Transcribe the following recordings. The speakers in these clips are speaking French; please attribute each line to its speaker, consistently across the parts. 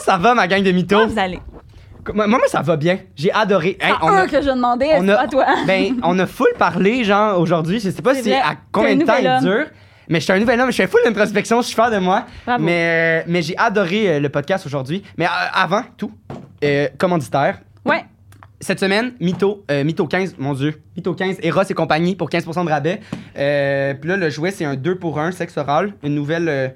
Speaker 1: ça va, ma gang de mythos?
Speaker 2: Comment vous allez?
Speaker 1: Moi, moi, ça va bien. J'ai adoré. Hey,
Speaker 2: C'est un que je demandais,
Speaker 1: on
Speaker 2: c'est
Speaker 1: a-
Speaker 2: pas toi.
Speaker 1: ben, on a full parlé, genre, aujourd'hui. Je sais pas
Speaker 2: C'est
Speaker 1: si
Speaker 2: vrai.
Speaker 1: à combien
Speaker 2: T'es
Speaker 1: de
Speaker 2: un
Speaker 1: temps il
Speaker 2: nouvel
Speaker 1: dure. Mais je suis un nouvel homme, je fais full d'introspection, je suis fier de moi.
Speaker 2: Bravo.
Speaker 1: Mais, euh, mais j'ai adoré euh, le podcast aujourd'hui. Mais euh, avant tout, euh, commanditaire.
Speaker 2: Ouais.
Speaker 1: Cette semaine, Mytho, euh, Mytho 15, mon Dieu, Mytho 15, Eros et compagnie pour 15% de rabais. Euh, Puis là, le jouet, c'est un 2 pour 1 sexe oral, une nouvelle. euh,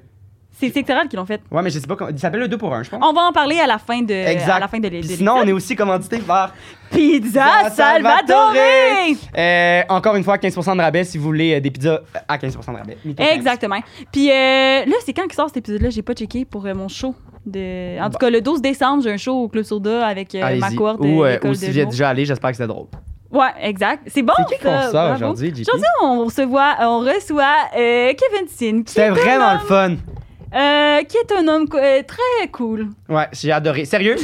Speaker 2: C'est sectoral qui l'ont fait.
Speaker 1: Ouais, mais je sais pas comment. Il s'appelle le 2 pour 1, je pense.
Speaker 2: On va en parler à la fin de
Speaker 1: Exact.
Speaker 2: euh, à la fin de l'é-
Speaker 1: Puis
Speaker 2: de
Speaker 1: sinon, on
Speaker 2: l'épisode.
Speaker 1: est aussi commandité par.
Speaker 2: Pizza
Speaker 1: Pizza Salvatore!
Speaker 2: Salvatore!
Speaker 1: euh, encore une fois, 15% de rabais si vous voulez euh, des pizzas à 15% de rabais. Mytho 15.
Speaker 2: Exactement. Puis euh, là, c'est quand qui sort cet épisode-là? J'ai pas checké pour euh, mon show. De... En
Speaker 1: Bon.
Speaker 2: tout cas, le 12 décembre, j'ai un show au Club Soda avec euh, ma
Speaker 1: Allez-y.
Speaker 2: cohorte de
Speaker 1: Ou, euh,
Speaker 2: l'école
Speaker 1: ou
Speaker 2: de
Speaker 1: si j'y ai
Speaker 2: l'humour.
Speaker 1: déjà allé, j'espère que c'est drôle.
Speaker 2: Ouais, exact. C'est bon,
Speaker 1: c'est qui qu'on
Speaker 2: ça,
Speaker 1: sort
Speaker 2: bravo.
Speaker 1: aujourd'hui, JP?
Speaker 2: Aujourd'hui, on se voit, on reçoit euh, Kevin Sin, qui,
Speaker 1: C'était
Speaker 2: est un
Speaker 1: vraiment le
Speaker 2: homme,
Speaker 1: fun.
Speaker 2: euh, qui est un homme co- euh, très cool.
Speaker 1: Ouais, j'ai adoré. Sérieux,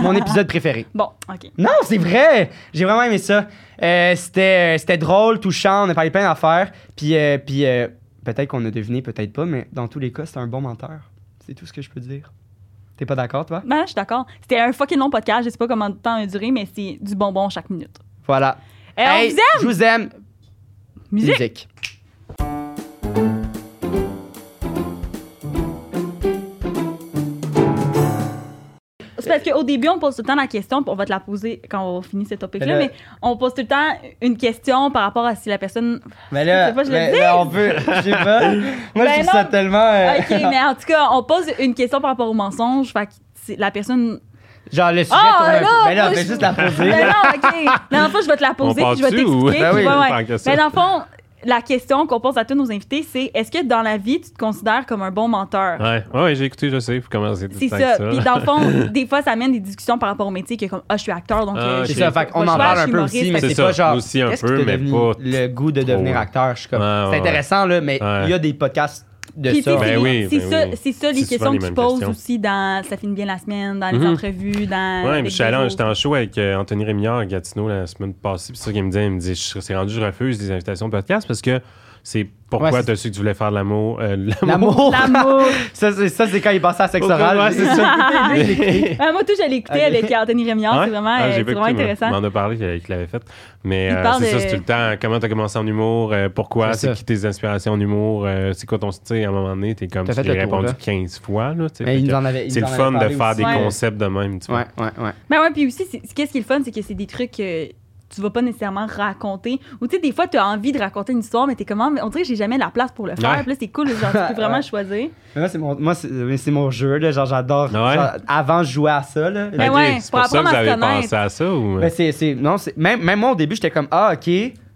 Speaker 1: mon épisode préféré.
Speaker 2: Bon, OK.
Speaker 1: Non, c'est vrai! J'ai vraiment aimé ça. Euh, c'était, c'était drôle, touchant, on a parlé plein d'affaires. Puis, euh, puis euh, peut-être qu'on a deviné, peut-être pas, mais dans tous les cas, c'était un bon menteur. C'est tout ce que je peux dire. T'es pas d'accord, toi?
Speaker 2: Ben, je suis d'accord. C'était un fucking long podcast. Je sais pas comment de temps a duré, mais c'est du bonbon chaque minute.
Speaker 1: Voilà.
Speaker 2: Et
Speaker 1: Hey,
Speaker 2: Euh, on vous aime!
Speaker 1: Je vous aime.
Speaker 2: Musique!
Speaker 1: Musique.
Speaker 2: C'est parce qu'au début, on pose tout le temps la question, puis on va te la poser quand on finit ce topic-là,
Speaker 1: Mais là-
Speaker 2: mais on pose tout le temps une question par rapport à si la personne.
Speaker 1: Mais là,
Speaker 2: Je sais pas, je le
Speaker 1: mais
Speaker 2: dis.
Speaker 1: là, on peut. Je sais pas. Moi, je
Speaker 2: Ben
Speaker 1: trouve ça
Speaker 2: non.
Speaker 1: tellement. euh,
Speaker 2: OK, mais en tout cas, on pose une question par rapport au mensonge, fait que c'est- la personne.
Speaker 1: Genre, le sujet
Speaker 2: Ah,
Speaker 1: tourne un
Speaker 2: là,
Speaker 1: peu. Mais là,
Speaker 2: moi,
Speaker 1: on fait
Speaker 2: je-
Speaker 1: juste la poser.
Speaker 2: Mais
Speaker 1: là.
Speaker 2: non, OK. Mais Dans le fond, je vais te la poser,
Speaker 3: On
Speaker 2: puis je vais
Speaker 3: part-tu ou- Ah
Speaker 2: t'expliquer.
Speaker 1: Ben
Speaker 2: puis
Speaker 1: oui,
Speaker 2: ouais, ouais.
Speaker 3: tant que ça.
Speaker 2: Mais dans le fond, la question qu'on pose à tous nos invités, c'est est-ce que dans la vie, tu te considères comme un bon menteur?
Speaker 3: Ouais, ouais, ouais, j'ai écouté, je sais. Faut commencer
Speaker 2: C'est ça. Puis dans le fond, des fois, ça amène des discussions par rapport au métier qui est comme Ah, je suis acteur, donc.
Speaker 3: Ah,
Speaker 2: euh,
Speaker 1: C'est
Speaker 3: Je
Speaker 1: ça,
Speaker 3: suis-
Speaker 1: fait qu'on
Speaker 2: je
Speaker 1: en
Speaker 2: suis
Speaker 1: parle un peu
Speaker 2: humoriste,
Speaker 1: aussi, mais
Speaker 2: fait
Speaker 1: c'est
Speaker 3: que-
Speaker 1: pas
Speaker 3: C'est ça,
Speaker 1: genre.
Speaker 3: aussi un
Speaker 1: qu'est-ce
Speaker 3: peu,
Speaker 1: qui t'a
Speaker 3: mais
Speaker 1: devenu
Speaker 3: pas
Speaker 1: Le goût de devenir
Speaker 3: trop.
Speaker 1: acteur, je suis comme.
Speaker 3: Ouais, ouais,
Speaker 1: c'est intéressant, là, mais
Speaker 3: Ouais.
Speaker 1: il y a des podcasts de
Speaker 2: Puis, tu
Speaker 1: ça.
Speaker 2: sais, c'est
Speaker 3: Ben oui,
Speaker 2: c'est
Speaker 3: ben
Speaker 2: ça,
Speaker 3: oui.
Speaker 2: c'est ça les
Speaker 3: C'est
Speaker 2: questions
Speaker 3: souvent les
Speaker 2: que tu
Speaker 3: mêmes
Speaker 2: poses
Speaker 3: questions.
Speaker 2: aussi dans Ça finit bien la semaine, dans les
Speaker 3: Mhm.
Speaker 2: entrevues, dans.
Speaker 3: Ouais,
Speaker 2: avec
Speaker 3: mais je suis
Speaker 2: les
Speaker 3: allé,
Speaker 2: autres.
Speaker 3: j'étais en show avec euh, Anthony Rémillard à Gatineau la semaine passée. Puis c'est ça qu'il me disait. Il me dit je- C'est rendu, je refuse des invitations de podcast parce que c'est
Speaker 1: Ouais,
Speaker 3: pourquoi
Speaker 1: c'est-
Speaker 3: tu as su que tu voulais faire de l'amour. euh, de l'amour.
Speaker 1: L'amour.
Speaker 2: L'amour.
Speaker 1: ça, c'est, ça, c'est quand il passe à sexe
Speaker 3: Pourquoi,
Speaker 1: oral.
Speaker 3: ouais, c'est
Speaker 2: Ah, moi, tout, je l'ai écouté
Speaker 1: Ok.
Speaker 2: avec Anthony Rémillard.
Speaker 3: Ouais?
Speaker 2: C'est vraiment,
Speaker 3: Ah,
Speaker 2: euh,
Speaker 3: j'ai
Speaker 2: c'est
Speaker 3: pas
Speaker 2: vraiment
Speaker 3: écouté, mais
Speaker 2: intéressant.
Speaker 3: On m'en a parlé qu'il qu'il l'avait fait. Mais
Speaker 2: Il
Speaker 3: euh,
Speaker 2: parle
Speaker 3: c'est
Speaker 2: de-
Speaker 3: ça, c'est tout le temps. Comment t'as commencé en humour euh, Pourquoi
Speaker 1: C'est
Speaker 3: C'est
Speaker 1: ça.
Speaker 3: qui tes inspirations en humour euh, C'est quoi ton style À un moment donné, t'es comme
Speaker 1: T'as
Speaker 3: tu
Speaker 1: fait
Speaker 3: l'as
Speaker 1: le tour,
Speaker 3: répondu
Speaker 1: là.
Speaker 3: 15 fois. là, tu sais,
Speaker 1: Mais
Speaker 3: fait
Speaker 1: il
Speaker 3: que
Speaker 1: nous en avait. il
Speaker 3: C'est le
Speaker 1: nous en
Speaker 3: fun
Speaker 1: avait
Speaker 3: de
Speaker 1: parlé
Speaker 3: faire des
Speaker 1: aussi.
Speaker 3: concepts de même. Tu vois.
Speaker 1: Ouais, ouais, ouais.
Speaker 2: Ben ouais, puis aussi, c'est- qu'est-ce qui est le fun, c'est que c'est des trucs que tu vas pas nécessairement raconter. Ou tu sais, des fois, tu as envie de raconter une histoire, mais t'es comment On dirait que j'ai jamais la place pour le faire.
Speaker 3: Ouais.
Speaker 2: Puis là, c'est cool, genre, tu peux vraiment
Speaker 1: Ouais.
Speaker 2: choisir.
Speaker 1: Mais moi, c'est mon, moi, c'est, mais c'est mon jeu, là. Genre, j'adore.
Speaker 3: Ah ouais?
Speaker 1: genre, avant, je jouais à ça, là.
Speaker 2: Ben
Speaker 3: Ok,
Speaker 2: ouais,
Speaker 3: c'est
Speaker 2: pour
Speaker 3: pour ça
Speaker 2: apprendre
Speaker 3: que vous
Speaker 2: à se
Speaker 3: avez
Speaker 2: connaître.
Speaker 3: pensé à ça ou euh?
Speaker 1: Ben, c'est, c'est- non, c'est, même, même moi, au début, j'étais comme, ah, OK,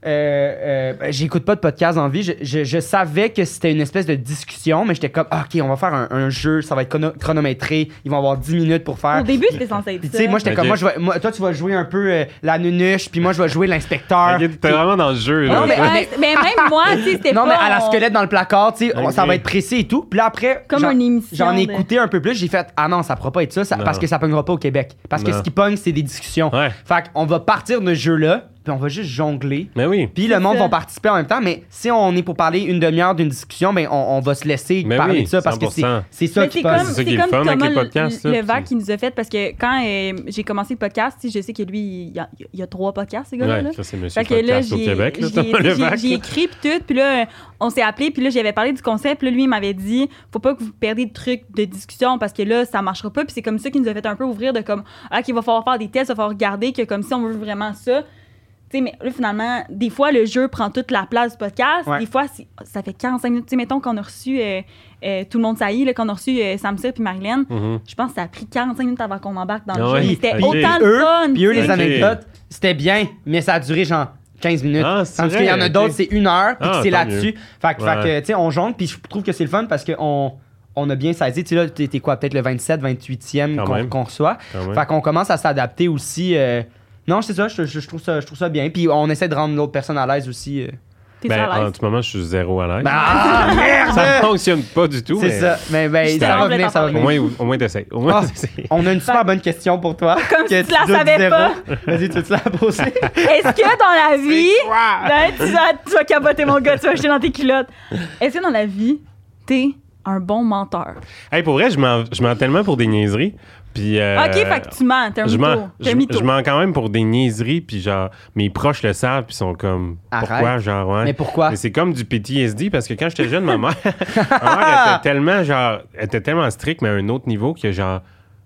Speaker 1: euh, euh, ben, j'écoute pas de podcast en vie. Je, je- je savais que c'était une espèce de discussion, mais j'étais comme, ah, OK, on va faire un, un jeu, ça va être chrono- chronométré, ils vont avoir 10 minutes pour faire.
Speaker 2: Au début, c'était censé être
Speaker 1: Puis, tu
Speaker 2: ça.
Speaker 1: sais, moi, j'étais
Speaker 3: Ok.
Speaker 1: comme, moi, je vais- moi, toi, tu vas jouer un peu euh, la nunuche, puis moi, je vais jouer l'inspecteur.
Speaker 3: Ok, T'es vraiment dans le jeu.
Speaker 1: Non,
Speaker 3: là.
Speaker 2: Ouais,
Speaker 1: mais-
Speaker 2: mais, même moi, tu sais, c'était pas.
Speaker 1: Non, mais à la
Speaker 2: on-
Speaker 1: squelette dans le placard, tu sais, on-
Speaker 3: Ok.
Speaker 1: ça va être précis et tout. Puis là, après,
Speaker 2: Comme
Speaker 1: j'en-
Speaker 2: une émission
Speaker 1: j'en ai
Speaker 2: de-
Speaker 1: écouté un peu plus, j'ai fait Ah non, ça pourra pas être ça, ça-
Speaker 3: Non.
Speaker 1: parce que ça pognera pas au Québec. Parce que
Speaker 3: Non.
Speaker 1: ce qui pogne, c'est des discussions.
Speaker 3: Ouais.
Speaker 1: Fait qu'on va partir de ce jeu-là, puis on va juste jongler.
Speaker 3: Mais oui.
Speaker 1: Puis le monde
Speaker 2: ça.
Speaker 1: va participer en même temps, mais si on est pour parler une demi-heure d'une discussion, ben on, on va se laisser
Speaker 3: Mais
Speaker 1: parler
Speaker 3: Ben oui,
Speaker 1: de ça parce que c'est
Speaker 3: 100%.
Speaker 1: c'est ça
Speaker 2: Mais
Speaker 1: qui
Speaker 2: c'est
Speaker 1: passe.
Speaker 2: comme,
Speaker 3: C'est ça qui
Speaker 2: c'est
Speaker 3: est le
Speaker 2: comme
Speaker 3: fun avec
Speaker 2: Thomas
Speaker 3: les podcasts,
Speaker 2: Le,
Speaker 3: là,
Speaker 2: Levac
Speaker 3: puis-
Speaker 2: qui nous a fait parce que quand euh, j'ai commencé le podcast, tu sais, je sais que lui, il y a, il y a trois podcasts, ces gars-là.
Speaker 3: Ouais,
Speaker 2: là.
Speaker 3: ça, c'est Monsieur
Speaker 2: Fait que là,
Speaker 3: Podcast
Speaker 2: j'ai
Speaker 3: au Québec. là, Thomas Levac,
Speaker 2: j'ai
Speaker 3: là.
Speaker 2: écrit puis tout, puis là, euh, on s'est appelé, puis là, j'avais parlé du concept, puis là, lui, il m'avait dit, faut pas que vous perdiez de trucs de discussion parce que là, ça marchera pas, puis c'est comme ça qu'il nous a fait un peu ouvrir de comme, ah, qu'il va falloir faire des tests, il va falloir regarder que comme si on veut vraiment ça. Tu sais, mais là, finalement, des fois, le jeu prend toute la place du podcast.
Speaker 1: Ouais.
Speaker 2: Des fois, c'est- ça fait 45 minutes. Tu sais, mettons qu'on a reçu euh, euh, Tout le monde saillit, là, qu'on a reçu euh, Samsir puis Marilyn.
Speaker 3: Mhm.
Speaker 2: Je pense que ça a pris 45 minutes avant qu'on embarque dans le
Speaker 3: Ah
Speaker 2: jeu.
Speaker 3: ouais.
Speaker 2: Mais C'était
Speaker 3: Ok.
Speaker 2: autant de
Speaker 1: Eux,
Speaker 2: fun.
Speaker 1: Puis eux, les
Speaker 3: Ok.
Speaker 1: anecdotes, c'était bien, mais ça a duré genre 15 minutes.
Speaker 3: Ah, c'est
Speaker 1: Tandis
Speaker 3: vrai,
Speaker 1: qu'il y en a
Speaker 3: ok.
Speaker 1: d'autres, c'est une heure, puis
Speaker 3: Ah,
Speaker 1: que c'est
Speaker 3: tant
Speaker 1: là-dessus. Fait, que- fait
Speaker 3: Ouais.
Speaker 1: que, tu sais, on jongle, puis je trouve que c'est le fun parce qu'on on a bien saisi. Tu sais, là, t'es t'es quoi, peut-être le 27, 28e
Speaker 3: Quand
Speaker 1: qu'on
Speaker 3: même.
Speaker 1: qu'on reçoit.
Speaker 3: Quand même.
Speaker 1: Fait qu'on commence à s'adapter aussi. euh, Non, c'est ça je, je- je trouve ça, je trouve ça bien. Puis on essaie de rendre l'autre personne à l'aise aussi. euh.
Speaker 2: T'es
Speaker 3: Ben,
Speaker 2: sur la
Speaker 3: en
Speaker 2: live.
Speaker 3: tout moment, je suis zéro à l'aise.
Speaker 1: Ah,
Speaker 3: ça
Speaker 1: merde!
Speaker 3: fonctionne pas du tout.
Speaker 1: C'est
Speaker 3: mais
Speaker 1: ça. Mais ben,
Speaker 2: Je
Speaker 1: ça va
Speaker 2: t'en
Speaker 1: venir, ça va
Speaker 3: Au
Speaker 1: venir.
Speaker 3: moins, au moins t'essayes. Au moins,
Speaker 1: Ah.
Speaker 3: t'essayes.
Speaker 1: On a une super bonne question pour toi. Comme
Speaker 2: si tu la savais pas.
Speaker 1: Vas-y, tu veux la poser?
Speaker 2: Est-ce que dans la vie. Ben, tu, vas, tu vas capoter, mon gars, tu vas jeter dans tes culottes. Est-ce que dans la vie, t'es un bon menteur?
Speaker 3: Hey, pour vrai, je m'en je mens tellement pour des niaiseries. Puis, euh,
Speaker 2: ok, fait que tu mens, t'es un
Speaker 3: je
Speaker 2: mytho.
Speaker 3: mens,
Speaker 2: T'es un
Speaker 3: je,
Speaker 2: mytho.
Speaker 3: je mens quand même pour des niaiseries, puis genre, mes proches le savent, puis ils sont comme,
Speaker 1: Arrête.
Speaker 3: pourquoi, genre, ouais.
Speaker 1: Mais pourquoi?
Speaker 3: Mais c'est comme du PTSD parce que quand j'étais jeune, ma mère, ma mère était tellement genre, elle était tellement stricte, mais à un autre niveau que genre,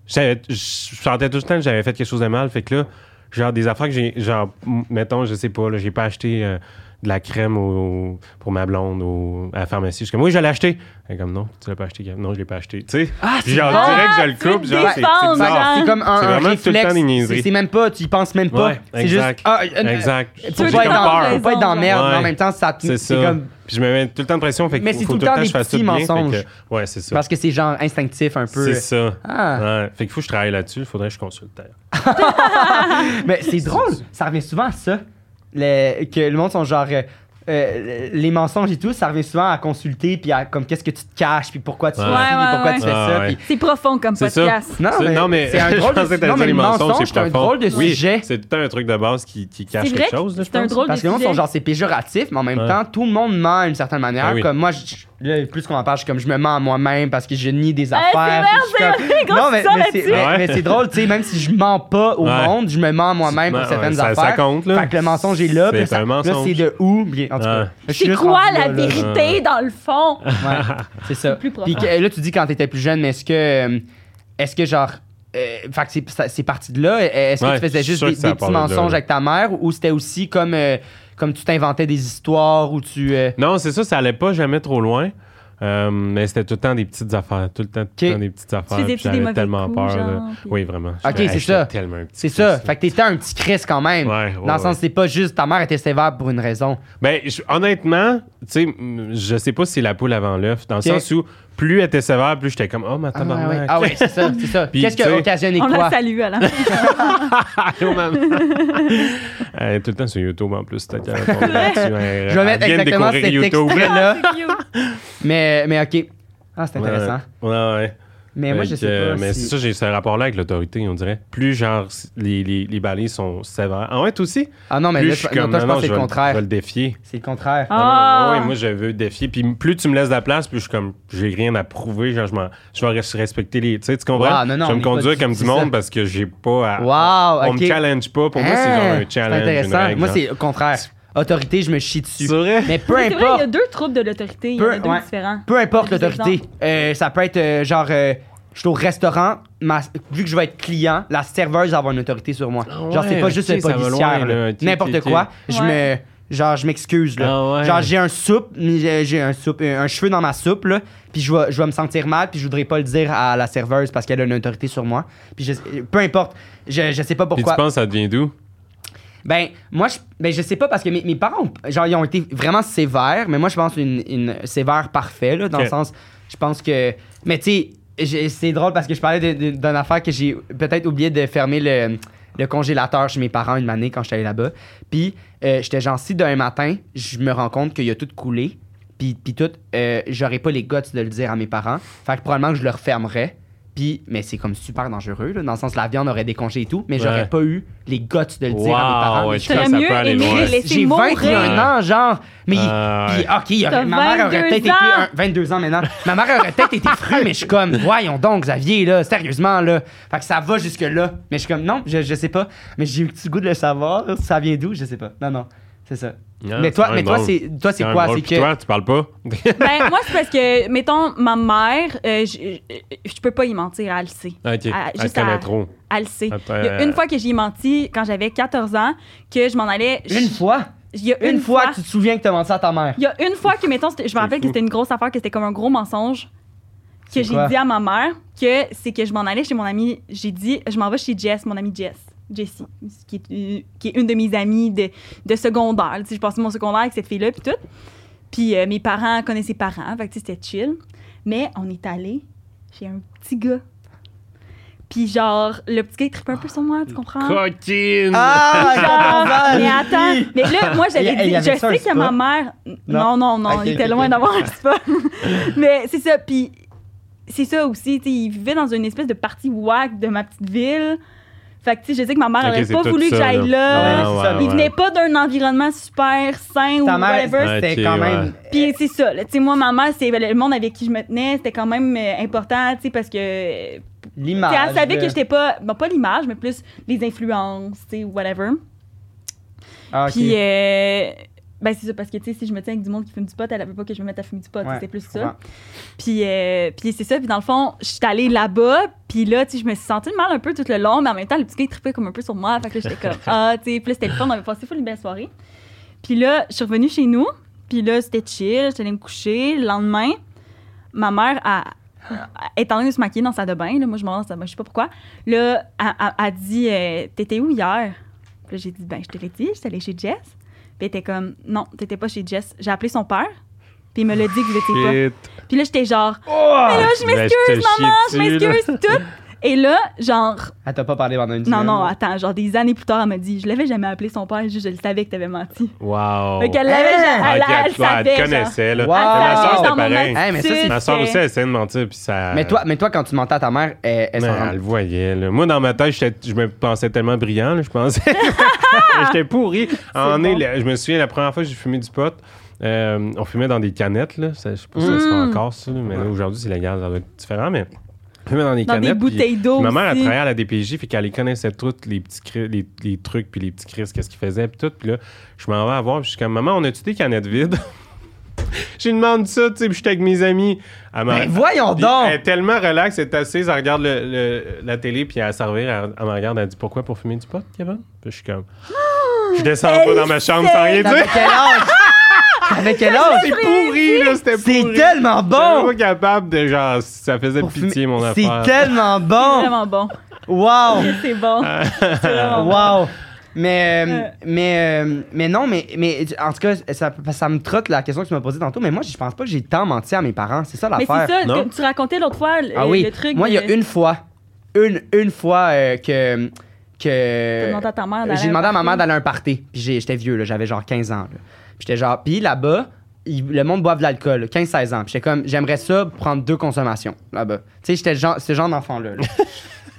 Speaker 3: je savais- je sentais tout le temps que j'avais fait quelque chose de mal. Fait que là, genre des affaires que j'ai, genre, m- mettons, je sais pas, là, j'ai pas acheté euh, de la crème au- au- pour ma blonde au- à la pharmacie. Je suis comme, oui, je l'ai acheté. Elle est comme, non, tu l'as pas acheté. Gab. Non, je l'ai pas acheté. Tu sais,
Speaker 1: Ah,
Speaker 3: Puis genre,
Speaker 2: vrai.
Speaker 3: direct,
Speaker 2: Ah,
Speaker 3: je le
Speaker 2: tu veux
Speaker 3: coupe.
Speaker 2: te
Speaker 3: Genre, c'est- c'est
Speaker 2: défendre,
Speaker 3: bizarre.
Speaker 2: genre.
Speaker 1: C'est comme un,
Speaker 3: C'est
Speaker 1: un
Speaker 3: vraiment tout le
Speaker 1: réflexe.
Speaker 3: temps des niaiseries.
Speaker 1: C'est- C'est même pas, tu y penses même pas.
Speaker 3: Ouais,
Speaker 1: c'est juste.
Speaker 3: exact.
Speaker 1: Ah, euh, euh,
Speaker 3: Exact.
Speaker 1: Faut
Speaker 3: J'ai
Speaker 1: pas
Speaker 3: comme
Speaker 1: être dans-
Speaker 3: peur.
Speaker 1: faut pas être dans la merde, mais en
Speaker 3: Ouais.
Speaker 1: même temps, ça te-
Speaker 3: C'est
Speaker 1: c'est
Speaker 3: ça.
Speaker 1: comme.
Speaker 3: Puis je me mets tout le temps de pression. Fait que
Speaker 1: Mais
Speaker 3: faut
Speaker 1: c'est
Speaker 3: faut
Speaker 1: tout le temps
Speaker 3: que
Speaker 1: des
Speaker 3: je fasse tout
Speaker 1: petits
Speaker 3: bien. Fait
Speaker 1: mensonges. Bah,
Speaker 3: que- Ouais, c'est ça.
Speaker 1: Parce que c'est genre instinctif un peu.
Speaker 3: C'est ça.
Speaker 1: Ah.
Speaker 3: Ouais. Fait qu'il faut que je travaille là-dessus. Il faudrait que je consulte. d'ailleurs.
Speaker 1: Mais c'est drôle,
Speaker 3: ça.
Speaker 1: ça revient souvent à ça. Le- que le monde sont genre. euh, euh, les mensonges et tout, ça revient souvent à consulter, puis à comme qu'est-ce que tu te caches, puis pourquoi tu
Speaker 3: Ouais.
Speaker 1: fais ci,
Speaker 2: Ouais,
Speaker 1: puis
Speaker 2: ouais,
Speaker 1: pourquoi
Speaker 2: ouais.
Speaker 1: tu fais
Speaker 3: Ah,
Speaker 1: ça.
Speaker 3: ouais.
Speaker 1: puis-
Speaker 2: C'est profond comme
Speaker 3: C'est ça.
Speaker 2: podcast.
Speaker 1: Non,
Speaker 3: C'est-
Speaker 1: mais, c'est un
Speaker 3: je
Speaker 1: drôle
Speaker 3: pensais
Speaker 1: de,
Speaker 3: que t'allais
Speaker 1: non, mais
Speaker 3: dire
Speaker 1: le
Speaker 3: les mensonges,
Speaker 1: mensonge,
Speaker 3: c'est
Speaker 1: c'est un
Speaker 3: profond.
Speaker 1: drôle de
Speaker 3: Oui,
Speaker 1: sujet.
Speaker 3: C'est tout un truc de base qui, qui cache
Speaker 2: vrai
Speaker 3: quelque
Speaker 2: que
Speaker 3: chose. là, je
Speaker 2: c'est un
Speaker 3: pense.
Speaker 2: drôle
Speaker 1: Parce que le monde sont genre, c'est péjoratif, mais en même
Speaker 3: Ouais.
Speaker 1: temps, tout le monde ment d'une certaine manière.
Speaker 3: Ah oui.
Speaker 1: Comme moi, je- je- là, plus qu'on en parle, je suis comme je me mens à moi-même parce que je nie des
Speaker 2: Ah,
Speaker 1: affaires. puis je suis
Speaker 2: c'est vrai,
Speaker 1: comme-
Speaker 2: gros,
Speaker 1: mais,
Speaker 2: tu sors
Speaker 1: mais c'est,
Speaker 2: là-dessus.
Speaker 1: mais-
Speaker 3: Ouais.
Speaker 1: mais c'est drôle, tu sais, même si je mens pas au
Speaker 3: Ouais.
Speaker 1: monde, je me mens à moi-même pour
Speaker 3: Ouais,
Speaker 1: certaines
Speaker 3: ça-
Speaker 1: affaires.
Speaker 3: Ça compte, là.
Speaker 1: Fait que le mensonge est là. puis
Speaker 3: C'est
Speaker 1: ça-
Speaker 3: un
Speaker 1: Là,
Speaker 3: mensonge.
Speaker 1: c'est de où. puis- En tout cas,
Speaker 3: Ouais.
Speaker 1: je suis
Speaker 2: C'est
Speaker 1: juste
Speaker 2: quoi
Speaker 1: rendu
Speaker 2: la
Speaker 1: là, là.
Speaker 2: vérité dans le fond?
Speaker 1: Ouais, c'est ça.
Speaker 2: plus profond.
Speaker 1: Puis que- là, tu dis quand t'étais plus jeune, mais est-ce que. euh, Est-ce que genre. euh, fait que c'est- ça- c'est parti de là. Euh, Est-ce que
Speaker 3: Ouais,
Speaker 1: tu faisais
Speaker 3: je suis
Speaker 1: juste
Speaker 3: sûr
Speaker 1: des,
Speaker 3: que ça
Speaker 1: des petits
Speaker 3: part de là,
Speaker 1: mensonges
Speaker 3: là.
Speaker 1: avec ta mère ou c'était aussi comme, euh, comme tu t'inventais des histoires ou tu. euh,
Speaker 3: Non, c'est ça, ça allait pas jamais trop loin. Euh, mais c'était tout le temps des petites affaires. Tout le temps, tout le
Speaker 1: Ok.
Speaker 3: temps des petites
Speaker 2: Tu
Speaker 3: affaires.
Speaker 2: faisais
Speaker 3: puis
Speaker 2: des
Speaker 3: J'avais
Speaker 2: mauvais
Speaker 3: tellement
Speaker 2: coups,
Speaker 3: peur.
Speaker 2: genre,
Speaker 3: là.
Speaker 2: puis-
Speaker 3: Oui, vraiment.
Speaker 1: Ok,
Speaker 3: J'étais-
Speaker 1: c'est
Speaker 3: j'étais
Speaker 1: ça.
Speaker 3: tellement un petit
Speaker 1: C'est
Speaker 3: fils,
Speaker 1: ça.
Speaker 3: là.
Speaker 1: Fait que t'étais un petit Chris quand même.
Speaker 3: Ouais, ouais,
Speaker 1: Dans le sens, c'est pas juste ta mère était sévère pour une raison.
Speaker 3: Ben, je- honnêtement, tu sais, mm, je sais pas si c'est la poule avant l'œuf, dans
Speaker 1: Ok.
Speaker 3: le sens où plus elle était sévère, plus j'étais comme, oh, ma
Speaker 1: Ah,
Speaker 3: tabarnak.
Speaker 1: ouais. Ah ouais, c'est ça, c'est ça.
Speaker 3: Puis,
Speaker 1: Qu'est-ce qui
Speaker 3: tu
Speaker 1: a
Speaker 3: sais-
Speaker 1: occasionné
Speaker 2: On la
Speaker 1: quoi?
Speaker 2: salue, hein. Alain.
Speaker 3: Allô, maman. Elle est tout le temps sur YouTube en plus. peut-être qu'elle va tomber là-dessus. Elle-
Speaker 1: Je vais
Speaker 3: Euh, elle
Speaker 1: mettre
Speaker 3: vient de
Speaker 1: exactement cet
Speaker 3: découvrir YouTube.
Speaker 1: extrait-là.
Speaker 2: C'est cute.
Speaker 1: Mais, mais ok. Ah, c'est intéressant.
Speaker 3: Ouais, ouais. ouais.
Speaker 1: Mais moi,
Speaker 3: Fait
Speaker 1: je sais
Speaker 3: que, euh,
Speaker 1: pas.
Speaker 3: Mais
Speaker 1: si-
Speaker 3: c'est ça, j'ai ce rapport-là avec l'autorité, on dirait. Plus, genre, les, les, les balais sont sévères. Ah ouais, toi aussi?
Speaker 1: Ah non, mais
Speaker 3: plus
Speaker 1: là,
Speaker 3: je suis
Speaker 1: toi,
Speaker 3: comme,
Speaker 1: non, toi, je
Speaker 3: non,
Speaker 1: pense que
Speaker 3: non,
Speaker 1: c'est le
Speaker 3: je vais- Je vais
Speaker 1: contraire.
Speaker 3: le défier.
Speaker 1: C'est le contraire.
Speaker 3: Non, non,
Speaker 2: Ah.
Speaker 3: ouais, ouais, moi, je veux défier. Puis plus tu me laisses de la place, plus je suis comme, j'ai rien à prouver. Genre, je, m'en- je vais res- respecter les. Tu sais, tu comprends?
Speaker 1: Wow, non, non,
Speaker 3: je vais
Speaker 1: on
Speaker 3: me
Speaker 1: est pas
Speaker 3: conduire
Speaker 1: du-
Speaker 3: comme
Speaker 1: c'est
Speaker 3: du monde
Speaker 1: ça.
Speaker 3: parce que j'ai pas à.
Speaker 1: Wow,
Speaker 3: On
Speaker 1: ok.
Speaker 3: me challenge pas. Pour moi, c'est genre
Speaker 1: Hein,
Speaker 3: un challenge.
Speaker 1: C'est
Speaker 3: une
Speaker 1: intéressant.
Speaker 3: règle,
Speaker 1: moi,
Speaker 3: genre.
Speaker 1: c'est le contraire. Autorité, je me chie
Speaker 3: C'est
Speaker 1: dessus.
Speaker 3: vrai?
Speaker 1: Mais peu
Speaker 2: Mais C'est vrai, il y a
Speaker 1: importe,
Speaker 2: deux troubles de l'autorité. Il y en
Speaker 1: Peu-
Speaker 2: a deux
Speaker 1: ouais.
Speaker 2: différents.
Speaker 1: peu importe
Speaker 2: Il y a des
Speaker 1: l'autorité. Euh, ça peut être euh, genre, euh, je suis au restaurant, ma- vu que je vais être client, la serveuse va avoir une autorité sur moi.
Speaker 3: Ah ouais,
Speaker 1: genre, c'est pas juste
Speaker 3: ok,
Speaker 1: le
Speaker 3: ça va
Speaker 1: policière,
Speaker 3: loin,
Speaker 1: là.
Speaker 3: là. Ok,
Speaker 1: n'importe
Speaker 3: ok, ok.
Speaker 1: quoi. Je me,
Speaker 2: Ouais.
Speaker 1: genre, je m'excuse là.
Speaker 3: Ah ouais.
Speaker 1: Genre, j'ai un soupe, j'ai j'ai un soupe, euh, un cheveu dans ma soupe là, puis je vais, je vais me sentir mal, puis je voudrais pas le dire à la serveuse parce qu'elle a une autorité sur moi. Puis je- peu importe, je, je sais pas
Speaker 3: Puis
Speaker 1: pourquoi.
Speaker 3: tu penses, ça devient d'où?
Speaker 1: Ben, moi, je, ben, je sais pas parce que mes, mes parents, ont- genre, ils ont été vraiment sévères, mais moi, je pense une, une sévère parfait, là, dans
Speaker 3: Ok.
Speaker 1: le sens, je pense que. Mais tu sais, j'ai- c'est drôle parce que je parlais de- de- d'une affaire que j'ai peut-être oublié de fermer le, le congélateur chez mes parents une année quand j'étais allé là-bas. Puis, euh, j'étais gentil d'un matin, je me rends compte qu'il a tout coulé, puis, puis tout, euh, j'aurais pas les guts de le dire à mes parents. Fait que probablement que je le refermerais. Puis, mais c'est comme super dangereux, là, dans le sens la viande aurait décongé et tout, mais j'aurais
Speaker 3: Ouais.
Speaker 1: pas eu les guts de le dire à mes
Speaker 3: Wow,
Speaker 1: parents.
Speaker 3: ouais,
Speaker 1: mais
Speaker 3: je
Speaker 2: T'aurais
Speaker 3: pense que ça
Speaker 2: mieux
Speaker 3: peut aller
Speaker 2: aimé
Speaker 3: loin.
Speaker 2: laisser
Speaker 1: j'ai
Speaker 2: mourir.
Speaker 1: 21 ans, genre. Mais.
Speaker 3: Ah,
Speaker 1: puis,
Speaker 3: ouais.
Speaker 1: ok, il
Speaker 2: T'as
Speaker 1: aurait, ma mère aurait
Speaker 2: 22
Speaker 1: peut-être été.
Speaker 2: ans.
Speaker 1: un- 22 ans maintenant. ma mère aurait peut-être été fruit, mais je suis comme, voyons donc, Xavier, là, sérieusement, là. Fait que ça va jusque-là. Mais je suis comme, non, je, je sais pas. Mais j'ai eu le petit goût de le savoir. Ça vient d'où, je sais pas. Non, non, c'est ça.
Speaker 3: Ah,
Speaker 1: mais
Speaker 3: c'est
Speaker 1: toi,
Speaker 3: quand
Speaker 1: mais
Speaker 3: même
Speaker 1: toi
Speaker 3: drôle.
Speaker 1: c'est toi, c'est
Speaker 3: quand même
Speaker 1: quoi?
Speaker 3: drôle.
Speaker 1: C'est
Speaker 3: Puis
Speaker 1: que.
Speaker 3: Toi, tu parles pas?
Speaker 2: Ben, moi, c'est parce que, mettons, ma mère, euh, je je- je peux pas y mentir, elle le sait.
Speaker 3: Ok,
Speaker 2: Ah,
Speaker 3: elle
Speaker 2: juste
Speaker 3: te connaît
Speaker 2: à-
Speaker 3: trop.
Speaker 2: Elle le sait.
Speaker 3: Ah,
Speaker 2: Il y a
Speaker 3: euh,
Speaker 2: une fois que j'y ai menti, quand j'avais 14 ans, que je m'en allais.
Speaker 1: Une fois,
Speaker 2: Il y a
Speaker 1: une, fois, que tu te souviens que t'as menti à ta mère.
Speaker 2: Il y a une fois que, mettons, c'était- je me
Speaker 3: C'est
Speaker 2: rappelle que
Speaker 3: fou.
Speaker 2: c'était une grosse affaire, que c'était comme un gros mensonge que
Speaker 1: C'est
Speaker 2: j'ai
Speaker 1: quoi?
Speaker 2: dit à ma mère, que c'est que je m'en allais chez mon ami, j'ai dit, je m'en vais chez Jess, mon ami Jess, Jessie, qui est, une- qui est une de mes amies de, de secondaire. Tu sais, je passais mon secondaire avec cette fille-là, puis tout. Puis euh, mes parents connaissaient ses parents, fait que tu sais, c'était chill. Mais on est allé chez un petit gars. Puis genre, le petit gars, il trippait un peu sur moi, tu comprends?
Speaker 3: Coquine!
Speaker 1: Ah,
Speaker 2: Genre, mais attends, mais là, moi,
Speaker 1: Il y a-
Speaker 2: j'avais
Speaker 1: il y
Speaker 2: dit, je
Speaker 1: avait ça, un
Speaker 2: sais que ma
Speaker 1: spa?
Speaker 2: mère.
Speaker 1: Non.
Speaker 2: Non, non, non,
Speaker 1: Ok,
Speaker 2: il était
Speaker 1: ok,
Speaker 2: loin
Speaker 1: ok.
Speaker 2: d'avoir un spa. mais c'est ça, puis c'est ça aussi, tu sais, il vivait dans une espèce de partie wack de ma petite ville. Fait que, tu sais, je sais que ma mère
Speaker 3: Ok,
Speaker 2: n'aurait
Speaker 3: c'est
Speaker 2: pas
Speaker 3: tout
Speaker 2: voulu que
Speaker 3: ça,
Speaker 2: j'aille
Speaker 1: là.
Speaker 2: là.
Speaker 1: Ouais,
Speaker 2: il venait pas d'un environnement super sain ou
Speaker 1: Ta mère,
Speaker 2: whatever.
Speaker 1: c'était
Speaker 3: Ok,
Speaker 1: quand
Speaker 3: ouais.
Speaker 1: même.
Speaker 2: Puis c'est ça, là, tu sais, moi, ma mère, c'est le monde avec qui je me tenais, c'était quand même euh, important, tu sais, parce que euh,
Speaker 1: L'image.
Speaker 2: Puis elle savait
Speaker 1: là.
Speaker 2: que j'étais pas, bon, pas l'image, mais plus les influences, tu sais, whatever.
Speaker 1: Ah, ok.
Speaker 2: Puis, euh, ben c'est ça, parce que, tu sais, si je me tiens avec du monde qui fume du pot, elle veut pas que je me mette à fumer du pot,
Speaker 1: Ouais,
Speaker 2: c'est plus
Speaker 1: je
Speaker 2: ça.
Speaker 1: comprends.
Speaker 2: Puis, euh, puis c'est ça, puis dans le fond, je suis allée là-bas, puis là, tu sais, je me suis sentie mal un peu tout le long, mais en même temps, le petit gars, il trippait comme un peu sur moi, fait que là, j'étais comme, ah, tu sais, puis là, c'était le fun, on avait passé full une belle soirée. Puis là, je suis revenue chez nous, puis là, c'était chill, j'étais allée me coucher, le lendemain, ma mère a étant donné de se maquiller dans sa salle de bain, là, moi je m'en vais dans sa bain, je sais pas pourquoi. Là, elle, elle- elle dit euh, T'étais où hier Puis là, j'ai dit Ben, je te l'ai dit, j'étais allée chez Jess. Puis elle était comme Non, t'étais pas chez Jess. J'ai appelé son père, puis il me l'a dit que j'étais
Speaker 3: Shit.
Speaker 2: pas. Puis là, j'étais genre
Speaker 1: Oh!
Speaker 2: Mais là, je
Speaker 3: Ben, je
Speaker 2: m'excuse,
Speaker 3: te
Speaker 2: maman, je
Speaker 3: chie dessus, là.
Speaker 2: m'excuse, tout. Et là, genre,
Speaker 1: Elle t'a pas parlé pendant une
Speaker 2: non,
Speaker 1: semaine.
Speaker 2: non, attends, genre des années plus tard, elle m'a dit Je l'avais jamais appelé son père, juste, je le savais que t'avais menti.
Speaker 3: Wow.
Speaker 2: Fait qu'elle l'avait
Speaker 1: Hey!
Speaker 2: jamais. Elle,
Speaker 3: Oh. Ok,
Speaker 2: Ah, elle
Speaker 3: ouais,
Speaker 2: savait.
Speaker 3: Ah, elle
Speaker 2: genre.
Speaker 3: connaissait, là.
Speaker 1: Wow.
Speaker 3: Ma
Speaker 1: Elle
Speaker 3: soeur,
Speaker 1: savait
Speaker 3: c'était
Speaker 2: dans mon
Speaker 3: pareil.
Speaker 1: Hey, mais ça, c'est-
Speaker 2: attitude,
Speaker 3: Ma soeur aussi,
Speaker 2: c'était-
Speaker 3: elle essayait de mentir, puis ça.
Speaker 1: Mais toi, mais toi, quand tu mentais à ta mère, elle, elle
Speaker 3: Non,
Speaker 1: s'en
Speaker 3: Euh, elle le voyait. Là. Moi, dans ma tête, j'étais- je me pensais tellement brillant. là, je pensais. j'étais pourri. En
Speaker 2: bon.
Speaker 3: est, la- je me souviens, la première fois que j'ai fumé du pot, euh, on fumait dans des canettes. Là. Ça, je sais pas si ça se fait
Speaker 2: Mm.
Speaker 3: encore, ça, là, mais là, aujourd'hui, c'est légal. Ça doit être différent, mais on fumait dans des
Speaker 2: Dans des
Speaker 3: canettes. puis-
Speaker 2: bouteilles d'eau.
Speaker 3: puis Ma mère, elle
Speaker 2: aussi.
Speaker 3: travaillait à la DPJ, fait qu'elle les connaissait toutes, les petits cri- les, les trucs, puis les petits crises, qu'est-ce qu'ils faisaient, puis tout. Puis là, je m'en vais à voir, puis je suis comme, maman, on a-tu des canettes vides? J'ai demandé ça, tu sais, puis j'étais avec mes amis. Elle m'a-
Speaker 1: Mais Ben, voyons
Speaker 3: puis Elle est
Speaker 1: donc!
Speaker 3: tellement relaxe, elle est assise, elle regarde le- le- la télé, puis elle servir, elle, elle me regarde, elle dit Pourquoi pour fumer du pot, Kevin Puis je suis comme
Speaker 1: Ah!
Speaker 3: Je descends pas dans ma chambre sans rien
Speaker 1: T'avais
Speaker 3: dire.
Speaker 1: quel âge? T'avais quel
Speaker 3: C'est
Speaker 1: âge?
Speaker 3: pourri, là, c'était pourri.
Speaker 1: C'est tellement
Speaker 3: J'étais
Speaker 1: bon!
Speaker 3: pas capable de genre, ça faisait
Speaker 1: Pour
Speaker 3: pitié
Speaker 1: fumer-
Speaker 3: mon affaire.
Speaker 1: C'est tellement bon!
Speaker 2: Vraiment bon.
Speaker 1: Wow!
Speaker 2: C'est bon. C'est vraiment bon.
Speaker 1: Wow! Mais, euh,
Speaker 2: Euh.
Speaker 1: mais, euh, mais non, mais, mais en tout cas, ça, ça me trotte la question que tu m'as posée tantôt, mais moi, je pense pas que j'ai tant menti à mes parents. C'est ça
Speaker 2: Mais
Speaker 1: l'affaire.
Speaker 2: c'est ça,
Speaker 3: non?
Speaker 2: tu racontais l'autre fois le,
Speaker 1: Ah oui.
Speaker 2: le truc.
Speaker 1: Moi, il y a
Speaker 2: de-
Speaker 1: une fois, une, une fois euh, que. que
Speaker 2: T'as demandé à ta mère d'aller
Speaker 1: J'ai demandé
Speaker 2: à un
Speaker 1: à ma mère
Speaker 2: party.
Speaker 1: d'aller à un party. Puis j'ai- j'étais vieux, là, j'avais genre 15 ans. là. Puis j'étais genre. Puis là-bas, il- le monde boit de l'alcool, 15-16 ans. Puis j'étais comme, j'aimerais ça prendre deux consommations là-bas. Tu sais, j'étais le genre- ce genre d'enfant-là. là.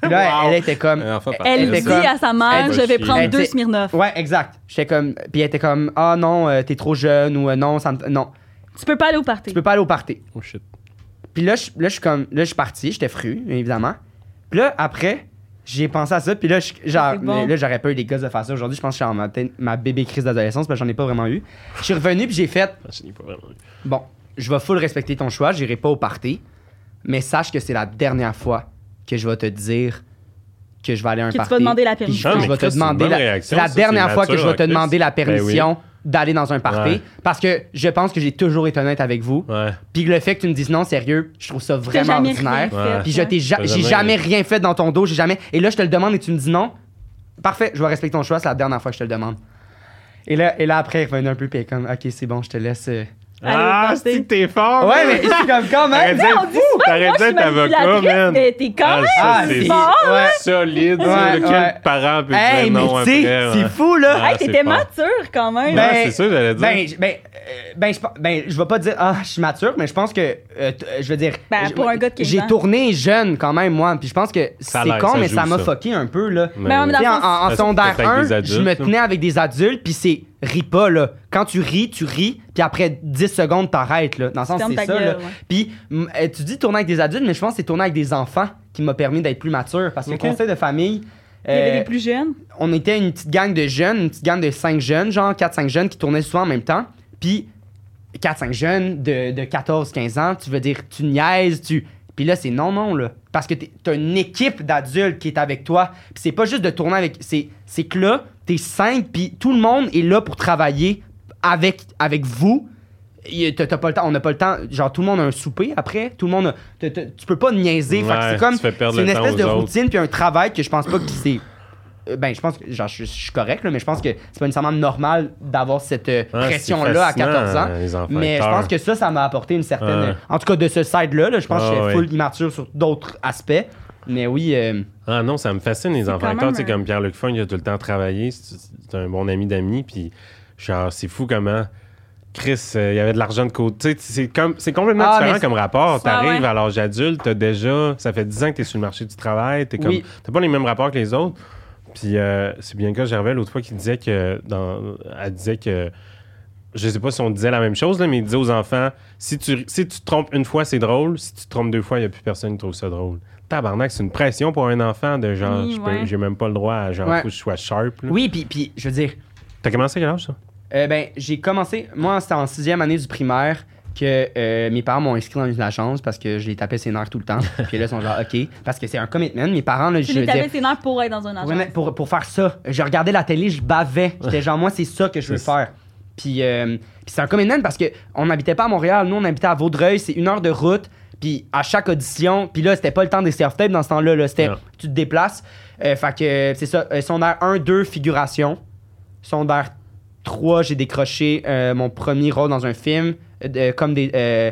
Speaker 1: Puis là,
Speaker 3: Wow. Euh.
Speaker 1: elle, elle était comme.
Speaker 3: Un enfant parfait,
Speaker 2: Elle
Speaker 1: Elle
Speaker 2: dit
Speaker 3: là,
Speaker 1: était comme-
Speaker 2: à sa
Speaker 1: elle
Speaker 2: mère,
Speaker 1: dit-
Speaker 2: je vais prendre
Speaker 1: elle
Speaker 2: deux
Speaker 1: dit-
Speaker 2: Smirnoff.
Speaker 1: Ouais, exact. J'étais comme. Puis elle était comme, ah non, euh, t'es trop jeune ou euh, non, ça me- non,
Speaker 2: Tu peux pas aller au
Speaker 1: tu
Speaker 2: party.
Speaker 1: peux pas aller au party.
Speaker 3: Oh shit.
Speaker 1: Puis là, je, là, je suis comme, là, je suis parti, j'étais fru, évidemment. Puis là, après, j'ai pensé à ça, puis là, je- genre,
Speaker 2: C'est bon.
Speaker 1: là, j'aurais pas eu les gosses de faire ça aujourd'hui. Je pense que je suis en ma, ma bébé crise d'adolescence, parce que j'en ai pas vraiment eu. Je suis revenu, puis j'ai fait,
Speaker 3: Ah, je n'ai pas vraiment eu.
Speaker 1: bon, je vais full respecter ton choix, j'irai pas au party, mais sache que c'est la dernière fois que je vais te dire que je vais aller à un
Speaker 2: Que tu vas
Speaker 1: party.
Speaker 2: demander la
Speaker 1: puis
Speaker 2: permission.
Speaker 1: que
Speaker 3: Ah,
Speaker 1: je
Speaker 3: mais
Speaker 1: vais te
Speaker 3: Chris, c'est une
Speaker 1: demander
Speaker 3: bonne
Speaker 1: la,
Speaker 3: réaction,
Speaker 1: la
Speaker 3: ça, c'est
Speaker 1: dernière fois que je
Speaker 3: mature,
Speaker 1: vais te
Speaker 3: hein, Chris.
Speaker 1: demander la
Speaker 3: Ben oui.
Speaker 1: permission d'aller dans un party,
Speaker 3: Ouais.
Speaker 1: parce que je pense que j'ai toujours été honnête avec vous.
Speaker 3: Ouais.
Speaker 1: Puis le fait que tu me dises non, sérieux, je trouve ça
Speaker 2: Tu t'as
Speaker 1: vraiment
Speaker 2: jamais rien
Speaker 1: ordinaire.
Speaker 2: fait,
Speaker 3: Ouais.
Speaker 1: Puis je t'ai ja-
Speaker 3: T'as
Speaker 1: j'ai
Speaker 3: jamais-
Speaker 1: jamais rien fait dans ton dos, j'ai jamais. Et là, je te le demande et tu me dis non. Parfait, je vais respecter ton choix, c'est la dernière fois que je te le demande. Et là, et là après, il revenait un peu, puis il est comme, ok, c'est bon, je te laisse. euh.
Speaker 2: Allez,
Speaker 3: Ah,
Speaker 2: partez.
Speaker 3: si t'es fort.
Speaker 1: Ouais,
Speaker 3: man.
Speaker 1: mais je suis comme quand
Speaker 3: T'aurais
Speaker 1: même.
Speaker 3: dû être-
Speaker 2: on dit souvent,
Speaker 3: T'aurais
Speaker 2: moi, je
Speaker 3: dû
Speaker 2: suis
Speaker 3: être avocat,
Speaker 2: manipulatrice,
Speaker 3: man.
Speaker 2: mais t'es quand même
Speaker 3: Ah,
Speaker 1: Ah,
Speaker 3: c'est
Speaker 1: c'est-
Speaker 2: fort.
Speaker 1: ouais.
Speaker 3: solide.
Speaker 1: Ouais,
Speaker 3: ça, là,
Speaker 1: ouais.
Speaker 3: Quel parent peut
Speaker 1: Hey,
Speaker 3: dire
Speaker 1: mais
Speaker 3: non
Speaker 1: tu sais,
Speaker 3: après? ouais.
Speaker 1: c'est fou, là.
Speaker 3: Ah,
Speaker 2: Hey,
Speaker 3: c'est
Speaker 2: t'étais
Speaker 3: fort.
Speaker 2: mature quand même.
Speaker 1: Ben,
Speaker 3: Ouais, c'est sûr, j'allais dire.
Speaker 1: Ben, je- ben, euh, ben, je, pe- ben, je vais pas dire, ah, je suis mature, mais je pense que, euh, t- euh, je veux dire,
Speaker 2: Ben,
Speaker 1: je-
Speaker 2: pour un gars de 15
Speaker 1: j'ai
Speaker 2: ans.
Speaker 1: tourné jeune quand même, moi, puis je pense que c'est
Speaker 3: Ça a l'air,
Speaker 1: con,
Speaker 3: ça
Speaker 1: mais
Speaker 3: joue,
Speaker 1: ça m'a
Speaker 3: ça.
Speaker 1: fucké un peu, là.
Speaker 3: Mais-
Speaker 2: Ben, on est dans
Speaker 1: Tu sais, en,
Speaker 2: le sens-
Speaker 1: en- en
Speaker 3: Parce que
Speaker 1: secondaire
Speaker 3: t'es avec
Speaker 1: 1,
Speaker 3: des adultes, hein.
Speaker 1: je me
Speaker 3: là.
Speaker 1: tenais avec des adultes, puis c'est ris pas, là. Quand tu ris, tu ris, puis après 10 secondes, t'arrêtes, là. Dans le sens,
Speaker 2: fermes
Speaker 1: c'est
Speaker 2: ta
Speaker 1: ça,
Speaker 2: gueule,
Speaker 1: là.
Speaker 2: ouais.
Speaker 1: Puis m- euh, tu dis tourner avec des adultes, mais je pense que c'est tourner avec des enfants qui m'a permis d'être plus mature, parce que
Speaker 3: Ok.
Speaker 1: le conseil de famille.
Speaker 2: Il y avait
Speaker 1: euh,
Speaker 2: des plus jeunes.
Speaker 1: on était une petite gang de jeunes, une petite gang de 5 jeunes, genre 4-5 jeunes qui tournaient souvent en même temps. Puis 4-5 jeunes de, de 14-15 ans, tu veux dire, tu niaises, tu. Puis là, c'est non, non, là. Parce que t'es- t'as une équipe d'adultes qui est avec toi. Puis c'est pas juste de tourner avec. C'est, c'est que là, t'es 5, puis tout le monde est là pour travailler avec, avec vous. Il- T'as, t'as pas le temps, on n'a pas le temps. Genre, tout le monde a un souper après. Tout le monde. a- t'as- t'as- tu peux pas niaiser. Fait que
Speaker 3: Ouais,
Speaker 1: c'est comme.
Speaker 3: tu fais perdre
Speaker 1: c'est une
Speaker 3: le temps
Speaker 1: espèce de
Speaker 3: aux autres.
Speaker 1: routine, puis un travail que je pense pas que c'est. Euh, ben je pense que genre, je, je suis correct là, mais je pense que c'est pas nécessairement normal d'avoir cette euh,
Speaker 3: Ah, c'est
Speaker 1: pression là à
Speaker 3: fascinant, euh,
Speaker 1: 14 ans.
Speaker 3: les enfants
Speaker 1: mais je
Speaker 3: acteurs.
Speaker 1: pense que ça ça m'a apporté une certaine
Speaker 3: Ah.
Speaker 1: euh, en tout cas de ce side là, je pense
Speaker 3: Ah,
Speaker 1: que je suis
Speaker 3: ouais.
Speaker 1: full immature sur d'autres aspects. Mais oui, euh,
Speaker 3: Ah non, ça me fascine les
Speaker 2: C'est
Speaker 3: enfants
Speaker 2: quand
Speaker 3: acteurs.
Speaker 2: même
Speaker 3: Tu sais,
Speaker 2: un-
Speaker 3: comme Pierre-Luc Fun, il a tout le temps travaillé. C'est c'est un bon ami d'amis. Puis, genre, c'est fou comment. Chris, euh, il y avait de l'argent de côté. Tu sais, C'est comme, c'est complètement
Speaker 1: Ah, mais
Speaker 3: différent
Speaker 1: c'est-
Speaker 3: comme rapport.
Speaker 2: Ouais,
Speaker 3: T'arrives
Speaker 2: ouais.
Speaker 3: à l'âge adulte, t'as déjà. Ça fait 10 ans que t'es sur le marché du travail. T'es comme.
Speaker 1: Oui.
Speaker 3: T'as pas les mêmes rapports que les autres. Puis, euh, c'est bien que Gervais, l'autre fois, qui disait que. Dans, elle disait que. je sais pas si on disait la même chose, là, mais il disait aux enfants si tu, si tu te trompes une fois, c'est drôle. Si tu te trompes deux fois, il n'y a plus personne qui trouve ça drôle. Tabarnak, c'est une pression pour un enfant de genre,
Speaker 2: Oui,
Speaker 3: je peux-
Speaker 2: ouais.
Speaker 3: j'ai même pas le droit à genre,
Speaker 1: Ouais.
Speaker 3: faut que je sois sharp. là.
Speaker 1: Oui, puis, puis je veux dire,
Speaker 3: T'as commencé à quel âge ça
Speaker 1: euh, ben, j'ai commencé, moi, c'était en sixième année du primaire que euh, mes parents m'ont inscrit dans l'une de la chance parce que je les tapais ses nerfs tout le temps. puis là, ils sont genre, OK, parce que c'est un commitment. Mes parents, là, je
Speaker 2: Tu
Speaker 1: veux
Speaker 2: les
Speaker 1: dire,
Speaker 2: tapais ses nerfs pour être dans un
Speaker 1: Ouais, mais
Speaker 2: agent.
Speaker 1: pour, pour faire ça, je regardais la télé, je bavais. J'étais genre, moi, c'est ça que je veux
Speaker 3: C'est ça.
Speaker 1: faire. Puis, euh, puis c'est un commitment parce que on n'habitait pas à Montréal. Nous, on habitait à Vaudreuil. C'est une heure de route. Puis à chaque audition, puis là, c'était pas le temps des self-tapes dans ce temps-là. là. C'était
Speaker 3: Non.
Speaker 1: tu te déplaces. Euh, fait que euh, c'est ça. Euh, Sondaire 1, 2, figuration. Sondaire 3, j'ai décroché euh, mon premier rôle dans un film. euh, de- comme des. euh,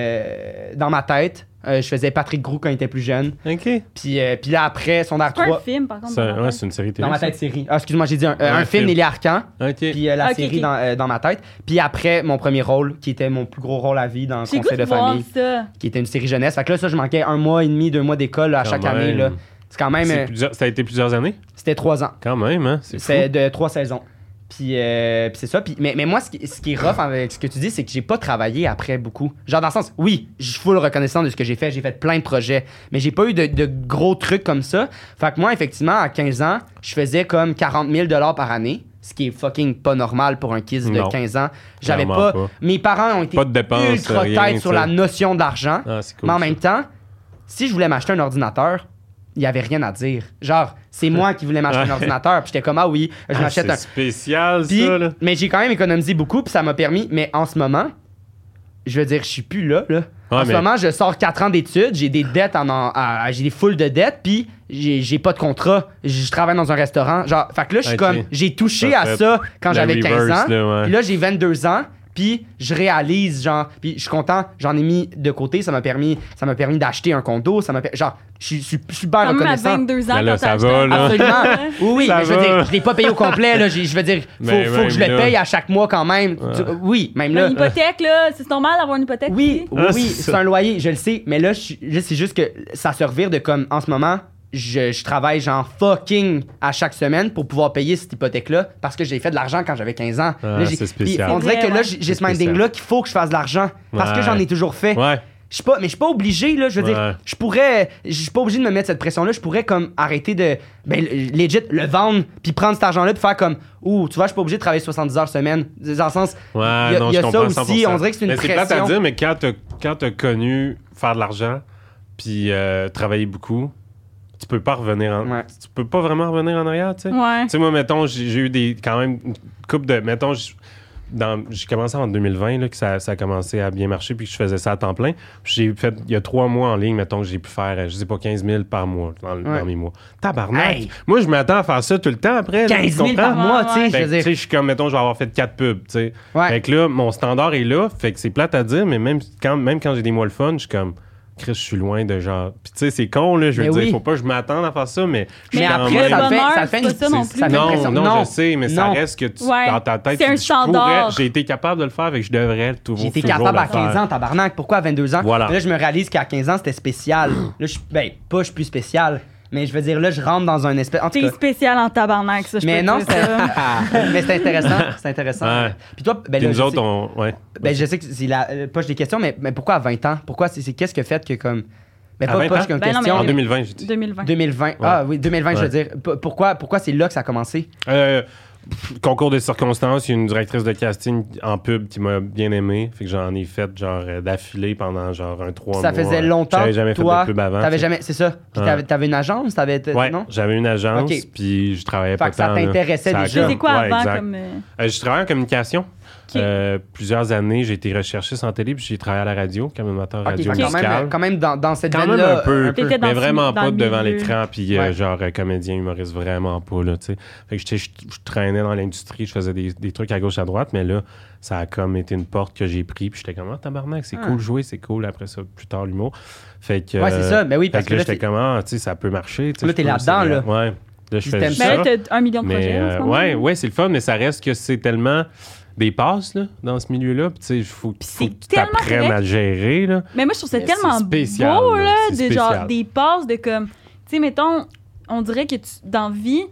Speaker 1: euh, dans ma tête. Euh, je faisais Patrick Groux quand il était plus jeune.
Speaker 3: Ok.
Speaker 1: Puis, euh, puis là, après, Sondaire
Speaker 2: C'est pas
Speaker 1: 3.
Speaker 2: un film, par contre.
Speaker 3: C'est un-
Speaker 2: dans
Speaker 3: ouais,
Speaker 2: la
Speaker 3: c'est une série télé.
Speaker 1: Dans ma
Speaker 3: ça.
Speaker 1: tête série. Ah, excuse-moi, j'ai dit un, euh,
Speaker 3: Un
Speaker 1: un film,
Speaker 3: film.
Speaker 1: Nelly Arcan,
Speaker 3: Ok.
Speaker 1: puis euh, la
Speaker 2: Ok,
Speaker 1: série
Speaker 2: ok.
Speaker 1: Dans, euh, dans ma tête. Puis après, mon premier rôle, qui était mon plus gros rôle à vie dans
Speaker 2: J'ai le goût
Speaker 1: Conseil de
Speaker 2: de voir
Speaker 1: famille,
Speaker 2: ça.
Speaker 1: qui était une série jeunesse. Fait que là, ça, je manquais un mois et demi, deux mois d'école là, à
Speaker 3: Quand
Speaker 1: chaque année.
Speaker 3: même.
Speaker 1: Là. C'est quand même.
Speaker 3: C'est
Speaker 1: euh,
Speaker 3: plusieurs- ça a été plusieurs années
Speaker 1: C'était trois ans.
Speaker 3: Quand même, hein C'est
Speaker 1: C'est
Speaker 3: fou.
Speaker 1: de trois saisons. Puis, euh, puis c'est ça. Puis, mais, mais moi, ce qui, ce qui est rough avec ce que tu dis, c'est que j'ai pas travaillé après beaucoup. Genre, dans le sens, oui, je suis full reconnaissant de ce que j'ai fait. J'ai fait plein de projets. Mais j'ai pas eu de, de gros trucs comme ça. Fait que moi, effectivement, à 15 ans, je faisais comme 40 000 par année. Ce qui est fucking pas normal pour un kids de
Speaker 3: Non.
Speaker 1: 15 ans. J'avais
Speaker 3: Clairement
Speaker 1: pas,
Speaker 3: pas.
Speaker 1: Mes parents ont été
Speaker 3: Pas de dépenses,
Speaker 1: ultra
Speaker 3: rien,
Speaker 1: tête sur
Speaker 3: ça.
Speaker 1: la notion d'argent.
Speaker 3: Ah, c'est cool.
Speaker 1: Mais en
Speaker 3: ça.
Speaker 1: même temps, si je voulais m'acheter un ordinateur, il n'y avait rien à dire. Genre, c'est moi qui voulais m'acheter
Speaker 3: Ouais.
Speaker 1: un ordinateur. Puis j'étais comme, ah oui, je
Speaker 3: Ah,
Speaker 1: m'achète
Speaker 3: c'est
Speaker 1: un.
Speaker 3: spécial,
Speaker 1: Puis-
Speaker 3: ça, là.
Speaker 1: mais j'ai quand même économisé beaucoup, puis ça m'a permis. Mais en ce moment, je veux dire, je suis plus là. là. en ce
Speaker 3: mais-
Speaker 1: moment, je sors 4 ans d'études, j'ai des dettes, en, en- à- j'ai des foules de dettes, puis j'ai j'ai pas de contrat. Je je travaille dans un restaurant. Genre, fait que là, je suis
Speaker 3: Ok.
Speaker 1: comme, j'ai touché
Speaker 3: Ça
Speaker 1: à
Speaker 3: fait
Speaker 1: ça quand
Speaker 3: le
Speaker 1: j'avais 15
Speaker 3: reverse,
Speaker 1: ans.
Speaker 3: là, ouais.
Speaker 1: Puis là, j'ai 22 ans, puis je réalise, genre, puis je suis content, j'en ai mis de côté, ça m'a permis, ça m'a permis d'acheter un condo, ça m'a per- genre, je suis je suis super
Speaker 2: Quand même à
Speaker 1: reconnaissant.
Speaker 2: 22 ans,
Speaker 3: Mais là,
Speaker 2: quand
Speaker 3: ça
Speaker 2: t'as acheté
Speaker 3: va,
Speaker 2: un-
Speaker 3: là.
Speaker 1: Absolument. Oui, oui,
Speaker 3: Ça
Speaker 1: mais je veux
Speaker 3: va.
Speaker 1: dire, je l'ai pas payé au complet. Là. J'ai- Je veux dire, faut,
Speaker 3: Mais
Speaker 1: faut
Speaker 3: même
Speaker 1: que je le
Speaker 3: là.
Speaker 1: paye à chaque mois quand même.
Speaker 3: Ouais.
Speaker 1: Tu- Oui, même
Speaker 2: Mais
Speaker 1: là.
Speaker 2: Une hypothèque, là, c'est normal d'avoir une hypothèque.
Speaker 1: Oui,
Speaker 2: aussi?
Speaker 1: oui,
Speaker 3: Ah,
Speaker 1: oui,
Speaker 3: c'est
Speaker 1: c'est
Speaker 3: ça.
Speaker 1: un loyer, je le sais. Mais là, je suis- là, c'est juste que ça se revire de comme en ce moment, je, je travaille genre fucking à chaque semaine pour pouvoir payer cette hypothèque-là parce que j'ai fait de l'argent quand j'avais 15 ans.
Speaker 3: Ah,
Speaker 1: Là, j'ai-
Speaker 3: c'est spécial.
Speaker 1: puis on
Speaker 2: C'est
Speaker 1: dirait
Speaker 2: vrai,
Speaker 1: que là,
Speaker 2: ouais.
Speaker 1: j'ai j'ai ce
Speaker 3: C'est spécial.
Speaker 1: minding-là qu'il faut que je fasse de l'argent parce que
Speaker 3: Ouais.
Speaker 1: j'en ai toujours fait.
Speaker 3: Ouais.
Speaker 1: Je suis pas, mais je suis pas obligé, là. Je veux
Speaker 3: Ouais.
Speaker 1: dire, je pourrais. Je suis pas obligé de me mettre cette pression-là. Je pourrais, comme, arrêter de. Ben, le- legit, le vendre, puis prendre cet argent-là, puis faire comme. Ouh, tu vois, je suis pas obligé de travailler 70 heures semaine. Dans le sens. il
Speaker 3: Ouais,
Speaker 1: y a,
Speaker 3: non,
Speaker 1: il y a
Speaker 3: je
Speaker 1: ça
Speaker 3: comprends
Speaker 1: aussi.
Speaker 3: 100%.
Speaker 1: On dirait que c'est une
Speaker 3: mais
Speaker 1: pression.
Speaker 3: C'est plate à dire, mais quand t'as, quand t'as connu faire de l'argent, puis euh, travailler beaucoup, tu peux pas revenir en...
Speaker 1: Ouais.
Speaker 3: Tu peux pas vraiment revenir en arrière, tu sais.
Speaker 2: Ouais.
Speaker 3: Tu sais, moi, mettons, j'ai j'ai eu des, quand même une couple de. Mettons, j'- dans- j'ai commencé en 2020, là, que ça, ça a commencé à bien marcher, puis que je faisais ça à temps plein. Puis J'ai fait, il y a trois mois en ligne, mettons, que j'ai pu faire, euh, je sais pas, 15 000 par mois dans, le-
Speaker 1: Ouais.
Speaker 3: dans mes mois. Tabarnak!
Speaker 1: Hey!
Speaker 3: Moi, je m'attends à faire ça tout le temps après. là, tu
Speaker 1: 15 000
Speaker 3: comprends?
Speaker 1: par mois, tu sais. Je
Speaker 3: Fait que, Ben, tu
Speaker 1: veux
Speaker 3: sais,
Speaker 1: dire.
Speaker 3: je suis comme, mettons, je vais avoir fait quatre pubs, tu sais.
Speaker 1: Ouais.
Speaker 3: Fait que là, mon standard est là, fait que c'est plate à dire, mais même quand, même quand j'ai des mois le fun, je suis comme, Chris, je suis loin de genre. Puis tu sais, c'est con, là, je veux
Speaker 1: Mais
Speaker 3: dire,
Speaker 1: Ben oui.
Speaker 3: faut pas que je m'attende à faire ça, mais je
Speaker 1: Mais
Speaker 3: suis quand
Speaker 1: après,
Speaker 3: même-
Speaker 1: ça
Speaker 2: le
Speaker 1: fait-
Speaker 2: bonheur,
Speaker 1: ça fait
Speaker 2: c'est
Speaker 1: une-
Speaker 2: pas ça non
Speaker 1: c'est-
Speaker 2: plus.
Speaker 1: ça fait une
Speaker 3: non,
Speaker 1: pression.
Speaker 3: non,
Speaker 1: Non.
Speaker 3: je sais, mais ça
Speaker 1: Non.
Speaker 3: reste que tu,
Speaker 2: Ouais.
Speaker 3: dans ta tête,
Speaker 2: C'est
Speaker 3: tu
Speaker 2: un
Speaker 3: dis, je pourrais-
Speaker 2: standard.
Speaker 3: J'ai été capable de le faire, fait que je devrais tout
Speaker 1: J'ai été capable à 15 ans, tabarnak. Pourquoi à 22 ans?
Speaker 3: Voilà.
Speaker 1: Là, je me réalise qu'à 15 ans, c'était spécial. là, je Ben, pas, je suis plus spécial. Mais je veux dire, là, je rentre dans un espèce. En tout
Speaker 2: T'es
Speaker 1: cas.
Speaker 2: spécial en tabarnak, ça. je
Speaker 1: Mais
Speaker 2: peux
Speaker 1: non,
Speaker 2: te dire
Speaker 1: c'est
Speaker 2: ça.
Speaker 1: mais c'est intéressant. C'est intéressant.
Speaker 3: Ouais.
Speaker 1: Puis toi, ben
Speaker 3: Puis
Speaker 1: là,
Speaker 3: nous
Speaker 1: je
Speaker 3: autres,
Speaker 1: sais-
Speaker 3: on. Ouais.
Speaker 1: Ben, je sais que c'est la euh, poche des questions, mais, mais pourquoi à 20 ans? Pourquoi c'est c'est- qu'est-ce que fait que comme. Mais
Speaker 3: À
Speaker 1: pas
Speaker 3: 20
Speaker 1: poche
Speaker 3: ans?
Speaker 1: comme
Speaker 2: Ben non, mais
Speaker 1: question.
Speaker 3: en 2020, j'ai dit.
Speaker 2: 2020.
Speaker 1: 2020. Ah oui, 2020, je veux
Speaker 3: Ouais.
Speaker 1: dire. P- Pourquoi, pourquoi c'est là que ça a commencé?
Speaker 3: Euh, pff, concours des circonstances, il y a une directrice de casting en pub qui m'a bien aimé. Fait que j'en ai fait genre euh, d'affilée pendant genre un trois
Speaker 1: ça
Speaker 3: mois.
Speaker 1: faisait longtemps.
Speaker 3: J'avais jamais
Speaker 1: toi,
Speaker 3: fait de pub avant.
Speaker 1: T'avais
Speaker 3: tu sais.
Speaker 1: jamais. C'est ça. Puis
Speaker 3: Ouais.
Speaker 1: t'avais, t'avais une agence, t'avais. t-
Speaker 3: Ouais,
Speaker 1: Non?
Speaker 3: j'avais une agence,
Speaker 1: Ok.
Speaker 3: puis je travaillais
Speaker 1: Fait
Speaker 3: pas
Speaker 1: que ça
Speaker 3: tant, là.
Speaker 1: t'intéressait
Speaker 3: Ça a
Speaker 1: déjà.
Speaker 3: comme-
Speaker 2: C'était quoi
Speaker 3: Ouais,
Speaker 2: avant
Speaker 3: exact.
Speaker 2: comme. euh,
Speaker 3: Euh, je travaille en communication.
Speaker 2: Ok.
Speaker 3: Euh, plusieurs années, j'ai été recherchiste en télé, puis j'ai travaillé à la radio, comme animateur
Speaker 1: Ok,
Speaker 3: radio
Speaker 1: fait quand
Speaker 3: musicale.
Speaker 1: même, quand même dans, dans cette
Speaker 3: Quand même
Speaker 1: veine-là,
Speaker 3: un peu,
Speaker 2: T'étais dans
Speaker 3: mais
Speaker 2: ce-
Speaker 3: vraiment
Speaker 2: dans
Speaker 3: pas
Speaker 2: le
Speaker 3: devant
Speaker 2: milieu.
Speaker 3: l'écran, puis euh,
Speaker 1: Ouais.
Speaker 3: genre euh, comédien, humoriste, vraiment pas, là, tu sais. Fait que j'étais- je, je traînais dans l'industrie, je faisais des, des trucs à gauche, à droite, mais là, ça a comme été une porte que j'ai pris, puis j'étais comme, ah, tabarnak, c'est
Speaker 1: Ah.
Speaker 3: cool jouer, c'est cool, après ça, plus tard, l'humour. Fait que...
Speaker 1: Ouais, c'est
Speaker 3: euh,
Speaker 1: ça. Mais oui,
Speaker 3: Fait
Speaker 1: parce
Speaker 3: que là, j'étais
Speaker 1: c'est-
Speaker 3: comme, ah, tu sais, ça peut marcher, tu sais.
Speaker 1: Là,
Speaker 3: je
Speaker 1: t'es
Speaker 3: peux
Speaker 1: là-dedans,
Speaker 3: essayer.
Speaker 1: là.
Speaker 3: Ouais. Là, je
Speaker 1: Puis
Speaker 3: fais
Speaker 1: t'aimes
Speaker 3: juste
Speaker 1: ça.
Speaker 2: Mais
Speaker 3: ça.
Speaker 2: là, ben, t'as un million de projets. hein,
Speaker 3: Mais
Speaker 2: en ce
Speaker 3: euh,
Speaker 2: moment.
Speaker 3: ouais, ouais, c'est le fun, mais ça reste que c'est tellement des passes là, dans ce milieu-là. Puis tu sais, il faut,
Speaker 2: Puis
Speaker 3: faut
Speaker 2: c'est
Speaker 3: que tu
Speaker 2: tellement
Speaker 3: t'apprennes
Speaker 2: correct.
Speaker 3: à gérer. Là.
Speaker 2: Mais moi, je trouve ça
Speaker 3: Mais
Speaker 2: tellement
Speaker 3: c'est spécial,
Speaker 2: beau,
Speaker 3: là.
Speaker 2: là,
Speaker 3: C'est
Speaker 2: de genre
Speaker 3: spécial.
Speaker 2: des passes de comme. Tu sais, mettons, on dirait que tu, dans vie,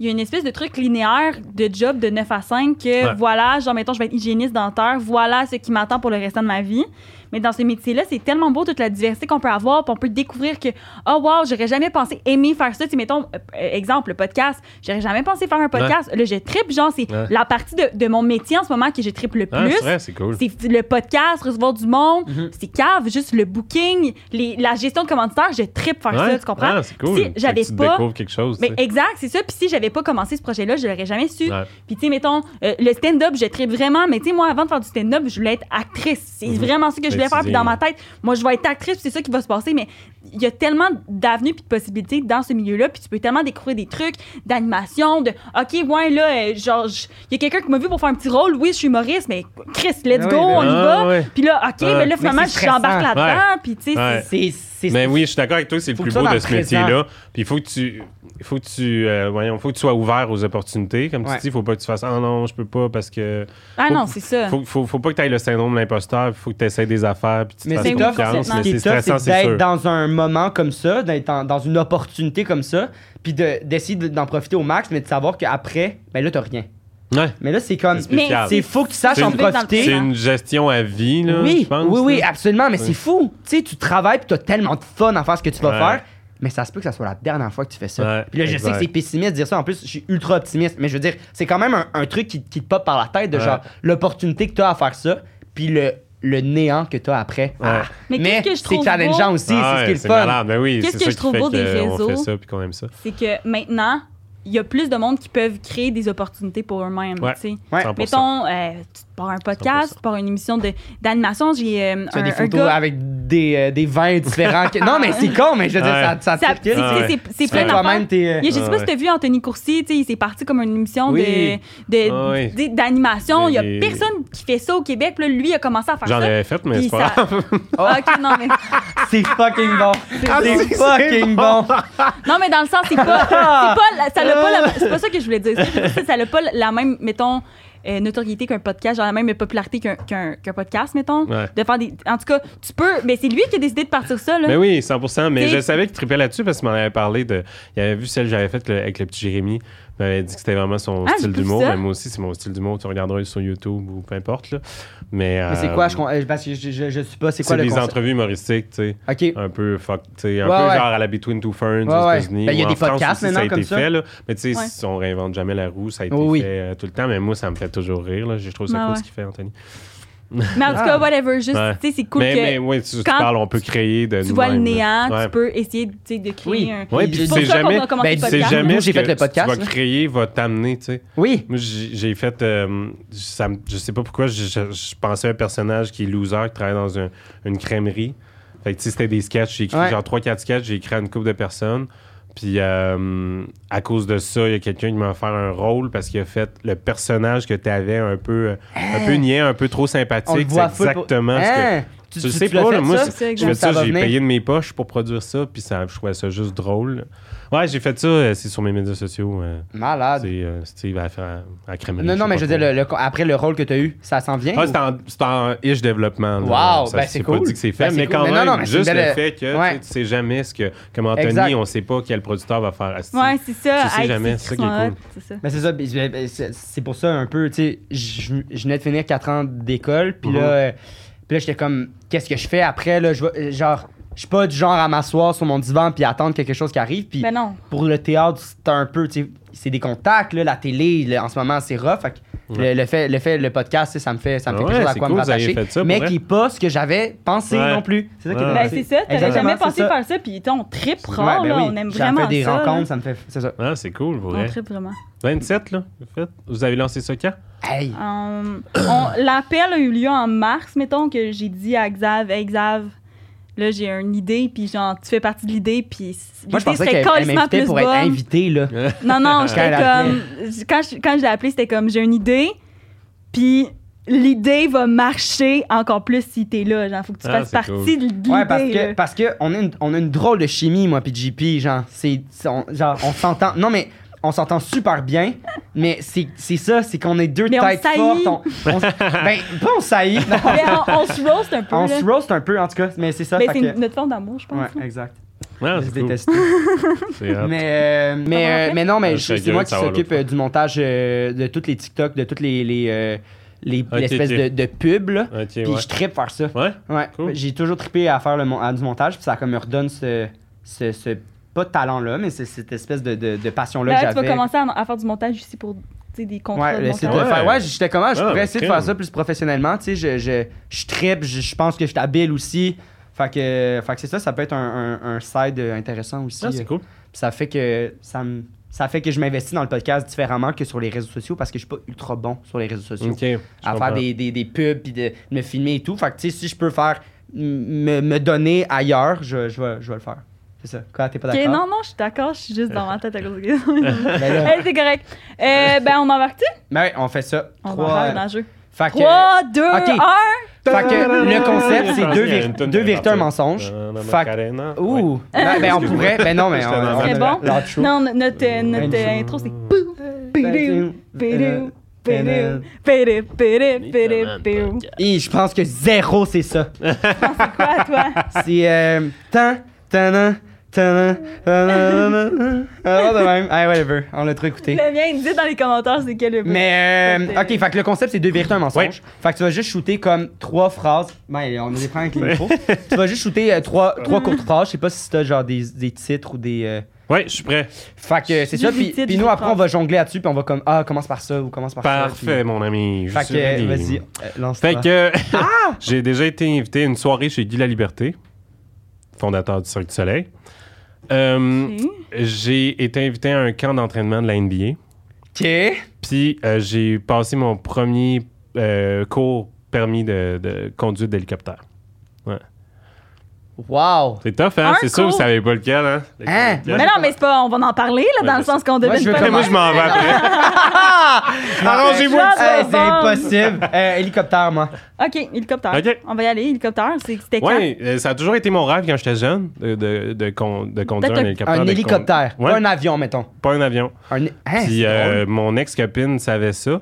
Speaker 2: il y a une espèce de truc linéaire de job de 9 à 5 que
Speaker 3: Ouais.
Speaker 2: voilà, genre, mettons, je vais être hygiéniste dentaire, voilà ce qui m'attend pour le restant de ma vie. Mais dans ce métier-là, c'est tellement beau toute la diversité qu'on peut avoir, puis on peut découvrir que, oh wow, j'aurais jamais pensé aimer faire ça. Tu sais, mettons, euh, exemple, le podcast, j'aurais jamais pensé faire un podcast. Là, je tripe, genre, c'est
Speaker 3: Ouais.
Speaker 2: la partie de, de mon métier en ce moment que je tripe le
Speaker 3: Ah,
Speaker 2: plus.
Speaker 3: c'est vrai, c'est cool. Mm-hmm.
Speaker 2: C'est f- le podcast, recevoir du monde,
Speaker 1: Mhm.
Speaker 2: c'est cave, juste le booking, les- la gestion de commanditaire, je tripe faire
Speaker 3: Ouais.
Speaker 2: ça, tu comprends?
Speaker 3: Ah, c'est cool.
Speaker 2: Si
Speaker 3: Fait que
Speaker 2: j'avais
Speaker 3: tu
Speaker 2: pas-
Speaker 3: découvres quelque chose.
Speaker 2: Mais
Speaker 3: tu sais.
Speaker 2: exact, c'est ça. Puis si j'avais pas commencé ce projet-là, je l'aurais jamais su.
Speaker 3: Ouais.
Speaker 2: Puis tu sais, mettons, euh, le stand-up, je tripe vraiment. Mais tu sais, moi, avant de faire du stand-up, je voulais être actrice. C'est
Speaker 3: Mhm.
Speaker 2: vraiment ça que je
Speaker 3: Mais
Speaker 2: voulais
Speaker 3: tu
Speaker 2: faire. Puis
Speaker 3: dis-
Speaker 2: dans ma tête, moi, je vais être actrice, puis c'est ça qui va se passer. Mais il y a tellement d'avenues puis de possibilités dans ce milieu-là. Puis tu peux tellement découvrir des trucs d'animation, de OK, ouais, là, euh, genre, je- il y a quelqu'un qui m'a vu pour faire un petit rôle. Oui, je suis humoriste, mais Chris, let's
Speaker 1: Ah oui,
Speaker 2: go,
Speaker 1: ben-
Speaker 2: on y
Speaker 3: Ah,
Speaker 2: va.
Speaker 3: ouais.
Speaker 2: Puis là, OK,
Speaker 3: Ouais.
Speaker 2: mais là, finalement,
Speaker 1: Mais c'est
Speaker 2: j'embarque
Speaker 1: stressant.
Speaker 2: là-dedans. Puis tu sais,
Speaker 3: Ouais.
Speaker 1: C'est.
Speaker 2: c'est-
Speaker 1: c'est-
Speaker 3: Mais oui, je suis d'accord avec toi, c'est le
Speaker 1: Faut
Speaker 3: plus
Speaker 1: que ça
Speaker 3: beau
Speaker 1: dans
Speaker 3: de
Speaker 1: le
Speaker 3: ce
Speaker 1: présent.
Speaker 3: métier-là. Puis il faut que tu, il faut que tu, euh, voyons, faut que tu sois ouvert aux opportunités. Comme
Speaker 1: Ouais.
Speaker 3: tu dis, faut pas que tu fasses, ah non, je peux pas parce que.
Speaker 2: Ah
Speaker 3: Faut-
Speaker 2: non, c'est ça.
Speaker 3: Faut, faut, faut pas que tu ailles le syndrome de l'imposteur, faut que tu essaies des affaires, puis tu te
Speaker 1: Mais
Speaker 3: fasses
Speaker 1: c'est tough,
Speaker 3: confiance,
Speaker 2: complètement.
Speaker 1: Ce
Speaker 3: mais
Speaker 1: qui
Speaker 3: c'est
Speaker 1: est tough,
Speaker 3: stressant,
Speaker 1: c'est
Speaker 3: c'est sûr.
Speaker 1: d'être dans un moment comme ça, d'être en- dans une opportunité comme ça, puis de- d'essayer de- d'en profiter au max, mais de savoir qu'après, ben là, t'as rien.
Speaker 3: Ouais.
Speaker 1: Mais là, c'est comme.
Speaker 3: C'est spécial.
Speaker 1: C'est faut que tu saches
Speaker 3: C'est
Speaker 1: en
Speaker 3: une-
Speaker 1: profiter.
Speaker 3: C'est une gestion à vie, là,
Speaker 1: oui,
Speaker 3: je pense.
Speaker 1: oui, oui,
Speaker 3: là.
Speaker 1: absolument, mais
Speaker 3: Ouais.
Speaker 1: c'est fou. Tu sais, tu travailles puis t'as tellement de fun à faire ce que tu vas
Speaker 3: Ouais.
Speaker 1: faire, mais ça se peut que ça soit la dernière fois que tu fais ça.
Speaker 3: Ouais,
Speaker 1: puis là, je sais
Speaker 3: exact.
Speaker 1: que c'est pessimiste de dire ça. En plus, je suis ultra optimiste, mais je veux dire, c'est quand même un, un truc qui, qui te pop par la tête de
Speaker 3: Ouais.
Speaker 1: genre l'opportunité que t'as à faire ça, puis le, le néant que t'as après. Ah.
Speaker 2: Mais qu'est-ce que je
Speaker 1: c'est
Speaker 2: trouve
Speaker 1: challengeant
Speaker 2: beau-
Speaker 1: aussi,
Speaker 3: Ah
Speaker 1: c'est ce qui
Speaker 3: ouais,
Speaker 1: est le
Speaker 3: c'est
Speaker 1: fun.
Speaker 3: malade, mais oui,
Speaker 2: Qu'est-ce
Speaker 3: c'est
Speaker 2: que
Speaker 3: ça
Speaker 2: je
Speaker 3: qui
Speaker 2: trouve
Speaker 3: fait
Speaker 2: beau des
Speaker 3: qu'on
Speaker 2: réseaux?
Speaker 3: fait ça, puis qu'on aime ça.
Speaker 2: c'est que maintenant, il y a plus de monde qui peuvent créer des opportunités pour eux-mêmes.
Speaker 3: Ouais.
Speaker 2: tu sais.
Speaker 1: Ouais.
Speaker 3: 100%.
Speaker 2: Mettons, euh, tu te pars un podcast,
Speaker 3: 100%.
Speaker 2: tu te pars une émission de- d'animation. J'ai euh,
Speaker 1: Tu
Speaker 2: un,
Speaker 1: as des
Speaker 2: un
Speaker 1: photos
Speaker 2: gars.
Speaker 1: avec des, euh, des vins différents. que- Non, mais c'est con, mais je veux dire,
Speaker 3: Ouais.
Speaker 1: ça, ça,
Speaker 2: Ça-
Speaker 1: te
Speaker 2: c'est-
Speaker 1: circule.
Speaker 3: Ah ouais.
Speaker 2: c'est- c'est- C'est
Speaker 1: Tu fais
Speaker 2: plein
Speaker 1: toi-même
Speaker 2: d'affaires.
Speaker 1: tes. euh,
Speaker 2: Il y a- Je sais
Speaker 3: Ah
Speaker 2: pas si t'as vu Anthony Courcy, tu sais, il s'est parti comme une émission de-
Speaker 1: Oui.
Speaker 2: de-
Speaker 3: Ah oui.
Speaker 2: d- d'animation.
Speaker 3: Mais
Speaker 2: Il
Speaker 3: il-
Speaker 2: y a personne qui fait ça au Québec. Puis là, lui, il a commencé à faire
Speaker 3: J'en
Speaker 2: ça.
Speaker 3: avais fait, mais
Speaker 2: Puis
Speaker 3: c'est pas grave.
Speaker 2: ça- Ah, ok, non, mais...
Speaker 1: C'est fucking bon. C'est
Speaker 3: Ah, bon.
Speaker 1: fucking bon.
Speaker 2: non, mais dans le sens, c'est pas. c'est pas la- ça l'a pas la- C'est pas ça que je voulais dire. C'est que je voulais dire, Ça n'a pas la même, mettons, euh, notoriété qu'un podcast, genre la même popularité qu'un qu'un- qu'un podcast, mettons.
Speaker 3: Ouais.
Speaker 2: De faire des- En tout cas, tu peux. Mais c'est lui qui a décidé de partir ça, là.
Speaker 3: Mais Ben oui, 100 Mais
Speaker 2: T'sais-
Speaker 3: je savais qu'il tripait là-dessus parce qu'il m'en avait parlé. De... Il avait vu celle que j'avais faite le- avec le petit Jérémy. Il m'avait dit que c'était vraiment son
Speaker 2: Ah, j'ai
Speaker 3: style
Speaker 2: pas vu
Speaker 3: d'humour.
Speaker 2: ça.
Speaker 3: Mais moi aussi, c'est mon style d'humour. Tu regarderas sur YouTube ou peu importe. Là. Mais,
Speaker 1: Mais c'est
Speaker 3: euh,
Speaker 1: quoi je, comprends- euh, Parce que je, je, je sais pas, c'est quoi
Speaker 3: C'est
Speaker 1: le
Speaker 3: des
Speaker 1: concept?
Speaker 3: entrevues humoristiques, tu sais.
Speaker 1: Ok.
Speaker 3: Un peu fuck, tu sais, un
Speaker 1: Ouais,
Speaker 3: peu
Speaker 1: ouais.
Speaker 3: genre à la Between Two Ferns
Speaker 1: Ouais,
Speaker 3: aux
Speaker 1: ouais.
Speaker 3: États-Unis.
Speaker 1: Ben, il y a
Speaker 3: ou
Speaker 1: des
Speaker 3: en France
Speaker 1: podcasts
Speaker 3: aussi, ça a
Speaker 1: maintenant
Speaker 3: été
Speaker 1: comme ça.
Speaker 3: fait, là. Mais tu sais,
Speaker 2: Ouais.
Speaker 3: si on réinvente jamais la roue, ça a été
Speaker 1: Oui, oui.
Speaker 3: fait euh, tout le temps. Mais moi, ça me fait toujours rire. là. Je trouve ça
Speaker 2: Ouais,
Speaker 3: cool
Speaker 2: Ah ouais.
Speaker 3: ce qu'il fait, Anthony.
Speaker 2: Mais en tout
Speaker 1: Ah.
Speaker 2: cas, whatever, juste,
Speaker 3: Ouais.
Speaker 2: tu sais, c'est cool
Speaker 3: mais,
Speaker 2: que
Speaker 3: mais oui, tu, tu
Speaker 2: quand
Speaker 3: parles, on peut créer de
Speaker 2: tu vois le
Speaker 3: nous-mêmes, là.
Speaker 2: néant,
Speaker 3: Ouais.
Speaker 2: tu peux essayer tu sais, de créer
Speaker 1: Oui.
Speaker 2: un.
Speaker 3: Ouais,
Speaker 1: Puis
Speaker 3: puis
Speaker 1: c'est
Speaker 2: pour
Speaker 3: c'est
Speaker 2: ça qu'on
Speaker 3: jamais.
Speaker 2: a commencé
Speaker 1: ben,
Speaker 2: le
Speaker 1: c'est
Speaker 3: C'est
Speaker 2: podcast.
Speaker 3: jamais.
Speaker 1: Nous, j'ai
Speaker 3: ce que
Speaker 1: fait le podcast,
Speaker 3: Tu vas
Speaker 1: là.
Speaker 3: créer, va t'amener, tu sais.
Speaker 1: Oui.
Speaker 3: Moi, j'ai j'ai fait. euh, ça me- je sais pas pourquoi, je, je- je pensais à un personnage qui est loser, qui travaille dans un- une crèmerie. Fait que, tu sais, c'était des sketchs. J'ai écrit
Speaker 1: Ouais.
Speaker 3: genre 3-4 sketchs, j'ai écrit à une couple de personnes. Puis, euh, à cause de ça, il y a quelqu'un qui m'a offert un rôle parce qu'il a fait le personnage que tu avais un peu, euh, un peu niais, un peu trop
Speaker 1: Hein? On le
Speaker 3: sympathique.
Speaker 1: voit
Speaker 3: C'est exactement ce que. Tu, le sais
Speaker 1: l'as
Speaker 3: pas, là,
Speaker 1: fait,
Speaker 3: moi,
Speaker 1: ça?
Speaker 3: c'est-
Speaker 2: C'est
Speaker 3: je fais
Speaker 1: exact. Hein? Ça
Speaker 3: ça,
Speaker 1: va
Speaker 3: j'ai
Speaker 1: venir.
Speaker 3: payé de mes poches pour produire ça, puis ça, je trouvais ça juste drôle. Ouais, j'ai fait ça, euh, c'est sur mes médias sociaux. euh,
Speaker 1: Malade.
Speaker 3: c'est euh, Steve à, à, à Crémerie,
Speaker 1: Non, non,
Speaker 3: sais
Speaker 1: mais
Speaker 3: pas
Speaker 1: je veux dire,
Speaker 3: comment.
Speaker 1: le- le- après le rôle que t'as eu, ça s'en vient?
Speaker 3: Ah,
Speaker 1: ou-
Speaker 3: c'est en- c'est en, ish développement. là.
Speaker 1: Wow,
Speaker 3: Ça,
Speaker 1: ben, c'est
Speaker 3: pas
Speaker 1: cool.
Speaker 3: dit que c'est fait,
Speaker 1: Ben, c'est
Speaker 3: mais
Speaker 1: cool.
Speaker 3: quand
Speaker 1: Mais non,
Speaker 3: même,
Speaker 1: non, mais c'est
Speaker 3: juste
Speaker 1: une
Speaker 3: le
Speaker 1: belle-
Speaker 3: fait que
Speaker 1: Ouais.
Speaker 3: tu sais, tu sais jamais ce que. Comme Anthony,
Speaker 1: Exact.
Speaker 3: on sait pas quel producteur va faire. Asti.
Speaker 2: Ouais, c'est ça.
Speaker 3: Tu sais
Speaker 2: Hey,
Speaker 3: jamais, c'est ça qui est
Speaker 2: Chris
Speaker 3: cool.
Speaker 2: Hot, c'est ça.
Speaker 1: Mais c'est ça, puis je- ben, c'est c'est pour ça un peu, tu sais, je je venais de finir 4 ans d'école, puis là,
Speaker 3: Mhm.
Speaker 1: euh, puis là j'étais comme, qu'est-ce que je fais après, là, je vais- euh, genre, je suis pas du genre à m'asseoir sur mon divan puis attendre quelque chose qui arrive, puis
Speaker 2: Ben non.
Speaker 1: pour le théâtre, c'est un peu, tu sais, c'est des contacts, là, la télé, là, en ce moment, c'est rough, fait que
Speaker 3: Ouais.
Speaker 1: le, le fait, le fait, le podcast, tu sais, ça me fait, ça me fait
Speaker 3: Ah
Speaker 1: quelque
Speaker 3: ouais,
Speaker 1: chose à
Speaker 3: c'est
Speaker 1: quoi
Speaker 3: cool,
Speaker 1: me
Speaker 3: vous avez
Speaker 1: rattacher,
Speaker 3: fait ça, pour
Speaker 1: mais
Speaker 3: vrai.
Speaker 1: qui est pas ce que j'avais pensé
Speaker 3: Ouais.
Speaker 1: non plus, Ah, c'est ça qui est
Speaker 3: Ouais.
Speaker 2: Ben,
Speaker 1: drôle,
Speaker 2: c'est ça, t'aurais
Speaker 1: Exactement,
Speaker 2: jamais
Speaker 1: c'est
Speaker 2: pensé
Speaker 1: ça.
Speaker 2: faire ça, puis on tripe
Speaker 1: Ouais,
Speaker 2: fort,
Speaker 1: ben
Speaker 2: là,
Speaker 1: oui,
Speaker 2: on aime
Speaker 1: j'en
Speaker 2: vraiment
Speaker 1: fais des
Speaker 2: ça. là.
Speaker 1: rencontres, ça me fait, c'est ça.
Speaker 3: Ah, c'est cool, pour
Speaker 2: On
Speaker 3: vrai.
Speaker 2: tripe vraiment.
Speaker 3: 27, là, en fait. Vous avez lancé ça quand?
Speaker 1: Hey,
Speaker 2: Euh, on- L'appel a eu lieu en mars, mettons, que j'ai dit à Xav, hey Xav, là, j'ai une idée, puis genre, tu fais partie de l'idée, puis
Speaker 1: moi, je
Speaker 2: l'idée
Speaker 1: pensais
Speaker 2: serait
Speaker 1: qu'elle elle
Speaker 2: calissement
Speaker 1: m'invitait
Speaker 2: plus
Speaker 1: pour être
Speaker 2: bonne.
Speaker 1: invitée, là.
Speaker 2: Non, non, j'étais
Speaker 1: Quand elle a
Speaker 2: comme. Quand je, quand je l'ai appelé, c'était comme j'ai une idée, puis l'idée va marcher encore plus si t'es là. Genre, faut que tu
Speaker 3: Ah,
Speaker 2: fasses
Speaker 3: c'est cool.
Speaker 2: partie de l'idée. euh,
Speaker 1: Ouais, parce que,
Speaker 2: là.
Speaker 1: parce que on, a une, on a une drôle de chimie, moi, puis JP. Genre, c'est, c'est- on, genre, on s'entend. Non, mais on s'entend super bien, mais c'est, c'est ça, c'est qu'on est deux
Speaker 2: Mais on
Speaker 1: têtes
Speaker 2: saillit.
Speaker 1: fortes. On, on- ben, pas on saillit. non.
Speaker 2: Mais on, on se roast un peu.
Speaker 1: on
Speaker 2: là.
Speaker 1: se roast un peu, en tout cas, mais c'est ça.
Speaker 2: Mais
Speaker 1: fait
Speaker 2: c'est
Speaker 1: que-
Speaker 2: notre forme d'amour, je pense.
Speaker 1: Ouais, exact.
Speaker 3: Ah,
Speaker 1: je
Speaker 3: c'est
Speaker 1: les
Speaker 3: cool.
Speaker 1: détestais.
Speaker 3: C'est hot.
Speaker 1: Mais, euh, mais,
Speaker 2: Comment on
Speaker 1: euh,
Speaker 2: fait?
Speaker 1: mais non, mais
Speaker 3: Euh,
Speaker 1: je-
Speaker 3: je serais
Speaker 1: c'est moi
Speaker 3: curieux de
Speaker 1: qui
Speaker 3: savoir
Speaker 1: s'occupe
Speaker 3: l'autre.
Speaker 1: euh, du montage euh, de toutes les TikTok, de toutes les. les, euh, les
Speaker 3: Ok,
Speaker 1: l'espèce
Speaker 3: ok.
Speaker 1: de, de pub, là.
Speaker 3: Ok,
Speaker 1: Puis
Speaker 3: ouais.
Speaker 1: je tripe faire ça.
Speaker 3: Ouais? ah,
Speaker 1: Ouais.
Speaker 3: Cool.
Speaker 1: J'ai toujours trippé à faire le mon- à du montage, puis ça comme me redonne ce, ce, ce- pas de talent-là, mais c'est cette espèce de, de, de passion-là
Speaker 2: Là,
Speaker 1: que
Speaker 2: tu vas
Speaker 1: j'avais.
Speaker 2: commencer à, à faire du montage ici pour tu sais, des contrats.
Speaker 1: Ouais,
Speaker 2: de
Speaker 1: essayer de
Speaker 2: montage.
Speaker 1: le
Speaker 3: Ouais.
Speaker 1: faire. Ouais, j'étais comment? Je
Speaker 3: Ah,
Speaker 1: pourrais essayer de faire
Speaker 3: crime.
Speaker 1: ça plus professionnellement. Tu sais, je, je, je trippe, je, je pense que je suis habile aussi. Fait que, fait que c'est ça, ça peut être un, un, un side intéressant aussi. euh.
Speaker 3: Ah, c'est cool.
Speaker 1: Puis ça fait que ça me- ça fait que je m'investis dans le podcast différemment que sur les réseaux sociaux parce que je suis pas ultra bon sur les réseaux sociaux
Speaker 3: Ok. je
Speaker 1: à
Speaker 3: comprends.
Speaker 1: faire des, des, des pubs puis de me filmer et tout. Fait que tu sais si je peux faire m- me, me donner ailleurs, je, je, vais, je vais le faire. C'est ça. Quand t'es pas
Speaker 2: Ok,
Speaker 1: d'accord.
Speaker 2: non, non, je suis d'accord, je suis juste dans ma tête à cause de ça.
Speaker 1: ben là,
Speaker 2: hey, c'est correct. Euh, ben, on embarque-tu?
Speaker 1: ben ouais, on fait ça.
Speaker 2: On
Speaker 1: Trois-
Speaker 2: va faire un enjeu.
Speaker 1: Fait que,
Speaker 2: 3, 2,
Speaker 1: ok.
Speaker 2: 1.
Speaker 1: fait que le concept,
Speaker 3: Je
Speaker 1: c'est
Speaker 3: pensais
Speaker 1: deux,
Speaker 3: qu'il y avait
Speaker 1: vir-
Speaker 3: une toune
Speaker 1: deux
Speaker 3: de
Speaker 1: véritables
Speaker 3: Macarena.
Speaker 1: mensonges.
Speaker 3: Euh,
Speaker 1: Fait que-
Speaker 3: Macarena. Ouais.
Speaker 1: Ouh! Ben, ben, on pourrait. Ben non, mais on,
Speaker 3: C'était dans
Speaker 1: on
Speaker 3: la-
Speaker 2: C'est
Speaker 1: a
Speaker 2: bon?
Speaker 1: l'outro.
Speaker 2: Non, notre, euh, notre
Speaker 1: Intro.
Speaker 2: euh, intro, c'est. Pou, pédou, pédou, pédou, pédou, pédou, pédou, pédou.
Speaker 1: Et je pense que zéro, c'est ça.
Speaker 2: C'est quoi, toi?
Speaker 1: C'est euh, tan, tanan, tanan, tanan, tanan. Ah, de même. Ah, whatever. On l'a trop écouté.
Speaker 2: Le mien, dites dans les commentaires c'est quel le
Speaker 1: Mais, euh,
Speaker 2: Ça,
Speaker 1: ok,
Speaker 2: c'est-
Speaker 1: fait que le concept, c'est deux vérités, un mensonge.
Speaker 3: Ouais.
Speaker 1: Fait que tu vas juste shooter comme trois phrases. Ben, on est prend avec les micros. tu vas juste shooter euh, trois, trois courtes phrases. Je sais pas si t'as genre des, des titres ou des. euh,
Speaker 3: Ouais, je suis prêt.
Speaker 1: Fait que euh, c'est
Speaker 2: Juste
Speaker 1: ça.
Speaker 2: des
Speaker 1: Puis, puis
Speaker 2: titres, juste
Speaker 1: nous,
Speaker 2: des
Speaker 1: après, on va jongler là-dessus. Puis on va comme, ah, commence par ça ou commence par
Speaker 3: Parfait,
Speaker 1: ça.
Speaker 3: mon ami. Je
Speaker 1: Parfait.
Speaker 3: suis
Speaker 1: Fait que, euh,
Speaker 3: ready.
Speaker 1: vas-y, euh, lance-toi.
Speaker 3: Fait que j'ai déjà été invité à une soirée chez Guy Laliberté, fondateur du Cirque du Soleil. Euh, J'ai été invité à un camp d'entraînement de la NBA.
Speaker 1: Ok.
Speaker 3: Puis euh, j'ai passé mon premier euh, cours permis de, de conduite d'hélicoptère.
Speaker 1: Wow.
Speaker 3: C'est tough, hein?
Speaker 2: Un
Speaker 3: C'est sûr,
Speaker 2: cours?
Speaker 3: vous savez pas lequel, hein?
Speaker 1: Hein?
Speaker 2: Mais
Speaker 3: Lequel?
Speaker 2: non, mais c'est pas, on va en parler, là, dans
Speaker 3: Ouais,
Speaker 2: le sens qu'on
Speaker 1: Moi,
Speaker 2: devine
Speaker 1: je veux
Speaker 2: pas.
Speaker 3: Mais moi, je m'en vais après. Ah! Arrangez-vous.
Speaker 2: Joie de
Speaker 1: Hey, C'est
Speaker 2: vendre.
Speaker 1: impossible. Euh, hélicoptère, moi.
Speaker 2: OK, hélicoptère.
Speaker 3: Ok.
Speaker 2: On va y aller, hélicoptère. c'est- C'était quand?
Speaker 3: Oui, euh, ça a toujours été mon rêve quand j'étais jeune de, de, de con- de conduire
Speaker 2: Peut-être
Speaker 3: un
Speaker 2: un-
Speaker 3: hélicoptère.
Speaker 1: Un
Speaker 3: de con-
Speaker 1: hélicoptère.
Speaker 3: Ouais.
Speaker 1: Pas un avion, mettons.
Speaker 3: Pas un avion.
Speaker 1: Un... hé- Hein,
Speaker 3: Puis
Speaker 1: c'est
Speaker 3: euh,
Speaker 1: drôle.
Speaker 3: mon ex-copine savait ça.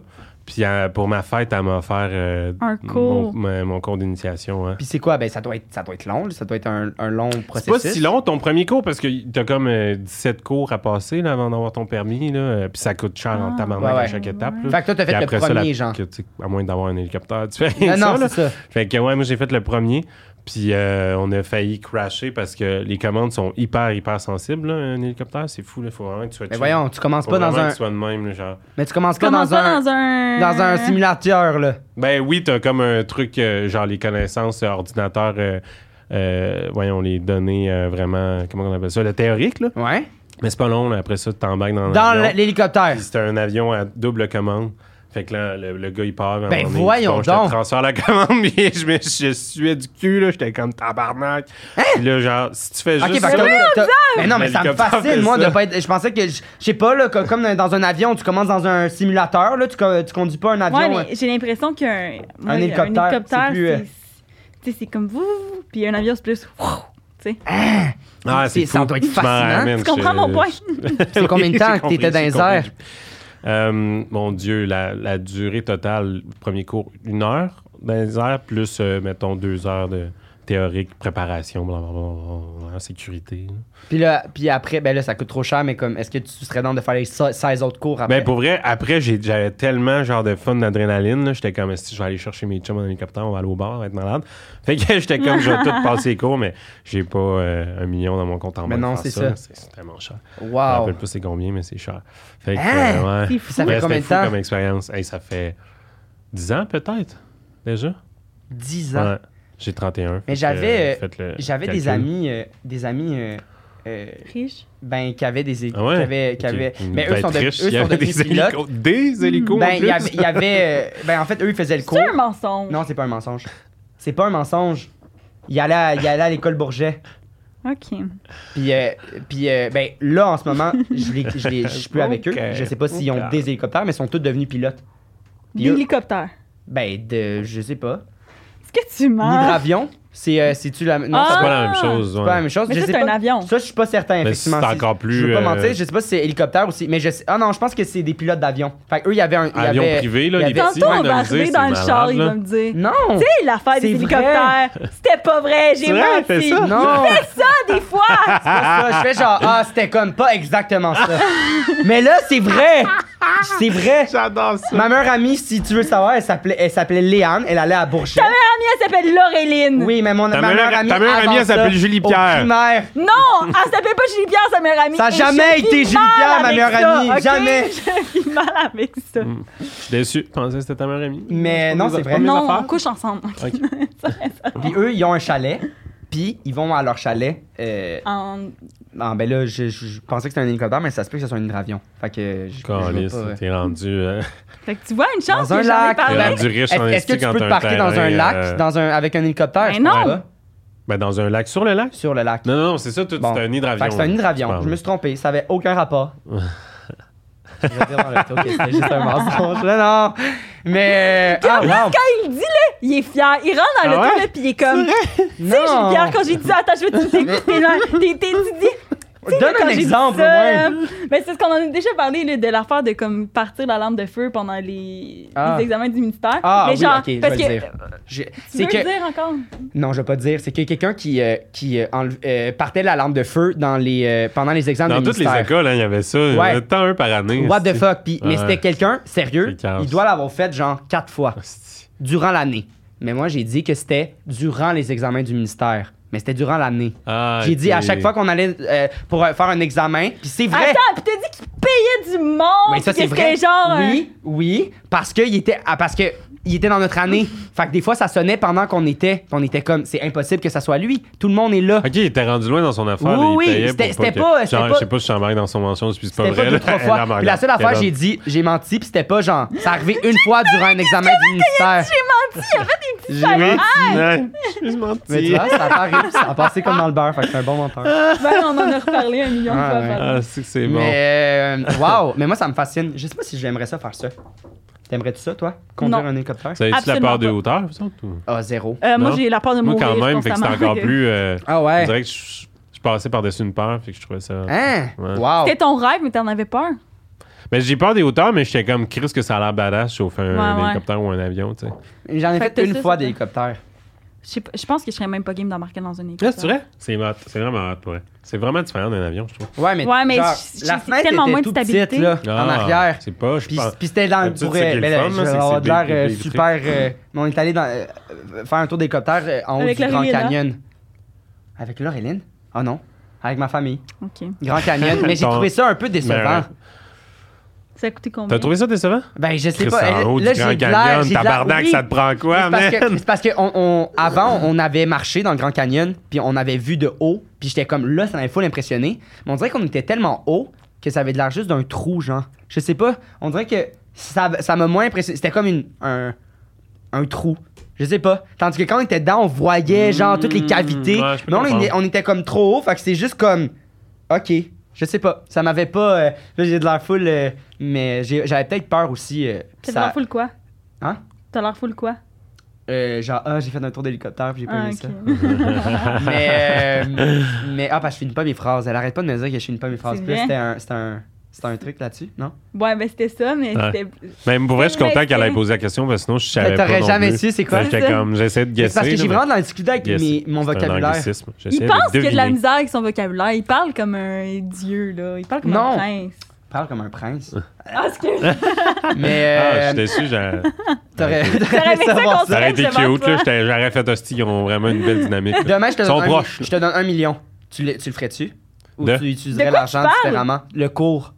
Speaker 3: Puis euh, pour ma fête, elle m'a offert euh,
Speaker 2: Un cours.
Speaker 3: Mon, ma- mon cours d'initiation. hein.
Speaker 1: Puis c'est quoi? Ben, ça doit être, ça doit être long. là. Ça doit être un, un long
Speaker 3: C'est
Speaker 1: processus.
Speaker 3: pas si long ton premier cours parce que t'as comme euh, 17 cours à passer là, avant d'avoir ton permis. Là, euh, puis ça coûte cher en
Speaker 2: Ah,
Speaker 3: tabarnak
Speaker 1: ouais,
Speaker 3: à
Speaker 1: ouais.
Speaker 3: chaque étape. là.
Speaker 1: Fait que toi, t'as
Speaker 3: Mm. Puis
Speaker 1: fait le
Speaker 3: après ça, la-
Speaker 1: premier, genre.
Speaker 3: que, tu sais, à moins d'avoir un hélicoptère, tu fais
Speaker 1: Non,
Speaker 3: rien ça,
Speaker 1: non,
Speaker 3: là.
Speaker 1: c'est ça.
Speaker 3: Fait que ouais, moi j'ai fait le premier. Puis euh, on a failli crasher parce que les commandes sont hyper, hyper sensibles. là, un hélicoptère, c'est fou. Il faut vraiment que tu sois
Speaker 1: Mais
Speaker 3: chill.
Speaker 1: Ben voyons, tu commences
Speaker 3: Faut
Speaker 1: pas dans
Speaker 3: vraiment
Speaker 1: un.
Speaker 3: que tu sois de même. là, genre.
Speaker 1: Mais tu commences
Speaker 2: Tu
Speaker 1: pas
Speaker 2: commences
Speaker 1: dans
Speaker 2: pas
Speaker 1: un.
Speaker 2: dans un...
Speaker 1: Dans un simulateur, là.
Speaker 3: Ben oui, t'as comme un truc, euh, genre les connaissances, euh, ordinateur, euh, euh, voyons, les données euh, vraiment, comment on appelle ça, le théorique, là.
Speaker 1: Ouais.
Speaker 3: Mais c'est pas long, là, après ça, tu t'embarques dans,
Speaker 1: Dans
Speaker 3: l'avion.
Speaker 1: l- l'hélicoptère.
Speaker 3: Puis C'était un avion à double commande. Fait que là, le, le gars, il part. à un
Speaker 1: Ben,
Speaker 3: moment donné,
Speaker 1: voyons
Speaker 3: bon, je te
Speaker 1: donc.
Speaker 3: transfère la commande, puis je, me, je suais du cul, là. J'étais comme tabarnak. Puis là, genre, si tu fais
Speaker 1: Hein? Ok,
Speaker 3: juste.
Speaker 1: fait que
Speaker 3: ça-
Speaker 1: t'as- t'as- Mais non, mais ça me
Speaker 3: L'hélicoptère fait
Speaker 1: fascine, moi, de
Speaker 3: ça.
Speaker 1: pas être. Je pensais que. Je je sais pas, là, co- comme dans un avion, tu commences dans un simulateur, là. Tu, co- tu conduis pas un avion.
Speaker 2: Ouais,
Speaker 1: hein.
Speaker 2: mais j'ai l'impression qu'un... moi,
Speaker 1: hélicoptère,
Speaker 2: Un hélicoptère,
Speaker 1: c'est plus, euh,
Speaker 2: c'est... Tu sais, c'est comme vous, puis un avion, c'est plus... wouh, Tu sais.
Speaker 3: Ah, c'est
Speaker 1: C'est- ça
Speaker 3: fou.
Speaker 1: doit être
Speaker 3: Je m'en
Speaker 1: fascinant.
Speaker 3: ramène,
Speaker 2: Tu comprends
Speaker 3: je-
Speaker 2: mon point?
Speaker 1: hein. C'est combien de
Speaker 3: Oui,
Speaker 1: temps
Speaker 3: j'ai
Speaker 1: que t'étais
Speaker 3: compris,
Speaker 1: dans
Speaker 3: j'ai
Speaker 1: les
Speaker 3: compris.
Speaker 1: airs?
Speaker 3: Euh, mon Dieu, la, la durée totale, premier cours, une heure dans les airs, plus, euh, mettons, deux heures de théorique, préparation, blablabla, sécurité. là.
Speaker 1: Puis là, puis après, ben là, ça coûte trop cher, mais comme, est-ce que tu serais dans de faire les so- 16 autres cours après?
Speaker 3: Ben, pour vrai, après, j'ai- j'avais tellement genre de fun d'adrénaline. là, J'étais comme, si je vais aller chercher mes chums dans l'hélicoptère, on va aller au bar, on va être malade. Fait que j'étais comme, je vais tout passer les cours, mais j'ai pas euh, un million dans mon compte en
Speaker 1: Mais
Speaker 3: banque.
Speaker 1: non,
Speaker 3: pour faire
Speaker 1: c'est ça.
Speaker 3: C'est c'est tellement cher. Je me
Speaker 1: Wow.
Speaker 3: rappelle pas c'est combien, mais c'est cher. Fait que,
Speaker 1: Hein?
Speaker 3: euh, ouais.
Speaker 2: C'est fou.
Speaker 1: Ça fait
Speaker 3: Mais
Speaker 1: combien
Speaker 3: c'était
Speaker 1: de
Speaker 3: fou
Speaker 1: temps?
Speaker 3: comme expérience. Hey, ça fait 10 ans peut-être, déjà.
Speaker 1: 10 ans.
Speaker 3: Ouais. J'ai 31.
Speaker 1: Mais
Speaker 3: fait que,
Speaker 1: j'avais, euh,
Speaker 3: faites le
Speaker 1: J'avais des
Speaker 3: calcul.
Speaker 1: amis, euh, des amis, euh, euh,
Speaker 2: Riche.
Speaker 1: ben, qui avaient des.
Speaker 3: Ah ouais?
Speaker 1: qui avaient, qui
Speaker 3: Ok.
Speaker 1: avaient-
Speaker 3: Ils
Speaker 1: mais
Speaker 3: devaient
Speaker 1: eux sont,
Speaker 3: être
Speaker 1: de, eux
Speaker 3: riches. Il y
Speaker 1: sont
Speaker 3: avait
Speaker 1: devenus
Speaker 3: des
Speaker 1: pilotes.
Speaker 3: hélicos. Des hélicos en
Speaker 1: Ben, il
Speaker 3: plus.
Speaker 1: y avait, il y avait, euh, ben, en fait, eux, ils faisaient le cours.
Speaker 2: C'est un mensonge.
Speaker 1: Non, c'est pas un mensonge. C'est pas un mensonge. Il allait à, il allait à l'école Bourget.
Speaker 2: OK.
Speaker 1: Puis, euh, puis euh, ben, là, en ce moment, je, les, je, les- je suis plus avec eux.
Speaker 3: Ok.
Speaker 1: Je sais pas s'ils ont
Speaker 3: Ok.
Speaker 1: des hélicoptères, mais ils sont tous devenus pilotes. Puis eux-
Speaker 2: D'hélicoptère.
Speaker 1: ben, de, je sais pas.
Speaker 2: Est-ce que tu mens?
Speaker 1: L'hydravion, c'est euh, c'est-tu la. Non,
Speaker 2: Ah!
Speaker 1: c'est
Speaker 3: C'est
Speaker 1: pas,
Speaker 3: pas la même chose.
Speaker 1: c'est
Speaker 3: ouais.
Speaker 1: pas la même chose.
Speaker 2: Mais
Speaker 1: je
Speaker 2: ça,
Speaker 1: sais
Speaker 2: c'est un
Speaker 1: pas-
Speaker 2: avion.
Speaker 1: Ça, je suis pas certain,
Speaker 3: Mais
Speaker 1: effectivement.
Speaker 3: c'est
Speaker 1: si-
Speaker 3: encore plus,
Speaker 1: Je veux pas
Speaker 3: euh,
Speaker 1: mentir, je sais pas si c'est hélicoptère aussi, mais je sais. Ah non, je pense que c'est des pilotes d'avion. Fait que eux, il y avait un. il y
Speaker 3: Avion
Speaker 1: avait-
Speaker 3: privé,
Speaker 1: il y
Speaker 3: là, les
Speaker 1: avait-
Speaker 3: petits.
Speaker 2: Tantôt, on va
Speaker 3: randomisés,
Speaker 2: arriver
Speaker 3: c'est
Speaker 2: dans le
Speaker 3: malade,
Speaker 2: char, il
Speaker 3: là.
Speaker 2: va me dire.
Speaker 1: Non!
Speaker 2: Tu sais, l'affaire des
Speaker 1: C'est vrai.
Speaker 2: hélicoptères, c'était pas vrai, j'ai
Speaker 3: C'est vrai, t'as
Speaker 2: menti.
Speaker 3: ça?
Speaker 1: Non!
Speaker 2: Fais ça des fois!
Speaker 1: C'est pas ça. Je fais genre, ah, c'était comme pas exactement ça. Mais là, c'est vrai! C'est vrai!
Speaker 3: J'adore ça.
Speaker 1: Ma meilleure amie, si tu veux le savoir, elle s'appelait, elle s'appelait Léane, elle allait à Bourget.
Speaker 2: Ta meilleure amie, elle s'appelle Laureline.
Speaker 1: Oui, mais mon,
Speaker 3: Ta
Speaker 1: ma
Speaker 3: meilleure-
Speaker 1: meilleure amie.
Speaker 3: ta meilleure amie,
Speaker 1: avant
Speaker 3: elle s'appelle
Speaker 1: ça,
Speaker 3: Julie
Speaker 1: au
Speaker 3: Pierre.
Speaker 1: primaire.
Speaker 2: Non, elle s'appelle pas Julie Pierre, sa meilleure amie.
Speaker 1: Ça a
Speaker 2: Et
Speaker 1: jamais
Speaker 2: je
Speaker 1: été
Speaker 2: vis
Speaker 1: Julie
Speaker 2: mal
Speaker 1: Pierre, ma
Speaker 2: avec
Speaker 1: meilleure
Speaker 2: ça,
Speaker 1: amie.
Speaker 2: ok?
Speaker 1: Jamais.
Speaker 2: Je vis mal avec ça.
Speaker 3: Je suis déçu. Je pensais que c'était ta meilleure amie.
Speaker 1: Mais non, c'est vrai.
Speaker 3: mes
Speaker 2: Non,
Speaker 3: affaires.
Speaker 2: on couche ensemble. ok?
Speaker 3: Ok.
Speaker 1: Puis eux, ils ont un chalet. Puis ils vont à leur chalet. Euh,
Speaker 2: En-
Speaker 1: ah, ben là, je, je- je pensais que c'était un hélicoptère, mais ça se peut que ce soit un hydravion. Fait que je- je. vois
Speaker 3: Calice,
Speaker 1: pas, euh.
Speaker 3: t'es rendu. euh,
Speaker 2: Fait que tu vois, une chance
Speaker 1: Dans un
Speaker 2: que j'en ai
Speaker 1: lac.
Speaker 3: T'es
Speaker 2: parlé.
Speaker 3: rendu riche en
Speaker 1: ben, Est-ce est-ce que
Speaker 3: esti
Speaker 1: tu
Speaker 3: quand
Speaker 1: peux
Speaker 3: t'as
Speaker 1: te parquer
Speaker 3: terrain,
Speaker 1: dans un lac,
Speaker 3: euh,
Speaker 1: dans un, avec un hélicoptère?
Speaker 2: Ben
Speaker 1: je pense
Speaker 2: non.
Speaker 1: pas.
Speaker 3: Ben, dans un lac. Sur le lac?
Speaker 1: Sur le lac.
Speaker 3: Non, non, non, c'est ça, tout.
Speaker 1: Bon.
Speaker 3: C'est un hydravion.
Speaker 1: Fait que c'est un
Speaker 3: là, tu
Speaker 1: hydravion.
Speaker 3: parles.
Speaker 1: Je me suis trompé. Ça avait aucun rapport. Je vais dire dans le talk que c'était juste un mensonge. Non, non. Mais. Ah, wow.
Speaker 2: Il dit, là, il est fier. Il rentre dans
Speaker 3: Ah
Speaker 2: le l'auto,
Speaker 3: ouais?
Speaker 2: là, puis il est comme. Tu sais, Julie
Speaker 1: Non.
Speaker 2: Pierre, quand j'ai dit ça, attends, je vais te dire. T'es là, t'es- t'es dit.
Speaker 1: Donne
Speaker 2: Quand
Speaker 1: un
Speaker 2: j'ai dit
Speaker 1: exemple, au
Speaker 2: ça,
Speaker 1: moins.
Speaker 2: euh, Mais c'est ce qu'on en a déjà parlé là, de l'affaire de comme partir la lampe de feu pendant les,
Speaker 1: Ah.
Speaker 2: les examens du ministère.
Speaker 1: Ah,
Speaker 2: mais
Speaker 1: oui,
Speaker 2: genre,
Speaker 1: ok, je vais
Speaker 2: parce
Speaker 1: le
Speaker 2: que euh,
Speaker 1: dire. Je-
Speaker 2: tu veux
Speaker 1: C'est que.
Speaker 2: le dire encore
Speaker 1: Non, je vais pas dire. C'est que quelqu'un qui, euh, qui euh, enle- euh, partait la lampe de feu dans les, euh, pendant les hein, examens
Speaker 3: Dans
Speaker 1: de
Speaker 3: toutes les
Speaker 1: ministère.
Speaker 3: écoles, hein, il y avait ça. Il y en
Speaker 1: Ouais.
Speaker 3: avait tant un par année.
Speaker 1: What the
Speaker 3: esti.
Speaker 1: fuck? Puis, Mais
Speaker 3: Ouais.
Speaker 1: c'était quelqu'un, sérieux,
Speaker 3: C'est calme.
Speaker 1: il doit l'avoir fait genre quatre fois
Speaker 3: Esti.
Speaker 1: durant l'année. Mais moi, j'ai dit que c'était durant les examens du ministère. Mais c'était durant l'année.
Speaker 3: Ah,
Speaker 1: J'ai dit
Speaker 3: ok.
Speaker 1: à chaque fois qu'on allait euh, pour euh, faire un examen, puis c'est vrai.
Speaker 2: Attends, puis t'as dit qu'il payait du monde.
Speaker 1: mais ça
Speaker 2: puis
Speaker 1: c'est
Speaker 2: que
Speaker 1: vrai.
Speaker 2: c'était genre. euh,
Speaker 1: oui, oui, parce que il était ah, parce que il était dans notre année. fait que des fois ça sonnait pendant qu'on était, puis on était comme c'est impossible que ça soit lui. Tout le monde est là.
Speaker 3: Ok, il était rendu loin dans son affaire.
Speaker 1: Oui,
Speaker 3: là, il
Speaker 1: oui,
Speaker 3: payait
Speaker 1: c'était-
Speaker 3: pour
Speaker 1: c'était
Speaker 3: que-
Speaker 1: pas- c'était
Speaker 3: Genre,
Speaker 1: pas-
Speaker 3: je sais pas si j'embarque dans son mention, puis c'est pas
Speaker 1: C'était pas
Speaker 3: vrai.
Speaker 1: deux
Speaker 3: là.
Speaker 1: trois
Speaker 3: Elle
Speaker 1: fois.
Speaker 3: en
Speaker 1: Puis la seule
Speaker 3: regarde.
Speaker 1: affaire
Speaker 3: Elle
Speaker 1: j'ai dit j'ai menti puis c'était pas genre ça arrivait une fois durant un examen du ministère.
Speaker 2: euh, J'ai menti, il y avait des petites
Speaker 1: J'ai
Speaker 2: failles.
Speaker 1: menti.
Speaker 3: Ouais, hein. Je suis
Speaker 1: Mais
Speaker 3: menti.
Speaker 1: tu vois, ça a, pas arrivé, ça a passé comme dans le beurre, fait que c'est un bon menteur.
Speaker 2: Ben, on en a reparlé un million de
Speaker 1: Ah,
Speaker 2: fois.
Speaker 1: ouais.
Speaker 2: pardon.
Speaker 3: Ah, c'est que c'est bon.
Speaker 1: Mais euh, wow, mais moi ça me fascine. Je sais pas si j'aimerais ça faire ça. T'aimerais-tu ça toi Conduire
Speaker 2: Non.
Speaker 1: un hélicoptère
Speaker 3: Ça a-tu la
Speaker 2: absolument
Speaker 3: peur de
Speaker 2: pas.
Speaker 3: hauteur, vous autres, ou-
Speaker 1: Ah zéro.
Speaker 2: Euh, moi,
Speaker 3: Non.
Speaker 2: j'ai la peur de
Speaker 3: Moi,
Speaker 2: mourir.
Speaker 3: quand même, fait que c'est
Speaker 2: constamment.
Speaker 3: encore plus. euh,
Speaker 1: Ah
Speaker 3: On
Speaker 1: ouais.
Speaker 3: dirait que je je passais par-dessus une peur, fait que je trouvais ça.
Speaker 1: Hein?
Speaker 3: Ouais.
Speaker 1: Wow.
Speaker 2: C'était ton rêve, mais t'en avais peur.
Speaker 3: Mais j'ai peur des hauteurs, mais j'étais comme Chris que ça a l'air badass chauffer un,
Speaker 2: Ouais,
Speaker 3: un
Speaker 2: ouais.
Speaker 3: hélicoptère ou un avion, tu sais.
Speaker 1: J'en ai
Speaker 2: Fait
Speaker 1: fait,
Speaker 2: que t'as
Speaker 1: une
Speaker 2: ça,
Speaker 1: fois
Speaker 2: ça te-
Speaker 1: d'hélicoptère.
Speaker 2: Je sais pas- je pense que je serais même pas game d'embarquer dans une équipe.
Speaker 1: Ah,
Speaker 3: C'est hot. C'est vraiment hot, ouais. C'est vraiment différent d'un avion, je trouve.
Speaker 1: Ouais, mais,
Speaker 2: Ouais, mais
Speaker 1: genre,
Speaker 2: j- j-
Speaker 1: la
Speaker 2: c'est
Speaker 1: fenêtre
Speaker 2: tellement
Speaker 1: était
Speaker 2: moins de
Speaker 1: tout
Speaker 2: stabilité.
Speaker 1: petite, là, en
Speaker 3: Ah,
Speaker 1: arrière.
Speaker 3: C'est pas, je
Speaker 1: Puis,
Speaker 3: pense.
Speaker 1: puis c'était dans
Speaker 3: Le
Speaker 1: le
Speaker 3: petit,
Speaker 1: pour
Speaker 3: c'est qui est
Speaker 1: euh,
Speaker 3: le
Speaker 1: mais là,
Speaker 3: fun,
Speaker 1: je
Speaker 3: là,
Speaker 1: vais
Speaker 3: c'est que
Speaker 1: avoir
Speaker 3: c'est
Speaker 1: de l'air
Speaker 3: bien
Speaker 1: euh,
Speaker 3: vitré.
Speaker 1: super. euh, mais on est allé dans, euh, euh, faire un tour d'hélicoptère euh, en haut
Speaker 2: Avec
Speaker 1: du Grand
Speaker 2: Laureline, hein?
Speaker 1: Canyon. Avec Laureline? Ah non. Avec ma famille.
Speaker 2: Ok.
Speaker 1: Grand Canyon. mais j'ai
Speaker 3: Ton-
Speaker 1: trouvé ça un peu décevant.
Speaker 3: Mais, euh,
Speaker 2: Ça a coûté combien?
Speaker 3: T'as trouvé ça décevant?
Speaker 1: ben, je sais
Speaker 3: Chris,
Speaker 1: pas.
Speaker 3: en
Speaker 1: euh,
Speaker 3: haut
Speaker 1: là,
Speaker 3: du
Speaker 1: j'ai
Speaker 3: Grand
Speaker 1: de l'air.
Speaker 3: Canyon,
Speaker 1: j'ai de l'air-
Speaker 3: tabarnak,
Speaker 1: oui.
Speaker 3: ça te prend
Speaker 1: Mais
Speaker 3: quoi,
Speaker 1: c'est parce que-
Speaker 3: man?
Speaker 1: c'est parce que on, on- avant, on avait marché dans le Grand Canyon, puis on avait vu de haut, puis j'étais comme là, ça m'avait full impressionné. Mais on dirait qu'on était tellement haut que ça avait de l'air juste d'un trou, genre. Je sais pas, on dirait que ça ça m'a moins impressionné. C'était comme une, un, un trou. Je sais pas. Tandis que quand on était dedans, on voyait, genre, toutes les cavités.
Speaker 3: Mmh, ouais, je peux
Speaker 1: mais on,
Speaker 3: comprendre.
Speaker 1: est- on était comme trop haut, fait que c'est juste comme. Ok, je sais pas. Ça m'avait pas. euh, là, j'ai de l'air full, euh, mais j'ai- j'avais peut-être peur aussi. euh,
Speaker 2: T'as
Speaker 1: ça-
Speaker 2: l'air full quoi?
Speaker 1: Hein?
Speaker 2: T'as l'air full quoi?
Speaker 1: euh, genre, ah, j'ai fait un tour d'hélicoptère, puis j'ai pas
Speaker 2: Ah,
Speaker 1: aimé
Speaker 2: ok.
Speaker 1: ça.
Speaker 3: Ah.
Speaker 1: mais, euh, mais ah, parce que je finis pas mes phrases. Elle arrête pas de me dire que je finis pas mes phrases.
Speaker 2: C'est
Speaker 1: Puis là,
Speaker 2: vrai.
Speaker 1: C'était un, c'était un, c'était un truc là-dessus, non?
Speaker 2: ouais, ben c'était ça, mais
Speaker 3: Ouais.
Speaker 2: c'était.
Speaker 3: Même pour vrai, je suis
Speaker 2: Mais
Speaker 3: content qu'elle ait
Speaker 2: c'est-
Speaker 3: posé la question, parce que sinon, je savais
Speaker 1: Mais
Speaker 3: pas.
Speaker 1: t'aurais
Speaker 3: non
Speaker 1: jamais
Speaker 3: plus.
Speaker 1: su, c'est quoi?
Speaker 3: Mais J'étais
Speaker 2: C'est ça.
Speaker 3: comme, j'essaie de
Speaker 1: Mais
Speaker 3: guesser.
Speaker 1: c'est parce que
Speaker 3: là,
Speaker 1: j'ai
Speaker 3: mais-
Speaker 1: vraiment de la difficulté avec
Speaker 3: Guesser.
Speaker 1: mes- mon
Speaker 3: C'est un
Speaker 1: vocabulaire.
Speaker 3: anglicisme. J'essaie
Speaker 2: Il
Speaker 3: de
Speaker 2: pense qu'il y a de la
Speaker 3: deviner.
Speaker 2: misère avec son vocabulaire. Il parle comme un dieu, là. Il parle comme
Speaker 1: Non.
Speaker 2: un prince.
Speaker 1: Parle comme un prince.
Speaker 2: Ah, excuse-moi.
Speaker 1: mais
Speaker 3: Ah, je Ah,
Speaker 1: euh,
Speaker 3: suis déçu, j'ai-
Speaker 1: t'aurais t'aurais
Speaker 2: J'aurais aimé
Speaker 1: aimé
Speaker 2: ça
Speaker 1: savoir
Speaker 2: qu'on
Speaker 1: ça.
Speaker 3: ça aurait été
Speaker 2: Vraiment
Speaker 3: cute,
Speaker 2: pas.
Speaker 3: là. J'étais- J'aurais fait hostie, ils ont vraiment une belle dynamique. là.
Speaker 1: Demain, je te,
Speaker 3: Ils
Speaker 1: donne
Speaker 3: sont
Speaker 1: un,
Speaker 3: proches, là.
Speaker 1: je te donne un million. Tu le, tu le ferais-tu? Ou
Speaker 3: De?
Speaker 1: tu utiliserais
Speaker 2: De quoi
Speaker 1: l'argent
Speaker 2: tu parles?
Speaker 1: différemment? Le cours.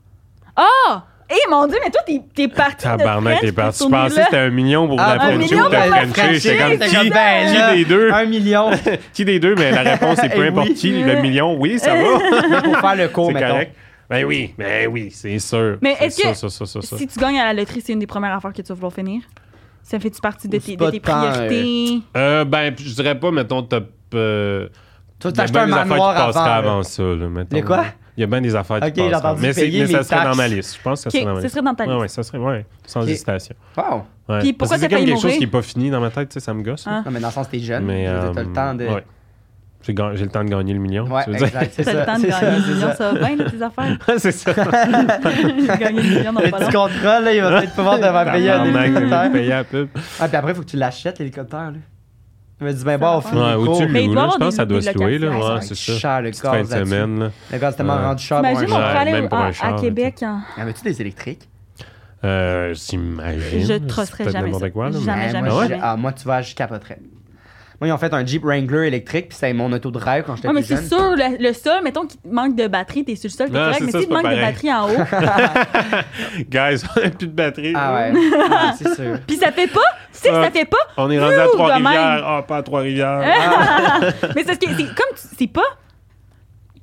Speaker 2: Ah! Eh mon dieu, mais toi, t'es, t'es parti.
Speaker 3: Tabarnak, t'es parti. Je pensais que c'était un million pour
Speaker 1: Ah,
Speaker 3: la
Speaker 1: un
Speaker 3: Frenchie
Speaker 2: million
Speaker 3: ou t'as
Speaker 2: pour la
Speaker 3: Frenchie. J'étais comme,
Speaker 2: Frenchie,
Speaker 3: qui,
Speaker 1: ben
Speaker 3: qui
Speaker 1: là,
Speaker 3: des deux?
Speaker 1: Un million pour
Speaker 3: Qui des deux? Mais la réponse est peu
Speaker 1: Eh
Speaker 3: importe
Speaker 1: oui.
Speaker 3: qui. Le million, oui, ça va.
Speaker 1: faire le cours,
Speaker 3: C'est
Speaker 1: mettons.
Speaker 3: correct. Ben oui, ben oui, c'est sûr.
Speaker 2: Mais
Speaker 3: C'est
Speaker 2: est-ce
Speaker 3: ça,
Speaker 2: que-
Speaker 3: Ça, ça, ça, ça.
Speaker 2: Si tu gagnes à la loterie, c'est une des premières affaires que tu vas vouloir finir. Ça fait-tu partie de
Speaker 1: Ou
Speaker 2: tes,
Speaker 1: c'est
Speaker 2: de
Speaker 1: pas
Speaker 2: tes
Speaker 1: tant, euh,
Speaker 2: priorités?
Speaker 3: Euh, ben, je dirais pas, mettons, top. Euh,
Speaker 1: Toi,
Speaker 3: il y a
Speaker 1: t'achètes
Speaker 3: bien
Speaker 1: un
Speaker 3: des affaires qui
Speaker 1: manoir
Speaker 3: passeraient
Speaker 1: avant. là.
Speaker 3: avant ça, là, mettons.
Speaker 1: Le quoi?
Speaker 3: Il il y a bien des affaires
Speaker 1: Ok,
Speaker 3: qui
Speaker 1: j'ai
Speaker 3: passent. là.
Speaker 1: entendu
Speaker 3: Mais, c'est-
Speaker 1: payer
Speaker 3: mais ça
Speaker 1: mes
Speaker 3: serait dans
Speaker 1: taxes.
Speaker 3: ma liste. Je pense que ça
Speaker 2: Ok,
Speaker 3: serait dans ma
Speaker 2: ce
Speaker 3: liste.
Speaker 2: serait dans ta
Speaker 3: Ouais,
Speaker 2: liste.
Speaker 3: ouais, ça serait, ouais, sans
Speaker 1: Ok.
Speaker 3: hésitation.
Speaker 1: Wow!
Speaker 3: Ouais.
Speaker 2: Puis pourquoi
Speaker 3: Parce que
Speaker 2: t'as
Speaker 3: c'est comme
Speaker 2: failli
Speaker 3: quelque chose
Speaker 2: mourir?
Speaker 3: qui n'est pas fini dans ma tête, tu sais, ça me gosse. là.
Speaker 2: Hein?
Speaker 1: Non, mais dans le sens, t'es jeune.
Speaker 3: Mais.
Speaker 1: je veux dire,
Speaker 3: euh,
Speaker 1: T'as le temps de.
Speaker 3: ouais. J'ai gan- j'ai le temps de gagner le million.
Speaker 1: Ouais,
Speaker 3: hein, tu veux dire.
Speaker 1: exact. C'est
Speaker 2: T'as le
Speaker 1: ça.
Speaker 2: temps de
Speaker 1: C'est
Speaker 2: gagner
Speaker 1: ça.
Speaker 2: le million,
Speaker 1: c'est ça.
Speaker 2: ça va bien, là, tes affaires.
Speaker 3: c'est ça.
Speaker 2: gagner le million, non,
Speaker 1: Le
Speaker 2: pas long.
Speaker 1: petit contrat, là, il va peut-être pouvoir te payer un
Speaker 3: Tabarnak,
Speaker 1: hélicoptère.
Speaker 3: payer à la pub.
Speaker 1: Ah, puis après, il faut que tu l'achètes, l'hélicoptère. là. Il m'a dit, ben,
Speaker 2: Ça
Speaker 1: bon, au
Speaker 2: va.
Speaker 1: fil
Speaker 3: Ouais,
Speaker 1: du
Speaker 3: ou tu
Speaker 1: cours.
Speaker 2: Mais il
Speaker 3: loues,
Speaker 2: doit
Speaker 3: là,
Speaker 2: avoir
Speaker 3: je pense que ça
Speaker 2: des-
Speaker 3: doit
Speaker 2: des
Speaker 3: se louer, là.
Speaker 2: locations.
Speaker 1: Ça va
Speaker 3: Ouais,
Speaker 1: être
Speaker 3: c'est ça.
Speaker 1: cher, le
Speaker 3: Petite fin de
Speaker 1: gaz. là-dessus.
Speaker 3: semaine, là.
Speaker 1: Le gaz est tellement
Speaker 3: Ouais.
Speaker 1: rendu cher.
Speaker 2: Imagine, on
Speaker 1: pour un
Speaker 3: Ouais,
Speaker 2: pourrait
Speaker 1: char.
Speaker 2: aller
Speaker 3: même
Speaker 2: au-
Speaker 3: pour
Speaker 2: à,
Speaker 3: un char,
Speaker 2: à
Speaker 3: là,
Speaker 2: Québec hein. en.
Speaker 1: Y en a-tu des électriques?
Speaker 3: Euh, J'imagine.
Speaker 2: Je
Speaker 3: C'est
Speaker 2: trosserais
Speaker 3: peut-être
Speaker 2: jamais
Speaker 3: n'importe
Speaker 2: ça.
Speaker 3: quoi, là, mais-
Speaker 2: Jamais,
Speaker 1: Ouais,
Speaker 2: jamais,
Speaker 1: moi,
Speaker 2: jamais.
Speaker 1: je- Ah, moi, tu vois, je capoterais. Moi, ils ont fait un Jeep Wrangler électrique, puis c'était mon auto de rêve quand j'étais
Speaker 2: Ouais, Ah, mais
Speaker 1: plus
Speaker 2: c'est
Speaker 1: jeune.
Speaker 2: sûr, le, le sol, mettons qu'il te manque de batterie, t'es sur le sol, t'es
Speaker 3: Non,
Speaker 2: correct,
Speaker 3: c'est
Speaker 2: mais
Speaker 3: ça,
Speaker 2: si
Speaker 3: c'est
Speaker 2: te manque
Speaker 3: pas
Speaker 2: de
Speaker 3: pareil.
Speaker 2: batterie en haut,
Speaker 3: Guys, on n'a plus de batterie.
Speaker 1: Ah ouais, Ouais, c'est sûr.
Speaker 2: puis ça fait pas, tu sais,
Speaker 3: Ça-
Speaker 2: ça fait pas,
Speaker 3: On est rendu à
Speaker 2: Ouh, de
Speaker 3: Trois-Rivières. Ah, pas à Trois-Rivières.
Speaker 1: Euh,
Speaker 2: mais c'est ce que, c'est comme, tu- c'est pas,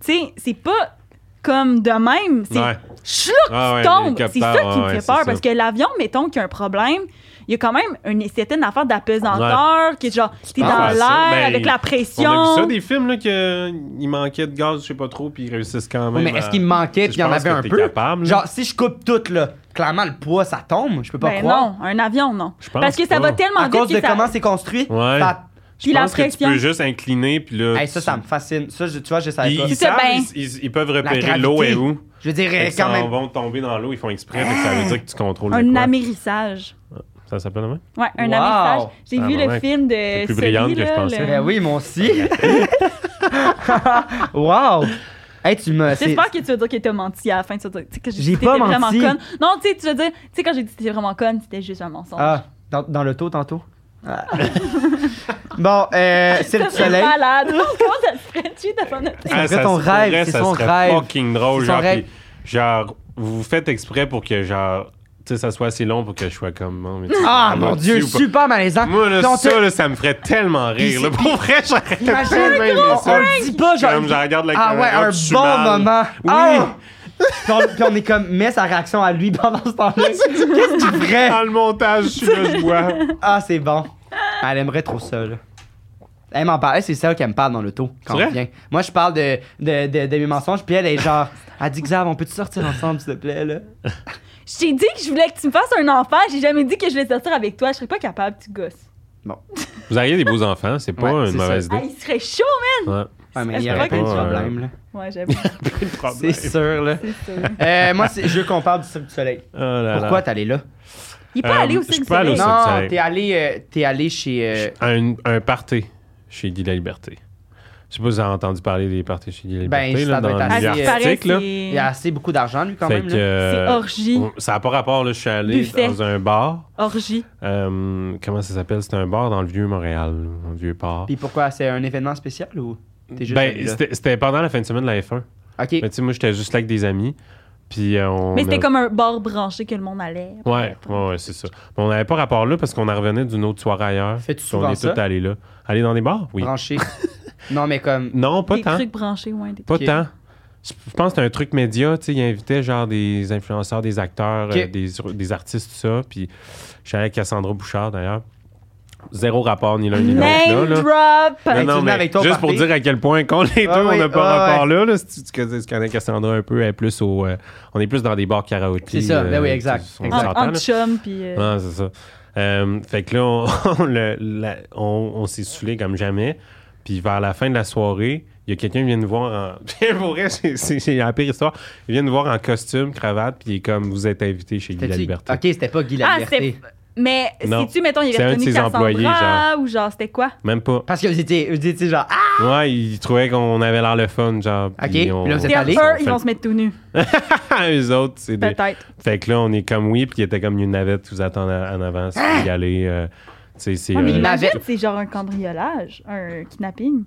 Speaker 2: tu sais, c'est pas comme de même, c'est
Speaker 3: Ouais.
Speaker 2: chlouc,
Speaker 3: Ah ouais,
Speaker 2: tu tombes, c'est
Speaker 3: l'hélicoptère,
Speaker 2: ça qui me
Speaker 3: ouais,
Speaker 2: fait
Speaker 3: ouais,
Speaker 2: peur,
Speaker 3: c'est
Speaker 2: parce
Speaker 3: ça.
Speaker 2: que l'avion, mettons qu'il y a un problème, il y a quand même une certaine affaire d'apesanteur, qui est genre, t'es
Speaker 3: penses
Speaker 2: dans
Speaker 3: à ça?
Speaker 2: l'air,
Speaker 3: Ben,
Speaker 2: avec la
Speaker 3: On
Speaker 2: pression.
Speaker 3: a vu ça, des films, là, qu'il manquait de gaz, je sais pas trop, puis ils réussissent quand
Speaker 1: Ouais,
Speaker 3: même.
Speaker 1: mais est-ce
Speaker 3: à-
Speaker 1: qu'il me manquait,
Speaker 3: Je
Speaker 1: puis il y en
Speaker 3: pense
Speaker 1: avait
Speaker 3: que
Speaker 1: un
Speaker 3: t'es
Speaker 1: peu?
Speaker 3: capable, là.
Speaker 1: Genre, si je coupe tout, là, clairement, le poids, ça tombe. Je peux pas
Speaker 2: Ben
Speaker 1: croire.
Speaker 2: non, un avion, non.
Speaker 3: Je pense
Speaker 2: Parce que ça
Speaker 3: pas.
Speaker 2: va tellement
Speaker 1: À
Speaker 2: vite
Speaker 1: cause
Speaker 2: que
Speaker 1: de
Speaker 2: ça-
Speaker 1: comment c'est construit,
Speaker 3: Ouais.
Speaker 1: ça...
Speaker 3: Je
Speaker 2: Puis la
Speaker 3: pense que tu
Speaker 2: pression.
Speaker 3: peux juste incliner, puis là.
Speaker 1: Hey, ça, ça me fascine. Ça, je- tu vois, je
Speaker 3: tu-
Speaker 1: savais
Speaker 3: Ils,
Speaker 1: pas.
Speaker 3: ils
Speaker 2: C'est ça,
Speaker 3: savent,
Speaker 2: ben.
Speaker 3: ils, ils- ils peuvent
Speaker 1: La
Speaker 3: repérer
Speaker 1: gravité.
Speaker 3: l'eau et où.
Speaker 1: Je veux dire,
Speaker 3: Fait
Speaker 1: euh,
Speaker 3: que
Speaker 1: quand
Speaker 3: ça,
Speaker 1: même. Ah!
Speaker 3: en vont tomber dans l'eau, ils font exprès, fait que ça veut dire que tu contrôles de
Speaker 2: Un
Speaker 3: quoi.
Speaker 2: amérissage.
Speaker 3: Ça s'appelle le même?
Speaker 2: Ouais, un
Speaker 1: Wow.
Speaker 2: amérissage. J'ai
Speaker 3: Ah,
Speaker 2: vu
Speaker 3: ben
Speaker 2: le
Speaker 3: ouais.
Speaker 2: film de
Speaker 3: T'es plus
Speaker 2: Sully,
Speaker 3: brillante que je
Speaker 2: là,
Speaker 3: pensais.
Speaker 2: le-
Speaker 1: Ben oui, mon si. wow. Hey, tu me. ben c'est-
Speaker 2: J'espère que tu vas dire que t'as menti à la fin. Tu vas dire tu sais, que
Speaker 1: J'ai
Speaker 2: j'ai
Speaker 1: pas
Speaker 2: vraiment
Speaker 1: menti.
Speaker 2: conne. Non, tu sais, tu vas dire, tu sais, quand j'ai dit que t'étais vraiment conne, c'était juste un mensonge.
Speaker 1: Ah, dans, dans le taux tantôt. Ah. bon, euh, c'est le
Speaker 2: Ça serait
Speaker 1: soleil.
Speaker 2: malade. Comment ça se ferait tu devant notre tête?
Speaker 1: Ça serait ton
Speaker 3: se pourrait,
Speaker 1: rêve, c'est
Speaker 3: Ah, ça
Speaker 1: son
Speaker 3: serait
Speaker 1: rêve.
Speaker 3: fucking drôle.
Speaker 1: C'est son
Speaker 3: Genre,
Speaker 1: rêve.
Speaker 3: puis, genre, vous faites exprès pour que, genre, tu sais, ça soit assez long pour que je sois comme. non, mais tu-
Speaker 1: Ah,
Speaker 3: ça
Speaker 1: mon
Speaker 3: va-tu
Speaker 1: Dieu,
Speaker 3: ou pas?
Speaker 1: super malaisant.
Speaker 3: Moi, là,
Speaker 1: Puis on te-
Speaker 3: ça, là, ça me ferait tellement
Speaker 1: Puis
Speaker 3: rire. là.
Speaker 1: c'est-
Speaker 3: Pour vrai, j'arrête
Speaker 1: Imagine,
Speaker 3: tellement aimé
Speaker 1: on, on
Speaker 3: ça.
Speaker 1: le dit pas, genre.
Speaker 3: Comme je regarde la
Speaker 1: ah
Speaker 3: caméra,
Speaker 1: ouais, un
Speaker 3: puis je suis
Speaker 1: bon
Speaker 3: mal.
Speaker 1: moment.
Speaker 3: Oui.
Speaker 1: Ah! puis, on, puis on est comme, mais sa réaction à lui pendant ce temps-là. Qu'est-ce qui est vrai?
Speaker 3: Dans le montage, je suis là, je bois.
Speaker 1: Ah, c'est bon. Elle aimerait trop ça, là. Elle m'en parle. Elle, C'est celle qui me parle dans l'auto quand
Speaker 3: C'est
Speaker 1: on
Speaker 3: vrai?
Speaker 1: vient. Moi, je parle de, de, de, de mes mensonges, puis elle est genre, elle dit, Xav, on peut-tu sortir ensemble, s'il te plaît, là?
Speaker 2: Je t'ai dit que je voulais que tu me fasses un enfant. J'ai jamais dit que je voulais sortir avec toi. Je serais pas capable, tu gosses.
Speaker 3: Vous auriez des beaux enfants, c'est pas
Speaker 1: Ouais,
Speaker 3: une
Speaker 1: c'est ça.
Speaker 3: mauvaise
Speaker 2: Ah,
Speaker 3: idée.
Speaker 2: il serait chaud,
Speaker 3: Ouais.
Speaker 1: Ouais, mais il y
Speaker 2: C'est
Speaker 1: aurait
Speaker 2: vrai
Speaker 1: plein de
Speaker 3: que-
Speaker 1: problèmes, là.
Speaker 2: mais. Ouais, j'avoue.
Speaker 3: Pas de problème.
Speaker 1: C'est sûr, là.
Speaker 2: c'est sûr.
Speaker 1: Euh, moi, c'est- je veux qu'on parle du Cirque du Soleil.
Speaker 3: Oh là là.
Speaker 1: Pourquoi t'es allé là?
Speaker 2: Il peut
Speaker 3: Euh,
Speaker 2: aller
Speaker 3: je
Speaker 2: aussi,
Speaker 3: peux aller au Cirque du
Speaker 1: Non,
Speaker 3: Soleil.
Speaker 1: t'es allé, euh, t'es allé chez. euh,
Speaker 3: un, un party chez Guy La Liberté. Je sais pas si vous avez entendu parler des parties chez Guy La
Speaker 1: Ben,
Speaker 3: Liberté
Speaker 1: ça
Speaker 3: là,
Speaker 1: doit
Speaker 3: dans
Speaker 1: être
Speaker 2: Ah,
Speaker 1: assez-
Speaker 3: les
Speaker 2: ce qui paraît,
Speaker 3: articles. là.
Speaker 1: il y a
Speaker 2: c'est
Speaker 1: assez beaucoup d'argent, lui, quand
Speaker 3: Fait
Speaker 1: même.
Speaker 3: que,
Speaker 1: Là.
Speaker 2: c'est
Speaker 3: euh,
Speaker 2: orgie.
Speaker 3: on- ça n'a pas rapport, là, je suis allé
Speaker 2: Buffet.
Speaker 3: dans un bar.
Speaker 2: Orgie.
Speaker 3: Euh, comment ça s'appelle? C'était un bar dans le vieux Montréal, dans le vieux port.
Speaker 1: Puis pourquoi? C'est un événement spécial ou t'es juste.
Speaker 3: Ben,
Speaker 1: allé là?
Speaker 3: c'était c'était pendant la fin de semaine de la F1.
Speaker 1: Ok.
Speaker 3: Mais tu sais, moi, j'étais juste là avec des amis. Puis euh, on.
Speaker 2: Mais c'était
Speaker 3: a-
Speaker 2: comme un bar branché que le monde allait.
Speaker 3: Ouais, ouais, ouais, c'est ça. Mais on n'avait pas rapport là parce qu'on en revenait d'une autre soirée ailleurs.
Speaker 1: Fais-tu
Speaker 3: Puis On
Speaker 1: souvent
Speaker 3: est
Speaker 1: ça?
Speaker 3: tous allés là. Aller dans des bars? Oui.
Speaker 1: Branché. non, mais comme.
Speaker 3: Non, pas
Speaker 2: des
Speaker 3: tant.
Speaker 2: trucs branchés, ouais. Des...
Speaker 3: Pas
Speaker 1: Ok.
Speaker 3: tant. Je je pense que c'était un truc média, tu sais, il invitait genre des influenceurs, des acteurs,
Speaker 1: Ok.
Speaker 3: euh, des, des artistes, tout ça. Puis je suis allé avec Cassandra Bouchard d'ailleurs. Zéro rapport ni l'un ni l'autre.
Speaker 2: Name
Speaker 3: là, là.
Speaker 2: drop!
Speaker 1: Hey,
Speaker 3: Non,
Speaker 1: Ben, tu
Speaker 3: non,
Speaker 1: venais
Speaker 3: mais
Speaker 1: avec toi au
Speaker 3: juste
Speaker 1: party.
Speaker 3: pour dire à quel point qu'on les deux,
Speaker 1: Ah oui,
Speaker 3: on n'a pas
Speaker 1: ah ouais.
Speaker 3: rapport là, là. Si tu, tu connais- tu connais Cassandra un peu, elle est plus au, euh, on est plus dans des bars karaoké. euh,
Speaker 1: C'est ça, ben oui,
Speaker 3: tu-
Speaker 1: exact,
Speaker 3: on
Speaker 1: exact.
Speaker 2: En,
Speaker 3: s'entend,
Speaker 2: en
Speaker 3: là.
Speaker 2: chum, puis... euh,
Speaker 3: Ouais, c'est ça. Euh, fait que là, on, on le- la- on- on s'est saoulé comme jamais. Puis vers la fin de la soirée, il y a quelqu'un qui vient nous voir en. Puis pour vrai, c'est- c'est c'est la pire histoire. Il vient nous voir en costume, cravate, puis il est comme vous êtes invité chez Guy
Speaker 1: T'as-tu-
Speaker 3: La Liberté.
Speaker 1: Ok, c'était pas Guy la
Speaker 2: Ah,
Speaker 1: Liberté.
Speaker 2: Mais
Speaker 3: Non.
Speaker 2: si tu mettons, il avait
Speaker 3: C'est un de
Speaker 2: reconnu
Speaker 3: ses
Speaker 2: Cassandra
Speaker 3: employés, genre.
Speaker 2: ou genre, c'était quoi?
Speaker 3: Même pas.
Speaker 1: Parce que vous étiez, vous étiez genre. Ah!
Speaker 3: Ouais, il trouvait qu'on avait l'air le fun, genre.
Speaker 1: Ok,
Speaker 3: puis on-
Speaker 1: puis là, vous êtes
Speaker 2: T'es un
Speaker 1: allé?
Speaker 2: peu, ils
Speaker 3: Fait-
Speaker 2: vont se mettre tout nus,
Speaker 3: Eux autres, c'est des.
Speaker 2: peut-être.
Speaker 3: Fait que là, on est comme oui, puis il était comme une navette, vous attend en en avance, puis y aller. euh, tu sais, c'est.
Speaker 2: Ouais, Ah! mais
Speaker 3: euh,
Speaker 2: imagine,
Speaker 1: navette.
Speaker 2: c'est genre un cambriolage, un kidnapping.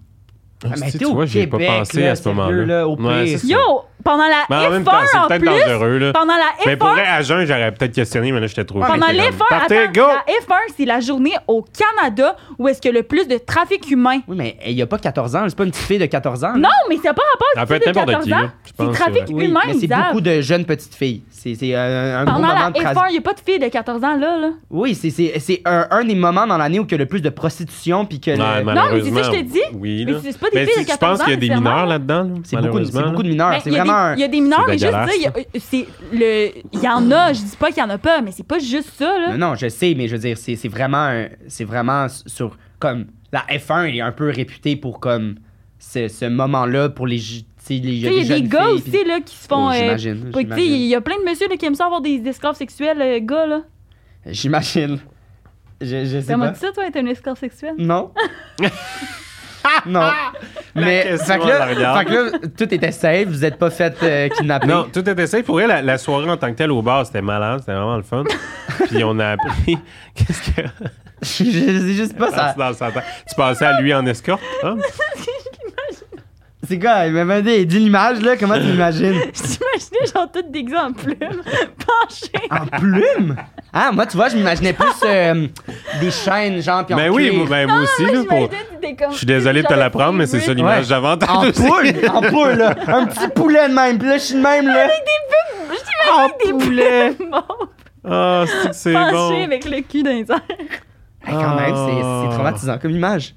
Speaker 1: Ah, mais
Speaker 3: tu
Speaker 1: t'es au
Speaker 3: vois, j'ai pas
Speaker 1: Québec,
Speaker 3: pensé
Speaker 1: là,
Speaker 3: à ce
Speaker 1: sérieux,
Speaker 3: moment-là.
Speaker 1: là, au
Speaker 3: Ouais,
Speaker 1: pire.
Speaker 3: c'est ça.
Speaker 2: Yo! Pendant la
Speaker 3: Mais en même
Speaker 2: F1,
Speaker 3: temps, c'est
Speaker 2: en
Speaker 3: peut-être
Speaker 2: plus,
Speaker 3: dangereux, là.
Speaker 2: pendant la
Speaker 3: Mais
Speaker 2: F1,
Speaker 3: ben, pour vrai, à jeun, j'aurais peut-être questionné, mais là, j'étais trop.
Speaker 2: pendant
Speaker 3: j'étais
Speaker 2: les
Speaker 3: comme,
Speaker 2: F1,
Speaker 3: Partez,
Speaker 2: attends,
Speaker 3: go!
Speaker 2: la F1, c'est la journée au Canada où est-ce que le plus de trafic humain.
Speaker 1: Oui, mais il y a pas 14 ans, c'est pas une petite fille de 14 ans. là.
Speaker 2: Non, mais ça n'a pas rapport
Speaker 3: Hmm. Ça
Speaker 2: à
Speaker 3: peut être
Speaker 2: de
Speaker 3: n'importe
Speaker 2: 14
Speaker 3: qui,
Speaker 2: ans.
Speaker 3: là. Je
Speaker 2: C'est
Speaker 3: pense,
Speaker 2: trafic
Speaker 3: c'est
Speaker 1: Oui,
Speaker 2: humain,
Speaker 1: mais c'est
Speaker 2: Zab.
Speaker 1: beaucoup de jeunes petites filles. C'est c'est euh, un, un gros
Speaker 2: Pendant
Speaker 1: moment
Speaker 2: la
Speaker 1: de
Speaker 2: F1, il
Speaker 1: tradi-
Speaker 2: n'y a pas de filles de 14 ans, là. là.
Speaker 1: Oui, c'est- c'est c'est un, un des moments dans l'année où il y a le plus de prostitution puis que le-
Speaker 2: Non, mais c'est
Speaker 3: Ouais,
Speaker 2: ça que je
Speaker 3: malheureusement,
Speaker 2: te dis.
Speaker 3: Oui,
Speaker 2: Mais
Speaker 3: là.
Speaker 2: c'est- c'est pas des
Speaker 3: Mais
Speaker 2: filles de
Speaker 3: tu- Je pense
Speaker 2: 14
Speaker 3: qu'il y a des
Speaker 2: nécessairement,
Speaker 3: mineurs
Speaker 2: là.
Speaker 3: là-dedans, là,
Speaker 1: c'est beaucoup, de- c'est
Speaker 3: malheureusement,
Speaker 1: beaucoup de
Speaker 3: là.
Speaker 1: mineurs.
Speaker 2: Mais
Speaker 1: C'est
Speaker 2: Il y a
Speaker 1: vraiment vraiment un-
Speaker 2: Il y a des mineurs,
Speaker 3: C'est
Speaker 2: mais juste
Speaker 3: dégueulasse,
Speaker 2: dire, il y, a- c'est le- il y en a, je dis pas qu'il y en a pas, mais c'est pas juste ça, là.
Speaker 1: Non, non, je sais, mais je veux dire, c'est c'est vraiment, un- c'est vraiment s- sur comme la F1 est un peu réputée pour comme ce, ce moment-là pour les, ju- tu sais, les,
Speaker 2: Tu sais, Il y a des gars aussi, là, qui se font. euh,
Speaker 1: Oh, j'imagine,
Speaker 2: pas- tu sais, il
Speaker 1: j'imagine.
Speaker 2: y a plein de messieurs là, qui aiment ça avoir des esclaves sexuels, euh, gars, là. Ben,
Speaker 1: J'imagine. Je, je sais
Speaker 2: T'as
Speaker 1: pas.
Speaker 2: dit ça, toi, être un esclave sexuel?
Speaker 1: Non. non. Mais
Speaker 3: question,
Speaker 1: fait que,
Speaker 3: on la
Speaker 1: là,
Speaker 3: regarde.
Speaker 1: fait que là, tout était safe, vous êtes pas fait euh, kidnapper.
Speaker 3: Non, tout était safe. Pour elle, la, la soirée en tant que telle au bar, c'était malade, c'était vraiment le fun. Puis on a appris. Qu'est-ce que.
Speaker 1: je, je sais juste pas ça.
Speaker 3: dans sa tête. Tu passais à lui en escorte, hein?
Speaker 1: C'est quoi, il m'a demandé, dis l'image là, comment tu l'imagines
Speaker 2: Je t'imaginais, genre, tout déguisé en plume, penché.
Speaker 1: En plume Ah, moi, tu vois, je m'imaginais plus euh, des chaînes, genre, puis en
Speaker 3: Ben oui,
Speaker 1: cuir.
Speaker 3: moi, ben, moi aussi, là. pour- Je suis désolé de te l'apprendre, mais c'est ça
Speaker 2: celui
Speaker 3: l'image
Speaker 1: Ouais. En
Speaker 3: davantage ben, aussi.
Speaker 1: poule, en poule, là. Un petit poulet de même, puis là, je suis de même, là. Ah,
Speaker 2: Je t'imagine des poulets mauves
Speaker 3: Ah, c'est que c'est
Speaker 2: penchés
Speaker 3: bon.
Speaker 2: avec le cul dans les airs.
Speaker 1: Hey, quand même, c'est
Speaker 3: Ah.
Speaker 1: c'est traumatisant comme image.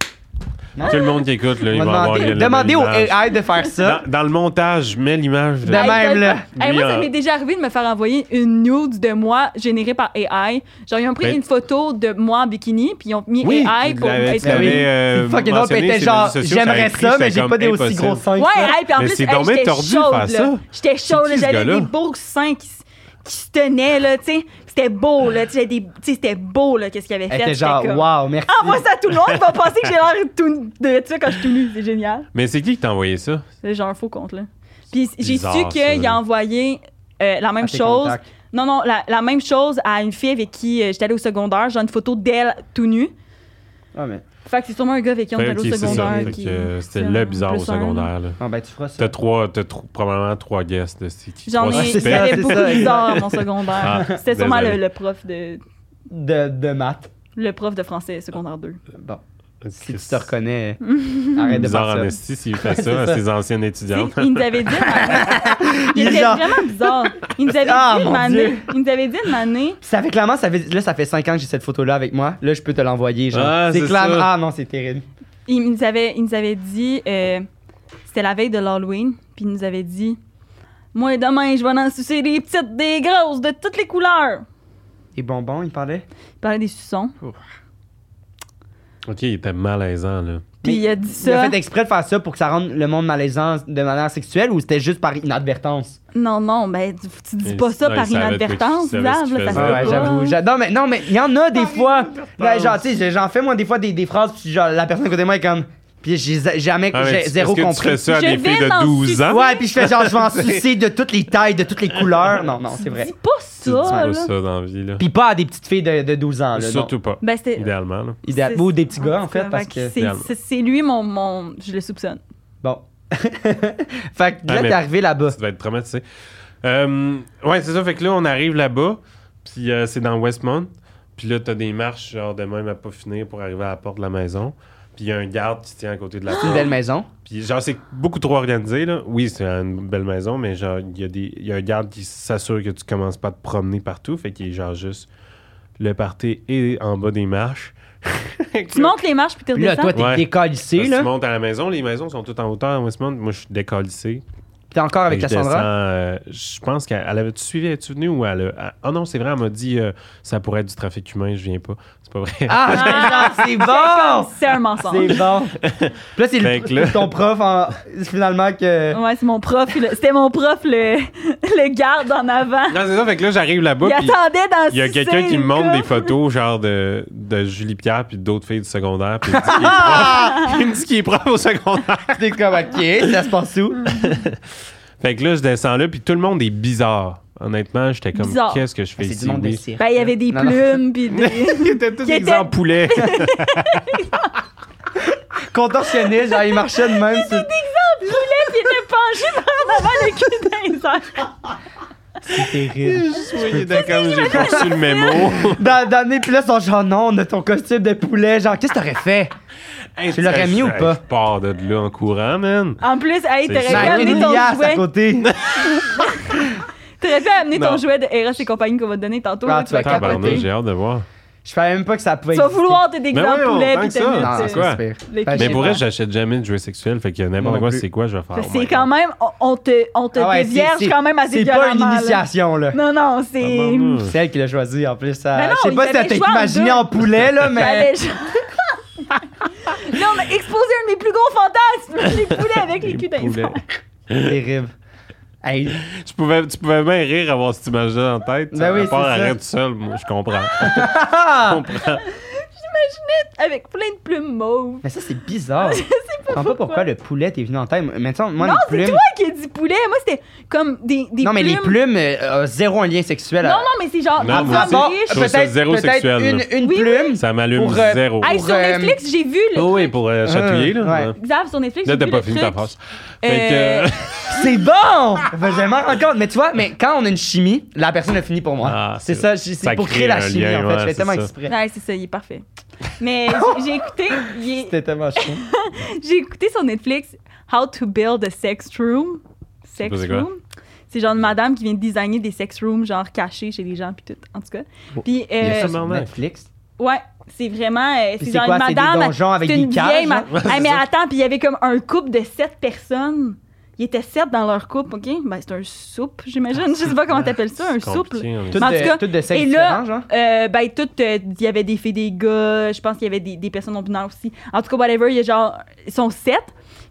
Speaker 3: Tout le monde qui écoute, là,
Speaker 1: On
Speaker 3: il
Speaker 1: va
Speaker 3: va avoir
Speaker 1: demander,
Speaker 3: la- la
Speaker 1: demandez
Speaker 3: même
Speaker 1: au
Speaker 3: image.
Speaker 1: AI de faire ça. Ben,
Speaker 3: Dans, dans le montage, je mets l'image. de-
Speaker 1: Demain. même,
Speaker 2: Hey,
Speaker 1: là.
Speaker 2: hey,
Speaker 3: Lui,
Speaker 2: moi, ça
Speaker 3: en-
Speaker 2: m'est déjà arrivé de me faire envoyer une nude de moi générée par AI. Genre, ils ont pris
Speaker 3: Ben-
Speaker 2: une photo de moi en bikini, puis ils ont mis
Speaker 3: Oui,
Speaker 2: AI
Speaker 3: tu
Speaker 2: pour
Speaker 3: l'avais-
Speaker 2: être-
Speaker 3: tu l'avais,
Speaker 1: Ben oui.
Speaker 3: euh,
Speaker 1: C'est fucking drôle,
Speaker 3: mentionné
Speaker 1: puis elle était
Speaker 3: sur les
Speaker 1: genre,
Speaker 3: réseaux sociaux, ça
Speaker 1: j'aimerais
Speaker 3: avait pris,
Speaker 1: ça, mais
Speaker 3: c'était
Speaker 1: j'ai
Speaker 3: comme
Speaker 1: pas des aussi
Speaker 3: impossible.
Speaker 1: gros seins. que
Speaker 2: Ouais,
Speaker 1: ça.
Speaker 2: hey, puis en
Speaker 3: Mais
Speaker 2: plus,
Speaker 3: c'est
Speaker 2: hey,
Speaker 3: donc bien
Speaker 2: j'étais
Speaker 3: tordu de
Speaker 2: chaude,
Speaker 3: faire
Speaker 2: là.
Speaker 3: ça.
Speaker 2: J'étais chaude,
Speaker 3: qui,
Speaker 2: là,
Speaker 3: ce
Speaker 2: j'avais
Speaker 3: gars-là?
Speaker 2: des beaux seins qui, s- qui se tenaient, là, tu sais. C'était beau, là, tu sais, j'avais des- tu sais, c'était beau, là, qu'est-ce qu'il avait fait.
Speaker 1: Elle était
Speaker 2: J'étais
Speaker 1: genre,
Speaker 2: comme, Ah,
Speaker 1: waouh, merci.
Speaker 2: Envoie ça à tout le monde, ils vont penser que j'ai l'air tout de tu sais, quand je suis tout nu, c'est génial.
Speaker 3: Mais c'est qui qui t'a envoyé ça?
Speaker 2: C'est genre un faux compte, là. Puis j'ai
Speaker 3: bizarre,
Speaker 2: su
Speaker 3: ça,
Speaker 2: qu'il
Speaker 3: là.
Speaker 2: a envoyé euh, la même
Speaker 1: À Ah, tes
Speaker 2: chose.
Speaker 1: contacts.
Speaker 2: Non, non, la, la même chose à une fille avec qui euh, j'étais allée au secondaire. J'ai une photo d'elle tout nue.
Speaker 1: Ah, mais.
Speaker 2: Fait que c'est sûrement un gars avec qui on est
Speaker 3: Fait-
Speaker 2: allé
Speaker 3: ok,
Speaker 2: au
Speaker 3: Ben c'est ça.
Speaker 2: secondaire.
Speaker 3: Fait
Speaker 2: qui-
Speaker 3: que, euh, C'était
Speaker 2: qui-
Speaker 3: le bizarre au
Speaker 2: plus un, là.
Speaker 3: secondaire. là.
Speaker 1: Ah, ben, tu feras ça.
Speaker 3: T'as trois, t'as trou- probablement trois guests. là, c'est qui?
Speaker 2: J'en
Speaker 3: Trois
Speaker 2: ai,
Speaker 1: c'est
Speaker 3: suspects.
Speaker 1: ça,
Speaker 2: j'avais
Speaker 1: c'est
Speaker 2: beaucoup
Speaker 1: ça,
Speaker 2: de bizarre à mon secondaire.
Speaker 3: Ah,
Speaker 2: C'était sûrement le,
Speaker 3: désolé.
Speaker 2: le prof de
Speaker 1: De, de maths.
Speaker 2: le prof de français secondaire 2.
Speaker 1: Bon, si tu
Speaker 3: Christ.
Speaker 1: te reconnais, arrête de
Speaker 3: bizarre en
Speaker 1: faire ça.
Speaker 3: esti s'il fait
Speaker 1: C'est
Speaker 3: ça à
Speaker 1: ça.
Speaker 3: ses anciennes
Speaker 2: Tu sais,
Speaker 3: étudiantes.
Speaker 2: Il nous avait dit.
Speaker 1: Il
Speaker 2: Il
Speaker 1: est
Speaker 2: était
Speaker 1: genre-
Speaker 2: vraiment bizarre. Il nous avait
Speaker 1: Ah,
Speaker 2: dit une
Speaker 1: mon
Speaker 2: année.
Speaker 1: Dieu.
Speaker 2: Il nous avait dit une année.
Speaker 1: Ça fait clairement, ça fait, là, ça fait 5 ans que j'ai cette photo-là avec moi. Là, je peux te l'envoyer, genre.
Speaker 3: Ah,
Speaker 1: c'est
Speaker 3: c'est
Speaker 1: clairement.
Speaker 3: ça.
Speaker 1: Ah, non, c'est terrible.
Speaker 2: Il nous avait, il nous avait dit, euh, c'était la veille de l'Halloween, puis il nous avait dit, moi demain je vais en sucer des petites, des grosses, de toutes les couleurs.
Speaker 1: Et bonbons, il parlait.
Speaker 2: Il parlait des suçons,
Speaker 3: Ok, il était malaisant, là.
Speaker 2: puis
Speaker 1: Mais
Speaker 2: il a dit
Speaker 1: Il a
Speaker 2: ça.
Speaker 1: fait exprès de faire ça pour que ça rende le monde malaisant de manière sexuelle ou c'était juste par inadvertance?
Speaker 2: Non, non, ben tu, tu dis
Speaker 3: Il-
Speaker 2: pas ça
Speaker 3: non,
Speaker 2: par
Speaker 3: il savait de quoi
Speaker 2: inadvertance,
Speaker 3: qu'il- il savait ce qu'il
Speaker 2: Zab, là,
Speaker 3: faisait.
Speaker 2: ça se
Speaker 3: Ouais,
Speaker 2: peut Ah, pas.
Speaker 1: j'avoue. j'a- Non, mais non, mais il y en a des fois. là, genre, tu sais, j'en fais moi des fois des, des phrases, puis genre, la personne à côté de moi est comme. Puis j'ai jamais.
Speaker 3: Ah, mais
Speaker 1: j'ai
Speaker 3: est-ce
Speaker 1: zéro
Speaker 3: que Tu fais
Speaker 1: compris.
Speaker 3: ça à
Speaker 2: Je
Speaker 3: des
Speaker 2: vais
Speaker 3: filles de
Speaker 2: m'en
Speaker 3: 12 ans.
Speaker 1: Ah Ouais, puis je fais genre, je vais en sucer de toutes les tailles, de toutes les couleurs. Non, non, c'est vrai.
Speaker 2: Dis pas
Speaker 3: Tu dis
Speaker 2: ça,
Speaker 3: pas
Speaker 2: là.
Speaker 3: ça dans la vie, là.
Speaker 1: Puis pas à des petites filles de, de 12 ans, là. non.
Speaker 3: Surtout pas.
Speaker 2: Ben c'était.
Speaker 3: Idéalement, là.
Speaker 1: Idéal-
Speaker 2: c'est-
Speaker 1: Ou des petits gars,
Speaker 2: tout
Speaker 1: en fait,
Speaker 2: cas,
Speaker 1: parce que.
Speaker 2: fait c'est- c'est- C'est lui mon, mon. Je le soupçonne.
Speaker 1: Bon. fait que
Speaker 3: Ah,
Speaker 1: là,
Speaker 3: mais-
Speaker 1: t'es arrivé là-bas.
Speaker 3: Ça va être traumatisé. Euh, ouais, c'est ça. Fait que là, on arrive là-bas. Puis euh, c'est dans Westmount. Puis là, t'as des marches, genre, de même à pas finir pour arriver à la porte de la maison. Puis il y a un garde qui se tient à côté de la
Speaker 1: C'est une
Speaker 3: porte.
Speaker 1: belle maison.
Speaker 3: Puis genre, c'est beaucoup trop organisé, là. Oui, c'est une belle maison, mais genre, il y, a des- il y a un garde qui s'assure que tu commences pas à te promener partout. Fait qu'il est genre juste le party et en bas des marches.
Speaker 2: Tu montes les marches puis tu
Speaker 1: Puis là,
Speaker 2: redescends.
Speaker 1: toi, t'es
Speaker 3: Ouais.
Speaker 1: décalissé,
Speaker 3: Parce que
Speaker 1: là.
Speaker 3: Tu montes à la maison, les maisons sont toutes en hauteur à Westmount. Moi, je suis décalissé.
Speaker 1: T'es encore avec
Speaker 3: Fait que je
Speaker 1: Cassandra.
Speaker 3: descends, euh, je pense qu'elle elle avait tu suivi, es-tu venue ou elle a- Ah non, c'est vrai, elle m'a dit euh, ça pourrait être du trafic humain, je viens pas. C'est pas vrai.
Speaker 1: Ah, j'étais genre,
Speaker 2: Oh! C'est un
Speaker 1: c'est bon!
Speaker 2: mensonge.
Speaker 1: Ah, C'est bon! Puis là, c'est
Speaker 3: Fait Ben, que
Speaker 1: le-
Speaker 3: là-
Speaker 1: ton prof, en- finalement, que.
Speaker 2: Ouais, c'est mon prof. le- C'était mon prof, le, le garde en avant.
Speaker 3: Non, c'est ça, fait que là j'arrive là-bas
Speaker 2: Il
Speaker 3: Bah, puis
Speaker 2: attendait dans
Speaker 3: il y a quelqu'un qui me montre des photos genre de, de Julie Pierre puis d'autres filles du secondaire puis il me dit qu'il est prof. Il me dit qu'il est prof au secondaire.
Speaker 1: T'es comme, ok, ça se passe où?
Speaker 3: Ben, Fait que là je descends là puis tout le monde est bizarre. Honnêtement, j'étais comme
Speaker 2: Bizarre.
Speaker 3: qu'est-ce que je fais
Speaker 1: C'est
Speaker 3: ici
Speaker 1: du monde de
Speaker 3: oui.
Speaker 1: cirque.
Speaker 2: Ben, il y avait des
Speaker 1: Non, non.
Speaker 2: plumes, puis des.
Speaker 3: Ils étaient tous
Speaker 2: Qui
Speaker 3: déguisés en
Speaker 2: était-
Speaker 3: poulet.
Speaker 1: Contorsionné, genre, il marchait de même. c'est-
Speaker 2: poulet, puis il était penché par en avant le cul d'un
Speaker 1: C'est terrible.
Speaker 3: Oui, il était comme j'ai pas reçu le mémo.
Speaker 1: Dans, dans les- puis là, ils sont genre, non, on a ton costume de poulet. Genre, qu'est-ce que t'aurais fait?
Speaker 3: Hey,
Speaker 1: Tu l'aurais mis ou
Speaker 3: je-
Speaker 1: pas?
Speaker 3: Je pars de là en courant, man.
Speaker 2: En plus, hey,
Speaker 3: C'est
Speaker 2: t'aurais
Speaker 3: sûr.
Speaker 2: pu
Speaker 1: J'aurais
Speaker 2: amener
Speaker 1: une
Speaker 2: ton
Speaker 1: liasse à
Speaker 2: jouet.
Speaker 1: côté.
Speaker 2: T'aurais pu amener
Speaker 3: Non.
Speaker 2: ton jouet de Eros et compagnie qu'on va te donner tantôt.
Speaker 1: Ah,
Speaker 2: là,
Speaker 1: tu vas
Speaker 3: Tabarnak,
Speaker 1: capoter.
Speaker 3: j'ai hâte de voir.
Speaker 1: Je savais même pas que ça pouvait
Speaker 2: Tu vas
Speaker 1: exister.
Speaker 2: vouloir te déguiser en
Speaker 3: Mais voyons,
Speaker 2: poulet
Speaker 3: tant
Speaker 2: puis
Speaker 3: que
Speaker 2: te
Speaker 3: ça.
Speaker 2: mettre,
Speaker 1: Non,
Speaker 2: euh,
Speaker 1: c'est
Speaker 3: quoi?
Speaker 1: quoi? pire.
Speaker 2: les
Speaker 1: Ben,
Speaker 3: Mais
Speaker 2: cuisses.
Speaker 3: pour
Speaker 1: Ouais.
Speaker 3: elle, j'achète jamais de jouets sexuels. Fait que n'importe
Speaker 1: Non
Speaker 3: quoi,
Speaker 1: plus.
Speaker 3: c'est quoi, je vais faire. oh
Speaker 2: C'est
Speaker 3: my
Speaker 2: quand
Speaker 3: God.
Speaker 2: même, on- on te, on te
Speaker 1: Ah ouais,
Speaker 2: dévierge
Speaker 1: c'est-
Speaker 2: quand même assez
Speaker 1: C'est pas une
Speaker 2: violemment, là.
Speaker 1: initiation, là.
Speaker 2: Non, non, c'est.
Speaker 3: Tabarnak.
Speaker 1: C'est elle qui l'a choisi, en plus. ça-
Speaker 2: Ben non,
Speaker 1: je sais
Speaker 2: il
Speaker 1: pas si
Speaker 2: avait
Speaker 1: elle t'a
Speaker 2: le choix en
Speaker 1: imaginé
Speaker 2: deux.
Speaker 1: en poulet, là, mais.
Speaker 2: J'allais- là, on a exposé un de mes plus gros fantasmes, les poulets avec les
Speaker 3: Les
Speaker 2: culs d'un
Speaker 3: poulets.
Speaker 1: Terrible. Hey,
Speaker 3: Tu pouvais, tu pouvais bien rire avoir cette image-là en tête.
Speaker 1: Ben oui,
Speaker 3: à part
Speaker 1: c'est
Speaker 3: à
Speaker 1: ça.
Speaker 3: rire tout seul, moi, je comprends. je
Speaker 1: ah!
Speaker 3: comprends.
Speaker 2: Avec plein de plumes mauves.
Speaker 1: Mais ça, c'est bizarre. Je comprends pas pourquoi le poulet est venu en tête. Mais tu sais, moi,
Speaker 2: Non,
Speaker 1: une
Speaker 2: c'est
Speaker 1: plume.
Speaker 2: toi qui as dit poulet. Moi, c'était comme des, des
Speaker 1: Non, mais les
Speaker 2: plumes.
Speaker 1: plumes, euh, euh, zéro lien sexuel.
Speaker 2: Non,
Speaker 1: à-
Speaker 2: non, mais c'est genre.
Speaker 3: Non,
Speaker 2: des
Speaker 3: moi
Speaker 1: à
Speaker 3: aussi.
Speaker 2: femmes
Speaker 1: part-
Speaker 2: riches.
Speaker 3: Je trouve ça
Speaker 1: peut-être-
Speaker 3: zéro
Speaker 1: peut-être
Speaker 3: sexuel, là.
Speaker 1: Une, une
Speaker 2: Oui, oui.
Speaker 1: plume.
Speaker 3: Ça m'allume
Speaker 1: Pour, euh,
Speaker 3: zéro.
Speaker 2: Hey,
Speaker 1: pour,
Speaker 2: sur
Speaker 1: euh,
Speaker 2: Netflix, j'ai vu le.
Speaker 3: Oh oui, pour euh, chatouiller,
Speaker 1: Euh,
Speaker 3: là.
Speaker 1: ouais.
Speaker 2: Exact, sur Netflix.
Speaker 3: Là,
Speaker 2: j'ai
Speaker 3: t'as
Speaker 2: vu
Speaker 3: pas
Speaker 2: le
Speaker 3: fini ta
Speaker 2: truc.
Speaker 3: phrase.
Speaker 2: Euh,
Speaker 3: Fait que.
Speaker 1: C'est bon! Ben, je m'en rends compte. Mais tu vois, mais quand on a une chimie, la personne a fini pour moi.
Speaker 3: Ah,
Speaker 1: c'est
Speaker 3: c'est-
Speaker 1: ça, j'ai- c'est
Speaker 3: ça
Speaker 1: pour
Speaker 3: crée
Speaker 1: créer la
Speaker 3: un
Speaker 1: chimie,
Speaker 3: lien,
Speaker 1: en fait.
Speaker 3: ouais,
Speaker 1: je fais
Speaker 3: c'est
Speaker 1: tellement
Speaker 3: ça.
Speaker 1: exprès.
Speaker 2: Ouais, c'est ça, il est parfait. Mais j'ai- j'ai écouté, il est-
Speaker 1: C'était tellement chiant.
Speaker 2: Euh, j'ai écouté sur Netflix How to Build a Sex Room. Sex
Speaker 3: pas c'est quoi.
Speaker 2: Room. C'est genre une madame qui vient de designer des sex rooms, genre cachés chez les gens, puis tout, en tout cas.
Speaker 1: Bon.
Speaker 2: Puis,
Speaker 1: Oh, Il y a
Speaker 2: euh,
Speaker 1: ça sur
Speaker 3: Tabarnak.
Speaker 1: Netflix.
Speaker 2: ouais, c'est vraiment. euh,
Speaker 1: Puis
Speaker 2: c'est
Speaker 1: c'est
Speaker 2: genre
Speaker 1: quoi,
Speaker 2: une
Speaker 1: c'est des
Speaker 2: madame.
Speaker 1: donjons avec
Speaker 2: c'est
Speaker 1: des
Speaker 2: une
Speaker 1: cages,
Speaker 2: vieille ma-
Speaker 1: genre? Ouais,
Speaker 2: Ah,
Speaker 3: c'est
Speaker 2: mais
Speaker 3: ça.
Speaker 2: attends, puis il y avait comme un couple de sept personnes. Ils étaient sept dans leur couple, OK? Ben, c'est un soupe, j'imagine. Je sais pas comment t'appelles ça, un souple.
Speaker 3: compliqué, hein, on est-
Speaker 1: Toutes
Speaker 2: en tout cas,
Speaker 1: de, toutes de sexe
Speaker 2: et là-
Speaker 1: différent, genre.
Speaker 2: Euh, ben, tout, euh, il y avait des filles, des gars, je pense qu'il y avait des, des personnes non binaires aussi. En tout cas, whatever, il y a genre, ils sont sept.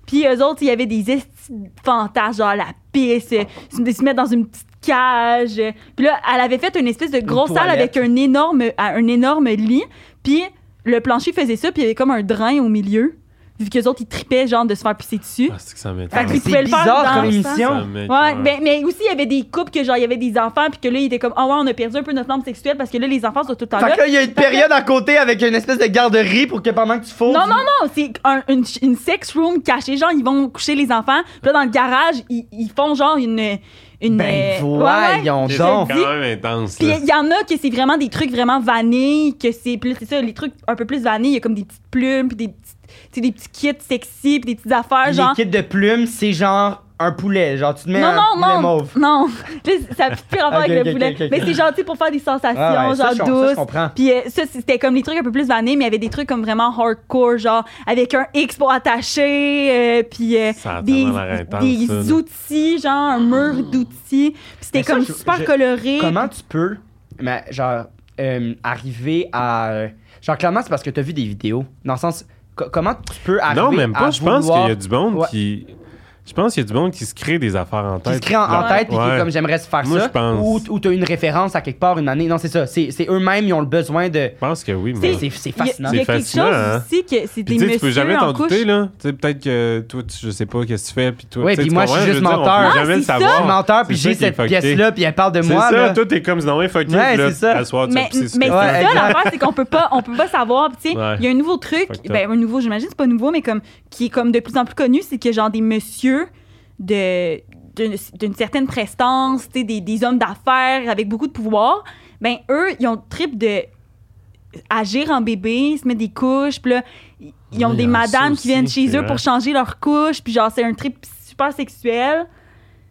Speaker 2: Puis eux autres, il y avait des esti de fantasmes, genre la pisse, euh, se se mettre dans une petite cage. Puis là, elle avait fait une espèce de grosse salle
Speaker 1: toilette.
Speaker 2: avec un énorme, euh, un énorme lit. Puis le plancher faisait ça, puis il y avait comme un drain au milieu. Vu qu'eux autres, ils tripaient, genre, de se faire pisser dessus.
Speaker 3: Ah, c'est que ça
Speaker 2: Fait
Speaker 3: m'étonne.
Speaker 2: que
Speaker 1: mais
Speaker 2: tu
Speaker 1: c'est
Speaker 2: pouvais le faire
Speaker 1: bizarre
Speaker 2: dans
Speaker 1: comme
Speaker 2: le
Speaker 1: émission.
Speaker 3: Ça m'étonne.
Speaker 2: Ouais, ben, mais aussi, il y avait des couples que, genre, il y avait des enfants, puis que là, ils étaient comme, ah ouais, on a perdu un peu notre lampe sexuelle parce que là, les enfants sont tout le temps
Speaker 1: Fait
Speaker 2: là.
Speaker 1: que là, il y a une période à côté avec une espèce de garderie pour que pendant que tu fous.
Speaker 2: Non, non, non, c'est un- une, ch- une sex room cachée. Genre, ils vont coucher les enfants. Puis là, dans le garage, ils, ils font genre une. une
Speaker 1: Ben,
Speaker 2: euh, ouais, ouais.
Speaker 1: voyons
Speaker 3: C'est
Speaker 1: donc.
Speaker 2: dis-
Speaker 3: quand même intense.
Speaker 2: Puis
Speaker 3: là.
Speaker 2: il y en a que c'est vraiment des trucs vraiment vanille, que c'est plus, c'est ça, les trucs un peu plus vanille. Il y a comme des petites plumes, puis des, petites- tu sais, des petits kits sexy, puis des petites affaires,
Speaker 1: Puis
Speaker 2: Ah, genre.
Speaker 1: Les kits de plumes, c'est genre un poulet. Genre, tu te mets
Speaker 2: Non,
Speaker 1: un
Speaker 2: non,
Speaker 1: poulet
Speaker 2: non,
Speaker 1: mauve.
Speaker 2: non. Là, ça a plus rapport
Speaker 1: Ok,
Speaker 2: avec
Speaker 1: ok,
Speaker 2: le poulet.
Speaker 1: ok, ok.
Speaker 2: Mais c'est genre, tu sais, pour faire des sensations,
Speaker 1: Ah ouais, ça, je
Speaker 2: genre
Speaker 1: com- ça, je
Speaker 2: douces.
Speaker 1: comprends.
Speaker 2: Puis euh, ça, c'était comme les trucs un peu plus vanés, mais il y avait des trucs comme vraiment hardcore, genre avec un X pour attacher, euh, puis euh,
Speaker 3: Ça a
Speaker 2: des,
Speaker 3: tellement l'air intense,
Speaker 2: des
Speaker 3: ça, là.
Speaker 2: outils, genre un mur d'outils. Puis c'était
Speaker 1: Mm. Mais ça,
Speaker 2: comme
Speaker 1: je-
Speaker 2: super
Speaker 1: je-
Speaker 2: coloré.
Speaker 1: Comment tu peux, mais genre, euh, arriver à. euh, Genre, clairement, c'est parce que t'as vu des vidéos. Dans le sens, co- comment tu peux arriver
Speaker 3: Non, même
Speaker 1: à
Speaker 3: pas. Je pense qu'il
Speaker 1: vouloir-
Speaker 3: y a du monde
Speaker 1: Ouais.
Speaker 3: qui. Je pense qu'il y a du monde qui se crée des affaires en tête.
Speaker 1: qui se crée en, en
Speaker 3: Ouais.
Speaker 1: tête puis qui est
Speaker 3: Ouais.
Speaker 1: comme j'aimerais se faire
Speaker 3: Moi,
Speaker 1: ça
Speaker 3: je pense.
Speaker 1: ou ou t'as une référence à quelque part une année non c'est ça c'est c'est eux-mêmes ils ont le besoin de
Speaker 3: Je pense que oui, mais.
Speaker 1: c'est c'est
Speaker 2: Il y a-
Speaker 1: fascinant
Speaker 2: Il y a
Speaker 3: C'est
Speaker 2: quelque
Speaker 3: fascinant,
Speaker 2: chose
Speaker 3: hein.
Speaker 2: aussi que c'est des
Speaker 3: Puis tu sais, tu peux
Speaker 2: messieurs
Speaker 3: jamais t'en
Speaker 2: en couche.
Speaker 3: douter, là. Tu sais, peut-être que toi, tu- je sais pas qu'est-ce que tu fais, puis toi.
Speaker 1: Ouais,
Speaker 3: tu sais,
Speaker 1: puis
Speaker 3: tu
Speaker 1: moi, je suis
Speaker 3: comprends,
Speaker 1: juste
Speaker 3: veux dire,
Speaker 1: menteur.
Speaker 3: On
Speaker 2: Non,
Speaker 3: peut jamais
Speaker 2: c'est
Speaker 3: le
Speaker 2: ça.
Speaker 1: je
Speaker 3: savoir.
Speaker 1: suis menteur puis
Speaker 3: C'est ça
Speaker 1: j'ai
Speaker 3: qui est
Speaker 1: cette
Speaker 3: fucké.
Speaker 1: pièce là puis elle parle de
Speaker 3: C'est
Speaker 1: moi
Speaker 3: ça,
Speaker 1: là
Speaker 3: toi, t'es comme sinon, mais fuck
Speaker 1: Ouais,
Speaker 3: it, là.
Speaker 1: c'est ça.
Speaker 3: À soir, tu vas
Speaker 2: Mais,
Speaker 3: pisser sur
Speaker 2: mais c'est
Speaker 3: le
Speaker 1: Ouais,
Speaker 2: ça
Speaker 1: exact.
Speaker 2: l'affaire, c'est qu'on peut pas, on peut pas savoir. Tu sais, il
Speaker 3: Ouais.
Speaker 2: y a un nouveau truc,
Speaker 3: Fucked up.
Speaker 2: ben un nouveau, j'imagine, c'est pas nouveau, mais comme qui est comme de plus en plus connu, c'est que genre des messieurs de d'une d'une certaine prestance, tu sais, des, des hommes d'affaires avec beaucoup de pouvoir, ben eux, ils ont le trip de agir en bébé, se mettre des couches, puis là, ils- ils ont
Speaker 3: Oui,
Speaker 2: des
Speaker 3: il y a ça
Speaker 2: madames qui
Speaker 3: aussi,
Speaker 2: viennent chez
Speaker 3: c'est
Speaker 2: eux
Speaker 3: vrai.
Speaker 2: pour changer leur couche, puis genre c'est un trip super sexuel,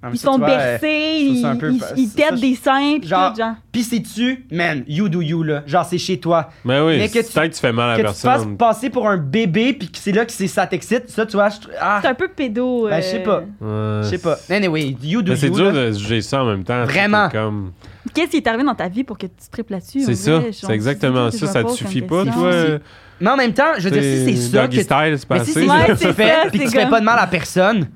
Speaker 1: Ah, mais
Speaker 2: ils se
Speaker 1: ça, tu
Speaker 2: font
Speaker 1: vois, euh,
Speaker 2: bercer,
Speaker 1: trouve ça un
Speaker 2: ils,
Speaker 1: peu-
Speaker 2: ils, ils
Speaker 1: ça,
Speaker 2: têtent
Speaker 1: je-
Speaker 2: des seins, puis
Speaker 1: genre-
Speaker 2: tout, genre.
Speaker 1: puis c'est tu man you do you là genre c'est chez toi
Speaker 3: Mais
Speaker 1: Mais
Speaker 3: oui,
Speaker 1: que
Speaker 3: c'est
Speaker 1: tu-
Speaker 3: tant que tu fais mal à
Speaker 1: que
Speaker 3: la
Speaker 1: tu te fasses
Speaker 3: personne.
Speaker 1: passer pour un bébé puis que c'est là que c'est ça t'excite ça tu vois je tr- ah
Speaker 2: C'est un peu pédo.
Speaker 1: Ben, je sais
Speaker 2: euh,
Speaker 1: pas
Speaker 3: Ouais.
Speaker 1: je sais pas anyway you do
Speaker 3: Mais c'est
Speaker 1: you
Speaker 3: dur
Speaker 1: là.
Speaker 3: de juger ça en même temps. c'est
Speaker 1: Vraiment.
Speaker 3: Comme...
Speaker 2: Qu'est-ce qui est arrivé dans ta vie pour que tu tripes là-dessus?
Speaker 3: C'est
Speaker 2: On
Speaker 3: ça,
Speaker 2: dirait, je- on-
Speaker 3: c'est exactement
Speaker 2: c'est
Speaker 3: ça.
Speaker 2: que
Speaker 3: Ça
Speaker 2: je
Speaker 3: te
Speaker 2: vois
Speaker 3: suffit
Speaker 2: comme
Speaker 3: pas,
Speaker 2: question.
Speaker 3: toi? euh,
Speaker 1: mais en même temps je veux dire si c'est ça que
Speaker 3: Doggy
Speaker 1: tu-
Speaker 3: style, c'est pas
Speaker 1: mais si
Speaker 3: assez.
Speaker 1: c'est ça
Speaker 2: Ouais,
Speaker 1: que tu
Speaker 2: c'est
Speaker 1: fais
Speaker 2: ça,
Speaker 1: puis que tu
Speaker 2: c'est
Speaker 1: fais pas
Speaker 2: comme-
Speaker 1: de mal à personne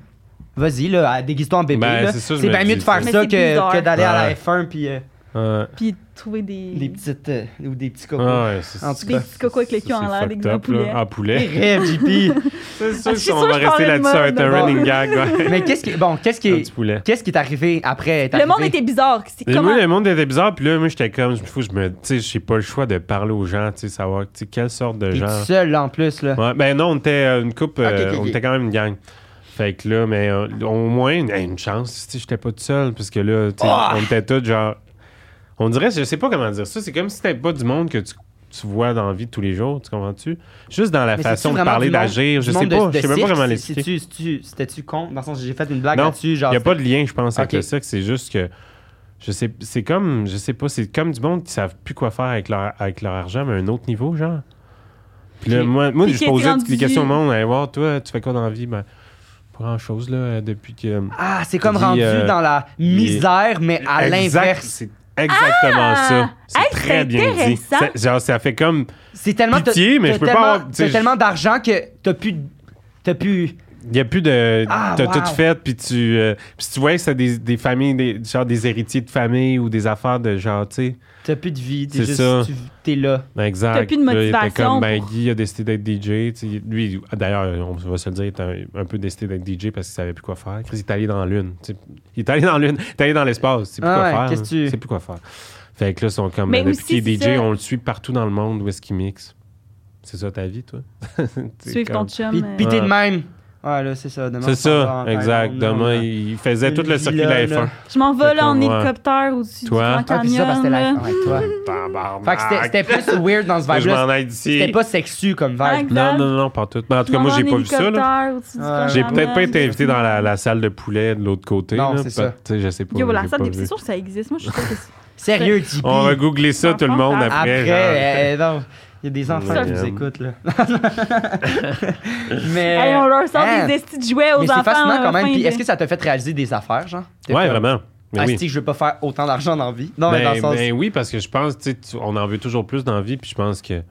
Speaker 1: vas-y là à- déguise-toi en bébé
Speaker 3: Ben,
Speaker 1: là.
Speaker 3: c'est ça, je
Speaker 1: c'est
Speaker 3: me
Speaker 1: bien
Speaker 3: dis,
Speaker 1: mieux de faire
Speaker 2: c'est
Speaker 1: ça
Speaker 2: ça.
Speaker 1: que que d'aller à la
Speaker 3: Ouais.
Speaker 1: F1 puis euh,
Speaker 3: Ouais.
Speaker 2: Puis trouver des,
Speaker 1: des
Speaker 2: des,
Speaker 1: petites euh, ou des petits cocos.
Speaker 3: Ah ouais, c'est
Speaker 1: En tout cas,
Speaker 2: petits cocos avec les
Speaker 3: c'est
Speaker 2: queues en l'air, des
Speaker 3: fucked
Speaker 2: gros
Speaker 3: up,
Speaker 2: poulets.
Speaker 3: là. En poulet.
Speaker 1: rêve, JP.
Speaker 3: C'est
Speaker 2: Ah,
Speaker 3: sûr
Speaker 2: je suis
Speaker 3: qu'on
Speaker 2: sûre
Speaker 3: va
Speaker 2: que je parlais
Speaker 3: rester
Speaker 2: de
Speaker 3: là-dessus, ça va être
Speaker 2: mode,
Speaker 3: un
Speaker 2: bon.
Speaker 3: running gag. ouais.
Speaker 1: Mais qu'est-ce qui bon, qu'est-ce qui
Speaker 3: Un petit
Speaker 1: est,
Speaker 3: poulet.
Speaker 1: qu'est-ce qui est arrivé après être
Speaker 2: Le monde
Speaker 1: arrivé?
Speaker 2: était bizarre. C'est
Speaker 3: Mais
Speaker 2: comment...
Speaker 3: moi, le monde était bizarre, puis là, moi, j'étais comme, je faut que je me. Tu sais, j'ai pas le choix de parler aux gens, tu sais, savoir, tu sais, quelle sorte de
Speaker 1: T'es
Speaker 3: gens.
Speaker 1: tout seul là, en plus là.
Speaker 3: Ouais, ben non, on était euh, une coupe, euh,
Speaker 1: Ok, ok,
Speaker 3: on
Speaker 1: ok.
Speaker 3: était quand même une gang. Fait que là, mais euh, au moins, une, une chance, tu sais, j'étais pas tout seul, parce que là, tu sais,
Speaker 1: Ah!
Speaker 3: on était tous genre. On dirait, je sais pas comment dire ça, c'est comme si c'était pas du monde que tu, tu vois dans la vie de tous les jours, tu comprends-tu? Juste dans la
Speaker 1: Mais
Speaker 3: façon
Speaker 1: c'est-tu
Speaker 3: de
Speaker 1: vraiment
Speaker 3: parler,
Speaker 1: du monde-
Speaker 3: d'agir,
Speaker 1: du
Speaker 3: je sais
Speaker 1: monde de-
Speaker 3: pas,
Speaker 1: de
Speaker 3: je sais même
Speaker 1: cirque?
Speaker 3: pas comment
Speaker 1: C'est- c'est-tu-
Speaker 3: l'expliquer.
Speaker 1: c'est-tu- C'était-tu con dans le sens j'ai fait une blague
Speaker 3: Non,
Speaker 1: là-dessus genre
Speaker 3: Il n'y a pas de lien, je pense, avec
Speaker 1: Ok.
Speaker 3: le sexe. C'est juste que Je sais, c'est comme, je sais pas, c'est comme du monde qui savent plus quoi faire avec leur, avec leur argent, mais à un autre niveau, genre. Puis là,
Speaker 1: Ok.
Speaker 3: moi, moi
Speaker 2: Puis
Speaker 3: je
Speaker 2: qui a été
Speaker 3: posais
Speaker 2: rendu-
Speaker 3: des questions au monde, allez voir, toi, tu fais quoi dans la vie? Ben, pas grand chose, là, euh, depuis que.
Speaker 1: Ah, c'est comme
Speaker 3: Dis,
Speaker 1: rendu
Speaker 3: euh,
Speaker 1: dans la misère, mais à
Speaker 3: Exact,
Speaker 1: l'inverse.
Speaker 3: C'est exactement
Speaker 2: Ah!
Speaker 3: ça. C'est
Speaker 2: Hey,
Speaker 3: très
Speaker 2: c'est
Speaker 3: bien dit.
Speaker 2: intéressant.
Speaker 3: Ça- genre, ça fait comme.
Speaker 1: C'est tellement. t'as-
Speaker 3: Pitié, mais
Speaker 1: t'as
Speaker 3: je peux pas
Speaker 1: tellement,
Speaker 3: avoir- tu sais,
Speaker 1: T'as
Speaker 3: je-
Speaker 1: tellement d'argent que t'as plus. de- T'as plus.
Speaker 3: Il n'y a plus de.
Speaker 1: Ah,
Speaker 3: T'as
Speaker 1: wow.
Speaker 3: tout fait, puis tu. euh, puis tu vois que c'est des, des familles, des, genre des héritiers de famille ou des affaires de genre, tu sais.
Speaker 1: T'as plus de vie. T'es
Speaker 3: C'est
Speaker 1: juste.
Speaker 3: ça.
Speaker 1: tu- T'es là.
Speaker 3: Ben, Exact.
Speaker 2: T'as plus de
Speaker 3: Là, il était
Speaker 2: motivation
Speaker 3: comme, ben,
Speaker 2: pour-
Speaker 3: Guy a décidé d'être DJ. tu sais. Lui, d'ailleurs, on va se le dire, il était un, un peu décidé d'être DJ parce qu'il savait plus quoi faire. Chris, il est allé dans la lune. tu sais. Il est allé dans la lune. Il est allé dans l'espace. C'est plus
Speaker 1: Ah
Speaker 3: quoi
Speaker 1: ouais,
Speaker 3: faire.
Speaker 1: qu'est-ce
Speaker 3: là.
Speaker 1: que tu-
Speaker 3: C'est plus quoi faire. Fait que là, ils sont comme.
Speaker 2: Mais
Speaker 3: euh, depuis
Speaker 2: aussi,
Speaker 3: qu'il est
Speaker 2: c'est
Speaker 3: DJ,
Speaker 2: ça.
Speaker 3: on le suit partout dans le monde où est-ce qu'il mixe. C'est ça ta vie, toi? C'est
Speaker 2: Suivre ton
Speaker 3: comme-
Speaker 2: chum.
Speaker 1: Puis
Speaker 2: euh,
Speaker 1: puis t'es de
Speaker 3: Ouais.
Speaker 1: même. Ouais, là, c'est ça. demain, on
Speaker 3: C'est
Speaker 1: s'en va ben,
Speaker 3: ça,
Speaker 1: en
Speaker 3: exact.
Speaker 1: Thaïlande,
Speaker 3: Demain,
Speaker 1: là.
Speaker 3: il faisait tout le
Speaker 1: Là,
Speaker 3: circuit de la F1.
Speaker 1: là.
Speaker 2: Je m'en vais là en
Speaker 3: Fait qu'on, ouais.
Speaker 2: hélicoptère au-dessus du
Speaker 3: Toi?
Speaker 2: Grand
Speaker 1: Ah, puis ça, parce que
Speaker 2: Canyon.
Speaker 1: c'était la.
Speaker 2: là.
Speaker 1: Ouais, toi.
Speaker 3: Tabarnak.
Speaker 1: Fait que c'était- c'était plus weird dans ce
Speaker 3: Faut que Je
Speaker 1: vibe-là.
Speaker 3: m'en aille d'ici.
Speaker 1: C'était pas sexu comme vibe.
Speaker 2: Ouais.
Speaker 3: Non, non, non, pas tout. Mais en tout
Speaker 2: Je
Speaker 3: cas,
Speaker 2: m'en
Speaker 3: moi,
Speaker 2: vais
Speaker 3: j'ai
Speaker 2: en
Speaker 3: pas vu ça. là.
Speaker 2: hélicoptère au-dessus du
Speaker 1: Ouais.
Speaker 2: Grand
Speaker 3: J'ai peut-être pas
Speaker 2: Canyon.
Speaker 3: été invité dans la, la salle de poulet de l'autre côté.
Speaker 1: Non,
Speaker 3: là,
Speaker 1: c'est ça.
Speaker 3: parce- tu sais, Je sais pas.
Speaker 2: Yo, la
Speaker 3: j'ai
Speaker 2: salle
Speaker 3: pas
Speaker 2: des- C'est
Speaker 3: vu.
Speaker 2: sûr que ça existe. Moi, je suis sûre que c'est.
Speaker 1: Sérieux, Tipeee.
Speaker 3: On va googler ça, tout le monde,
Speaker 2: Après,
Speaker 3: après.
Speaker 1: Après,
Speaker 3: genre.
Speaker 1: euh, non, il y a des enfants qui nous
Speaker 3: Ouais.
Speaker 1: écoutent, là. mais.
Speaker 2: Hey, on leur sort
Speaker 1: hein.
Speaker 2: des estis de jouets aux
Speaker 1: mais
Speaker 2: enfants.
Speaker 1: c'est fascinant quand
Speaker 2: euh,
Speaker 1: même.
Speaker 2: fin
Speaker 1: Puis
Speaker 2: de-
Speaker 1: est-ce que ça t'a fait réaliser des affaires, genre T'es
Speaker 3: Ouais,
Speaker 1: comme,
Speaker 3: vraiment. Mais
Speaker 1: Ah,
Speaker 3: oui.
Speaker 1: si, je veux pas faire autant d'argent dans la vie. Non, mais dans le
Speaker 3: Ben,
Speaker 1: sens.
Speaker 3: ben oui, parce que je pense, tu sais, tu- on en veut toujours plus dans la vie, puis je pense que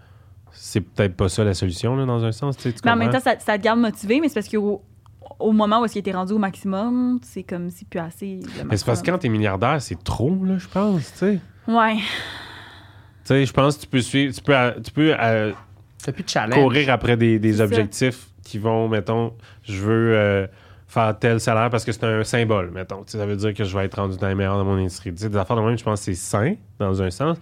Speaker 3: c'est peut-être pas ça la solution, là, dans un sens. tu sais, tu
Speaker 2: Mais en même
Speaker 3: comprends?
Speaker 2: temps, ça, ça te garde motivé, mais c'est parce qu'au au moment où est-ce qu'il était rendu au maximum, c'est comme si plus assez. le
Speaker 3: Mais c'est parce que
Speaker 2: maximum.
Speaker 3: quand t'es milliardaire, c'est trop, là, je pense, tu sais.
Speaker 2: Ouais.
Speaker 3: Tu sais, je pense que tu peux suivre, tu peux, euh, tu peux euh,
Speaker 1: T'as plus de challenge.
Speaker 3: courir après des, des
Speaker 2: C'est ça.
Speaker 3: objectifs qui vont, mettons, je veux euh, faire tel salaire parce que c'est un symbole, mettons. Tu sais, ça veut dire que je vais être rendu dans les meilleurs de mon industrie. Tu sais, des affaires de même, je pense que c'est sain, dans un sens,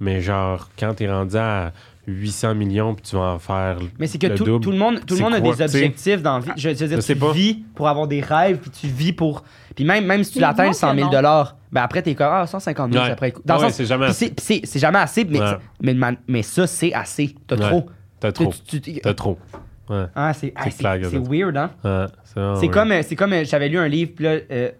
Speaker 3: mais genre, quand t'es rendu à 800 millions puis tu vas en faire.
Speaker 1: Mais c'est que
Speaker 3: le
Speaker 1: tout,
Speaker 3: double,
Speaker 1: tout le monde, tout le
Speaker 3: c'est
Speaker 1: monde a
Speaker 3: quoi,
Speaker 1: des
Speaker 3: tu sais?
Speaker 1: objectifs dans la vie. Je veux dire,
Speaker 3: Je sais
Speaker 1: tu
Speaker 3: pas.
Speaker 1: vis pour avoir des rêves, puis tu vis pour. Puis même, même si tu
Speaker 2: Mais
Speaker 1: l'atteins
Speaker 2: dis-moi
Speaker 1: le 100 000
Speaker 2: que non.
Speaker 1: ben après, t'es comme, ah, 150 000
Speaker 3: Ouais.
Speaker 1: après coup. Dans le
Speaker 3: Ouais,
Speaker 1: sens-
Speaker 3: c'est jamais
Speaker 1: puis
Speaker 3: assez.
Speaker 1: c'est- puis c'est c'est jamais assez, mais,
Speaker 3: Ouais.
Speaker 1: mais, man- mais ça, c'est assez. T'as
Speaker 3: Ouais.
Speaker 1: trop.
Speaker 3: T'as trop.
Speaker 1: Tu- tu- tu-
Speaker 3: T'as trop. Ouais.
Speaker 1: Ah, c'est ah,
Speaker 3: C'est
Speaker 1: c'est-
Speaker 3: clair que
Speaker 1: c'est
Speaker 3: t'as-
Speaker 1: weird, hein?
Speaker 3: Ah, Ouais, c'est vraiment
Speaker 1: C'est
Speaker 3: weird.
Speaker 1: comme, euh, c'est comme euh, j'avais lu un livre, puis là. euh,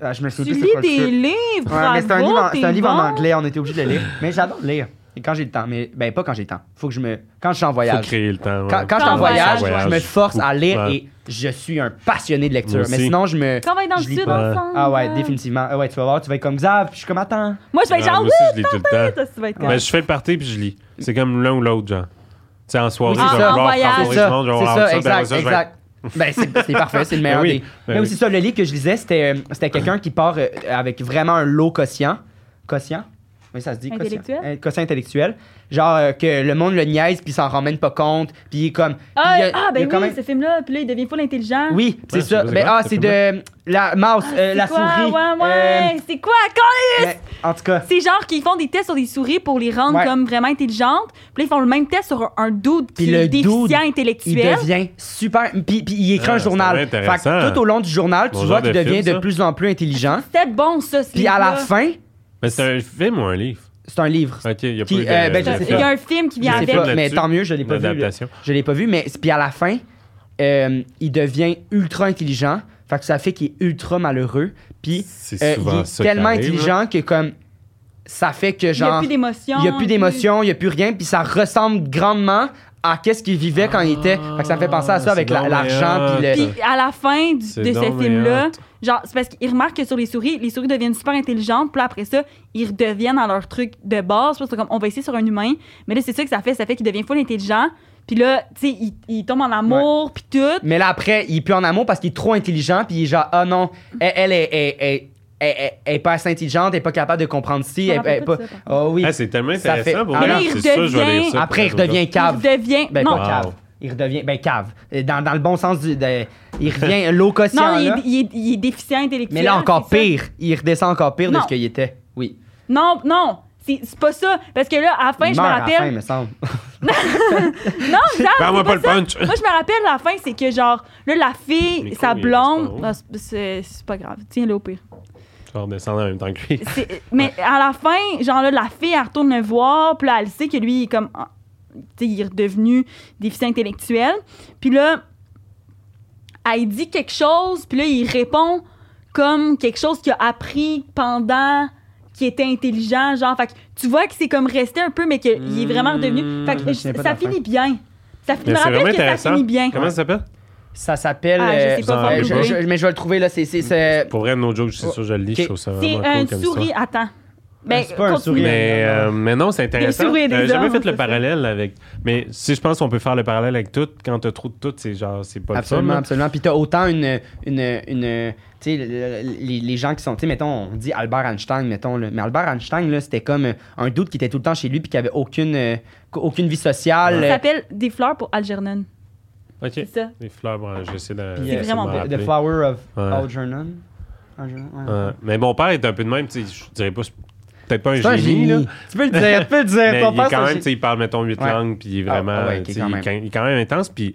Speaker 1: ah, je me
Speaker 2: Tu
Speaker 1: souviens plus
Speaker 2: lis
Speaker 1: c'est quoi
Speaker 2: des
Speaker 1: le titre.
Speaker 2: livres.
Speaker 1: Ouais, mais c'est un
Speaker 2: bravo,
Speaker 1: livre, en, c'est un
Speaker 2: t'es
Speaker 1: livre en
Speaker 2: bon.
Speaker 1: anglais, on était obligé de le lire. Mais j'adore le lire. Et quand j'ai le temps, mais ben pas quand j'ai le temps. Faut que je me quand je suis en
Speaker 3: Faut
Speaker 1: voyage.
Speaker 3: créer le temps. ouais.
Speaker 1: Quand, quand je suis
Speaker 2: Quand
Speaker 1: en
Speaker 2: on
Speaker 1: voyage,
Speaker 3: voyage,
Speaker 1: je me force à lire
Speaker 3: ouais.
Speaker 1: et je suis un passionné de lecture.
Speaker 3: Moi
Speaker 1: Mais
Speaker 3: aussi.
Speaker 1: sinon, je me
Speaker 2: Quand on va être dans le
Speaker 1: je lis
Speaker 2: sud
Speaker 1: pas.
Speaker 2: ensemble.
Speaker 1: Ah ouais, Ah,
Speaker 2: euh,
Speaker 1: définitivement. Ah ouais, tu vas voir, tu vas être comme Xav, puis je suis comme attends.
Speaker 2: Moi, je vais être
Speaker 3: Ouais,
Speaker 2: genre,
Speaker 3: moi
Speaker 2: oui,
Speaker 3: aussi, je lis tout le temps.
Speaker 2: toi, tu vas être comme-
Speaker 3: Ben, je fais le party puis je lis. C'est comme l'un ou l'autre, genre. Tu sais, en soirée,
Speaker 1: Oui,
Speaker 3: je
Speaker 1: c'est
Speaker 3: vais
Speaker 1: ça.
Speaker 3: voir
Speaker 2: En voyage.
Speaker 3: François
Speaker 1: C'est
Speaker 2: Fabrice
Speaker 1: Ah, ça,
Speaker 3: Richemont, je vais
Speaker 1: c'est
Speaker 3: voir
Speaker 1: ça,
Speaker 3: ah, ça, puis après
Speaker 1: exact,
Speaker 3: ça, je vais être-
Speaker 1: exact. Ben, c'est c'est parfait, c'est le meilleur
Speaker 3: Ben oui,
Speaker 1: des.
Speaker 3: ben
Speaker 1: Même
Speaker 3: oui.
Speaker 1: si ça, le livre que je lisais, c'était euh, c'était quelqu'un qui part euh, avec vraiment un lot quotient. Quotient? Oui, ça se dit. quotient.
Speaker 2: Intellectuel?
Speaker 1: Euh, quotient intellectuel. Genre euh, que le monde le niaise, puis s'en rend même pas compte, puis il est comme.
Speaker 2: Ah,
Speaker 1: il y a-
Speaker 2: ah,
Speaker 1: il y a
Speaker 2: ben
Speaker 1: quand
Speaker 2: oui,
Speaker 1: même-
Speaker 2: ce film-là, puis là, il devient full intelligent.
Speaker 1: Oui, c'est
Speaker 3: Ouais, je sais
Speaker 1: ça.
Speaker 3: pas c'est
Speaker 1: Mais
Speaker 3: quoi,
Speaker 1: ah,
Speaker 3: ce
Speaker 1: c'est de la mouse, euh,
Speaker 2: Ah, C'est
Speaker 1: la
Speaker 2: quoi?
Speaker 1: souris.
Speaker 2: Ouais,
Speaker 1: euh,
Speaker 2: ouais. C'est quoi? Quand
Speaker 1: mais en tout cas,
Speaker 2: C'est genre qu'ils font des tests sur des souris pour les rendre
Speaker 1: Ouais.
Speaker 2: comme vraiment intelligentes. Puis là, ils font le même test sur un dude
Speaker 1: Puis
Speaker 2: qui
Speaker 1: le
Speaker 2: est déficient
Speaker 1: dude, il
Speaker 2: intellectuel.
Speaker 1: devient super. Puis, puis il écrit
Speaker 3: Ah,
Speaker 1: un
Speaker 3: c'est
Speaker 1: journal.
Speaker 3: vraiment
Speaker 1: Fait
Speaker 3: intéressant.
Speaker 1: que tout au long du journal, tu
Speaker 3: Mon
Speaker 1: vois
Speaker 3: genre
Speaker 1: qu'il
Speaker 3: de
Speaker 1: devient
Speaker 3: film,
Speaker 1: de
Speaker 3: ça.
Speaker 1: plus en plus intelligent.
Speaker 2: C'était bon, ça, ce
Speaker 1: Puis à la
Speaker 2: livre-là.
Speaker 1: fin,
Speaker 3: Mais c'est un film ou un livre?
Speaker 1: c'est un livre.
Speaker 3: OK, il y a pas
Speaker 1: Qui-
Speaker 3: eu
Speaker 1: euh,
Speaker 3: de-
Speaker 1: ben, je
Speaker 3: de
Speaker 1: sais
Speaker 2: Il y
Speaker 1: pas.
Speaker 2: a un film qui
Speaker 1: Je
Speaker 2: vient
Speaker 1: sais
Speaker 2: avec.
Speaker 1: pas,
Speaker 3: là-dessus.
Speaker 1: mais tant mieux, je l'ai pas vu. là.
Speaker 3: d'adaptation.
Speaker 1: Je l'ai pas vu, mais puis à la fin, euh, il devient ultra intelligent. Fait que ça fait qu'il est ultra malheureux. Puis
Speaker 3: C'est
Speaker 1: euh, il
Speaker 3: souvent
Speaker 1: est
Speaker 3: ça qui
Speaker 1: tellement
Speaker 3: arrive, hein. là.
Speaker 1: intelligent que comme ça fait que
Speaker 2: il n'y a
Speaker 1: genre
Speaker 2: plus d'émotion.
Speaker 1: il y a plus d'émotion, il y a plus rien, puis ça ressemble grandement à qu'est-ce qu'il vivait quand il était. Fait que ça me fait penser à ça avec
Speaker 3: Ah, C'est
Speaker 1: la-
Speaker 3: donc
Speaker 1: l'argent puis
Speaker 3: bien
Speaker 1: le.
Speaker 2: Puis à la fin du- de
Speaker 3: C'est
Speaker 2: ce
Speaker 3: donc bien
Speaker 2: film-là,
Speaker 3: hot.
Speaker 2: genre, c'est parce qu'ils remarquent que sur les souris, les souris deviennent super intelligentes. Puis là, après ça, ils redeviennent dans leur truc de base. Puis là, c'est comme, on va essayer sur un humain. Mais là, c'est ça que ça fait. Ça fait qu'il devient full intelligent. Puis là, tu sais, il, il tombe en amour, puis tout.
Speaker 1: Mais là après, il est plus en amour parce qu'il est trop intelligent, puis il est genre ah non, elle, elle est. elle- elle- elle- elle- elle est pas assez intelligente, elle est pas capable de comprendre si,
Speaker 2: Je me
Speaker 1: elle,
Speaker 2: rappelle
Speaker 1: elle-
Speaker 2: pas
Speaker 1: pas.
Speaker 2: de ça,
Speaker 1: Oh oui.
Speaker 3: Ah, c'est tellement
Speaker 1: Ça
Speaker 3: intéressant
Speaker 1: fait-
Speaker 3: pour
Speaker 1: Ah,
Speaker 3: moi.
Speaker 2: il
Speaker 3: C'est sûr, je vais
Speaker 2: redevient-
Speaker 3: lire ça.
Speaker 1: Après, il
Speaker 3: pour
Speaker 1: redevient cave.
Speaker 2: Il devient.
Speaker 1: Ben,
Speaker 2: non,
Speaker 1: pas cave. Il redevient. Ben, cave. Euh, Dans, dans le bon sens du. de- il revient l'eau
Speaker 2: non, il
Speaker 1: là.
Speaker 2: est, il est- il est déficient intellectuel.
Speaker 1: Mais là, encore
Speaker 2: c'est ça.
Speaker 1: pire. Il redescend encore pire de
Speaker 2: Non.
Speaker 1: ce qu'il était. Oui.
Speaker 2: Non, non. C'est c'est pas ça. Parce que là, à la fin,
Speaker 1: il
Speaker 2: je me
Speaker 1: meurt à la fin,
Speaker 2: rappelle.
Speaker 1: me semble.
Speaker 2: Non, Xav, c'est
Speaker 3: Parle-moi Ben, pas le
Speaker 2: ça.
Speaker 3: punch.
Speaker 2: Moi, je me rappelle la fin, c'est que genre, là, la fille,
Speaker 3: Micro,
Speaker 2: sa
Speaker 3: il est
Speaker 2: blonde.
Speaker 3: pas
Speaker 2: Ah, c'est- c'est c'est pas grave, tiens-le au pire.
Speaker 3: Je vais redescendre en même temps que lui.
Speaker 2: C'est- Mais à la fin, genre là, la fille, elle retourne le voir, puis là, elle sait que lui, il est comme. ah, Tu sais, il est redevenu déficient intellectuel. Puis là, elle dit quelque chose, puis là, il répond comme quelque chose qu'il a appris pendant qu'il était intelligent. Genre, fait que tu vois que c'est comme resté un peu, mais qu'il est vraiment
Speaker 3: Hmm.
Speaker 2: redevenu. Fait que
Speaker 1: Je me
Speaker 2: je-
Speaker 1: souviens pas de
Speaker 2: ça
Speaker 1: la fin.
Speaker 2: finit bien. Ça
Speaker 3: Mais
Speaker 2: finit
Speaker 3: c'est vraiment
Speaker 2: rappelle que ça
Speaker 3: intéressant.
Speaker 2: finit bien.
Speaker 3: Comment ça s'appelle?
Speaker 1: Ça s'appelle.
Speaker 2: Ah, je
Speaker 1: euh,
Speaker 2: sais pas,
Speaker 3: faut
Speaker 1: euh,
Speaker 3: le
Speaker 1: je-
Speaker 2: trouver.
Speaker 1: je- mais je vais le trouver là. C'est. c'est- c'est-
Speaker 3: Pour vrai, no joke, je suis sûr que je le lis. Je
Speaker 1: Euh, Ok.
Speaker 3: trouve ça
Speaker 2: C'est
Speaker 3: vraiment
Speaker 2: un
Speaker 3: cool comme
Speaker 2: souris.
Speaker 3: histoire.
Speaker 2: Attends. Ben,
Speaker 1: c'est pas un
Speaker 2: continue.
Speaker 1: souris.
Speaker 3: Mais, euh, mais non, c'est intéressant.
Speaker 2: Des souris et des
Speaker 3: J'avais jamais
Speaker 2: hommes,
Speaker 3: fait le
Speaker 2: c'est ça.
Speaker 3: parallèle avec. Mais si je pense qu'on peut faire le parallèle avec tout, quand t'as trop de tout, c'est genre, c'est pas
Speaker 1: Absolument,
Speaker 3: le fun.
Speaker 1: absolument. Puis t'as autant une. une, une tu sais, le- le- les, les gens qui sont. Tu sais, mettons, on dit Albert Einstein, mettons. là. Mais Albert Einstein, là, c'était comme euh, un doute qui était tout le temps chez lui puis qui avait aucune, euh, qu- aucune vie sociale.
Speaker 2: Ça
Speaker 1: euh,
Speaker 2: s'appelle Des fleurs pour Algernon.
Speaker 3: là.
Speaker 2: C'est
Speaker 3: OK.
Speaker 2: ça.
Speaker 3: Les fleurs, bon, j'essaie de.
Speaker 1: puis,
Speaker 2: C'est
Speaker 1: euh,
Speaker 2: vraiment
Speaker 3: de me
Speaker 2: beau.
Speaker 1: The
Speaker 3: rappeler.
Speaker 1: Flower of
Speaker 3: Ouais.
Speaker 1: Algernon. Algernon, ouais.
Speaker 3: Ouais. Mais mon père est un peu de même, tu sais, je dirais pas, c'est peut-être pas un
Speaker 1: C'est un
Speaker 3: génie, là.
Speaker 1: génie. Tu peux le dire, tu peux le dire.
Speaker 3: Mais
Speaker 1: Ton
Speaker 3: il est
Speaker 1: père, c'est
Speaker 3: quand
Speaker 1: un
Speaker 3: même, tu
Speaker 1: génie.
Speaker 3: sais, il parle, mettons, huit
Speaker 1: Ouais.
Speaker 3: langues, puis il est
Speaker 1: Ah,
Speaker 3: vraiment,
Speaker 1: ah ouais, ok,
Speaker 3: tu sais,
Speaker 1: quand
Speaker 3: il, est
Speaker 1: même.
Speaker 3: quand- il est quand même intense, puis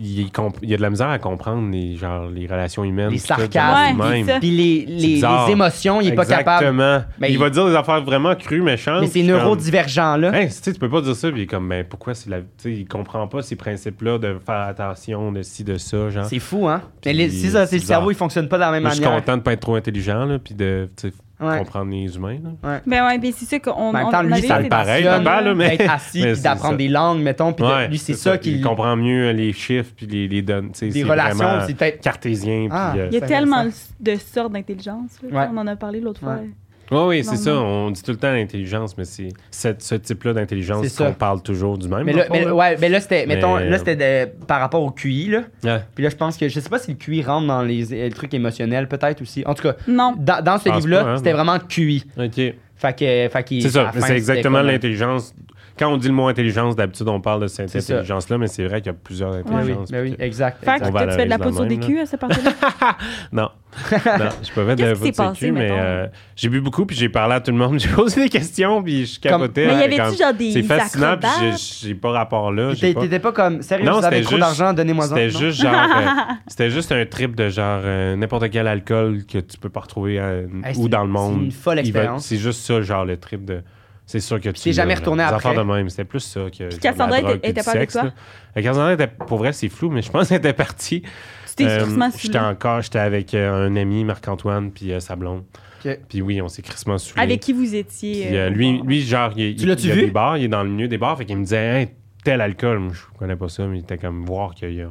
Speaker 3: il, est comp- il a de la misère à comprendre les, genre, les relations humaines.
Speaker 1: Les
Speaker 3: puis tout, puis
Speaker 1: sarcasmes,
Speaker 3: même.
Speaker 2: Ouais, c'est ça.
Speaker 1: Puis les, les,
Speaker 3: bizarre.
Speaker 1: les émotions, il est pas capable.
Speaker 3: Exactement.
Speaker 1: Mais
Speaker 3: il,
Speaker 1: il-
Speaker 3: va dire des affaires vraiment crues, méchantes.
Speaker 1: Mais c'est
Speaker 3: puis je suis comme,
Speaker 1: neurodivergent, là.
Speaker 3: Hey, tu sais, tu peux pas dire ça, puis il est comme, ben pourquoi c'est la. Tu sais, il comprend pas ces principes-là de faire attention, de ci, de ça, genre.
Speaker 1: C'est fou, hein? Mais les-
Speaker 3: Puis,
Speaker 1: c'est ça, c'est le
Speaker 3: bizarre.
Speaker 1: cerveau, il fonctionne pas de la même
Speaker 3: Moi, je suis
Speaker 1: manière.
Speaker 3: content de pas être trop intelligent, là, puis de tu sais,
Speaker 1: Ouais.
Speaker 3: comprendre les humains, là.
Speaker 2: Ben ouais, ben c'est ça qu'on.
Speaker 1: En même
Speaker 2: on-
Speaker 1: temps,
Speaker 2: on
Speaker 1: lui,
Speaker 2: avait
Speaker 1: ça
Speaker 2: eu
Speaker 1: le
Speaker 2: cette
Speaker 1: paraît,
Speaker 2: discussion-là.
Speaker 3: papa, là, mais-
Speaker 1: D'être assis,
Speaker 3: mais
Speaker 1: puis
Speaker 3: c'est
Speaker 1: d'apprendre
Speaker 3: ça.
Speaker 1: des langues, mettons. Puis de-
Speaker 3: Ouais,
Speaker 1: lui, c'est ça,
Speaker 3: Il
Speaker 1: qu'il.
Speaker 3: comprend mieux les chiffres, puis les, les données. tu sais,
Speaker 1: Des
Speaker 3: c'est
Speaker 1: relations,
Speaker 3: vraiment
Speaker 1: c'est peut-être.
Speaker 3: cartésien.
Speaker 1: Ah.
Speaker 3: puis, euh,
Speaker 2: Il y a
Speaker 1: C'est
Speaker 2: tellement de sortes d'intelligence. là.
Speaker 1: Ouais.
Speaker 2: On en a parlé l'autre fois.
Speaker 1: Ouais.
Speaker 3: Oui, oui, c'est
Speaker 2: Non,
Speaker 3: ça.
Speaker 2: non.
Speaker 3: On dit tout le temps l'intelligence, mais c'est cette- ce type-là
Speaker 1: C'est
Speaker 3: d'intelligence
Speaker 1: ça.
Speaker 3: qu'on parle toujours du même.
Speaker 1: Mais
Speaker 3: dans
Speaker 1: là,
Speaker 3: le fond,
Speaker 1: mais,
Speaker 3: là.
Speaker 1: ouais, mais là, c'était,
Speaker 3: Mais- euh,
Speaker 1: mettons, là, c'était de- par rapport au QI, là.
Speaker 3: Ouais.
Speaker 1: Puis là, je pense que, je sais pas si le QI rentre dans les, euh, le truc émotionnel, peut-être aussi. En tout cas,
Speaker 2: Non.
Speaker 1: dans, dans ce
Speaker 3: pense
Speaker 1: livre-là,
Speaker 3: pas, hein,
Speaker 1: c'était
Speaker 3: mais-
Speaker 1: vraiment le QI.
Speaker 3: OK.
Speaker 1: Fait que, fait qu'il-
Speaker 3: C'est
Speaker 1: à
Speaker 3: ça.
Speaker 1: la fin, hein.
Speaker 3: C'est
Speaker 1: c'était
Speaker 3: exactement
Speaker 1: comme-
Speaker 3: l'intelligence. Quand on dit le mot intelligence, d'habitude, on parle de cette
Speaker 1: C'est ça.
Speaker 3: intelligence-là, mais c'est vrai qu'il y a plusieurs
Speaker 1: Ben oui,
Speaker 3: intelligences.
Speaker 1: ben oui,
Speaker 3: puis
Speaker 1: exact.
Speaker 2: Fait que
Speaker 1: exact.
Speaker 3: On va
Speaker 2: tu fais de la
Speaker 3: valoriser la
Speaker 2: poudre sur des
Speaker 3: même,
Speaker 2: culs à cette partie-là.
Speaker 3: que- Non. non, je peux pas de
Speaker 2: Qu'est-ce
Speaker 3: la
Speaker 2: qui s'est
Speaker 3: vodka
Speaker 2: passé,
Speaker 3: cul, mais
Speaker 2: mettons?
Speaker 3: euh, j'ai bu beaucoup, puis j'ai parlé à tout le monde. J'ai posé des questions, puis je
Speaker 1: Comme-
Speaker 3: capotais.
Speaker 2: Mais y
Speaker 3: hein,
Speaker 2: avait-tu
Speaker 3: comme-
Speaker 2: genre des.
Speaker 3: C'est fascinant, puis
Speaker 2: acrobates?
Speaker 3: j'ai- j'ai pas rapport là.
Speaker 1: Puis
Speaker 3: j'ai
Speaker 1: t'es-
Speaker 3: Ah, pas-
Speaker 1: T'étais pas comme, sérieux,
Speaker 3: Non,
Speaker 1: vous avez
Speaker 3: c'était
Speaker 1: trop
Speaker 3: juste-
Speaker 1: d'argent, donnez-moi-en.
Speaker 3: C'était
Speaker 1: non?
Speaker 3: juste genre. euh, c'était juste un trip de genre euh, n'importe quel alcool que tu peux pas retrouver euh,
Speaker 1: Hey, c'est
Speaker 3: ou dans
Speaker 1: une-
Speaker 3: le monde.
Speaker 1: c'est une folle
Speaker 3: Il va-
Speaker 1: expérience.
Speaker 3: C'est juste ça, genre le trip de. C'est sûr que tu.
Speaker 1: t'es
Speaker 3: l'as,
Speaker 1: jamais
Speaker 3: genre.
Speaker 1: retourné
Speaker 3: Des
Speaker 1: après.
Speaker 3: affaires de même. C'était plus ça que. genre,
Speaker 2: Cassandra
Speaker 3: la
Speaker 2: était-
Speaker 3: drogue puis
Speaker 2: était
Speaker 3: du
Speaker 2: pas avec
Speaker 3: sexe,
Speaker 2: toi?
Speaker 3: là. Euh, Cassandra était. Pour vrai, c'est flou, mais je pense qu'elle était partie.
Speaker 2: Tu t'es
Speaker 3: Euh,
Speaker 2: crissement saoulé.
Speaker 3: J'étais encore. J'étais avec euh, un ami, Marc-Antoine, puis euh, sa blonde.
Speaker 1: Ok.
Speaker 3: Puis oui, on s'est crissement saoulé.
Speaker 2: Avec qui vous étiez.
Speaker 3: Puis,
Speaker 2: euh,
Speaker 3: euh, lui, lui, genre, il,
Speaker 1: Tu
Speaker 3: il-
Speaker 1: l'as-tu
Speaker 3: il a
Speaker 1: vu?
Speaker 3: des bars, il est dans le milieu des bars, fait qu'il me disait, hey, tel alcool, moi, je connais pas ça, mais il était comme voir qu'il y a. Tu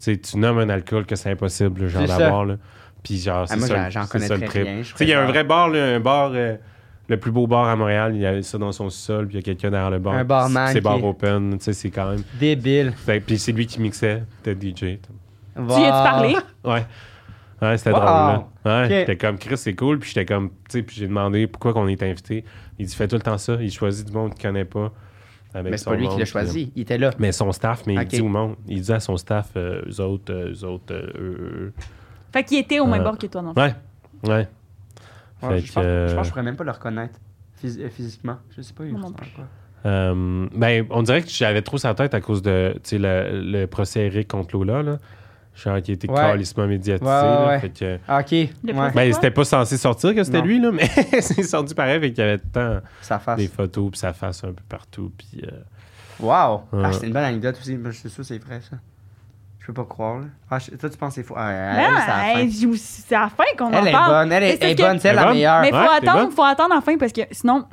Speaker 3: sais, tu nommes un alcool que c'est impossible, genre
Speaker 1: C'est ça.
Speaker 3: d'avoir, là. Puis genre, c'est
Speaker 1: Ah, moi,
Speaker 3: ça,
Speaker 1: j'en- j'en
Speaker 3: c'est
Speaker 1: connais
Speaker 3: ça le
Speaker 1: très
Speaker 3: trip.
Speaker 1: rien, je
Speaker 3: Tu sais, il y a un
Speaker 1: préfère.
Speaker 3: vrai bar, là, un bar, euh, le plus beau bar à Montréal, il y a ça dans son sol, puis il y a quelqu'un derrière le bar.
Speaker 1: Un barman
Speaker 3: C'est
Speaker 1: qui-
Speaker 3: bar open, tu sais, c'est quand même.
Speaker 1: Débile.
Speaker 3: Fait- puis c'est lui qui mixait, t'es DJ.
Speaker 2: Tu y
Speaker 1: Bah.
Speaker 2: as-tu parlé?
Speaker 3: Ouais. Ouais, c'était
Speaker 1: Wow.
Speaker 3: drôle, là. Ouais,
Speaker 1: Ok.
Speaker 3: j'étais comme, Chris, c'est cool. Puis j'étais comme, tu sais, puis j'ai demandé pourquoi qu'on est invité. Il dit, fais tout le temps ça. Il choisit du monde qu'il connaît pas. avec
Speaker 1: Mais c'est
Speaker 3: son
Speaker 1: pas lui qui
Speaker 3: monde,
Speaker 1: l'a
Speaker 3: puis- euh,
Speaker 1: choisi, il était là.
Speaker 3: Mais son staff, mais
Speaker 1: Ok.
Speaker 3: il dit au monde, il dit à son staff, euh, eux autres, euh, eux autres, euh, eux,
Speaker 2: Fait qu'il était au même
Speaker 3: Euh,
Speaker 2: bord que toi, non?
Speaker 3: eux. Ouais, ouais.
Speaker 1: Ouais,
Speaker 3: Fait
Speaker 1: je, pense,
Speaker 3: que-
Speaker 1: je pense que je pourrais même pas le reconnaître phys- euh, physiquement. Je sais pas, il
Speaker 2: Moi non
Speaker 1: ressemble à quoi.
Speaker 3: Euh, ben, on dirait que j'avais trop sa tête à cause de, tu sais, le, le procès Eric contre Lola, là. Genre, qui était
Speaker 1: Ouais.
Speaker 3: calissement médiatisé.
Speaker 1: Ouais, ouais,
Speaker 3: là.
Speaker 1: ouais.
Speaker 3: Fait que-
Speaker 1: Ah, ok,
Speaker 2: Le
Speaker 1: ouais,
Speaker 2: profil.
Speaker 3: ben,
Speaker 2: quoi?
Speaker 3: c'était pas censé sortir que c'était
Speaker 1: Non.
Speaker 3: lui, là, mais c'est sorti pareil, fait qu'il y avait tant.
Speaker 1: sa face.
Speaker 3: des photos puis sa face un peu partout puis euh,
Speaker 1: Wow!
Speaker 3: Ouais.
Speaker 1: Ah, c'est une bonne anecdote aussi. Moi, je suis sûr que c'est vrai, ça. Je peux pas croire, là. Ah, je- toi, tu penses que c'est faux. Ah, elle, elle, c'est
Speaker 2: Ah,
Speaker 1: la
Speaker 2: hey,
Speaker 1: fin.
Speaker 2: j'ai aussi- C'est à la fin qu'on
Speaker 1: Elle
Speaker 2: en
Speaker 1: est
Speaker 2: parle.
Speaker 1: bonne, elle
Speaker 2: Mais
Speaker 1: est,
Speaker 2: c'est
Speaker 1: elle est
Speaker 2: que-
Speaker 1: bonne, c'est
Speaker 3: Elle est
Speaker 1: la
Speaker 3: bonne?
Speaker 1: meilleure.
Speaker 2: Mais faut
Speaker 3: Ouais, t'es
Speaker 2: attendre,
Speaker 3: bonne.
Speaker 2: faut attendre la fin parce que sinon,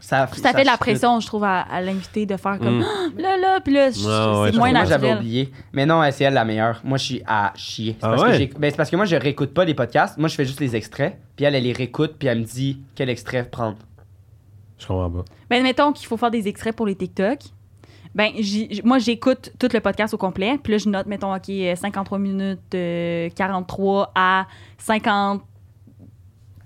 Speaker 1: Ça,
Speaker 2: ça fait de la
Speaker 1: chute.
Speaker 2: pression, je trouve, à, à l'invité de faire comme
Speaker 3: Mm.
Speaker 2: Ah, là, là, puis là, c'est
Speaker 3: ouais,
Speaker 2: c'est
Speaker 3: je
Speaker 2: moins
Speaker 3: trouve.
Speaker 1: Moi, j'avais
Speaker 2: naturel.
Speaker 1: oublié. Mais non, elle, c'est elle la meilleure. Moi, je suis à chier. C'est
Speaker 3: Ah
Speaker 1: parce, que
Speaker 3: ouais?
Speaker 1: j'ai- ben, c'est parce que moi, je réécoute pas les podcasts. Moi, je fais juste les extraits. Puis elle, elle les réécoute. Puis elle me dit quel extrait prendre.
Speaker 3: je comprends pas.
Speaker 2: Ben, mettons qu'il faut faire des extraits pour les TikTok. Ben, j'y- j- moi, j'écoute tout le podcast au complet. Puis là, je note, mettons, OK, euh, 53 minutes euh, 43 à 50.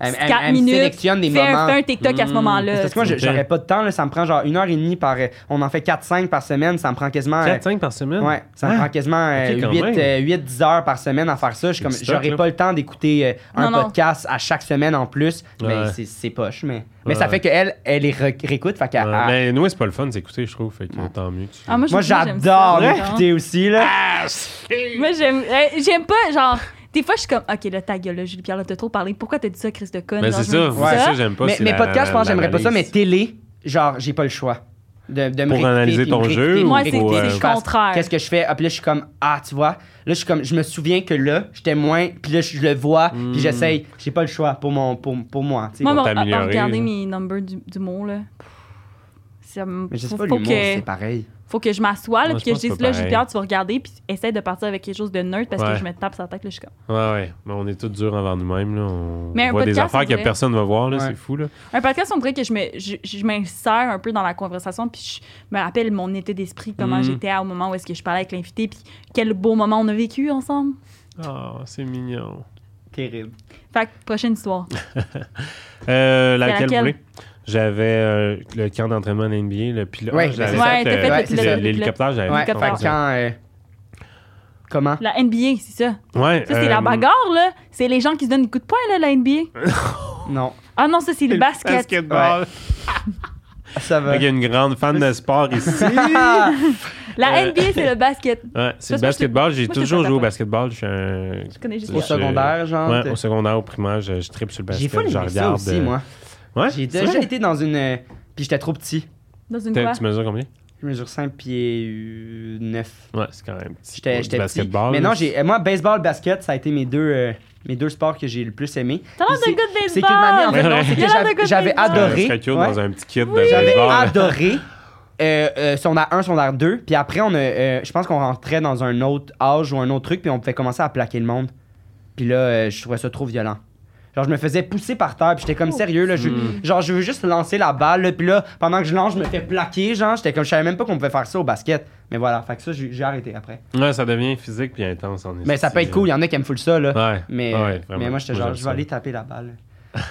Speaker 1: Elle, elle-
Speaker 2: Quatre
Speaker 1: elle me
Speaker 2: minutes.
Speaker 1: sélectionne des
Speaker 2: Fais un,
Speaker 1: moments. Hmm.
Speaker 2: fais un TikTok à ce
Speaker 3: Mm.
Speaker 2: moment-là.
Speaker 1: Parce que moi, je-
Speaker 3: Ok.
Speaker 1: j'aurais pas de temps. Là, ça me prend genre une heure et demie par. euh, On en fait 4-5 par semaine. Ça me prend quasiment. euh,
Speaker 3: 4-5 par semaine?
Speaker 1: Ouais, ça me
Speaker 3: Ah.
Speaker 1: prend quasiment euh,
Speaker 3: Ok, quand
Speaker 1: 8,
Speaker 3: même.
Speaker 1: 10 heures par semaine à faire ça. Je suis comme,
Speaker 3: Du stock,
Speaker 1: j'aurais
Speaker 3: là.
Speaker 1: pas le temps d'écouter euh, un
Speaker 2: Non, non.
Speaker 1: podcast à chaque semaine en plus.
Speaker 3: Ouais.
Speaker 1: Mais c'est- c'est poche. Mais, mais
Speaker 3: Ouais,
Speaker 1: ça
Speaker 3: ouais.
Speaker 1: fait qu'elle, elle les ré- réécoute. Fait qu'elle-
Speaker 3: Ouais,
Speaker 1: elle-
Speaker 3: mais nous c'est pas le fun d'écouter je trouve fait que tant mieux que tu-
Speaker 2: Ah, moi, je-
Speaker 1: moi,
Speaker 2: j'aime ça,
Speaker 1: j'adore
Speaker 2: j'aime ça.
Speaker 1: l'écouter aussi. Là.
Speaker 2: Moi, j'aime euh, j'aime pas, genre, des fois, je suis comme, OK, là, ta gueule, là, Julie Pierre, là, t'as trop parlé. Pourquoi t'as dit ça, Chris de Conne?
Speaker 3: mais
Speaker 2: Genre,
Speaker 3: Ben, c'est
Speaker 2: je me
Speaker 3: ça
Speaker 2: dis
Speaker 3: c'est ça j'aime pas
Speaker 1: mais
Speaker 3: c'est
Speaker 1: mais
Speaker 3: la-
Speaker 1: podcast,
Speaker 3: la-
Speaker 1: je pense que
Speaker 3: la
Speaker 1: j'aimerais pas ça. Mais
Speaker 3: balise.
Speaker 1: télé, genre, j'ai pas le choix. de, de me
Speaker 3: Pour
Speaker 1: réécouter,
Speaker 3: analyser
Speaker 1: puis
Speaker 3: ton
Speaker 1: me réécouter,
Speaker 3: jeu
Speaker 1: puis
Speaker 3: ou
Speaker 1: me
Speaker 2: Moi, c'est
Speaker 3: pour,
Speaker 1: réécouter,
Speaker 3: euh,
Speaker 1: puis
Speaker 2: c'est
Speaker 1: je
Speaker 2: le
Speaker 1: fasse,
Speaker 2: contraire.
Speaker 1: Qu'est-ce que je fais? Ah, puis là, je suis comme, ah, tu vois, là, je suis comme, je me souviens que là, j'étais moins, puis là, je le vois,
Speaker 3: Hmm.
Speaker 1: puis j'essaye, j'ai pas le choix pour, mon, pour, pour moi. tu sais.
Speaker 2: Moi,
Speaker 3: pour
Speaker 2: me- me
Speaker 3: t'améliorer,
Speaker 2: regarder
Speaker 3: là.
Speaker 2: mes numbers du, du mot, là. Ça me-
Speaker 1: mais je sais
Speaker 2: faut,
Speaker 1: pas,
Speaker 2: faut
Speaker 1: l'humour,
Speaker 2: que,
Speaker 1: c'est pareil.
Speaker 2: faut que je m'assoie, là,
Speaker 3: Moi,
Speaker 2: puis que
Speaker 3: je
Speaker 2: je
Speaker 3: pense que
Speaker 2: dise,
Speaker 3: c'est
Speaker 2: là, j'ai
Speaker 3: pareil.
Speaker 2: peur, tu vas regarder, puis essaye de partir avec quelque chose de neutre parce
Speaker 3: Ouais.
Speaker 2: que je me tape sur la tête, là, je suis comme.
Speaker 3: Ouais, ouais. Mais on est tous durs envers nous-mêmes. Là. On
Speaker 2: Mais un
Speaker 3: voit des
Speaker 2: podcast, on
Speaker 3: affaires que
Speaker 2: dirait.
Speaker 3: personne ne va voir. Là.
Speaker 1: Ouais.
Speaker 3: C'est fou. Là.
Speaker 2: Un podcast, on dirait que je me, je, je m'insère un peu dans la conversation, puis je me rappelle mon état d'esprit, comment
Speaker 3: Mhm.
Speaker 2: j'étais au moment où est-ce que je parlais avec l'invité, puis quel beau moment on a vécu ensemble.
Speaker 3: Ah, c'est mignon.
Speaker 1: Terrible.
Speaker 2: Fait que, prochaine histoire.
Speaker 3: Euh, laquelle,
Speaker 2: laquelle?
Speaker 3: vous voulez? J'avais euh, le camp d'entraînement de NBA, le pilote.
Speaker 1: Ouais, mais
Speaker 3: j'avais
Speaker 1: c'est
Speaker 2: ça.
Speaker 3: fait,
Speaker 2: Ouais, t'as
Speaker 3: euh,
Speaker 2: fait le
Speaker 3: ouais,
Speaker 1: pilote, le
Speaker 3: le-
Speaker 2: pilote.
Speaker 3: l'hélicoptère. J'avais
Speaker 1: Ouais,
Speaker 2: fait
Speaker 1: fait que quand. euh, comment?
Speaker 2: La NBA, c'est ça.
Speaker 3: Ouais,
Speaker 2: Ça, c'est
Speaker 3: euh,
Speaker 2: la bagarre, là. C'est les gens qui se donnent des coups de poing, là, la NBA.
Speaker 1: Non.
Speaker 2: Ah non, ça, c'est le basket.
Speaker 3: basketball.
Speaker 1: Ça va.
Speaker 3: Il y a une grande fan de sport ici.
Speaker 2: La
Speaker 3: Euh,
Speaker 2: NBA, c'est le basket.
Speaker 3: Ouais, c'est
Speaker 2: Ça,
Speaker 3: le
Speaker 2: c'est
Speaker 3: basketball. J'ai
Speaker 2: moi, je
Speaker 3: toujours
Speaker 2: fais
Speaker 3: joué au
Speaker 2: pas.
Speaker 3: basketball. Je suis un.
Speaker 2: Je connais juste
Speaker 1: Au
Speaker 2: ça.
Speaker 3: ça.
Speaker 1: secondaire, genre.
Speaker 3: Ouais,
Speaker 1: t'es-
Speaker 3: au secondaire, au primaire, je, je tripe sur le
Speaker 1: Ah, J'ai
Speaker 3: basket.
Speaker 1: pas
Speaker 3: je
Speaker 1: aimé
Speaker 3: regarde.
Speaker 1: ça aussi,
Speaker 3: euh,
Speaker 1: moi.
Speaker 3: Ouais,
Speaker 1: J'ai
Speaker 3: c'est
Speaker 1: déjà
Speaker 3: vrai?
Speaker 1: été dans une. euh, Puis j'étais trop petit.
Speaker 2: Dans une
Speaker 3: T'as-
Speaker 2: quoi?
Speaker 3: Tu mesures combien?
Speaker 1: Je mesure 5 pieds 9.
Speaker 3: Ouais, c'est quand même petit.
Speaker 1: J'étais
Speaker 3: Du
Speaker 1: j'étais petit.
Speaker 3: basketball.
Speaker 1: Mais non, j'ai euh, moi, baseball, basket, ça a été mes deux, euh, mes deux sports que j'ai le plus aimé.
Speaker 2: T'as l'air
Speaker 1: Puis
Speaker 2: d'un gars de
Speaker 1: C'est qu'une manière, en
Speaker 2: baseball!
Speaker 1: fait, non, c'est
Speaker 2: Il a
Speaker 1: que
Speaker 2: l'air
Speaker 1: j'avais-
Speaker 2: d'un gars de
Speaker 1: j'avais
Speaker 2: baseball.
Speaker 1: adoré.
Speaker 3: C'est cute
Speaker 1: ouais.
Speaker 3: dans un petit kit de
Speaker 1: J'avais
Speaker 3: Euh, baseball.
Speaker 1: adoré euh, euh, secondaire 1, secondaire 2. Puis après, on a, euh, je pense qu'on rentrait dans un autre âge ou un autre truc, puis on pouvait commencer à plaquer le monde. Puis là, euh, je trouvais ça trop violent. Genre, je me faisais pousser par terre, puis j'étais comme
Speaker 2: Oh.
Speaker 1: sérieux, là. Je,
Speaker 3: Mm.
Speaker 1: Genre, je veux juste lancer la balle, là, puis là, pendant que je lance, je me fais plaquer, genre. J'étais comme, je savais même pas qu'on pouvait faire ça au basket. Mais voilà, fait que ça, j'ai j'ai arrêté après.
Speaker 3: Ouais, ça devient physique puis intense en
Speaker 1: Mais ça peut
Speaker 3: euh,
Speaker 1: être cool, il y en a qui aiment full ça, là.
Speaker 3: hein. Ouais.
Speaker 1: Mais,
Speaker 3: Ah ouais,
Speaker 1: euh,
Speaker 3: vraiment.
Speaker 1: mais moi, j'étais genre,
Speaker 3: j'aime
Speaker 1: je vais
Speaker 3: ça.
Speaker 1: aller taper la balle.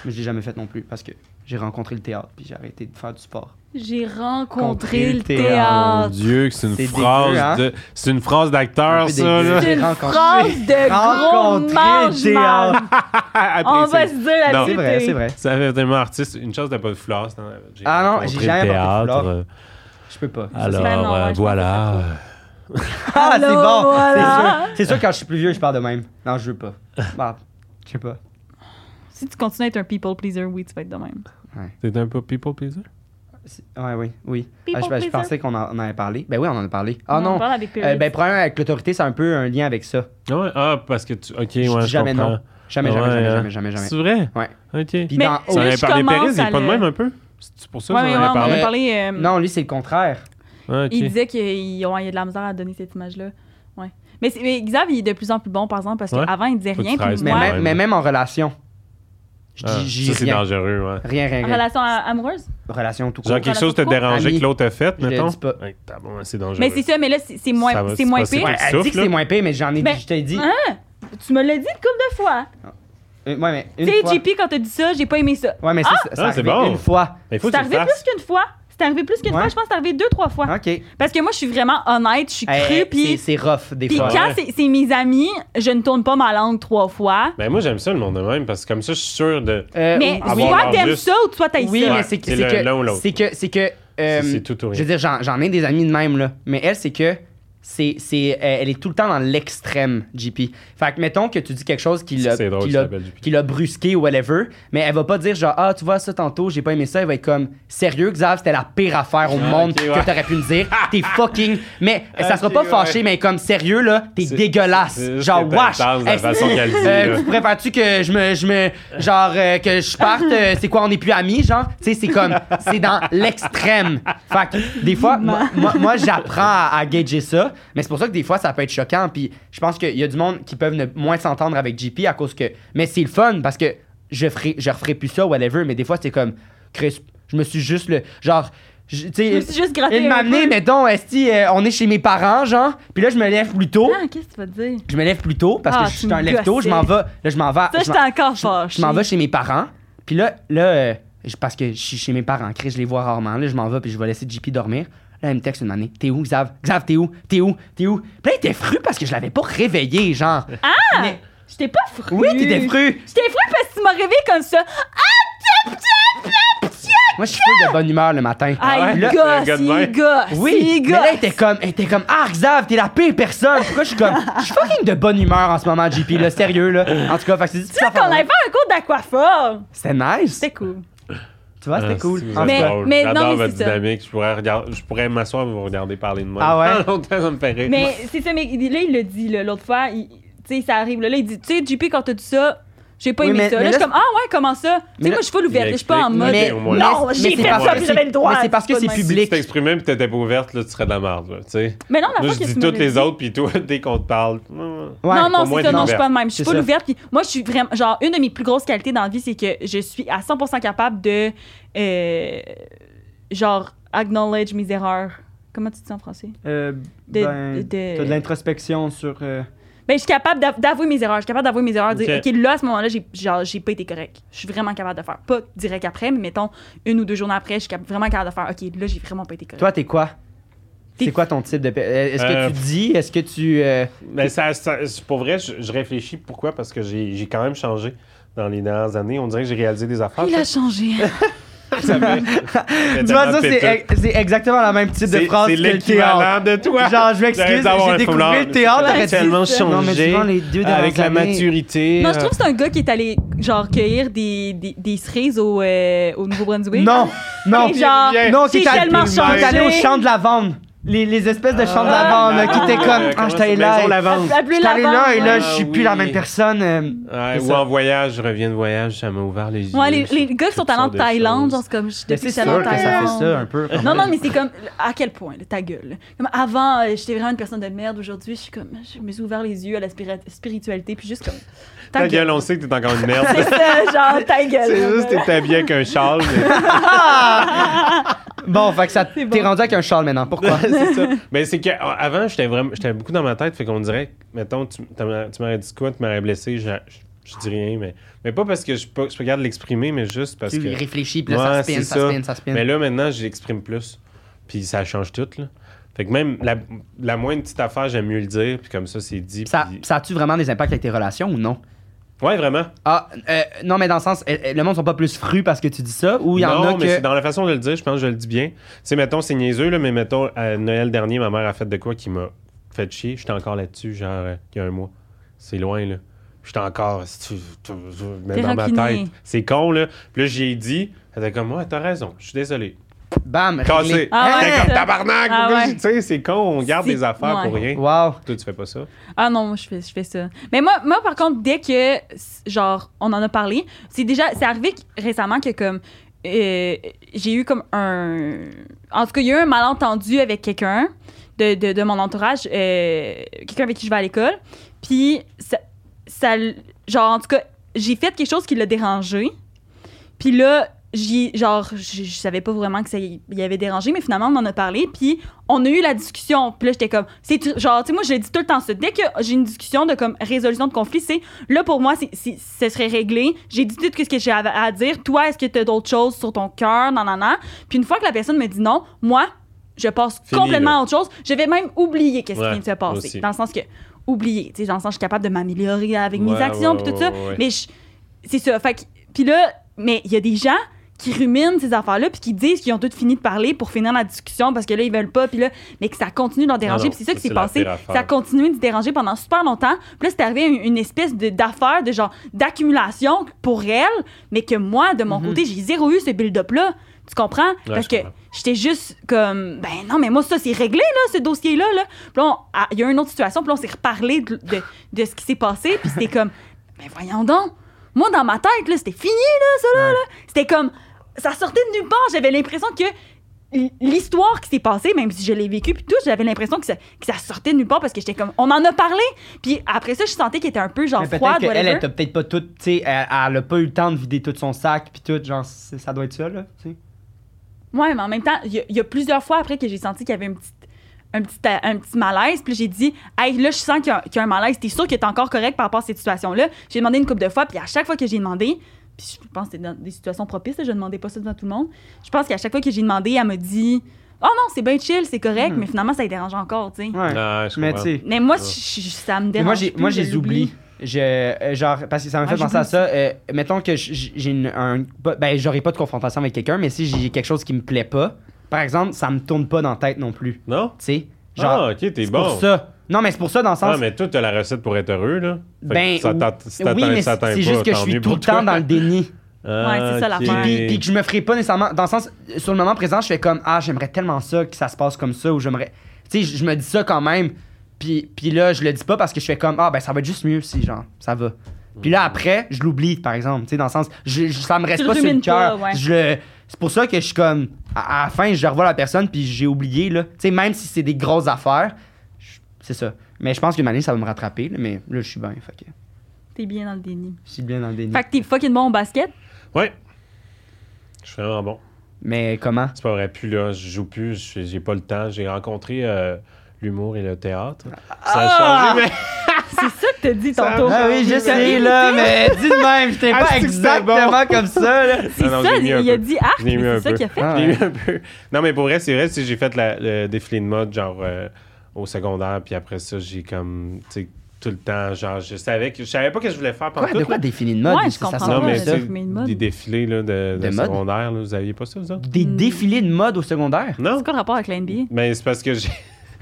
Speaker 1: Mais je l'ai jamais fait non plus parce que j'ai rencontré le théâtre puis j'ai arrêté de faire du sport.
Speaker 2: J'ai
Speaker 1: Contrer
Speaker 2: rencontré
Speaker 1: le
Speaker 2: le
Speaker 1: théâtre.
Speaker 3: Oh, Mon
Speaker 2: théâtre.
Speaker 3: Dieu, que c'est une
Speaker 1: euh, C'est
Speaker 3: phrase
Speaker 1: dégueu, hein?
Speaker 3: de c'est une phrase d'acteur
Speaker 1: Un peu
Speaker 3: ça
Speaker 1: dégueu.
Speaker 3: là.
Speaker 2: C'est une
Speaker 1: rencontré-
Speaker 2: phrase de gros
Speaker 1: rencontré le
Speaker 2: mange
Speaker 1: théâtre.
Speaker 2: On va se
Speaker 3: Apprécie.
Speaker 2: dire la
Speaker 3: Non.
Speaker 1: C'est vrai,
Speaker 2: vérité.
Speaker 1: c'est vrai.
Speaker 3: Ça fait tellement artiste, une chose t'as pas de flore. sinon, j'ai
Speaker 1: Ah non,
Speaker 3: rencontré
Speaker 1: j'ai
Speaker 3: le
Speaker 1: jamais porté de flore.
Speaker 3: théâtre. euh,
Speaker 1: Je peux pas.
Speaker 3: Alors
Speaker 2: Ben non, ouais,
Speaker 3: euh,
Speaker 2: je pense
Speaker 3: voilà.
Speaker 2: que
Speaker 1: Ah, c'est
Speaker 2: Allô,
Speaker 1: bon!
Speaker 2: voilà.
Speaker 1: C'est sûr, c'est sûr, quand je suis plus vieux, je parle de même. Non, je veux pas. Bah, je sais pas.
Speaker 2: Si tu continues à être un people pleaser, oui, tu vas être de même.
Speaker 3: T'es un peu people pleaser.
Speaker 1: C'est- Ouais, oui, oui. Ah,
Speaker 2: People
Speaker 1: je, je
Speaker 2: pleaser.
Speaker 1: pensais qu'on en, on en avait parlé. Ben oui, on en a parlé. Ah
Speaker 2: On en
Speaker 1: non!
Speaker 2: parle avec
Speaker 1: Euh,
Speaker 2: Pyrrhus.
Speaker 1: ben, problème avec l'autorité, c'est un peu un lien avec ça.
Speaker 3: Ah ouais, ah parce que tu OK,
Speaker 1: Je
Speaker 3: ouais,
Speaker 1: dis
Speaker 3: je
Speaker 1: jamais
Speaker 3: comprends.
Speaker 1: non. Jamais, jamais,
Speaker 3: Ouais,
Speaker 1: jamais,
Speaker 3: hein.
Speaker 1: jamais, jamais, jamais.
Speaker 3: C'est vrai
Speaker 1: Ouais.
Speaker 3: OK.
Speaker 1: Puis
Speaker 2: Mais-
Speaker 1: dans
Speaker 3: Ça en
Speaker 1: oh,
Speaker 3: avait
Speaker 2: je
Speaker 3: parlé
Speaker 2: commence
Speaker 3: Pérez, il
Speaker 2: à
Speaker 3: est pas de
Speaker 2: le-
Speaker 3: même un peu C'est pour ça
Speaker 2: Ouais,
Speaker 3: que
Speaker 2: ouais,
Speaker 3: j'en
Speaker 2: ouais, on
Speaker 3: avais
Speaker 2: en a
Speaker 3: parlé.
Speaker 2: parlé. euh,
Speaker 1: Non, lui, c'est le contraire.
Speaker 3: Ah, OK.
Speaker 2: Il disait qu'il ont- il a de la misère à donner cette image-là. Ouais. Mais, c'est- mais Xav, il est de plus en plus bon, par exemple, parce
Speaker 3: Ouais.
Speaker 2: qu'avant, il disait
Speaker 3: Faut que
Speaker 2: rien.
Speaker 3: tu
Speaker 2: Puis
Speaker 3: travailles
Speaker 1: Mais,
Speaker 2: moi,
Speaker 3: Ouais.
Speaker 1: même, mais même en relation. Je
Speaker 3: Ah,
Speaker 1: dis- j'y
Speaker 3: ça c'est
Speaker 1: rien.
Speaker 3: dangereux, ouais.
Speaker 1: Rien, rien,
Speaker 2: en
Speaker 1: rien.
Speaker 2: relation a- amoureuse.
Speaker 1: Relation tout court.
Speaker 3: Genre quelque chose te
Speaker 2: Relation de couple.
Speaker 3: dérangeait
Speaker 1: Ami.
Speaker 3: que l'autre a fait,
Speaker 1: Je le
Speaker 3: mettons.
Speaker 1: dis pas.
Speaker 3: Ouais, t'as- bon, c'est dangereux.
Speaker 2: Mais c'est ça, mais là, c'est c'est
Speaker 3: Ça va
Speaker 2: moins, c'est
Speaker 3: se
Speaker 2: moins
Speaker 3: passer
Speaker 2: pire.
Speaker 1: Ouais, elle dit
Speaker 3: souffle,
Speaker 1: que c'est
Speaker 3: là.
Speaker 1: moins pire, mais j'en ai
Speaker 2: Ben,
Speaker 1: dit, je t'ai dit.
Speaker 2: hein? Tu me l'as dit une couple de fois.
Speaker 1: Euh, ouais, mais
Speaker 2: Tu
Speaker 1: une
Speaker 2: sais,
Speaker 1: fois.
Speaker 2: JP, quand t'as dit ça, j'ai pas aimé ça.
Speaker 1: Ouais, mais ça, ça, ça
Speaker 3: Ah, c'est
Speaker 1: arrivait
Speaker 3: bon.
Speaker 1: une fois.
Speaker 3: Mais il faut
Speaker 2: C'est
Speaker 3: que tu le
Speaker 2: arrivé
Speaker 3: fasses.
Speaker 2: plus qu'une fois. C'est arrivé plus qu'une
Speaker 1: Ouais.
Speaker 2: fois. Je pense que c'est arrivé deux, trois fois.
Speaker 1: OK.
Speaker 2: Parce que moi, je suis vraiment honnête, je suis
Speaker 1: Eh,
Speaker 2: crue.
Speaker 1: c'est-
Speaker 2: Ah. Puis
Speaker 1: c'est rough, des
Speaker 2: puis
Speaker 1: fois.
Speaker 3: Ouais.
Speaker 2: quand c'est c'est mes amis, je ne tourne pas ma langue trois fois.
Speaker 3: Ben moi j'aime ça le monde de même parce que comme ça je suis sûr de
Speaker 1: Euh,
Speaker 2: Mais
Speaker 3: oui.
Speaker 2: soit
Speaker 3: Avoir
Speaker 2: t'aimes
Speaker 3: juste-
Speaker 2: ça ou soit t'aimes
Speaker 1: Oui,
Speaker 2: ça.
Speaker 1: mais
Speaker 3: Ouais,
Speaker 1: c'est que.
Speaker 3: c'est
Speaker 1: C'est
Speaker 3: le- l'un ou
Speaker 1: que.
Speaker 3: l'autre.
Speaker 1: C'est que. C'est que. euh,
Speaker 3: C'est- c'est tout ou rien.
Speaker 1: Je veux dire, j'en j'en ai des amis de même, là. Mais elle, c'est que. c'est c'est euh, elle est tout le temps dans l'extrême, JP. Fait que, mettons que tu dis quelque chose qui l'a
Speaker 3: C'est drôle,
Speaker 1: qui
Speaker 3: ça
Speaker 1: l'a-
Speaker 3: s'appelle JP.
Speaker 1: qui l'a brusqué ou whatever, mais elle va pas dire genre Ah, tu vois ça tantôt, j'ai pas aimé ça. Elle va être comme Sérieux, Xav, c'était la pire affaire au
Speaker 3: Ah,
Speaker 1: monde
Speaker 3: ok, ouais.
Speaker 1: que t'aurais pu me dire. T'es fucking. Mais ça sera
Speaker 3: Ok,
Speaker 1: pas
Speaker 3: ouais.
Speaker 1: fâché, mais comme Sérieux, là, t'es
Speaker 3: C'est-
Speaker 1: dégueulasse.
Speaker 3: c'est juste
Speaker 1: Genre,
Speaker 3: que t'es
Speaker 1: wesh.
Speaker 3: intense de la
Speaker 1: Est-ce-
Speaker 3: façon qu'elle dit,
Speaker 1: Euh,
Speaker 3: là.
Speaker 1: tu préfères-tu que je me, je me genre euh, que je parte euh, c'est quoi on n'est plus amis genre tu sais c'est comme c'est dans l'extrême fait que des fois moi, moi- moi, j'apprends à, à gager ça mais c'est pour ça que des fois ça peut être choquant puis je pense qu'il y a du monde qui peuvent ne moins s'entendre avec JP à cause que mais c'est le fun parce que je ferai je referai plus ça whatever mais des fois c'est comme Chris je me suis juste le genre je- tu
Speaker 2: Je me
Speaker 1: sais
Speaker 2: suis juste gratté.
Speaker 1: il
Speaker 2: un
Speaker 1: m'a amené
Speaker 2: peu.
Speaker 1: mettons esti euh, on est chez mes parents genre puis là je me lève plus tôt
Speaker 2: Ah, qu'est-ce que tu vas dire?
Speaker 1: je me lève plus tôt parce
Speaker 2: Ah,
Speaker 1: que je
Speaker 2: tu
Speaker 1: suis un
Speaker 2: me
Speaker 1: lève tôt. Je m'en vais. Là, je m'en vais.
Speaker 2: Ça,
Speaker 1: je m'en-
Speaker 2: j'étais encore fâchée.
Speaker 1: je m'en vais chez mes parents. Puis là, là euh, je- parce que je suis chez mes parents, Chris, je les vois rarement. Là, je m'en vais, puis je vais laisser JP dormir. Là, elle me texte une année. T'es où, Xav? Xav, t'es où? T'es où? T'es où? Puis là, il était fru parce que je l'avais pas réveillé, genre.
Speaker 2: Ah!
Speaker 1: Mais-
Speaker 2: J'étais pas fru.
Speaker 1: Oui, t'étais fru.
Speaker 2: J'étais fru parce que tu m'as réveillé comme ça.
Speaker 1: Moi, je suis full de bonne humeur le matin.
Speaker 2: Ah, il
Speaker 1: Là-
Speaker 2: gosse,
Speaker 3: le gars de
Speaker 2: il
Speaker 3: même.
Speaker 2: gosse,
Speaker 1: Oui,
Speaker 2: il
Speaker 1: mais là, il
Speaker 2: gosse.
Speaker 1: était comme, il était comme, ah, Xav, t'es la pire personne. Pourquoi je suis comme, je suis fucking de bonne humeur en ce moment, JP, là, sérieux, là. En tout cas, fait que c'est
Speaker 2: Tu sais qu'on avait fait un cours d'aquaphore.
Speaker 1: C'était nice.
Speaker 2: C'était cool.
Speaker 1: Tu vois, c'était
Speaker 3: Ah,
Speaker 1: cool.
Speaker 3: si, vous
Speaker 1: En
Speaker 3: êtes
Speaker 1: tout cas,
Speaker 2: Mais-
Speaker 3: drôle.
Speaker 2: mais non,
Speaker 3: J'adore
Speaker 2: mais
Speaker 3: votre
Speaker 2: c'est ça.
Speaker 3: dynamique. Je pourrais, regarder- je pourrais m'asseoir et vous regarder parler de moi.
Speaker 1: Ah ouais?
Speaker 3: Longtemps, ça me fait rire.
Speaker 2: Mais c'est ça, mais là, il le dit, là, l'autre fois, il- tu sais, ça arrive, là, là, il dit, tu sais, JP, quand t'as dit ça, j'ai pas
Speaker 1: Oui,
Speaker 2: aimé
Speaker 1: mais-
Speaker 2: ça.
Speaker 1: mais
Speaker 2: là, je suis
Speaker 1: là,
Speaker 2: comme, ah ouais, comment ça? Tu sais,
Speaker 1: Mais
Speaker 2: moi,
Speaker 1: là-
Speaker 2: je suis pas ouverte,
Speaker 3: Il
Speaker 2: je suis pas en
Speaker 3: explique,
Speaker 2: mode.
Speaker 1: mais,
Speaker 3: au moins.
Speaker 2: Non,
Speaker 1: mais-
Speaker 2: j'ai
Speaker 1: mais
Speaker 2: fait
Speaker 1: c'est
Speaker 2: ça,
Speaker 1: parce
Speaker 2: puis
Speaker 1: que
Speaker 2: j'avais le droit.
Speaker 1: Mais c'est parce que
Speaker 2: C'est
Speaker 1: c'est
Speaker 2: pas de même.
Speaker 3: Si tu
Speaker 1: public.
Speaker 3: t'exprimais et t'étais pas ouverte, là, tu serais de la merde. là, tu sais.
Speaker 2: Mais non, la
Speaker 3: Moi,
Speaker 2: fois
Speaker 3: je
Speaker 2: que
Speaker 3: dis
Speaker 2: tu
Speaker 3: toutes
Speaker 2: me
Speaker 3: les
Speaker 2: dit-
Speaker 3: autres, puis toi, dès qu'on te parle.
Speaker 1: Ouais.
Speaker 3: mm,
Speaker 2: non,
Speaker 3: pour
Speaker 2: non,
Speaker 3: moi,
Speaker 2: c'est ça, non, je
Speaker 3: t'es
Speaker 2: suis
Speaker 3: ouverte.
Speaker 2: pas de même. Je suis
Speaker 1: C'est
Speaker 2: pas
Speaker 1: ça.
Speaker 2: ouverte. Puis moi, je suis vraiment. Genre, une de mes plus grosses qualités dans la vie, c'est que je suis à 100% capable de. euh, genre, acknowledge mes erreurs. Comment tu dis ça en français?
Speaker 1: Euh,
Speaker 2: De-
Speaker 1: ben,
Speaker 2: de- de-
Speaker 1: T'as de l'introspection sur. euh,
Speaker 2: Ben, je suis capable d'av- d'avouer mes erreurs. Je suis capable d'avouer mes erreurs. Dire,
Speaker 3: Ok.
Speaker 2: OK, là, à ce moment-là, j'ai genre, j'ai pas été correct. Je suis vraiment capable de faire. Pas direct après, mais mettons, une ou deux journées après, je suis cap- vraiment capable de faire. OK, là, j'ai vraiment pas été correct.
Speaker 1: Toi, t'es quoi?
Speaker 2: T'es-
Speaker 1: C'est quoi ton type de. pe- euh, Est-ce que
Speaker 3: Euh,
Speaker 1: tu dis? Est-ce que tu. euh,
Speaker 3: Mais ça, ça- c'est pour vrai, je, je réfléchis pourquoi, parce que j'ai j'ai quand même changé dans les dernières années. On dirait que j'ai réalisé des affaires.
Speaker 2: Il a changé.
Speaker 1: euh, Tu vois, ça, c'est ex- c'est exactement le même type de phrase que
Speaker 3: C'est
Speaker 1: le théâtre.
Speaker 3: l'équivalent de toi.
Speaker 1: Genre, je m'excuse,
Speaker 3: J'arrête d'avoir
Speaker 1: j'ai
Speaker 3: un
Speaker 1: découvert
Speaker 3: foulard.
Speaker 1: le théâtre,
Speaker 3: Ça a
Speaker 2: t'aurais dit
Speaker 3: tellement
Speaker 2: ça.
Speaker 1: Non, mais
Speaker 3: changé
Speaker 1: souvent, les deux
Speaker 3: avec
Speaker 1: dernières
Speaker 3: la
Speaker 1: années-
Speaker 3: maturité.
Speaker 2: non, je trouve
Speaker 3: euh,
Speaker 2: que c'est un gars qui est allé, genre, cueillir des, des, des cerises au, euh, au Nouveau-Brunswick.
Speaker 1: Non, non,
Speaker 2: Et genre,
Speaker 1: non,
Speaker 2: j'ai
Speaker 1: qui t'a-
Speaker 2: tellement
Speaker 1: qui t'est allé
Speaker 2: changé.
Speaker 1: au champ de la vente. Les, les espèces de champ de la
Speaker 3: Ah,
Speaker 1: vente, là, qui
Speaker 3: ah,
Speaker 1: étaient comme.
Speaker 3: euh,
Speaker 1: Ah,
Speaker 3: comment
Speaker 1: j'étais
Speaker 3: c'est
Speaker 1: là.
Speaker 3: Maison
Speaker 1: et-
Speaker 3: Lavande.
Speaker 2: Elle pleut
Speaker 1: J'étais
Speaker 2: la
Speaker 1: allé là et
Speaker 2: vente,
Speaker 1: là,
Speaker 2: ouais.
Speaker 1: je suis
Speaker 3: Ah,
Speaker 1: plus la
Speaker 3: oui.
Speaker 1: même personne. euh,
Speaker 3: Ouais,
Speaker 1: C'est
Speaker 3: ou
Speaker 1: ça.
Speaker 3: en voyage, je reviens de voyage, ça m'a ouvert les yeux.
Speaker 2: Ouais, les,
Speaker 3: sur
Speaker 2: les gars qui sont
Speaker 3: toutes
Speaker 2: allés en
Speaker 3: sortes de
Speaker 2: Thaïlande, genre,
Speaker 3: choses.
Speaker 2: c'est comme, je
Speaker 1: mais
Speaker 2: depuis que
Speaker 1: c'est
Speaker 2: j'allais en
Speaker 1: sûr que ça fait
Speaker 2: Thaïlande.
Speaker 1: ça un peu. quand
Speaker 2: Non,
Speaker 1: même.
Speaker 2: non, mais c'est comme à quel point, là, ta gueule. Comme avant, euh, j'étais vraiment une personne de merde. Aujourd'hui, je suis comme, je me suis ouvert les yeux à la spiri- spiritualité, puis juste comme.
Speaker 3: Ta gueule, on sait que t'es encore une merde.
Speaker 2: C'est ça, genre, ta gueule.
Speaker 3: C'est juste t'es habillé avec un châle, mais
Speaker 1: Bon, fait que ça t'es
Speaker 2: C'est bon.
Speaker 1: rendu avec un Charles maintenant. Pourquoi?
Speaker 3: c'est ça. Mais c'est que euh, avant j'étais vraiment, j'étais beaucoup dans ma tête, fait qu'on dirait, mettons, tu, t'as- tu m'aurais dit quoi, tu m'aurais blessé, je, je- je dis rien, mais, mais pas parce que je suis pas, je suis pas capable de l'exprimer, mais juste parce
Speaker 1: Tu
Speaker 3: que.
Speaker 1: réfléchis, puis là, ça
Speaker 3: Ouais,
Speaker 1: spin,
Speaker 3: c'est
Speaker 1: ça
Speaker 3: ça.
Speaker 1: spin, ça spin.
Speaker 3: Mais là, maintenant, je l'exprime plus. Puis ça change tout, là. Fait que même la, la moindre petite affaire, j'aime mieux le dire, puis comme ça, c'est dit.
Speaker 1: Ça,
Speaker 3: puis-
Speaker 1: ça a-tu vraiment des impacts avec tes relations ou non?
Speaker 3: Ouais, vraiment.
Speaker 1: Ah, euh, non, mais dans le sens, euh, euh, le monde sont pas plus frus parce que tu dis ça ou il y en
Speaker 3: non,
Speaker 1: a que.
Speaker 3: mais c'est dans la façon de le dire, je pense que je le dis bien. Tu sais, mettons, c'est niaiseux, là, mais mettons, à Noël dernier, ma mère a fait de quoi qui m'a fait chier. J'étais encore là-dessus, genre, euh, il y a un mois. C'est loin, là. J'étais encore, si tu- tu- tu- même
Speaker 2: T'es
Speaker 3: dans ma
Speaker 2: rancunier.
Speaker 3: tête. C'est con, là. Puis là, j'y ai dit. Elle était comme, ouais, t'as raison, je suis désolé.
Speaker 1: Bam, Hein?
Speaker 3: Cassé.
Speaker 1: réglé.
Speaker 2: Ah
Speaker 3: J'étais
Speaker 2: ouais.
Speaker 3: comme, tabarnak,
Speaker 2: Ah
Speaker 3: pourquoi
Speaker 2: ouais.
Speaker 3: j'ai- tu sais, c'est con, on garde
Speaker 2: C'est-
Speaker 3: des affaires
Speaker 2: ouais.
Speaker 3: pour rien.
Speaker 1: Wow.
Speaker 3: Toi, tu fais pas ça.
Speaker 2: Ah non, moi, je fais, je fais ça. Mais moi, moi, par contre, dès que, genre, on en a parlé, c'est déjà, c'est arrivé que- récemment que, comme, euh, j'ai eu comme un. En tout cas, il y a eu un malentendu avec quelqu'un de, de, de mon entourage, euh, quelqu'un avec qui je vais à l'école. Puis, ça, ça l- genre, en tout cas, j'ai fait quelque chose qui l'a dérangé. Puis là, j'ai, genre, je, je savais pas vraiment que ça y y avait dérangé, mais finalement, on en a parlé. Puis on a eu la discussion. Puis là, j'étais comme, c'est tu- genre, tu sais, moi, je le dis tout le temps ça. Dès que j'ai une discussion de comme résolution de conflit, c'est là pour moi, c'est, c'est- ce serait réglé. J'ai dit tout ce que j'avais à dire. Toi, est-ce que tu as d'autres choses sur ton cœur? Non, non, non. Puis une fois que la personne me dit non, moi, je passe
Speaker 3: Fini,
Speaker 2: complètement
Speaker 3: là.
Speaker 2: à autre chose. Je vais même oublier qu'est-ce
Speaker 3: Ouais,
Speaker 2: qui vient de se
Speaker 3: moi
Speaker 2: passer.
Speaker 3: aussi.
Speaker 2: Dans le sens que, oublier. Tu sais, dans le sens, je suis capable de m'améliorer avec mes
Speaker 3: Ouais,
Speaker 2: actions,
Speaker 3: ouais,
Speaker 2: puis tout
Speaker 3: ouais,
Speaker 2: ça.
Speaker 3: ouais, ouais.
Speaker 2: Mais je- c'est ça. Fait que- puis là, mais il y a des gens qui ruminent ces affaires-là, puis qui disent qu'ils ont tout fini de parler pour finir la discussion parce que là, ils veulent pas, puis là, mais que ça continue de leur déranger.
Speaker 3: non,
Speaker 2: puis c'est ça
Speaker 3: ça,
Speaker 2: qui s'est
Speaker 3: c'est la
Speaker 2: passé.
Speaker 3: pire affaire.
Speaker 2: Ça a continué de déranger pendant super longtemps. Puis là, c'est arrivé une, une espèce de- d'affaire, de genre, d'accumulation pour elle, mais que moi, de mon
Speaker 1: Mhm.
Speaker 2: côté, j'ai zéro eu ce build-up-là. Tu comprends? Parce
Speaker 3: je
Speaker 2: que
Speaker 3: comprends.
Speaker 2: j'étais juste comme, ben non, mais moi, ça, c'est réglé, là, ce dossier-là. Là. Puis là, on- ah, il y a une autre situation, puis là, on s'est reparlé de, de, de ce qui s'est passé, puis c'était comme, ben voyons donc. Moi, dans ma tête, là, c'était fini, là, ça, là.
Speaker 1: Ouais.
Speaker 2: là. C'était comme, ça sortait de nulle part. J'avais l'impression que l- l'histoire qui s'est passée, même si je l'ai vécue, puis tout, j'avais l'impression que ça, que ça sortait de nulle part parce que j'étais comme, on en a parlé. Puis après ça, je sentais qu'il était un peu, genre,
Speaker 1: Mais
Speaker 2: froid,
Speaker 1: peut-être qu'elle, elle,
Speaker 2: whatever.
Speaker 1: elle t'a peut-être pas tout, tu sais, elle, elle a pas eu le temps de vider tout son sac, puis tout, genre, c'est- ça doit être ça, là, tu sais.
Speaker 2: Ouais, mais en même temps, il y, a- il y a plusieurs fois après que j'ai senti qu'il y avait une petite- un petit, un petit malaise. Puis j'ai dit, hey, là, je sens qu'il y, a- qu'il y a un malaise. T'es sûr que t'es encore correct par rapport à cette situation-là? J'ai demandé une couple de fois, puis à chaque fois que j'ai demandé, puis je pense que c'était dans des situations propices, là, je ne demandais pas ça devant tout le monde. Je pense qu'à chaque fois que j'ai demandé, elle me dit, oh non, c'est bien chill, c'est correct,
Speaker 1: Hmm.
Speaker 2: mais finalement, ça les dérange encore, tu sais.
Speaker 1: Ouais.
Speaker 3: Ah, je
Speaker 1: mais tu
Speaker 3: comprends.
Speaker 1: sais.
Speaker 2: Mais moi, je- je- ça me
Speaker 1: Mais
Speaker 2: dérange.
Speaker 1: Moi, j'ai,
Speaker 2: plus,
Speaker 1: moi,
Speaker 2: je
Speaker 1: je les
Speaker 2: l'oublie.
Speaker 1: oublie. Je, euh, genre, parce que ça m'a
Speaker 2: Ah,
Speaker 1: fait penser
Speaker 2: j'oublie
Speaker 1: à ça. euh, mettons que j- j'ai une, un. pas- Ben, j'aurais pas de confrontation avec quelqu'un, mais si j'ai quelque chose qui me plaît pas, par exemple, ça me tourne pas dans la tête non plus. Tu
Speaker 3: Non?
Speaker 1: sais? Genre,
Speaker 3: Ah, ok, t'es
Speaker 1: c'est
Speaker 3: bon.
Speaker 1: pour ça. Non, mais c'est pour ça, dans le sens.
Speaker 3: Ah, mais toi, t'as la recette pour être heureux, là. Fait que
Speaker 1: Ben,
Speaker 3: ça t'att- si
Speaker 1: oui,
Speaker 3: t'atteins-
Speaker 1: mais
Speaker 3: ça
Speaker 1: c'est
Speaker 3: t'atteint
Speaker 1: c'est
Speaker 3: pas,
Speaker 1: juste que je
Speaker 3: tant mieux
Speaker 1: suis tout
Speaker 3: pour
Speaker 1: le temps
Speaker 3: toi.
Speaker 1: dans le déni.
Speaker 3: Ah,
Speaker 2: c'est ça,
Speaker 3: ok.
Speaker 2: l'affaire.
Speaker 1: Puis, puis que je me ferai pas nécessairement. Dans le sens, sur le moment présent, je fais comme Ah, j'aimerais tellement ça que ça se passe comme ça, ou j'aimerais. Tu sais, je je me dis ça quand même. Puis, puis là, je le dis pas parce que je fais comme Ah, ben ça va être juste mieux si, genre, ça va. Puis là, après, je l'oublie, par exemple. Tu sais, dans le sens, je, je- ça me reste
Speaker 2: Tu le
Speaker 1: pas sur le
Speaker 2: rumines pas,
Speaker 1: cœur.
Speaker 2: ouais.
Speaker 1: Je le- C'est pour ça que je suis comme à, à la fin, je revois la personne, puis j'ai oublié, là. Tu sais, même si c'est des grosses affaires, je- c'est ça. Mais je pense que année, ça va me rattraper, là, mais là, je suis bien. Fait que
Speaker 2: T'es bien dans le déni.
Speaker 1: je suis bien dans le déni.
Speaker 2: Fait que t'es fucking bon au basket.
Speaker 3: Ouais. Je suis vraiment bon.
Speaker 1: Mais comment
Speaker 3: C'est pas vrai, plus là, je joue plus, j'ai j'ai pas le temps. J'ai rencontré euh, l'humour et le théâtre. Ça a changé, mais.
Speaker 2: C'est ça que t'as dit
Speaker 3: Ça-
Speaker 2: tantôt.
Speaker 1: Ah oui, je
Speaker 2: T'as
Speaker 1: sais,
Speaker 2: irrité.
Speaker 1: là, mais dis de même, j'étais
Speaker 3: Ah,
Speaker 1: pas
Speaker 3: c'est que c'était
Speaker 1: exactement comme ça, là.
Speaker 2: C'est
Speaker 3: Non, non,
Speaker 2: ça,
Speaker 3: j'ai mis un
Speaker 2: il a
Speaker 3: peu.
Speaker 2: dit arc,
Speaker 3: Je l'ai
Speaker 2: mais
Speaker 3: mis un
Speaker 2: c'est ça
Speaker 3: peu.
Speaker 2: qu'il a fait.
Speaker 1: Ah,
Speaker 3: Je l'ai
Speaker 1: ouais.
Speaker 3: eu un peu. Non, mais pour vrai, c'est vrai, si j'ai fait la- le défilé de mode, genre euh, au secondaire, puis après ça, j'ai comme, tu sais, tout le temps, genre, je savais que je savais pas ce que je voulais faire pendant
Speaker 1: Quoi, de
Speaker 3: tout.
Speaker 1: quoi
Speaker 3: là.
Speaker 1: définir de mode
Speaker 2: Ouais, je
Speaker 1: ça, ça
Speaker 2: comprends
Speaker 1: sort
Speaker 3: non,
Speaker 1: pas
Speaker 2: pas,
Speaker 3: mais
Speaker 1: de
Speaker 2: le
Speaker 3: tu
Speaker 1: ça.
Speaker 3: sais,
Speaker 2: défilé de mode.
Speaker 3: des défilés là, de, de
Speaker 1: De mode?
Speaker 3: secondaire, là, vous aviez pas ça, vous autres?
Speaker 1: Des
Speaker 2: Hmm.
Speaker 1: défilés de mode au secondaire
Speaker 3: Non?
Speaker 2: C'est quoi le rapport avec la NBA?
Speaker 3: Mais c'est parce que j'ai.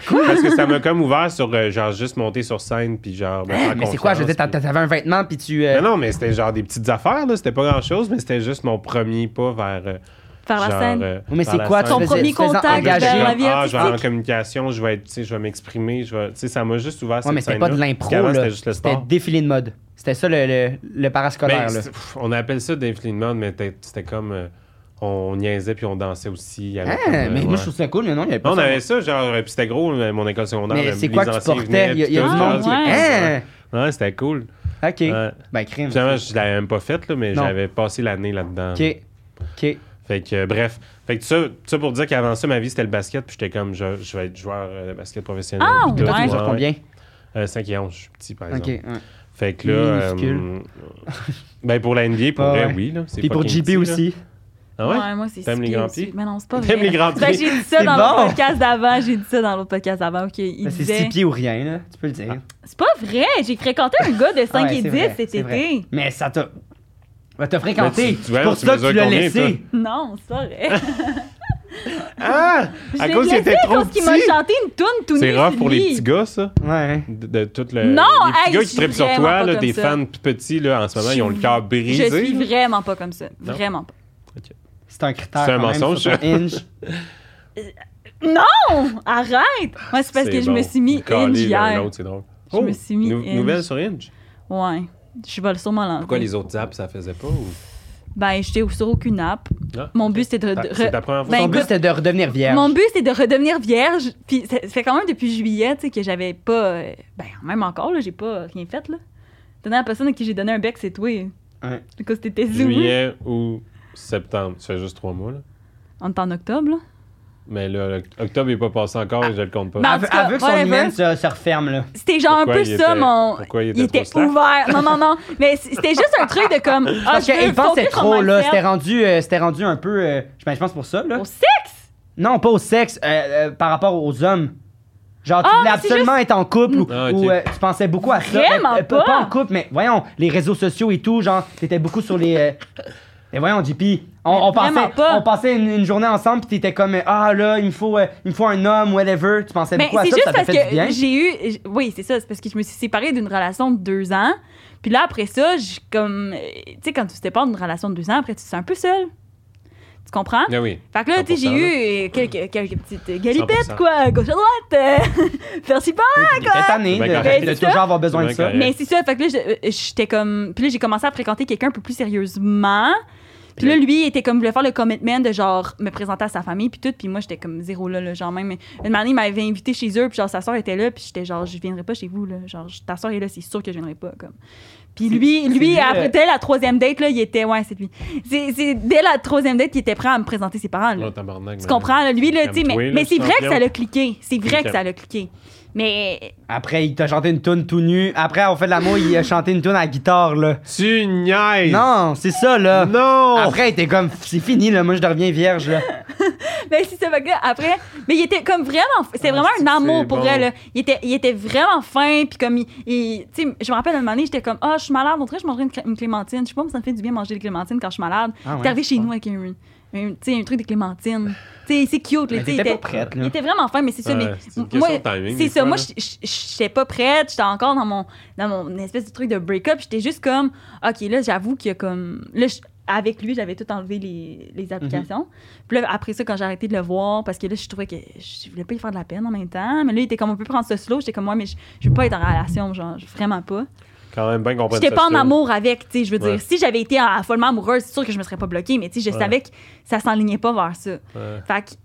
Speaker 3: parce que ça m'a comme ouvert sur, euh, genre, juste monter sur scène, puis genre. me faire
Speaker 1: Eh, mais c'est quoi, je veux dire,
Speaker 3: confiance,
Speaker 1: t'a-
Speaker 3: puis-
Speaker 1: t'avais un vêtement, puis tu. euh,
Speaker 3: Mais non, mais c'était genre des petites affaires, là, c'était pas grand chose, mais c'était juste mon premier pas vers. euh,
Speaker 2: Faire la
Speaker 3: genre,
Speaker 2: scène.
Speaker 3: euh,
Speaker 1: Oui, mais
Speaker 3: vers
Speaker 1: c'est
Speaker 3: la
Speaker 1: quoi
Speaker 3: scène.
Speaker 2: Ton
Speaker 1: tu faisais-
Speaker 2: premier
Speaker 1: tu faisais
Speaker 2: contact
Speaker 3: Là, j'étais
Speaker 1: engager.
Speaker 2: vers la
Speaker 3: comme,
Speaker 2: vie
Speaker 3: ah, je vais aller en
Speaker 2: artistique.
Speaker 3: communication, je vais être, tu sais, je vais m'exprimer, je vais, tu sais, ça m'a juste ouvert
Speaker 1: Ouais, mais
Speaker 3: cette
Speaker 1: c'était pas de
Speaker 3: scène-là.
Speaker 1: l'impro,
Speaker 3: Puis avant,
Speaker 1: là.
Speaker 3: C'était juste le
Speaker 1: C'était
Speaker 3: sport.
Speaker 1: défilé de mode. C'était ça le, le, le
Speaker 3: Ben,
Speaker 1: parascolaire, là.
Speaker 3: c'est- pff, on appelle ça des de mode, mais t'es- c'était comme euh, on niaisait puis on dansait aussi. Il y avait
Speaker 1: Ah,
Speaker 3: comme, euh,
Speaker 1: mais moi,
Speaker 3: ouais.
Speaker 1: je trouve ça cool, mais non, il y avait pas
Speaker 3: Non, on
Speaker 1: ça.
Speaker 3: avait ça, genre, euh, puis c'était gros, là, mon école secondaire.
Speaker 1: Mais
Speaker 3: le-
Speaker 1: c'est quoi
Speaker 3: les
Speaker 1: que tu
Speaker 3: anciens
Speaker 1: portais
Speaker 3: venaient,
Speaker 1: Il y a-
Speaker 3: puis
Speaker 1: il y a
Speaker 3: tout,
Speaker 1: du
Speaker 2: Ah,
Speaker 1: monde qui.
Speaker 3: ouais.
Speaker 1: Hein
Speaker 3: euh, Ouais, c'était cool. Ouais.
Speaker 1: Ok. Ben, crime.
Speaker 3: Finalement, je l'avais même pas faite, là, mais
Speaker 1: Non.
Speaker 3: j'avais passé l'année là-dedans.
Speaker 1: Ok. Ok.
Speaker 3: Fait que, euh, bref. Fait que ça, ça pour dire qu'avant ça, ma vie, c'était le basket, puis j'étais comme, je, je vais être joueur euh, de basket professionnel.
Speaker 2: Ah,
Speaker 3: puis
Speaker 1: Toi,
Speaker 3: tout,
Speaker 1: tu
Speaker 2: Ouais.
Speaker 1: mesures combien
Speaker 3: Euh, 5 et 11, je suis petit, par
Speaker 1: Ok.
Speaker 3: exemple.
Speaker 1: ouais.
Speaker 3: Fait que là. euh,
Speaker 1: Minuscule.
Speaker 3: ben pour la NBA, pour
Speaker 1: Ah
Speaker 3: vrai,
Speaker 1: ouais.
Speaker 3: oui. Là, c'est
Speaker 1: Puis pour
Speaker 3: fucking
Speaker 1: JP
Speaker 3: petit, là.
Speaker 1: aussi.
Speaker 3: Ah ouais?
Speaker 2: moi, c'est
Speaker 3: T'aimes les
Speaker 2: six
Speaker 3: grands
Speaker 2: aussi.
Speaker 3: pieds?
Speaker 2: Mais non, c'est pas vrai.
Speaker 3: T'aimes les grands
Speaker 2: Ben,
Speaker 3: pieds?
Speaker 2: J'ai dit ça
Speaker 1: C'est
Speaker 2: dans
Speaker 1: bon.
Speaker 2: le podcast d'avant. J'ai dit ça dans l'autre podcast d'avant. OK, il
Speaker 1: Ben, C'est
Speaker 2: disait...
Speaker 1: 6 pieds ou rien, là. Tu peux le dire.
Speaker 2: C'est pas vrai. J'ai fréquenté un gars de 5
Speaker 1: Ah Ouais,
Speaker 2: et
Speaker 1: c'est
Speaker 2: 10
Speaker 1: vrai,
Speaker 2: cet
Speaker 1: c'est vrai.
Speaker 2: été.
Speaker 1: Mais ça t'a. Ben, t'as fréquenté.
Speaker 3: Mais tu- tu-
Speaker 1: C'est
Speaker 3: ouais,
Speaker 1: pour ça
Speaker 3: tu
Speaker 1: que
Speaker 3: mesures
Speaker 1: tu l'as
Speaker 3: combien,
Speaker 1: laissé.
Speaker 2: Non, c'est pas vrai.
Speaker 3: Ah!
Speaker 2: Je
Speaker 3: À
Speaker 2: l'ai
Speaker 3: cause qu'il
Speaker 2: blessé
Speaker 3: était trop
Speaker 2: parce qu'il m'a
Speaker 3: petit.
Speaker 2: chanté une toune tout nu.
Speaker 3: C'est rough
Speaker 2: sur
Speaker 3: pour
Speaker 2: lui.
Speaker 3: les petits gars, ça.
Speaker 1: Ouais.
Speaker 3: De, de tout le.
Speaker 2: Non,
Speaker 3: les petits
Speaker 2: hey,
Speaker 3: gars
Speaker 2: je
Speaker 3: qui
Speaker 2: suis
Speaker 3: trippent sur
Speaker 2: vraiment
Speaker 3: toi,
Speaker 2: pas
Speaker 3: là,
Speaker 2: comme
Speaker 3: tes
Speaker 2: ça.
Speaker 3: fans p- petits, là, en ce moment, ils ont le cœur brisé.
Speaker 2: Je suis
Speaker 3: là.
Speaker 2: vraiment pas comme ça.
Speaker 3: Non.
Speaker 2: Vraiment pas.
Speaker 1: C'est un critère.
Speaker 3: C'est un
Speaker 1: quand même
Speaker 3: mensonge,
Speaker 1: sur ton Hinge.
Speaker 2: Non! Arrête! Moi, c'est parce
Speaker 3: C'est
Speaker 2: que je me
Speaker 3: bon.
Speaker 2: suis mis
Speaker 3: Calé,
Speaker 2: une
Speaker 3: là,
Speaker 2: hier.
Speaker 3: l'autre, c'est drôle.
Speaker 2: Je me suis mis
Speaker 3: nou-
Speaker 2: Inge.
Speaker 3: Nouvelle sur Inge.
Speaker 2: Ouais. Je vais le sûrement l'enlever.
Speaker 3: Pourquoi les autres apps, ça faisait pas? ou-
Speaker 2: Ben, j'étais sur aucune app.
Speaker 3: Ah.
Speaker 2: Mon but, c'était de...
Speaker 3: Ta-
Speaker 2: de-
Speaker 3: C'est ta première fois?
Speaker 2: Ben,
Speaker 1: Son but,
Speaker 2: écoute-
Speaker 1: c'était de redevenir vierge.
Speaker 2: Mon but, c'est de redevenir vierge. Puis ça ça fait quand même depuis juillet, tu sais, que j'avais pas. euh, ben, même encore, là, j'ai pas rien fait, là. Donner à la personne à qui j'ai donné un bec, c'est toi.
Speaker 1: Ouais.
Speaker 2: Du coup, c'était tes hein.
Speaker 3: Juillet ou septembre. Ça fait juste trois mois, là.
Speaker 2: On est en octobre, là.
Speaker 3: Mais là, l'oct- octobre n'est pas passé encore et je le compte pas.
Speaker 2: Ben, en
Speaker 1: Elle veut-
Speaker 2: tout cas,
Speaker 1: elle veut que son
Speaker 2: whatever.
Speaker 1: hymen se, se referme, là.
Speaker 2: C'était genre
Speaker 3: Pourquoi
Speaker 2: un peu
Speaker 3: il
Speaker 2: ça,
Speaker 3: était-
Speaker 2: mon.
Speaker 3: pourquoi il était
Speaker 2: il
Speaker 3: trop
Speaker 2: était
Speaker 3: slack?
Speaker 2: ouvert. Non, non, non. Mais c- c'était juste un truc de comme. Ah,
Speaker 1: Parce
Speaker 2: je veux
Speaker 1: qu'il pensait
Speaker 2: focus sur
Speaker 1: trop, là.
Speaker 2: myself.
Speaker 1: C'était rendu, euh, c'était rendu un peu. euh, je ben, je pense pour ça, là.
Speaker 2: Au sexe!
Speaker 1: Non, pas au sexe, euh, euh, par rapport aux hommes. Genre, tu
Speaker 2: Ah,
Speaker 1: voulais
Speaker 2: mais c'est
Speaker 1: absolument être en couple ou,
Speaker 3: Ah, ok.
Speaker 1: ou, euh, tu pensais beaucoup à ça.
Speaker 2: Vraiment
Speaker 1: Euh, euh,
Speaker 2: pas.
Speaker 1: Pas en couple, mais voyons, les réseaux sociaux et tout, genre, t'étais beaucoup sur les. euh, Mais voyons, JP, on, on
Speaker 2: Vraiment
Speaker 1: passait,
Speaker 2: pas.
Speaker 1: on passait une, une journée ensemble puis t'étais comme euh, ah là, il me faut, euh, il me faut un homme, whatever. Tu pensais
Speaker 2: Mais
Speaker 1: beaucoup à
Speaker 2: Ben, c'est
Speaker 1: ça, puis ça t'a
Speaker 2: juste parce
Speaker 1: fait du bien.
Speaker 2: que j'ai eu. j- Oui, c'est ça. C'est parce que je me suis séparée d'une relation de deux ans. Puis là, après ça, je, comme. euh, Tu sais, quand tu te sépares d'une relation de deux ans, après, tu te sens un peu seule. Tu comprends?
Speaker 3: Ah oui.
Speaker 2: Fait que là, tu sais, j'ai
Speaker 3: 100%,
Speaker 2: eu euh, quelques, quelques petites euh, galipettes,
Speaker 3: 100%.
Speaker 2: quoi, à gauche à droite, euh, faire-ci pas.
Speaker 1: T'es tanné
Speaker 3: Ben,
Speaker 1: de,
Speaker 3: correct.
Speaker 1: de toujours avoir besoin
Speaker 3: Ben,
Speaker 1: de ça.
Speaker 3: correct.
Speaker 2: Mais c'est ça, fait que là, je- euh, j'étais comme. Puis là, j'ai commencé à fréquenter quelqu'un un peu plus sérieusement. Puis là, lui, il était comme, voulait faire le commitment de genre me présenter à sa famille, puis tout. Puis moi, j'étais comme zéro là, là, genre même. Une année, il m'avait invité chez eux, puis genre sa soeur était là, puis j'étais genre, je viendrai pas chez vous, là. Genre, ta soeur est là, c'est sûr que je viendrai pas, comme. Puis lui,
Speaker 1: c'est
Speaker 2: lui,
Speaker 1: lui,
Speaker 2: après
Speaker 1: euh,
Speaker 2: dès la troisième date, là, il était. Ouais, c'est lui. C'est c'est- dès la troisième date, il était prêt à me présenter ses parents, là.
Speaker 3: Oh, tabarnak,
Speaker 2: Tu
Speaker 3: madame.
Speaker 2: comprends, là, lui, là, tu sais,
Speaker 3: Calme-toi,
Speaker 2: mais,
Speaker 3: là,
Speaker 2: mais c'est vrai que
Speaker 3: champion.
Speaker 2: ça l'a cliqué. C'est vrai que
Speaker 3: Calme.
Speaker 2: ça l'a cliqué. Mais
Speaker 1: Après, il t'a chanté une tune tout nu. Après, on fait de l'amour, il a chanté une tune à la guitare, là.
Speaker 3: Tu niaises!
Speaker 1: Non, c'est ça, là.
Speaker 3: Non!
Speaker 1: Après, il était comme, c'est fini, là. Moi, je deviens vierge, là.
Speaker 2: Mais Ben, c'est ça, fait que là, après, mais il était comme vraiment, c'était
Speaker 3: Ah,
Speaker 2: vraiment
Speaker 3: c'est-
Speaker 2: un amour
Speaker 3: c'est
Speaker 2: pour
Speaker 3: bon.
Speaker 2: elle. là. Il était, il était vraiment fin, puis comme il, il- tu sais, je me rappelle un moment donné, j'étais comme, ah, je suis malade, on dirait que je mangerais une, cré- une clémentine. Je sais pas, mais ça me fait du bien manger des clémentines quand je suis malade.
Speaker 1: Ah ouais,
Speaker 2: T'es arrivé
Speaker 1: c'est
Speaker 2: chez
Speaker 1: bon.
Speaker 2: nous avec un, un, tu sais, un truc de clémentine. Tu sais, c'est cute, là,
Speaker 1: Mais
Speaker 2: tu sais, il
Speaker 1: t'étais
Speaker 2: était-
Speaker 1: pas prête, là.
Speaker 2: il était vraiment fin, mais c'est ça.
Speaker 3: Ouais,
Speaker 2: mais
Speaker 3: Euh, c'est une
Speaker 2: moi,
Speaker 3: question de timing,
Speaker 2: c'est
Speaker 3: des
Speaker 2: ça.
Speaker 3: fois,
Speaker 2: Moi,
Speaker 3: là.
Speaker 2: je- je- j'étais pas prête. J'étais encore dans mon, dans mon espèce de truc de break-up. J'étais juste comme, OK, là, j'avoue qu'il y a comme. Là, je- avec lui, j'avais tout enlevé les, les applications.
Speaker 1: Mm-hmm.
Speaker 2: Puis là, après ça, quand j'ai arrêté de le voir, parce que là, je trouvais que je voulais pas y faire de la peine en même temps. Mais là, il était comme, on peut prendre ce slow. J'étais comme, moi, mais je, je veux pas être en relation, genre, vraiment pas.
Speaker 3: Quand même, bien qu'on prenne
Speaker 2: J'étais
Speaker 3: ça
Speaker 2: pas en
Speaker 3: slow.
Speaker 2: amour avec, tu sais, je veux
Speaker 3: Ouais.
Speaker 2: dire. Si j'avais été en- follement amoureuse, c'est sûr que je me serais pas bloquée, mais tu sais, je
Speaker 3: Ouais.
Speaker 2: savais que ça s'enlignait pas vers ça.
Speaker 3: Ouais.
Speaker 2: Fait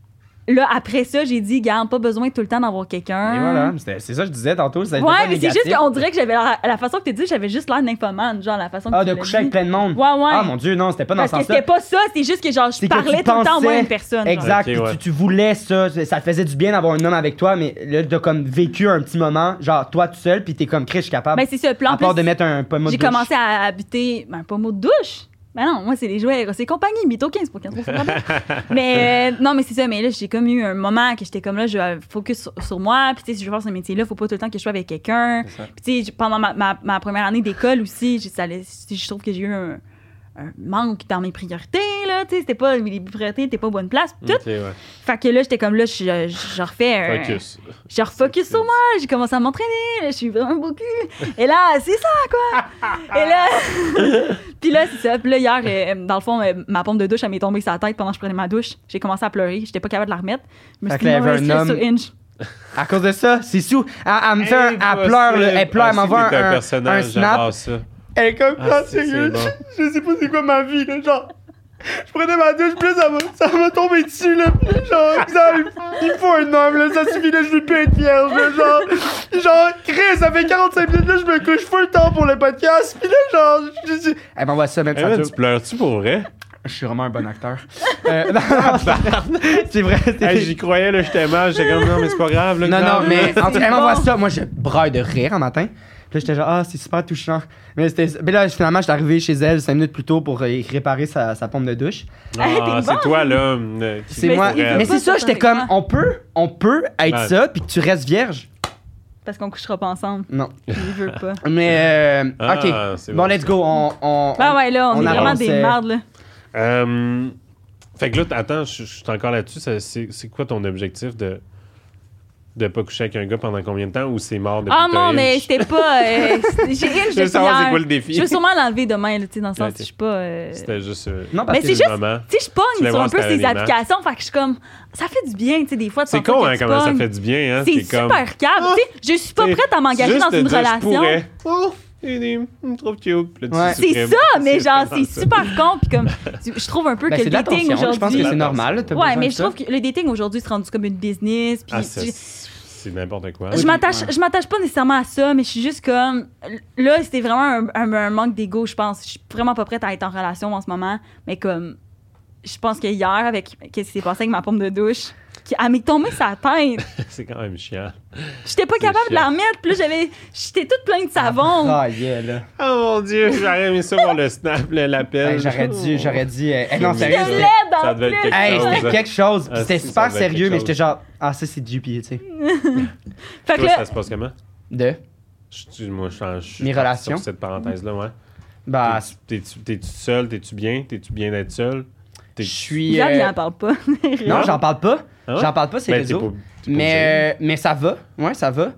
Speaker 2: que là, après ça, j'ai dit, garde, pas besoin tout le temps d'avoir quelqu'un.
Speaker 1: Et voilà, c'était- c'est ça que je disais tantôt. ça a été pas
Speaker 2: hein? Ouais, mais c'est
Speaker 1: négatif.
Speaker 2: juste qu'on dirait que j'avais la, la façon que tu dis, j'avais juste l'air nymphomane, genre la façon que
Speaker 1: Ah, de
Speaker 2: tu l'as
Speaker 1: coucher avec
Speaker 2: dit.
Speaker 1: plein de monde.
Speaker 2: Ouais, ouais.
Speaker 1: Ah, mon Dieu, non, c'était pas dans
Speaker 2: Parce
Speaker 1: ce
Speaker 2: que
Speaker 1: sens-là.
Speaker 2: c'était pas ça, c'est juste que genre je
Speaker 1: C'est que tu
Speaker 2: parlais tout le temps au moins
Speaker 1: pensais-
Speaker 2: une personne. genre.
Speaker 1: Exact.
Speaker 3: Ok,
Speaker 1: puis
Speaker 3: ouais.
Speaker 1: tu, tu voulais ça, ça ça te faisait du bien d'avoir un homme avec toi, mais là, t'as comme vécu un petit moment, genre toi tout seul, puis t'es comme Chris, je suis capable.
Speaker 2: Ben c'est ça, puis là,
Speaker 1: à
Speaker 2: en
Speaker 1: part de
Speaker 2: plus,
Speaker 1: mettre un pommeau de
Speaker 2: j'ai
Speaker 1: douche.
Speaker 2: commencé à habiter ben pas mot de douche. Ben non, moi c'est les jouets Eros et compagnie, mytho 15 pour 15 Mais euh, non, mais c'est ça, mais là j'ai comme eu un moment que j'étais comme là, je vais focus sur, sur moi, puis tu sais si je veux faire ce métier là, faut pas tout le temps que je sois avec quelqu'un.
Speaker 3: C'est ça.
Speaker 2: Puis tu sais j- pendant ma, ma- ma première année d'école aussi, j'ai- ça allait- je trouve que j'ai eu un, un manque dans mes priorités là, tu sais, c'était pas les priorités, t'es pas aux bonnes places, tout. Euh.
Speaker 3: Ok, ouais.
Speaker 2: Fait que là, j'étais comme là, je, je, je refais un.
Speaker 3: Focus.
Speaker 2: Je refocus sur moi, j'ai commencé à m'entraîner, là, je suis vraiment beau cul. Et là, c'est ça, quoi! Et là. puis là, c'est ça. Puis là, hier, euh, dans le fond, euh, ma pompe de douche, elle m'est tombée sur la tête pendant que je prenais ma douche. J'ai commencé à pleurer, j'étais pas capable de la remettre. Je me
Speaker 1: Fait
Speaker 2: suis
Speaker 1: que là,
Speaker 2: dit,
Speaker 1: il y avait
Speaker 2: mauvaise
Speaker 1: un
Speaker 2: fille sur Inch.
Speaker 1: À cause de ça, c'est sous. Elle, elle me fait un, elle
Speaker 3: Impossible.
Speaker 1: pleure, là, elle pleure, elle
Speaker 3: Ah,
Speaker 1: m'envoie
Speaker 3: si, Eh, t'es
Speaker 1: un, un
Speaker 3: personnage,
Speaker 1: snap.
Speaker 3: j'adore ça.
Speaker 1: Elle est comme
Speaker 3: Ah,
Speaker 1: ça,
Speaker 3: c'est-
Speaker 1: sérieux.
Speaker 3: c'est bon.
Speaker 1: Je, je sais pas c'est quoi ma vie, là, genre. Je prenais ma douche, puis là, ça m'a, ça m'a tombé dessus, là. puis Genre, ça, il me faut un homme, là, ça suffit, là, je veux plus être vierge, là, genre. Genre, Chris, ça fait 45 minutes, là, je me couche full temps pour le podcast, puis là, genre, je dis. Elle m'envoie ça, même,
Speaker 3: Eh, man, tu pleures-tu pour vrai?
Speaker 1: Je suis vraiment un bon acteur. Euh, non, non, c'est vrai, c'est
Speaker 3: Eh, J'y croyais, là, j'étais mal. J'étais comme, non, mais c'est pas grave. Là,
Speaker 1: Non, non,
Speaker 3: grave,
Speaker 1: mais
Speaker 2: là,
Speaker 1: en tout cas,
Speaker 2: c'est
Speaker 1: elle m'envoie
Speaker 2: bon.
Speaker 1: ça. Moi, je braille de rire un matin. Puis là, j'étais genre, ah, c'est super touchant. Mais, c'était... mais là, finalement, j'étais arrivé chez elle 5 minutes plus tôt pour euh, réparer sa, sa pompe de douche.
Speaker 2: Hey,
Speaker 3: Ah,
Speaker 2: t'es
Speaker 3: c'est
Speaker 2: bon.
Speaker 3: toi, l'homme. euh, qui-
Speaker 1: C'est
Speaker 2: Mais
Speaker 1: moi.
Speaker 2: il veut
Speaker 1: Mais
Speaker 2: pas
Speaker 1: c'est ça,
Speaker 2: sortir
Speaker 1: j'étais
Speaker 2: avec
Speaker 1: comme,
Speaker 2: moi.
Speaker 1: on peut, on peut être
Speaker 3: Ouais.
Speaker 1: ça, puis que tu restes vierge.
Speaker 2: Parce qu'on couchera pas ensemble.
Speaker 1: Non.
Speaker 2: Je veux pas.
Speaker 1: Mais, euh,
Speaker 3: Ah,
Speaker 1: ok.
Speaker 3: c'est
Speaker 1: Bon,
Speaker 3: bon,
Speaker 1: let's go. On, on,
Speaker 2: Ben ouais, là, on,
Speaker 1: on
Speaker 2: est vraiment
Speaker 1: avance,
Speaker 2: des
Speaker 1: euh,
Speaker 2: merdes, là.
Speaker 3: Euh, fait que là, t- attends, je je suis encore là-dessus. Ça, C'est c'est quoi ton objectif de de pas coucher avec un gars pendant combien de temps ou c'est mort depuis
Speaker 2: Ah
Speaker 3: que t'as
Speaker 2: non,
Speaker 3: Inch?
Speaker 2: mais j'étais pas. euh, c'était- j'ai Inch
Speaker 3: Je veux
Speaker 2: depuis
Speaker 3: savoir c'est
Speaker 2: hier.
Speaker 3: quoi le défi.
Speaker 2: Je veux sûrement l'enlever demain, là, tu sais, dans le sens,
Speaker 3: Ok.
Speaker 2: je suis pas. euh,
Speaker 3: C'était juste euh,
Speaker 1: Non, parce
Speaker 2: Mais
Speaker 1: que
Speaker 2: c'est
Speaker 3: le
Speaker 2: juste-
Speaker 3: moment.
Speaker 2: Tu sais, je
Speaker 3: Tu
Speaker 2: pogne sur
Speaker 3: voulais voir
Speaker 2: un
Speaker 3: si
Speaker 2: peu
Speaker 3: t'avais
Speaker 2: ces
Speaker 3: des matchs.
Speaker 2: applications. Fait que je suis comme, ça fait du bien, tu sais, des fois, de
Speaker 3: C'est
Speaker 2: sentir
Speaker 3: con,
Speaker 2: que
Speaker 3: hein,
Speaker 2: tu
Speaker 3: comment ça
Speaker 2: pognes.
Speaker 3: fait du bien, hein?
Speaker 2: C'est
Speaker 3: comme-
Speaker 2: super câble.
Speaker 3: Ah!
Speaker 2: tu sais, je suis pas
Speaker 3: C'est
Speaker 2: prête à m'engager
Speaker 3: juste
Speaker 2: dans
Speaker 3: de
Speaker 2: une
Speaker 3: dire, je
Speaker 2: relation.
Speaker 3: pourrais. Oh, il est il est trop cute. Puis là, tu
Speaker 1: Ouais.
Speaker 2: C'est
Speaker 3: supprimes.
Speaker 2: ça, mais genre,
Speaker 3: vraiment
Speaker 2: c'est
Speaker 3: ça.
Speaker 2: super con. Puis comme, tu- je trouve un peu
Speaker 1: Ben,
Speaker 2: que
Speaker 1: c'est
Speaker 2: le
Speaker 1: de l'attention.
Speaker 2: dating
Speaker 1: Je pense que
Speaker 2: aujourd'hui.
Speaker 1: c'est normal. t'as
Speaker 2: Ouais,
Speaker 1: besoin
Speaker 2: mais
Speaker 1: de
Speaker 2: je
Speaker 1: ça.
Speaker 2: trouve que le dating aujourd'hui c'est rendu comme une business. Puis
Speaker 3: Ah, ça,
Speaker 2: tu-
Speaker 3: c'est c'est n'importe quoi.
Speaker 2: je
Speaker 1: oui,
Speaker 2: m'attache,
Speaker 1: ouais.
Speaker 2: je m'attache pas nécessairement à ça, mais je suis juste comme là, c'était vraiment un, un- un manque d'ego, je pense. Je suis vraiment pas prête à être en relation en ce moment, mais comme je pense que hier avec qu'est-ce qui s'est passé avec ma pompe de douche, qui, elle m'est tombée sa tête.
Speaker 3: c'est quand même chiant.
Speaker 2: J'étais pas
Speaker 3: C'est
Speaker 2: capable de
Speaker 3: chiant.
Speaker 2: la remettre, puis là j'avais, j'étais toute pleine de savon.
Speaker 1: Ah, yeah, là.
Speaker 3: Oh mon dieu, j'aurais aimé ça pour le snap, le- l'appel.
Speaker 1: Hey, j'aurais dû, j'aurais dit. euh, hey, non,
Speaker 3: C'est
Speaker 1: sérieux.
Speaker 3: mieux,
Speaker 1: c'était-
Speaker 2: laid,
Speaker 3: Ça
Speaker 2: en
Speaker 3: devait être
Speaker 2: plus.
Speaker 3: quelque
Speaker 1: Hey,
Speaker 3: chose.
Speaker 1: c'était quelque chose. puis
Speaker 3: Ah,
Speaker 1: C'était
Speaker 3: si, ça
Speaker 1: super
Speaker 3: devait être
Speaker 1: sérieux,
Speaker 3: quelque
Speaker 1: mais
Speaker 3: chose.
Speaker 1: j'étais genre, ah, ça, c'est du pied, tu sais.
Speaker 2: Fait que
Speaker 3: Toi,
Speaker 2: là,
Speaker 3: ça se passe comment?
Speaker 1: De.
Speaker 3: Je, tu- moi, je, je- je suis
Speaker 1: Mes
Speaker 3: parti
Speaker 1: relations.
Speaker 3: Sur cette parenthèse-là, ouais.
Speaker 1: Bah,
Speaker 3: T'es- T'es-tu t'es-tu seul? T'es-tu bien? T'es-tu bien d'être seul?
Speaker 1: je
Speaker 3: T'es-
Speaker 1: suis.
Speaker 2: Yann,
Speaker 1: euh,
Speaker 2: il en parle pas.
Speaker 1: Non, j'en parle pas.
Speaker 3: Ah ouais?
Speaker 1: J'en parle pas, c'est
Speaker 3: Ben,
Speaker 1: les
Speaker 3: t'es
Speaker 1: autres.
Speaker 3: pas- t'es pas obligé.
Speaker 1: Mais, euh, mais ça va. Ouais, ça va.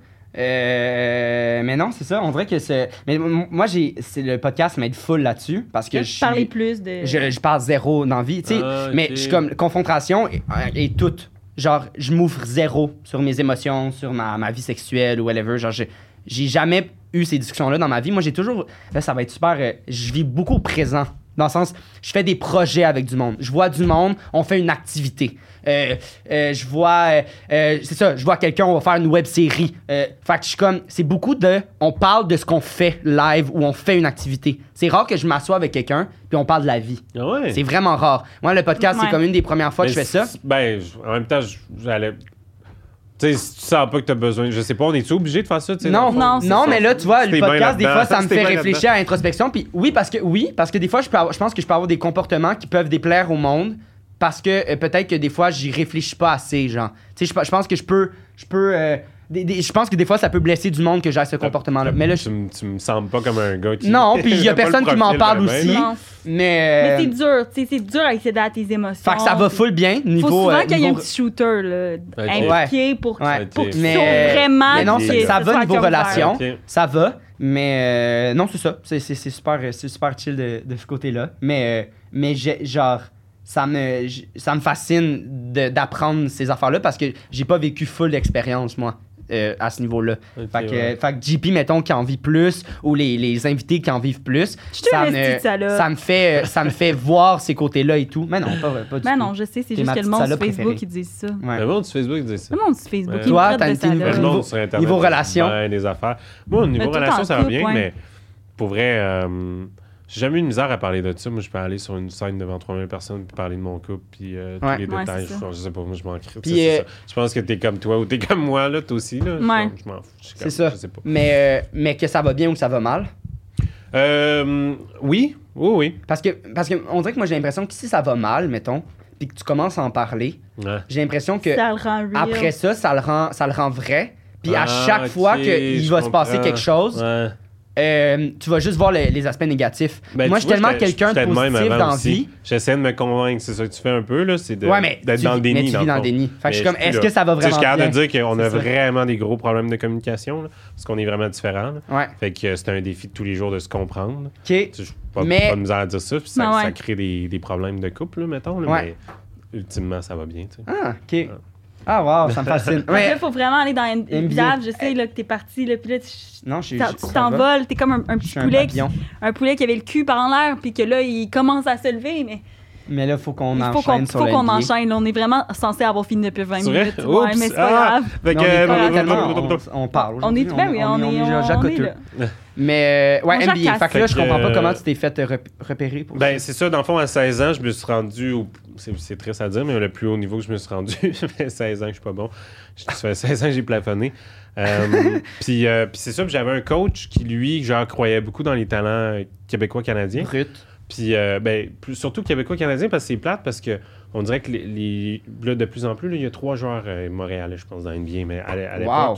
Speaker 1: Euh, mais non, c'est ça. On dirait que c'est. Mais m- moi, j'ai, c'est le podcast m'aide full là-dessus parce que je suis-
Speaker 2: Parler plus de.
Speaker 1: je, je parle zéro d'envie, tu sais.
Speaker 3: Ah,
Speaker 1: Mais
Speaker 3: ok.
Speaker 1: je suis comme confrontation et, et toute. Genre, je m'ouvre zéro sur mes émotions, sur ma, ma vie sexuelle ou whatever. Genre, j'ai- j'ai jamais eu ces discussions-là dans ma vie. Moi, j'ai toujours. Là, ça va être super. euh, je vis beaucoup au présent. Dans le sens, je fais des projets avec du monde. Je vois du monde, on fait une activité. Euh, euh, je vois. euh, euh, c'est ça, je vois quelqu'un, on va faire une web série. Euh, fait que je suis comme. C'est beaucoup de. On parle de ce qu'on fait live ou on fait une activité. C'est rare que je m'assoie avec quelqu'un puis on parle de la vie.
Speaker 3: Ah ouais?
Speaker 1: C'est vraiment rare. Moi, le podcast, c'est
Speaker 2: Ouais.
Speaker 1: comme une des premières fois que je
Speaker 3: Mais
Speaker 1: fais ça.
Speaker 3: c'est- Ben, je- en même temps, je- j'allais. Tu sais, si tu sens pas que t'as besoin, je sais pas, on est-tu obligé de faire ça? tu sais, dans
Speaker 1: Non,
Speaker 3: le fond?
Speaker 1: non,
Speaker 2: c'est
Speaker 1: non
Speaker 2: ça.
Speaker 1: mais là, tu vois,
Speaker 3: Si t'es
Speaker 1: le
Speaker 3: bien
Speaker 1: podcast, des
Speaker 3: là-dedans,
Speaker 1: fois, ça
Speaker 3: si
Speaker 1: me
Speaker 3: t'es
Speaker 1: fait
Speaker 3: bien
Speaker 1: réfléchir à l'introspection. Puis oui, parce que oui, parce que des fois, je, peux avoir- je pense que je peux avoir des comportements qui peuvent déplaire au monde parce que euh, peut-être que des fois, j'y réfléchis pas assez, genre. Tu sais, je, je pense que je peux, je peux, euh, des- des- je pense que des fois, ça peut blesser du monde que j'ai ce comportement-là. Mais là, je-
Speaker 3: tu, me- tu me sembles pas comme un gars qui.
Speaker 1: Non, puis il y a
Speaker 3: J'ai pas le
Speaker 1: personne qui m'en
Speaker 3: profil ben,
Speaker 1: parle
Speaker 3: de même.
Speaker 1: aussi.
Speaker 2: Non.
Speaker 1: mais,
Speaker 2: Mais
Speaker 1: euh,
Speaker 2: c'est dur, tu sais, c'est dur à accéder à tes émotions.
Speaker 1: fait que ça va full bien niveau.
Speaker 2: Faut souvent
Speaker 1: euh,
Speaker 2: qu'il y ait un
Speaker 1: niveau-
Speaker 2: petit shooter là, impliqué pour,
Speaker 1: Ouais.
Speaker 2: pour qu'ils
Speaker 1: Mais,
Speaker 2: sont vraiment.
Speaker 1: mais non,
Speaker 3: que
Speaker 1: ça,
Speaker 3: ce
Speaker 1: ça va niveau relation.
Speaker 3: Ok.
Speaker 1: Ça va, mais euh, non, c'est ça. C'est, c'est- c'est super, euh, c'est super chill de, de ce côté-là. Mais, euh, mais j'ai- genre, ça me, j- ça me fascine de- d'apprendre ces affaires-là parce que j'ai pas vécu full d'expérience, moi, euh, à ce niveau-là.
Speaker 3: Ok,
Speaker 1: Fait que,
Speaker 3: ouais.
Speaker 1: fait que JP, mettons, qui en vit plus, ou les, les invités qui en vivent plus,
Speaker 2: Je suis
Speaker 1: ça
Speaker 2: une petite
Speaker 1: me,
Speaker 2: salope.
Speaker 1: ça me fait, euh, ça me fait voir ces côtés-là et tout. Mais non, pas, pas du
Speaker 2: Ben
Speaker 1: tout.
Speaker 2: non, je sais, c'est
Speaker 1: T'es
Speaker 2: juste
Speaker 1: ma
Speaker 2: que le
Speaker 1: petite
Speaker 2: monde sur
Speaker 1: salope
Speaker 2: Facebook,
Speaker 1: préférée.
Speaker 2: ils disent ça.
Speaker 1: Ouais.
Speaker 3: Le monde sur Facebook dit ça.
Speaker 2: Le monde sur Facebook,
Speaker 3: Ouais.
Speaker 2: ils
Speaker 1: Toi,
Speaker 2: me traitent
Speaker 1: t'as
Speaker 2: de
Speaker 1: une
Speaker 3: Le
Speaker 1: Niveau-
Speaker 2: salope.
Speaker 3: monde sur Internet.
Speaker 1: niveau
Speaker 3: ça,
Speaker 1: relation.
Speaker 3: ben, des affaires. Moi, au niveau
Speaker 2: tout
Speaker 3: relation,
Speaker 2: en
Speaker 3: ça va
Speaker 2: couple,
Speaker 3: bien,
Speaker 2: ouais.
Speaker 3: mais pour vrai, euh, j'ai jamais eu de misère à parler de ça. Moi, je peux aller sur une scène devant 3000 personnes puis parler de mon couple puis euh,
Speaker 1: Ouais.
Speaker 3: tous les
Speaker 2: Ouais,
Speaker 3: détails.
Speaker 2: c'est
Speaker 3: Je,
Speaker 2: ça.
Speaker 3: je sais pas, moi, je m'en crie.
Speaker 1: Puis,
Speaker 3: Ça, c'est
Speaker 1: euh,
Speaker 3: ça. Je pense que t'es comme toi ou t'es comme moi, là, toi aussi. Là. Je-
Speaker 2: Ouais.
Speaker 3: Je, m'en fous. Je suis
Speaker 1: C'est
Speaker 3: comme-
Speaker 1: ça.
Speaker 3: Je sais pas.
Speaker 1: Mais, euh, mais que ça va bien ou que ça va mal.
Speaker 3: Euh, oui, oui, oui.
Speaker 1: Parce que, parce que on dirait que moi, j'ai l'impression que si ça va mal, mettons, puis que tu commences à en parler,
Speaker 3: Ouais.
Speaker 1: j'ai l'impression que
Speaker 2: Ça le rend real.
Speaker 1: après ça, ça le rend, ça le rend vrai. Puis à
Speaker 3: Ah,
Speaker 1: chaque
Speaker 3: ok,
Speaker 1: fois qu'il
Speaker 3: je
Speaker 1: va se passer
Speaker 3: comprends.
Speaker 1: quelque chose,
Speaker 3: Ouais.
Speaker 1: euh, tu vas juste voir les, les aspects négatifs.
Speaker 3: Ben,
Speaker 1: Moi, je suis
Speaker 3: tu vois,
Speaker 1: tellement
Speaker 3: j'étais-
Speaker 1: quelqu'un de
Speaker 3: j'étais même
Speaker 1: positif
Speaker 3: avant
Speaker 1: dans la
Speaker 3: aussi.
Speaker 1: vie.
Speaker 3: J'essaie de me convaincre, c'est ça que tu fais un peu, là, c'est de-
Speaker 1: Ouais, mais
Speaker 3: d'être
Speaker 1: tu
Speaker 3: dans
Speaker 1: vis-
Speaker 3: le déni.
Speaker 1: mais tu vis dans le
Speaker 3: fond.
Speaker 1: déni. Fait que
Speaker 3: Mais
Speaker 1: je suis comme,
Speaker 3: plus
Speaker 1: est-ce
Speaker 3: là.
Speaker 1: que ça va
Speaker 3: Tu sais, Je suis
Speaker 1: vraiment
Speaker 3: capable de dire qu'on a
Speaker 1: C'est ça.
Speaker 3: vraiment des gros problèmes de communication, là, parce qu'on est vraiment différents. là.
Speaker 1: Ouais.
Speaker 3: Fait que euh, c'est un défi de tous les jours de se comprendre.
Speaker 1: OK.
Speaker 3: Tu sais, j'ai pas,
Speaker 1: Mais-
Speaker 3: pas de misère à dire ça, puis ça,
Speaker 2: Ben ouais.
Speaker 3: ça crée des, des problèmes de couple, là, mettons. là,
Speaker 1: Ouais.
Speaker 3: Mais ultimement, ça va bien, tu sais.
Speaker 1: Ah, OK. Ah, wow, ça me fascine.
Speaker 2: Fait que Là,
Speaker 1: Ouais.
Speaker 2: faut vraiment aller dans une
Speaker 1: NBA.
Speaker 2: une bave, je sais là, que t'es parti, là, puis là, tu
Speaker 1: Non, je suis.
Speaker 2: t'en-
Speaker 1: je-
Speaker 2: tu
Speaker 1: ça va.
Speaker 2: t'envoles, t'es comme un, un
Speaker 1: Je
Speaker 2: petit
Speaker 1: suis un
Speaker 2: poulet qui,
Speaker 1: papillon.
Speaker 2: un poulet qui avait le cul par en l'air, puis que là, il commence à se lever, mais
Speaker 1: Mais là, faut qu'on
Speaker 2: il faut qu'on
Speaker 1: enchaîne sur
Speaker 2: faut
Speaker 1: le
Speaker 2: qu'on
Speaker 1: NBA.
Speaker 2: enchaîne. là. On est vraiment censé avoir fini depuis 20
Speaker 3: C'est vrai?
Speaker 2: minutes. Ouais,
Speaker 3: Oups!
Speaker 2: mais c'est pas
Speaker 3: Ah!
Speaker 2: grave.
Speaker 3: Fait
Speaker 1: Non,
Speaker 3: que,
Speaker 1: mais
Speaker 3: euh,
Speaker 1: on est
Speaker 2: blablabla,
Speaker 1: tellement- on, on parle
Speaker 2: On est,
Speaker 1: aujourd'hui.
Speaker 2: ben oui, on, est, on,
Speaker 1: déjà
Speaker 2: on est
Speaker 1: jacoteux.
Speaker 2: là.
Speaker 1: Mais euh, ouais,
Speaker 2: On
Speaker 1: NBA.
Speaker 2: jacasse.
Speaker 1: Fait que là, je
Speaker 3: Fait que,
Speaker 1: comprends pas
Speaker 3: euh,
Speaker 1: comment tu t'es fait euh, rep- repérer pour
Speaker 3: Ben,
Speaker 1: ça.
Speaker 3: c'est ça, dans le fond, à 16 ans, je me suis rendu au. C'est c'est triste à dire, mais le plus haut niveau que je me suis rendu, ça fait 16 ans que je suis pas bon. Je- Ça fait 16 ans que j'ai plafonné. Euh, puis euh, puis c'est ça, puis j'avais un coach qui, lui, genre, croyait beaucoup dans les talents euh, québécois-canadiens.
Speaker 1: brut.
Speaker 3: Puis, euh, ben, plus- surtout québécois-canadiens, parce que c'est plate, parce que on dirait que les, les- là, de plus en plus, là, il y a trois joueurs euh, montréalais, je pense, dans la NBA, mais à, l'é- à l'époque,
Speaker 1: Wow.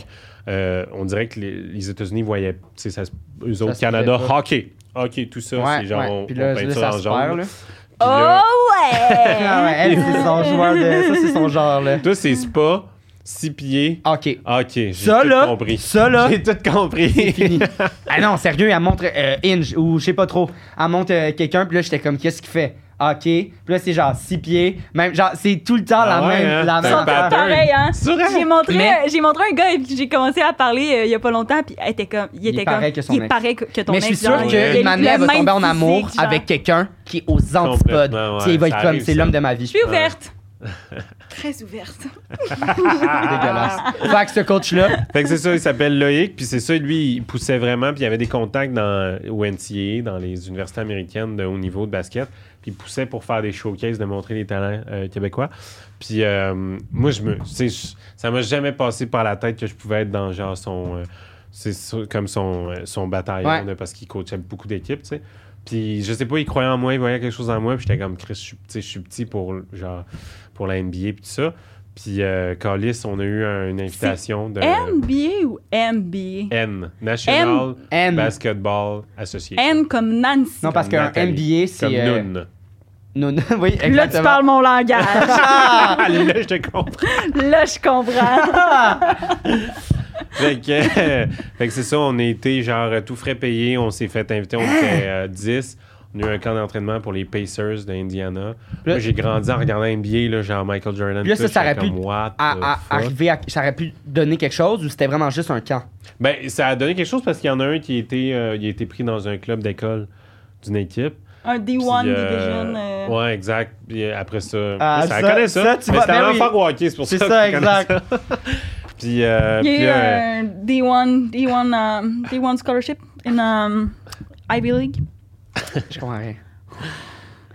Speaker 3: euh, on dirait que les, les États-Unis voyaient, tu sais, ça se- eux
Speaker 1: Ça
Speaker 3: autres,
Speaker 1: se
Speaker 3: Canada,
Speaker 1: pouvait pas.
Speaker 3: hockey. Hockey, tout ça,
Speaker 1: Ouais,
Speaker 3: c'est genre,
Speaker 1: ouais.
Speaker 3: on,
Speaker 1: Puis
Speaker 3: on
Speaker 1: là,
Speaker 3: peint
Speaker 1: là,
Speaker 3: ça
Speaker 1: ça
Speaker 3: en
Speaker 1: se
Speaker 3: jaune.
Speaker 1: perd,
Speaker 3: là.
Speaker 1: là.
Speaker 3: Puis
Speaker 1: Ah
Speaker 3: là,
Speaker 1: ouais,
Speaker 2: Oh ouais!
Speaker 1: elle, c'est son joueur de... Ça, c'est son genre, là.
Speaker 3: Toi, c'est spa, six pieds,
Speaker 1: OK.
Speaker 3: hockey. J'ai
Speaker 1: Ça,
Speaker 3: tout
Speaker 1: là,
Speaker 3: compris.
Speaker 1: ça, là,
Speaker 3: J'ai tout
Speaker 1: c'est
Speaker 3: compris.
Speaker 1: fini. ah non, sérieux, elle montre euh, Inge ou je sais pas trop. Elle montre euh, quelqu'un, puis là, j'étais comme, qu'est-ce qu'il fait? OK. Puis là, c'est genre six pieds. Même, genre, c'est tout le temps
Speaker 3: Ah
Speaker 1: la
Speaker 3: ouais,
Speaker 1: même.
Speaker 3: hein?
Speaker 1: La
Speaker 3: C'est
Speaker 1: même
Speaker 2: Ils sont
Speaker 3: un
Speaker 2: tous
Speaker 1: affaire.
Speaker 3: pattern.
Speaker 2: pareils, hein?
Speaker 3: C'est vrai.
Speaker 2: J'ai montré, euh,
Speaker 1: Mais-
Speaker 2: j'ai montré un gars et puis j'ai commencé à parler euh, il y a pas longtemps puis elle était comme il
Speaker 1: est
Speaker 2: était comme
Speaker 1: pareil que son
Speaker 2: il est
Speaker 1: ex.
Speaker 2: pareil que, que ton
Speaker 1: mais je suis
Speaker 2: ex,
Speaker 1: sûr
Speaker 2: genre,
Speaker 3: ouais.
Speaker 2: il a
Speaker 1: que
Speaker 2: le-
Speaker 1: Mané elle
Speaker 2: le
Speaker 1: va
Speaker 2: même
Speaker 1: tomber en
Speaker 2: physique,
Speaker 1: amour
Speaker 2: genre.
Speaker 1: avec quelqu'un qui est aux antipodes.
Speaker 3: Complètement, ouais,
Speaker 1: Tu sais, il va
Speaker 3: ça
Speaker 1: être comme,
Speaker 3: arrive,
Speaker 1: c'est
Speaker 3: ça.
Speaker 1: l'homme de ma vie.
Speaker 2: Je suis ouverte. Très ouverte.
Speaker 1: C'est
Speaker 2: Ah.
Speaker 1: dégueulasse. Fait que ce coach-là,
Speaker 3: Fait que c'est ça, il s'appelle Loïc, puis c'est ça, lui, il poussait vraiment, puis il avait des contacts dans, au NCAA, dans les universités américaines de haut niveau de basket, puis il poussait pour faire des showcases, de montrer les talents euh, québécois. Puis euh, moi, je me, tu sais, je- ça m'a jamais passé par la tête que je pouvais être dans genre son, euh, c'est sûr- comme son, euh, son bataillon,
Speaker 1: Ouais.
Speaker 3: là, parce qu'il coachait beaucoup d'équipes, tu sais. Puis je sais pas, il croyait en moi, il voyait quelque chose en moi, puis j'étais comme Chris, je suis- tu sais, je suis petit pour genre pour la NBA puis tout ça. Puis euh, Calis, on a eu un- une invitation de
Speaker 2: NBA ou MBA?
Speaker 3: Euh. N, National
Speaker 1: N.
Speaker 3: Basketball Association.
Speaker 2: N comme Nancy.
Speaker 1: Non, parce
Speaker 3: Comme
Speaker 1: qu'un
Speaker 3: Nathalie.
Speaker 1: NBA, c'est.
Speaker 3: Comme
Speaker 1: euh,
Speaker 3: Noon.
Speaker 1: non, non, oui,
Speaker 2: Puis là, tu
Speaker 1: exactement.
Speaker 2: parles mon langage.
Speaker 3: Ah, là, je te comprends.
Speaker 2: là, je comprends.
Speaker 3: fait que, euh, fait que c'est ça, on a été genre euh, tout frais payé, on s'est fait inviter, on était
Speaker 1: Ah.
Speaker 3: euh, 10. On a eu un camp d'entraînement pour les Pacers d'Indiana.
Speaker 1: Là-
Speaker 3: Moi, j'ai grandi en regardant NBA, là, genre Michael Jordan.
Speaker 1: Puis là, ça,
Speaker 3: tout,
Speaker 1: ça aurait
Speaker 3: j'étais
Speaker 1: pu
Speaker 3: comme, What
Speaker 1: à,
Speaker 3: the
Speaker 1: à-
Speaker 3: fuck?
Speaker 1: arriver à- ça aurait pu donner quelque chose ou c'était vraiment juste un camp?
Speaker 3: Ben, ça a donné quelque chose parce qu'il y en a un qui a été, euh, il a été pris dans un club d'école d'une équipe.
Speaker 2: Un
Speaker 3: Puis,
Speaker 2: D1
Speaker 3: euh,
Speaker 2: Division. euh,
Speaker 3: Ouais, exact. Puis euh, après ça,
Speaker 1: Ah, ça-
Speaker 3: ça, connaît ça.
Speaker 1: ça, tu
Speaker 3: mais
Speaker 1: vas-
Speaker 3: c'était
Speaker 1: ben
Speaker 3: avant
Speaker 1: oui.
Speaker 3: Fort Walker, c'est pour
Speaker 1: C'est
Speaker 3: ça.
Speaker 1: ça,
Speaker 3: que tu connais
Speaker 1: exact.
Speaker 3: ça. puis, euh,
Speaker 2: Il y a
Speaker 3: puis,
Speaker 2: eu
Speaker 3: euh,
Speaker 2: un D1, D1, um, D1 scholarship in um, Ivy League.
Speaker 1: Je comprends rien.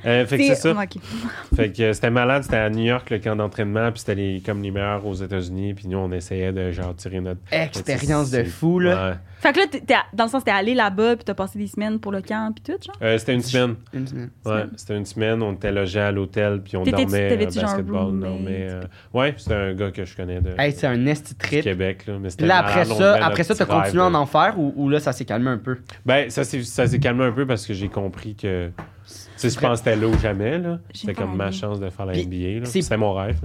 Speaker 3: euh, fait que c'est ça.
Speaker 2: ok.
Speaker 3: Fait que euh, c'était malade, c'était à New York le camp d'entraînement, puis c'était les- comme les meilleurs aux États-Unis, puis nous on essayait de genre tirer notre
Speaker 1: Expérience
Speaker 3: C'est-
Speaker 1: de fou, là.
Speaker 3: Ouais.
Speaker 2: Fait que là, t'es- t'es- dans le sens, t'es allé là-bas, puis t'as passé des semaines pour le camp, puis tout, genre.
Speaker 3: Euh, c'était une semaine.
Speaker 1: Une semaine.
Speaker 3: Ouais, c'était une semaine, on était logé à l'hôtel, puis on
Speaker 2: T'étais-tu-
Speaker 3: dormait euh,
Speaker 2: t'avais-tu genre
Speaker 3: basketball, on
Speaker 2: roommate?
Speaker 3: dormait. euh, Ouais, c'était un gars que je connais de
Speaker 1: Hey, c'est un esti
Speaker 3: du
Speaker 1: trip.
Speaker 3: Québec là, mais c'était
Speaker 1: Puis là,
Speaker 3: malade,
Speaker 1: après
Speaker 3: on
Speaker 1: ça,
Speaker 3: avait
Speaker 1: après
Speaker 3: notre
Speaker 1: ça, t'as
Speaker 3: petit rêve
Speaker 1: continué à
Speaker 3: de-
Speaker 1: en enfer ou, ou là, ça s'est calmé un peu?
Speaker 3: Ben, ça s'est ça s'est calmé un peu parce que j'ai compris que. Tu sais, je pense que c'était là ou jamais, là.
Speaker 2: J'ai
Speaker 3: C'était
Speaker 2: pas
Speaker 3: comme ma
Speaker 2: envie.
Speaker 3: chance de faire la
Speaker 1: Puis,
Speaker 3: NBA, là.
Speaker 1: c'est-
Speaker 3: C'était mon rêve.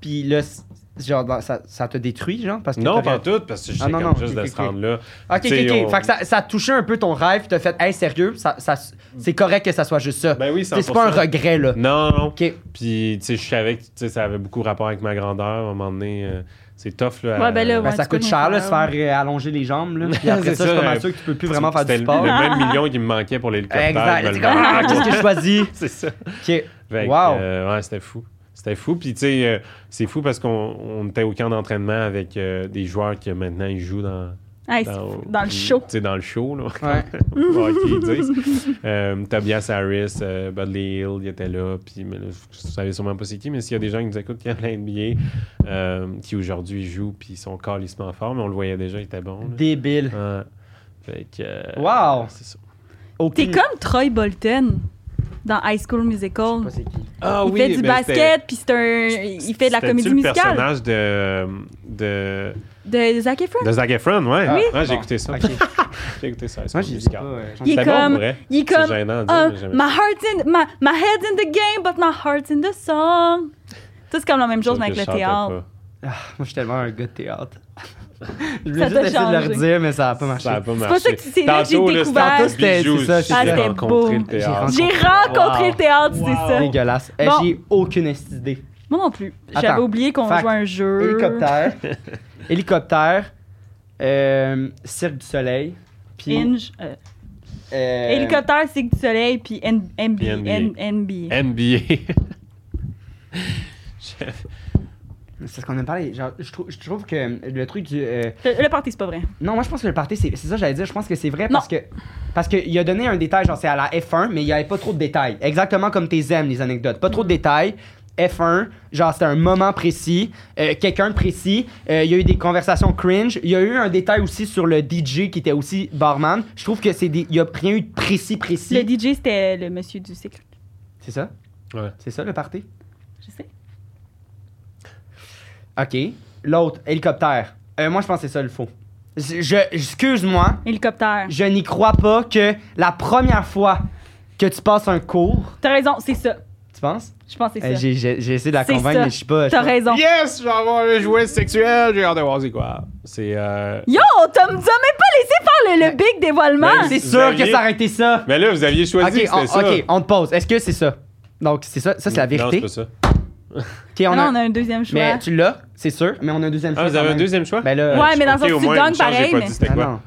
Speaker 1: Puis là, c- genre, dans- ça, ça te détruit, genre? Parce que
Speaker 3: Non,
Speaker 1: t'aurais-
Speaker 3: pas en tout, parce que je
Speaker 1: Ah, non, non,
Speaker 3: comme juste
Speaker 1: ok, ok,
Speaker 3: de se rendre là.
Speaker 1: Ok,
Speaker 3: Tu sais,
Speaker 1: ok, ok.
Speaker 3: on-
Speaker 1: Fait que ça, ça a touché un peu ton rêve, t'as fait, hey, sérieux, ça, ça, c'est correct que ça soit juste ça.
Speaker 3: Ben oui,
Speaker 1: T'sais, c'est pas un
Speaker 3: 100%.
Speaker 1: regret, là.
Speaker 3: Non, non.
Speaker 1: Ok. Ben,
Speaker 3: Puis, tu sais, je savais que tu sais, ça avait beaucoup rapport avec ma grandeur. À un moment donné, euh, c'est tough, là.
Speaker 2: Ouais,
Speaker 3: à-
Speaker 2: ben là,
Speaker 1: Ben,
Speaker 2: ouais.
Speaker 1: ça
Speaker 2: tu
Speaker 1: coûte
Speaker 2: peux
Speaker 1: cher,
Speaker 2: nous
Speaker 1: là, se
Speaker 2: faire,
Speaker 1: faire euh, allonger les jambes, là. Puis après
Speaker 3: C'est
Speaker 1: ça, je
Speaker 3: ça,
Speaker 1: suis
Speaker 3: euh,
Speaker 1: pas sûr que tu peux plus vraiment faire du
Speaker 3: C'était
Speaker 1: sport.
Speaker 3: le même million qui me manquait pour l'hélicoptère.
Speaker 1: Exact.
Speaker 3: je me
Speaker 1: C'est
Speaker 3: le
Speaker 1: comme, ah,
Speaker 3: vendais.
Speaker 1: qu'est-ce que je choisis?
Speaker 3: C'est ça.
Speaker 1: Ok.
Speaker 3: Fait que,
Speaker 1: Wow.
Speaker 3: euh, ouais, c'était fou. C'était fou. Puis, tu sais, euh, c'est fou parce qu'on on était au camp d'entraînement avec euh, des joueurs qui euh, maintenant ils jouent dans,
Speaker 2: Ah, c'est
Speaker 3: dans,
Speaker 2: fou. dans le show.
Speaker 3: Tu sais, dans le show, là.
Speaker 1: Ouais.
Speaker 3: Au hockey, ils disent. Euh, Tobias Harris, euh, Budley Hill, il était là. Puis, mais là, je ne savais sûrement pas c'est qui, mais s'il y a des gens qui nous écoutent qui aiment la NBA, euh, qui aujourd'hui jouent, puis ils sont calissement forts, mais on le voyait déjà, il était bon. là.
Speaker 1: Débile.
Speaker 3: Ouais. Fait que. euh,
Speaker 1: Wow.
Speaker 3: C'est ça.
Speaker 1: Aucune-
Speaker 2: T'es comme Troy Bolton dans High School
Speaker 1: Je sais
Speaker 2: Musical.
Speaker 1: pas c'est qui.
Speaker 3: Ah
Speaker 2: il fait du basket, puis c'est un. Il fait de la comédie
Speaker 3: le
Speaker 2: musicale.
Speaker 3: personnage de, de,
Speaker 2: De Zac Efron.
Speaker 3: de Zac Efron, ouais.
Speaker 1: Oui.
Speaker 3: Ouais, Ah, j'ai
Speaker 1: Bon.
Speaker 3: écouté ça.
Speaker 2: Ah,
Speaker 1: Ok.
Speaker 3: J'ai écouté ça.
Speaker 1: Moi, j'ai
Speaker 3: c'est
Speaker 1: dit pas.
Speaker 3: musical.
Speaker 1: euh, j'en
Speaker 2: Il est
Speaker 1: sais
Speaker 3: C'était
Speaker 1: pas.
Speaker 2: comme-
Speaker 3: Ben bon, vrai.
Speaker 2: Il est
Speaker 3: C'est
Speaker 2: comme.
Speaker 3: gênant à dire,
Speaker 2: Ah,
Speaker 3: mais j'aimais
Speaker 2: my heart's in my, my head's in the game, but my heart's in the song. Ça, c'est comme la même chose
Speaker 3: ça,
Speaker 2: avec
Speaker 3: je
Speaker 2: le
Speaker 3: chantais
Speaker 2: théâtre.
Speaker 1: Ah, moi, je suis tellement un gars de théâtre. Je
Speaker 2: Ça
Speaker 1: voulais juste
Speaker 2: t'a
Speaker 1: essayer de
Speaker 2: changé.
Speaker 1: le redire, mais ça a pas
Speaker 3: pas.
Speaker 1: marché.
Speaker 3: Ça a pas marché.
Speaker 2: pas ça que tu- c'est là que j'ai
Speaker 3: Tantôt,
Speaker 2: découvert.
Speaker 3: tantôt,
Speaker 1: C'était-
Speaker 3: Bijou,
Speaker 1: c'est ça, c'est
Speaker 3: j'ai
Speaker 1: ça.
Speaker 3: rencontré
Speaker 2: J'ai
Speaker 3: le théâtre.
Speaker 2: J'ai rencontré
Speaker 1: Wow.
Speaker 2: le théâtre, c'est ça.
Speaker 1: Dégueulasse. Eh,
Speaker 2: Bon.
Speaker 1: J'ai aucune idée.
Speaker 2: Moi non plus. J'avais
Speaker 1: Attends.
Speaker 2: oublié qu'on
Speaker 1: Fact.
Speaker 2: jouait à un jeu.
Speaker 1: Hélicoptère. Hélicoptère. euh, Cirque du Soleil. Puis.
Speaker 2: Hinge, euh,
Speaker 1: euh,
Speaker 2: Hélicoptère, Cirque du Soleil, puis N- NB.
Speaker 3: Puis NBA.
Speaker 2: N- NBA.
Speaker 3: NBA. J'ai-
Speaker 1: C'est ce qu'on a parlé. Genre, je, trouve, je trouve que le truc du. euh,
Speaker 2: Le, le party, c'est pas vrai.
Speaker 1: Non, moi, je pense que le party, c'est c'est ça que j'allais dire. Je pense que c'est vrai
Speaker 2: Non.
Speaker 1: parce que. Parce qu'il a donné un détail, genre c'est à la F1, mais il n'y avait pas trop de détails. Exactement comme tes aimes, les anecdotes. Pas trop de détails. F1, genre c'était un moment précis, euh, quelqu'un de précis. Euh, Il y a eu des conversations cringe. Il y a eu un détail aussi sur le DJ qui était aussi barman. Je trouve que c'est des. Il n'y a rien eu de précis, précis.
Speaker 2: Le DJ, c'était le monsieur du cycle.
Speaker 1: C'est ça?
Speaker 3: Ouais.
Speaker 1: C'est ça le party?
Speaker 2: Je sais.
Speaker 1: OK. L'autre, hélicoptère. Euh, moi, je pense que c'est ça le faux. Je, je- excuse-moi,
Speaker 2: Hélicoptère.
Speaker 1: je n'y crois pas que la première fois que tu passes un cours,
Speaker 2: T'as raison, c'est ça.
Speaker 1: tu penses?
Speaker 2: Je pense que c'est
Speaker 1: Euh,
Speaker 2: ça.
Speaker 1: j'ai, j'ai- j'ai essayé de la
Speaker 2: C'est
Speaker 1: convaincre,
Speaker 2: ça.
Speaker 1: mais je suis pas. je suis
Speaker 2: T'as
Speaker 1: pas-
Speaker 2: raison.
Speaker 3: Yes, je vais avoir le jouet sexuel. J'ai hâte de voir c'est quoi. C'est. euh,
Speaker 2: Yo, t'as t'as même pas laissé faire le, le big dévoilement.
Speaker 3: Ben,
Speaker 1: C'est
Speaker 3: Vous
Speaker 1: sûr que
Speaker 3: aviez-
Speaker 1: ça aurait été ça.
Speaker 3: Mais là, vous aviez
Speaker 1: Ok,
Speaker 3: choisi que
Speaker 1: on,
Speaker 3: c'était oh, ça.
Speaker 1: ok, on te pose. Est-ce que c'est ça? Donc, c'est ça, ça c'est la
Speaker 3: Non, c'est
Speaker 1: vérité.
Speaker 3: pas ça. Ah,
Speaker 1: Ok, on
Speaker 2: Ah
Speaker 1: a-
Speaker 2: non, on a un deuxième choix.
Speaker 1: Mais tu l'as, c'est sûr, mais on a un deuxième
Speaker 3: Ah,
Speaker 1: choix
Speaker 3: vous
Speaker 1: quand
Speaker 3: avez un
Speaker 1: même.
Speaker 3: deuxième choix?
Speaker 1: Ben là,
Speaker 2: Ouais, mais dans
Speaker 3: Ok,
Speaker 2: un
Speaker 3: au
Speaker 2: petit
Speaker 3: moins,
Speaker 2: dunk
Speaker 3: une chance, j'ai
Speaker 2: pareil,
Speaker 3: pas
Speaker 2: mais-
Speaker 3: dit c'était
Speaker 1: Ah
Speaker 3: quoi.
Speaker 1: non.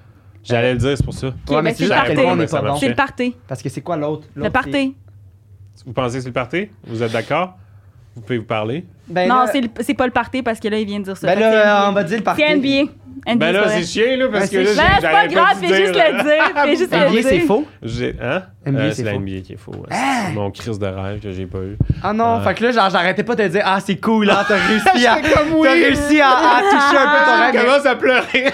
Speaker 3: J'allais le dire, c'est pour ça.
Speaker 2: Ok,
Speaker 1: ouais,
Speaker 2: ben,
Speaker 1: mais
Speaker 2: c'est
Speaker 1: tu
Speaker 2: le
Speaker 1: savais
Speaker 2: party.
Speaker 1: pas, on est
Speaker 3: Ça
Speaker 1: pas bon.
Speaker 2: C'est le party.
Speaker 1: Parce que c'est quoi l'autre?
Speaker 2: Le
Speaker 1: L'autre,
Speaker 2: party.
Speaker 3: Vous pensez que c'est le party? Vous êtes d'accord? Vous pouvez vous parler?
Speaker 1: c'est- Ben
Speaker 2: non,
Speaker 1: là-
Speaker 2: c'est le- c'est pas le party parce que là, il vient de dire ça.
Speaker 1: Ben
Speaker 2: Fait que
Speaker 1: là,
Speaker 2: c'est
Speaker 1: on va dire le party.
Speaker 2: C'est NBA. NBA.
Speaker 3: Ben
Speaker 2: c'est
Speaker 3: là,
Speaker 2: vrai.
Speaker 3: c'est chiant, là, parce
Speaker 1: Ben,
Speaker 3: que
Speaker 1: c'est
Speaker 3: là,
Speaker 2: Ben,
Speaker 3: j'ai-
Speaker 2: c'est pas
Speaker 3: j'allais
Speaker 2: grave,
Speaker 3: vous
Speaker 2: fais juste
Speaker 3: là.
Speaker 2: le dire. Fais juste le
Speaker 1: NBA,
Speaker 2: dire.
Speaker 1: c'est faux.
Speaker 3: J'ai- Hein?
Speaker 1: NBA,
Speaker 3: Euh,
Speaker 1: c'est
Speaker 3: c'est la
Speaker 1: faux.
Speaker 3: NBA qui est faux. ouais. C'est mon crise de rêve que j'ai pas eu.
Speaker 1: Ah non,
Speaker 3: Ouais.
Speaker 1: fait que là, genre, j'arrêtais pas de te dire, ah, c'est cool, hein, t'as réussi à. T'as réussi à, à toucher un peu ton
Speaker 3: Ah,
Speaker 1: rêve,
Speaker 3: je
Speaker 1: mais
Speaker 3: commence à pleurer.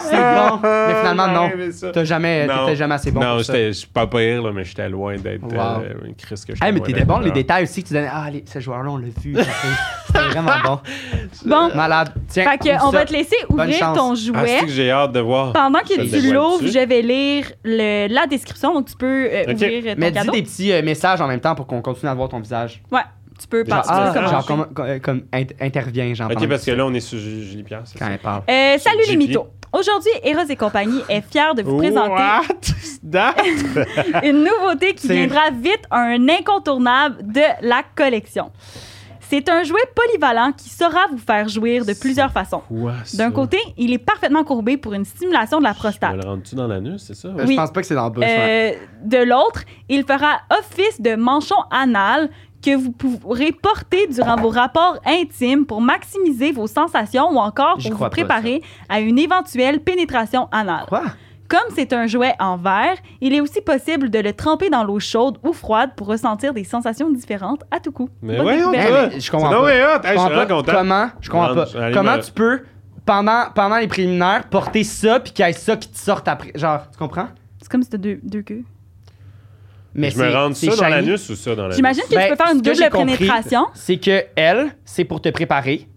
Speaker 1: c'est bon. Mais finalement, non.
Speaker 3: J'aurais aimé ça.
Speaker 1: T'as jamais,
Speaker 3: Non.
Speaker 1: t'étais jamais assez bon.
Speaker 3: Non,
Speaker 1: pour ça.
Speaker 3: j'étais- je suis pas pire, là, mais j'étais loin d'être
Speaker 1: Wow.
Speaker 3: euh, une crise que je
Speaker 1: Hey, mais t'étais bon, les détails aussi que tu donnais. Ah, allez, ce joueur-là, on l'a vu. ça fait- C'était vraiment bon.
Speaker 2: Bon,
Speaker 1: Malade. Tiens,
Speaker 2: fait que
Speaker 1: ouvre
Speaker 2: on
Speaker 1: ça.
Speaker 2: va te laisser ouvrir
Speaker 1: chance.
Speaker 2: ton
Speaker 3: Ah,
Speaker 2: jouet.
Speaker 3: c'est que j'ai hâte de voir.
Speaker 2: Pendant
Speaker 3: Ça
Speaker 2: que
Speaker 3: le
Speaker 2: tu
Speaker 3: dévoile-tu?
Speaker 2: l'ouvres, je vais lire le- la description. Donc, tu peux euh,
Speaker 3: Ok.
Speaker 2: ouvrir euh, ton
Speaker 1: Mais dis
Speaker 2: cadeau.
Speaker 1: des petits euh, messages en même temps pour qu'on continue à voir ton visage.
Speaker 2: Ouais, tu peux
Speaker 3: Genre,
Speaker 1: Genre,
Speaker 2: partir.
Speaker 1: ah,
Speaker 3: messages.
Speaker 1: genre comme, comme, comme int- intervient, genre.
Speaker 3: Ok,
Speaker 1: Ah, pendant-
Speaker 3: parce que là, on est sur Ju- Julie Pierre, c'est
Speaker 1: Quand
Speaker 3: ça?
Speaker 1: elle parle.
Speaker 2: Euh, salut les
Speaker 3: Sur JP.
Speaker 2: mythos. Aujourd'hui, Eros et compagnie est fier de vous présenter
Speaker 3: That?
Speaker 2: une nouveauté qui
Speaker 1: C'est-
Speaker 2: viendra vite, un incontournable de la collection. C'est un jouet polyvalent qui saura vous faire jouir de plusieurs façons.
Speaker 3: Quoi, ça?
Speaker 2: D'un côté, il est parfaitement courbé pour une stimulation de la
Speaker 3: Je
Speaker 2: prostate.
Speaker 3: me le rentre-tu dans l'anus, c'est ça?
Speaker 1: Euh,
Speaker 2: oui.
Speaker 1: Je pense pas que c'est dans le bus. ouais.
Speaker 2: Euh, de l'autre, il fera office de manchon anal que vous pourrez porter durant vos rapports intimes pour maximiser vos sensations ou encore
Speaker 1: J'y
Speaker 2: pour vous
Speaker 1: crois pas, ça.
Speaker 2: préparer à une éventuelle pénétration anale.
Speaker 1: Quoi?
Speaker 2: Comme c'est un jouet en verre, il est aussi possible de le tremper dans l'eau chaude ou froide pour ressentir des sensations différentes à tout coup.
Speaker 3: Mais
Speaker 2: Bonne
Speaker 3: voyons,
Speaker 1: Ben,
Speaker 2: découverte.
Speaker 3: toi!
Speaker 1: mais je comprends
Speaker 3: C'est donc
Speaker 1: pas.
Speaker 3: bien hot. Hey,
Speaker 1: Je
Speaker 3: Je suis
Speaker 1: comprends
Speaker 3: vraiment
Speaker 1: pas
Speaker 3: content. ben.
Speaker 1: Comment? Je comprends
Speaker 3: Non,
Speaker 1: pas.
Speaker 3: je vais aller
Speaker 1: Comment
Speaker 3: me-
Speaker 1: tu peux, pendant, pendant les préliminaires, porter ça puis qu'il y ait ça qui te sorte après? Genre, tu comprends?
Speaker 2: C'est comme si t'as deux, deux queues.
Speaker 1: Mais
Speaker 3: je me rentre
Speaker 1: c'est
Speaker 3: ça dans
Speaker 1: shiny.
Speaker 3: l'anus ou ça dans l'anus?
Speaker 2: J'imagine que
Speaker 1: Ben,
Speaker 2: tu peux faire
Speaker 1: ce
Speaker 2: une
Speaker 1: que j'ai
Speaker 2: double
Speaker 1: compris,
Speaker 2: pénétration.
Speaker 1: C'est que elle, c'est pour te préparer.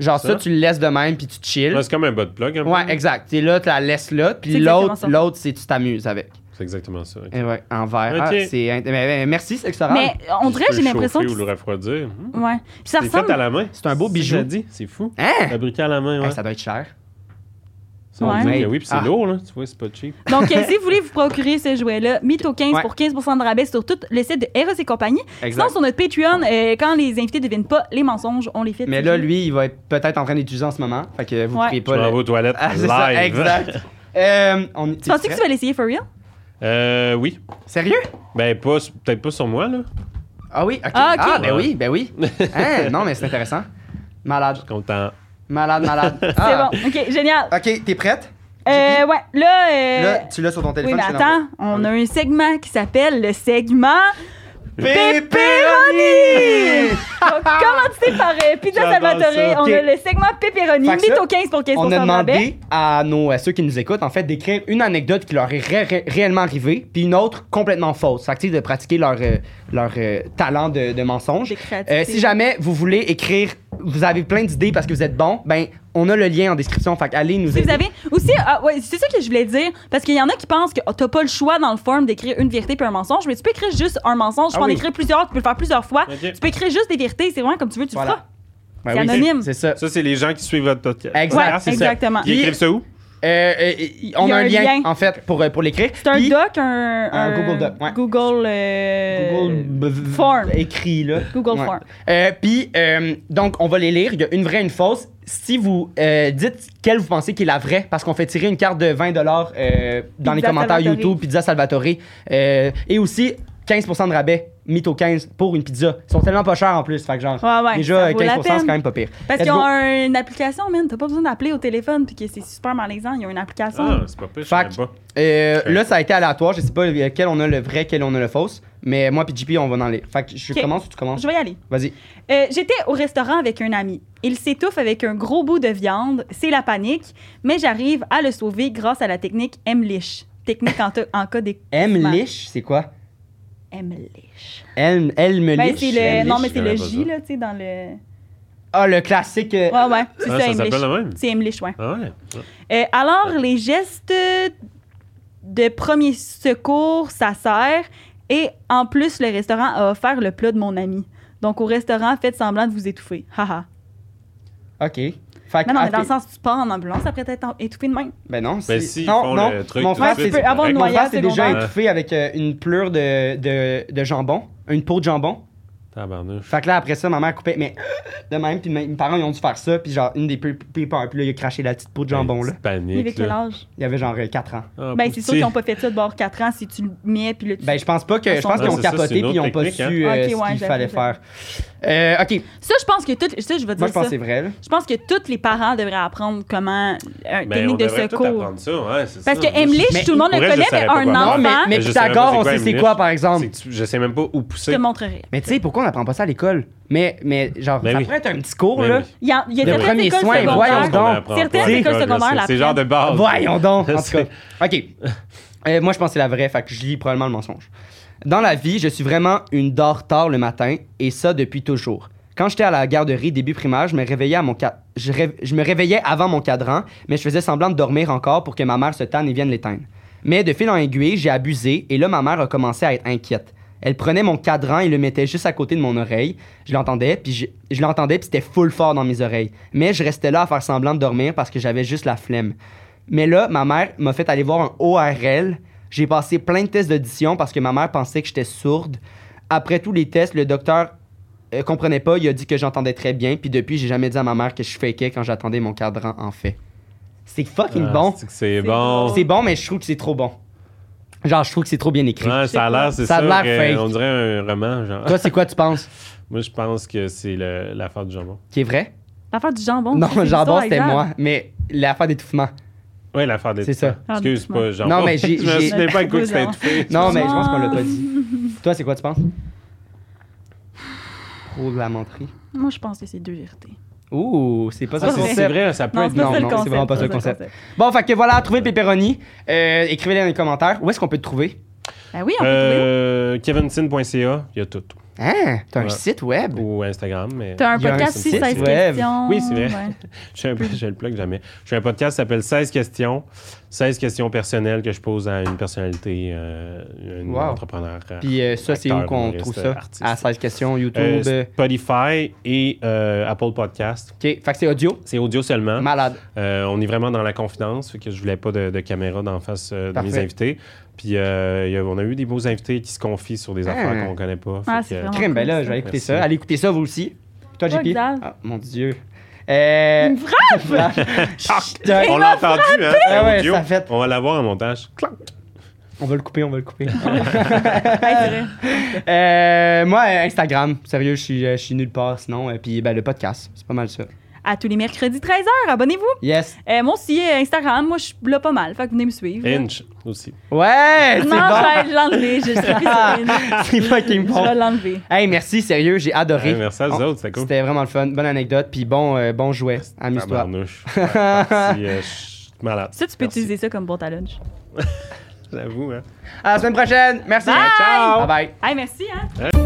Speaker 1: Genre ça,
Speaker 3: Ça?
Speaker 1: tu le laisses de même puis tu chill.
Speaker 3: Ouais, C'est comme un butt plug, un peu.
Speaker 1: Ouais, exact. T'es là, tu la laisses là, puis
Speaker 2: C'est exactement
Speaker 1: l'autre,
Speaker 2: ça.
Speaker 1: l'autre, c'est tu t'amuses avec.
Speaker 3: C'est exactement ça. ok.
Speaker 2: Euh,
Speaker 1: Et ouais, en verre. Ah,
Speaker 3: Ok.
Speaker 1: c'est int- mais- mais merci, sexe oral.
Speaker 2: Mais on dirait,
Speaker 3: Tu
Speaker 2: j'ai
Speaker 3: Ah, peux
Speaker 2: l'impression
Speaker 3: chauffer
Speaker 2: que.
Speaker 3: ou le refroidir. Hum,
Speaker 2: c'est- Ouais. Puis ça
Speaker 3: C'est fait à
Speaker 2: ressemble.
Speaker 3: la main.
Speaker 1: C'est un beau
Speaker 3: C'est
Speaker 1: bijou.
Speaker 3: déjà dit, C'est fou.
Speaker 1: Hein?
Speaker 3: Fabriqué à la main, ouais.
Speaker 1: Hey, ça doit être cher.
Speaker 3: Ça, on dirait
Speaker 1: Ouais.
Speaker 3: que oui, puis c'est
Speaker 1: Ah.
Speaker 3: lourd, là. Tu vois, c'est pas cheap.
Speaker 2: Donc, euh, si vous voulez vous procurer ce jouet-là, Mytho 15
Speaker 1: Ouais.
Speaker 2: pour 15 de rabais sur tout le site de Eros et compagnie. Sinon,
Speaker 1: Exact.
Speaker 2: sur notre Patreon, euh, quand les invités ne devinent pas les mensonges, on les fait.
Speaker 1: Mais là, lui, il va être peut-être en train d'étudier en ce moment. Fait que vous ne
Speaker 2: Ouais.
Speaker 1: priez
Speaker 3: Je
Speaker 1: pas.
Speaker 3: m'en
Speaker 1: le-
Speaker 3: vais aux toilettes
Speaker 1: Ah, c'est
Speaker 3: live.
Speaker 1: ça, exact. Euh, on,
Speaker 2: Tu pensais que tu vas l'essayer for real?
Speaker 3: Euh, oui.
Speaker 1: Sérieux?
Speaker 3: Ben, pas- peut-être pas sur moi, là.
Speaker 1: Ah oui, ok.
Speaker 2: Ah,
Speaker 1: Ah,
Speaker 2: ok.
Speaker 1: ben
Speaker 3: Ouais.
Speaker 1: oui, ben oui. Hein? Non, mais c'est intéressant. Malade,
Speaker 3: Content.
Speaker 1: malade, malade. Ah.
Speaker 2: C'est bon. OK, génial.
Speaker 1: Ok, t'es prête?
Speaker 3: Ah,
Speaker 1: J'ai
Speaker 2: Euh, ouais, là. euh,
Speaker 1: Là, tu l'as sur ton
Speaker 2: oui,
Speaker 1: téléphone.
Speaker 2: mais
Speaker 1: je te l'envoie.
Speaker 2: attends,
Speaker 3: Ah
Speaker 2: on a un segment qui s'appelle le segment
Speaker 1: Pepperoni!
Speaker 2: Donc, commandité par euh, Pizza
Speaker 3: J'adore
Speaker 2: Salvatore. On
Speaker 3: ça.
Speaker 1: Ok.
Speaker 2: a le segment Pepperoni,
Speaker 1: Fait que ça,
Speaker 2: Mytho 15 pour 15
Speaker 1: On a
Speaker 2: de rabais.
Speaker 1: demandé à, nos, à ceux qui nous écoutent, en fait, d'écrire une anecdote qui leur est ré- ré- réellement arrivée, puis une autre complètement fausse. Fait que, tu sais, de pratiquer leur, euh, leur euh, talent de, de mensonge.
Speaker 2: Des créativités.
Speaker 1: Euh, si jamais vous voulez écrire, vous avez plein d'idées parce que vous êtes bon, ben, on a le lien en description. Fait que allez nous
Speaker 2: Si vous
Speaker 1: aider.
Speaker 2: avez aussi, ah, ouais, c'est ça que je voulais dire, parce qu'il y en a qui pensent que oh, t'as pas le choix dans le form d'écrire une vérité puis un mensonge, mais tu peux écrire juste un mensonge, tu
Speaker 1: Ah
Speaker 2: peux en
Speaker 1: oui.
Speaker 2: écrire plusieurs, tu peux le faire plusieurs fois,
Speaker 3: Ok.
Speaker 2: tu peux écrire juste des vérités, c'est vraiment comme tu veux, tu le
Speaker 1: Voilà.
Speaker 2: feras.
Speaker 1: Ben
Speaker 2: c'est
Speaker 1: oui,
Speaker 2: anonyme.
Speaker 1: C'est ça.
Speaker 3: Ça, c'est les gens qui suivent votre podcast.
Speaker 1: Exact,
Speaker 3: Ah, c'est ça.
Speaker 2: exactement.
Speaker 3: Ils écrivent ça où?
Speaker 1: Euh, euh, y- on
Speaker 2: Il y
Speaker 1: a
Speaker 2: a
Speaker 1: un
Speaker 2: un
Speaker 1: lien,
Speaker 2: lien.
Speaker 1: en fait, pour, euh, pour l'écrire.
Speaker 2: C'est un
Speaker 1: Puis,
Speaker 2: doc, un,
Speaker 1: Un Google Doc, ouais.
Speaker 2: Google, euh,
Speaker 1: Google b- b-
Speaker 2: Form.
Speaker 1: écrit là.
Speaker 2: Google
Speaker 1: Ouais.
Speaker 2: Form.
Speaker 1: Euh, Puis euh, donc on va les lire. Il y a une vraie, une fausse. Si vous euh, dites quelle vous pensez qui est la vraie, parce qu'on fait tirer une carte de 20 dollars euh, dans les
Speaker 2: Pizza
Speaker 1: commentaires
Speaker 2: Salvatore.
Speaker 1: YouTube Pizza Salvatore euh, et aussi 15% de rabais mytho 15 pour une pizza. Ils sont tellement pas chers en plus, fait que genre
Speaker 2: Ouais, ouais,
Speaker 1: déjà
Speaker 2: ça vaut la
Speaker 1: 15% c'est quand
Speaker 2: peine.
Speaker 1: même pas pire.
Speaker 2: Parce
Speaker 1: Let's
Speaker 2: qu'ils
Speaker 1: go.
Speaker 2: ont un- une application, man. T'as pas besoin d'appeler au téléphone, puis que c'est super malaisant. Ils ont une application.
Speaker 3: Ah, c'est pas pire, je
Speaker 1: Fact.
Speaker 3: savais pas.
Speaker 1: Euh,
Speaker 3: Ok.
Speaker 1: Là, ça a été aléatoire. Je sais pas euh, quel on a le vrai, quel on a le fausse. Mais moi, puis JP, on va dans les. Fait que je
Speaker 2: Ok.
Speaker 1: commence ou tu commences?
Speaker 2: Je vais y aller.
Speaker 1: Vas-y.
Speaker 2: Euh, J'étais au restaurant avec un ami. Il s'étouffe avec un gros bout de viande. C'est la panique, mais j'arrive à le sauver grâce à la technique M-Lich. Technique en, te- en cas d'écoulement.
Speaker 1: M. Lich, c'est quoi?
Speaker 2: M-Lich.
Speaker 1: Elle, elle me
Speaker 2: Ben,
Speaker 1: liche.
Speaker 2: c'est
Speaker 1: Elle
Speaker 2: le... Non,
Speaker 1: liche.
Speaker 2: mais c'est
Speaker 3: j'aurais
Speaker 2: le
Speaker 3: pas
Speaker 2: J,
Speaker 3: ça.
Speaker 2: là, tu sais, dans le...
Speaker 1: Ah, le classique. euh,
Speaker 2: Ouais, ouais, c'est
Speaker 3: Ah,
Speaker 2: ça,
Speaker 3: ça s'appelle
Speaker 2: M-Lich.
Speaker 3: le même?
Speaker 2: C'est M-Lich, ouais.
Speaker 3: Ah ouais. Ah.
Speaker 2: Euh, alors, les gestes de premier secours, ça sert. Et en plus, le restaurant a offert le plat de mon ami. Donc, au restaurant, faites semblant de vous étouffer. Haha.
Speaker 1: Ok. Fait que-
Speaker 2: Non, non, mais
Speaker 1: ok.
Speaker 2: dans le sens, tu pars en ambulance après t'être étouffé de même.
Speaker 1: Ben non,
Speaker 3: Ben
Speaker 1: c'est.
Speaker 3: si, ils
Speaker 1: non,
Speaker 3: font
Speaker 1: non.
Speaker 3: le truc.
Speaker 1: mon
Speaker 3: tout de
Speaker 1: frère,
Speaker 3: suite,
Speaker 1: c'est-
Speaker 2: Tu peux avoir
Speaker 3: correct.
Speaker 2: une
Speaker 1: mon frère
Speaker 2: noyade
Speaker 1: s'est déjà
Speaker 2: secondaire.
Speaker 1: étouffé avec euh, une pleure de, de, de jambon, une peau de jambon.
Speaker 3: Tabarnouche.
Speaker 1: Fait que là, après ça, ma mère coupait. Mais de même, puis mes mes parents, ils ont dû faire ça. Puis genre, une des plus plus peurs. Puis là, il a craché la petite peau de jambon, là.
Speaker 3: Petite
Speaker 2: Il avait
Speaker 3: Ben, Panique,
Speaker 2: quel
Speaker 3: là.
Speaker 2: âge?
Speaker 1: Il y avait genre 4 ans.
Speaker 3: Ah,
Speaker 2: Ben,
Speaker 3: pauvre
Speaker 2: c'est sûr qu'ils
Speaker 3: petit.
Speaker 2: n'ont pas fait ça de bord 4 ans si tu le mets puis le tu...
Speaker 1: Ben, je pense pas que. Je pense
Speaker 2: Ah,
Speaker 1: qu'ils ont
Speaker 3: c'est ça, c'est
Speaker 1: capoté
Speaker 3: une
Speaker 1: puis ils ont pas
Speaker 3: autre
Speaker 1: su
Speaker 3: technique,
Speaker 1: euh,
Speaker 2: hein. Ok,
Speaker 1: ce
Speaker 2: ouais,
Speaker 1: qu'il fallait
Speaker 2: j'avoue,
Speaker 1: faire. Euh, ok,
Speaker 2: Ça, je pense que toutes... Ça, je vais
Speaker 1: moi
Speaker 2: dire
Speaker 1: je pense que
Speaker 2: ça.
Speaker 1: c'est vrai. là.
Speaker 2: Je pense que tous les parents devraient apprendre comment... euh,
Speaker 3: Ben, on
Speaker 2: technique de
Speaker 3: devrait tout
Speaker 2: secours.
Speaker 3: apprendre ça, ouais, c'est
Speaker 2: Parce
Speaker 3: ça.
Speaker 2: que Emlich,
Speaker 1: Mais-
Speaker 2: tout le monde le
Speaker 3: Pour vrai, je
Speaker 2: connaît, mais
Speaker 3: savais pas
Speaker 2: un
Speaker 3: quoi
Speaker 1: Non,
Speaker 2: enfant...
Speaker 3: faire.
Speaker 1: mais, mais
Speaker 3: Mais je savais
Speaker 1: Pythagore,
Speaker 3: pas
Speaker 1: on
Speaker 3: c'est
Speaker 1: sait
Speaker 3: quoi,
Speaker 1: c'est
Speaker 3: une
Speaker 1: quoi
Speaker 3: liche.
Speaker 1: par exemple.
Speaker 3: C'est que tu- Je sais même pas où
Speaker 2: Je
Speaker 3: pousser.
Speaker 2: te montrerai.
Speaker 1: Mais tu sais, pourquoi on n'apprend pas ça à l'école? Mais, mais genre,
Speaker 3: Ben
Speaker 1: ça
Speaker 3: oui.
Speaker 1: pourrait être un petit cours,
Speaker 3: Ben
Speaker 1: là.
Speaker 3: oui.
Speaker 2: Il y a, il y a
Speaker 1: Le
Speaker 2: certaines
Speaker 1: premier
Speaker 2: écoles
Speaker 1: soin,
Speaker 2: secondaires-
Speaker 1: voyons
Speaker 3: Je pense qu'on
Speaker 1: donc.
Speaker 3: l'apprend
Speaker 2: Certaines
Speaker 3: pas à
Speaker 2: écoles
Speaker 3: l'école, là.
Speaker 2: secondaires
Speaker 3: C'est le genre de base.
Speaker 1: Voyons donc, en tout cas.
Speaker 3: C'est-
Speaker 1: OK. Euh, moi, je pense que c'est la vraie, fait que je lis probablement le mensonge. Dans la vie, je suis vraiment une dort tard le matin, et ça depuis toujours. Quand j'étais à la garderie début primaire, je me réveillais à mon ca- je, rêve- je me réveillais avant mon cadran, mais je faisais semblant de dormir encore pour que ma mère se tanne et vienne l'éteindre. Mais de fil en aiguille, j'ai abusé et là ma mère a commencé à être inquiète. Elle prenait mon cadran et le mettait juste à côté de mon oreille. Je l'entendais, puis je, je l'entendais, puis c'était full fort dans mes oreilles. Mais je restais là à faire semblant de dormir parce que j'avais juste la flemme. Mais là, ma mère m'a fait aller voir un ORL. J'ai passé plein de tests d'audition parce que ma mère pensait que j'étais sourde. Après tous les tests, le docteur euh, comprenait pas. Il a dit que j'entendais très bien. Puis depuis, j'ai jamais dit à ma mère que je fakais quand j'attendais mon cadran en fait. C'est fucking
Speaker 3: Ah,
Speaker 1: bon.
Speaker 3: c'est que C'est bon.
Speaker 1: C'est bon, mais je trouve que c'est trop bon. Genre, je trouve que c'est trop bien écrit.
Speaker 3: Ouais, ça a l'air, c'est
Speaker 1: Ça a
Speaker 3: ça.
Speaker 1: l'air
Speaker 3: que-
Speaker 1: fake.
Speaker 3: On dirait un roman, genre.
Speaker 1: Toi, c'est quoi tu penses
Speaker 3: Moi, je pense que c'est le- l'affaire du jambon.
Speaker 1: qui est vrai?
Speaker 2: L'affaire du jambon.
Speaker 1: non,
Speaker 2: c'est une
Speaker 1: jambon,
Speaker 2: histoire
Speaker 1: c'était
Speaker 2: exacte.
Speaker 1: moi. Mais l'affaire d'étouffement.
Speaker 3: Oui, l'affaire des.
Speaker 1: C'est ça.
Speaker 3: Excuse,
Speaker 2: Ah,
Speaker 3: pas jambon.
Speaker 1: Non, mais j'ai-
Speaker 3: Je me
Speaker 1: j'ai-
Speaker 3: souviens pas avec quoi que c'était
Speaker 2: Non.
Speaker 3: étouffé.
Speaker 1: Non, mais je pense
Speaker 2: Ah.
Speaker 1: qu'on l'a pas dit. Toi, c'est quoi tu penses? Pro de la menterie.
Speaker 2: Moi, je pense que c'est deux vérités.
Speaker 1: Ouh, c'est pas ça le
Speaker 3: Ça,
Speaker 2: c'est
Speaker 3: c'est
Speaker 1: concept.
Speaker 3: c'est vrai, ça peut
Speaker 2: Non,
Speaker 3: être.
Speaker 2: c'est pas
Speaker 1: non,
Speaker 2: ça le
Speaker 1: non, c'est
Speaker 2: concept.
Speaker 1: vraiment pas ça le concept. Bon, fait que voilà, trouvez Pepperoni. Euh, Écrivez-les dans les commentaires. Où est-ce qu'on peut te trouver?
Speaker 2: Ben oui, on peut trouver.
Speaker 3: Euh, kevinsin.ca, il y a tout.
Speaker 1: Hein? T'as un
Speaker 3: Ouais.
Speaker 1: site web?
Speaker 3: Ou Instagram, mais.
Speaker 2: T'as un
Speaker 1: il y a un
Speaker 2: podcast aussi,
Speaker 1: site
Speaker 2: 16
Speaker 1: web.
Speaker 2: questions.
Speaker 3: Oui, c'est vrai.
Speaker 2: ouais.
Speaker 3: Je, suis un- je le plug jamais. Je fais un podcast qui s'appelle 16 questions. 16 questions personnelles que je pose à une personnalité, euh, un
Speaker 1: Wow.
Speaker 3: entrepreneur. euh,
Speaker 1: Puis euh, ça, c'est où
Speaker 3: Acteur,
Speaker 1: qu'on
Speaker 3: humoriste,
Speaker 1: trouve ça?
Speaker 3: artiste.
Speaker 1: À 16 questions, YouTube.
Speaker 3: euh,
Speaker 1: euh,
Speaker 3: Spotify et euh, Apple Podcast.
Speaker 1: OK, fait que c'est audio.
Speaker 3: C'est audio seulement.
Speaker 1: Malade.
Speaker 3: Euh, on est vraiment dans la confidence, fait que je voulais pas de, de caméra d'en face euh, de mes
Speaker 1: Parfait.
Speaker 3: invités. Puis euh, il y a- on a eu des beaux invités qui se confient sur des
Speaker 1: Ah.
Speaker 3: affaires qu'on connaît pas. fait
Speaker 2: Ah,
Speaker 3: que-
Speaker 2: c'est vraiment-
Speaker 1: Crime, ben là, je vais écouter
Speaker 3: Merci.
Speaker 1: ça. Allez écouter ça, vous aussi. Toi,
Speaker 2: Pas
Speaker 1: JP?
Speaker 2: grave.
Speaker 1: Ah, mon Dieu. Euh...
Speaker 2: Une frappe!
Speaker 1: Chut,
Speaker 3: on
Speaker 1: euh,
Speaker 3: l'a entendu, hein?
Speaker 1: Ah ouais,
Speaker 3: audio.
Speaker 1: ça a fait.
Speaker 3: On va l'avoir en montage.
Speaker 1: on va le couper, on va le couper.
Speaker 2: Ouais,
Speaker 1: Euh, moi, euh, Instagram, sérieux, je suis, euh, je suis nulle part sinon. Euh, Puis ben, le podcast, c'est pas mal ça.
Speaker 2: à tous les mercredis 13h, abonnez-vous.
Speaker 1: Yes.
Speaker 2: Euh, moi aussi, euh, Instagram, moi, je suis là pas mal. Fait que venez me suivre.
Speaker 3: Inch aussi.
Speaker 1: Ouais, c'est
Speaker 2: non,
Speaker 1: bon.
Speaker 2: je vais l'enlever. Je serai
Speaker 1: C'est fucking
Speaker 2: Je vais
Speaker 1: bon.
Speaker 2: l'enlever.
Speaker 1: Hey, merci, sérieux, j'ai adoré.
Speaker 3: Ouais, merci à vous
Speaker 1: On-
Speaker 3: autres, c'est cool.
Speaker 1: C'était vraiment le fun. Bonne anecdote, puis bon, euh, bon jouet. Amuse-toi.
Speaker 3: Tabarnouche. Ouais, parti, euh, je suis malade.
Speaker 2: Ça, tu peux
Speaker 3: Merci.
Speaker 2: utiliser ça comme bon à lunch.
Speaker 3: J'avoue, hein.
Speaker 1: À la semaine prochaine. Merci.
Speaker 2: Bye.
Speaker 1: Ciao. Bye bye.
Speaker 2: Hey, merci, hein?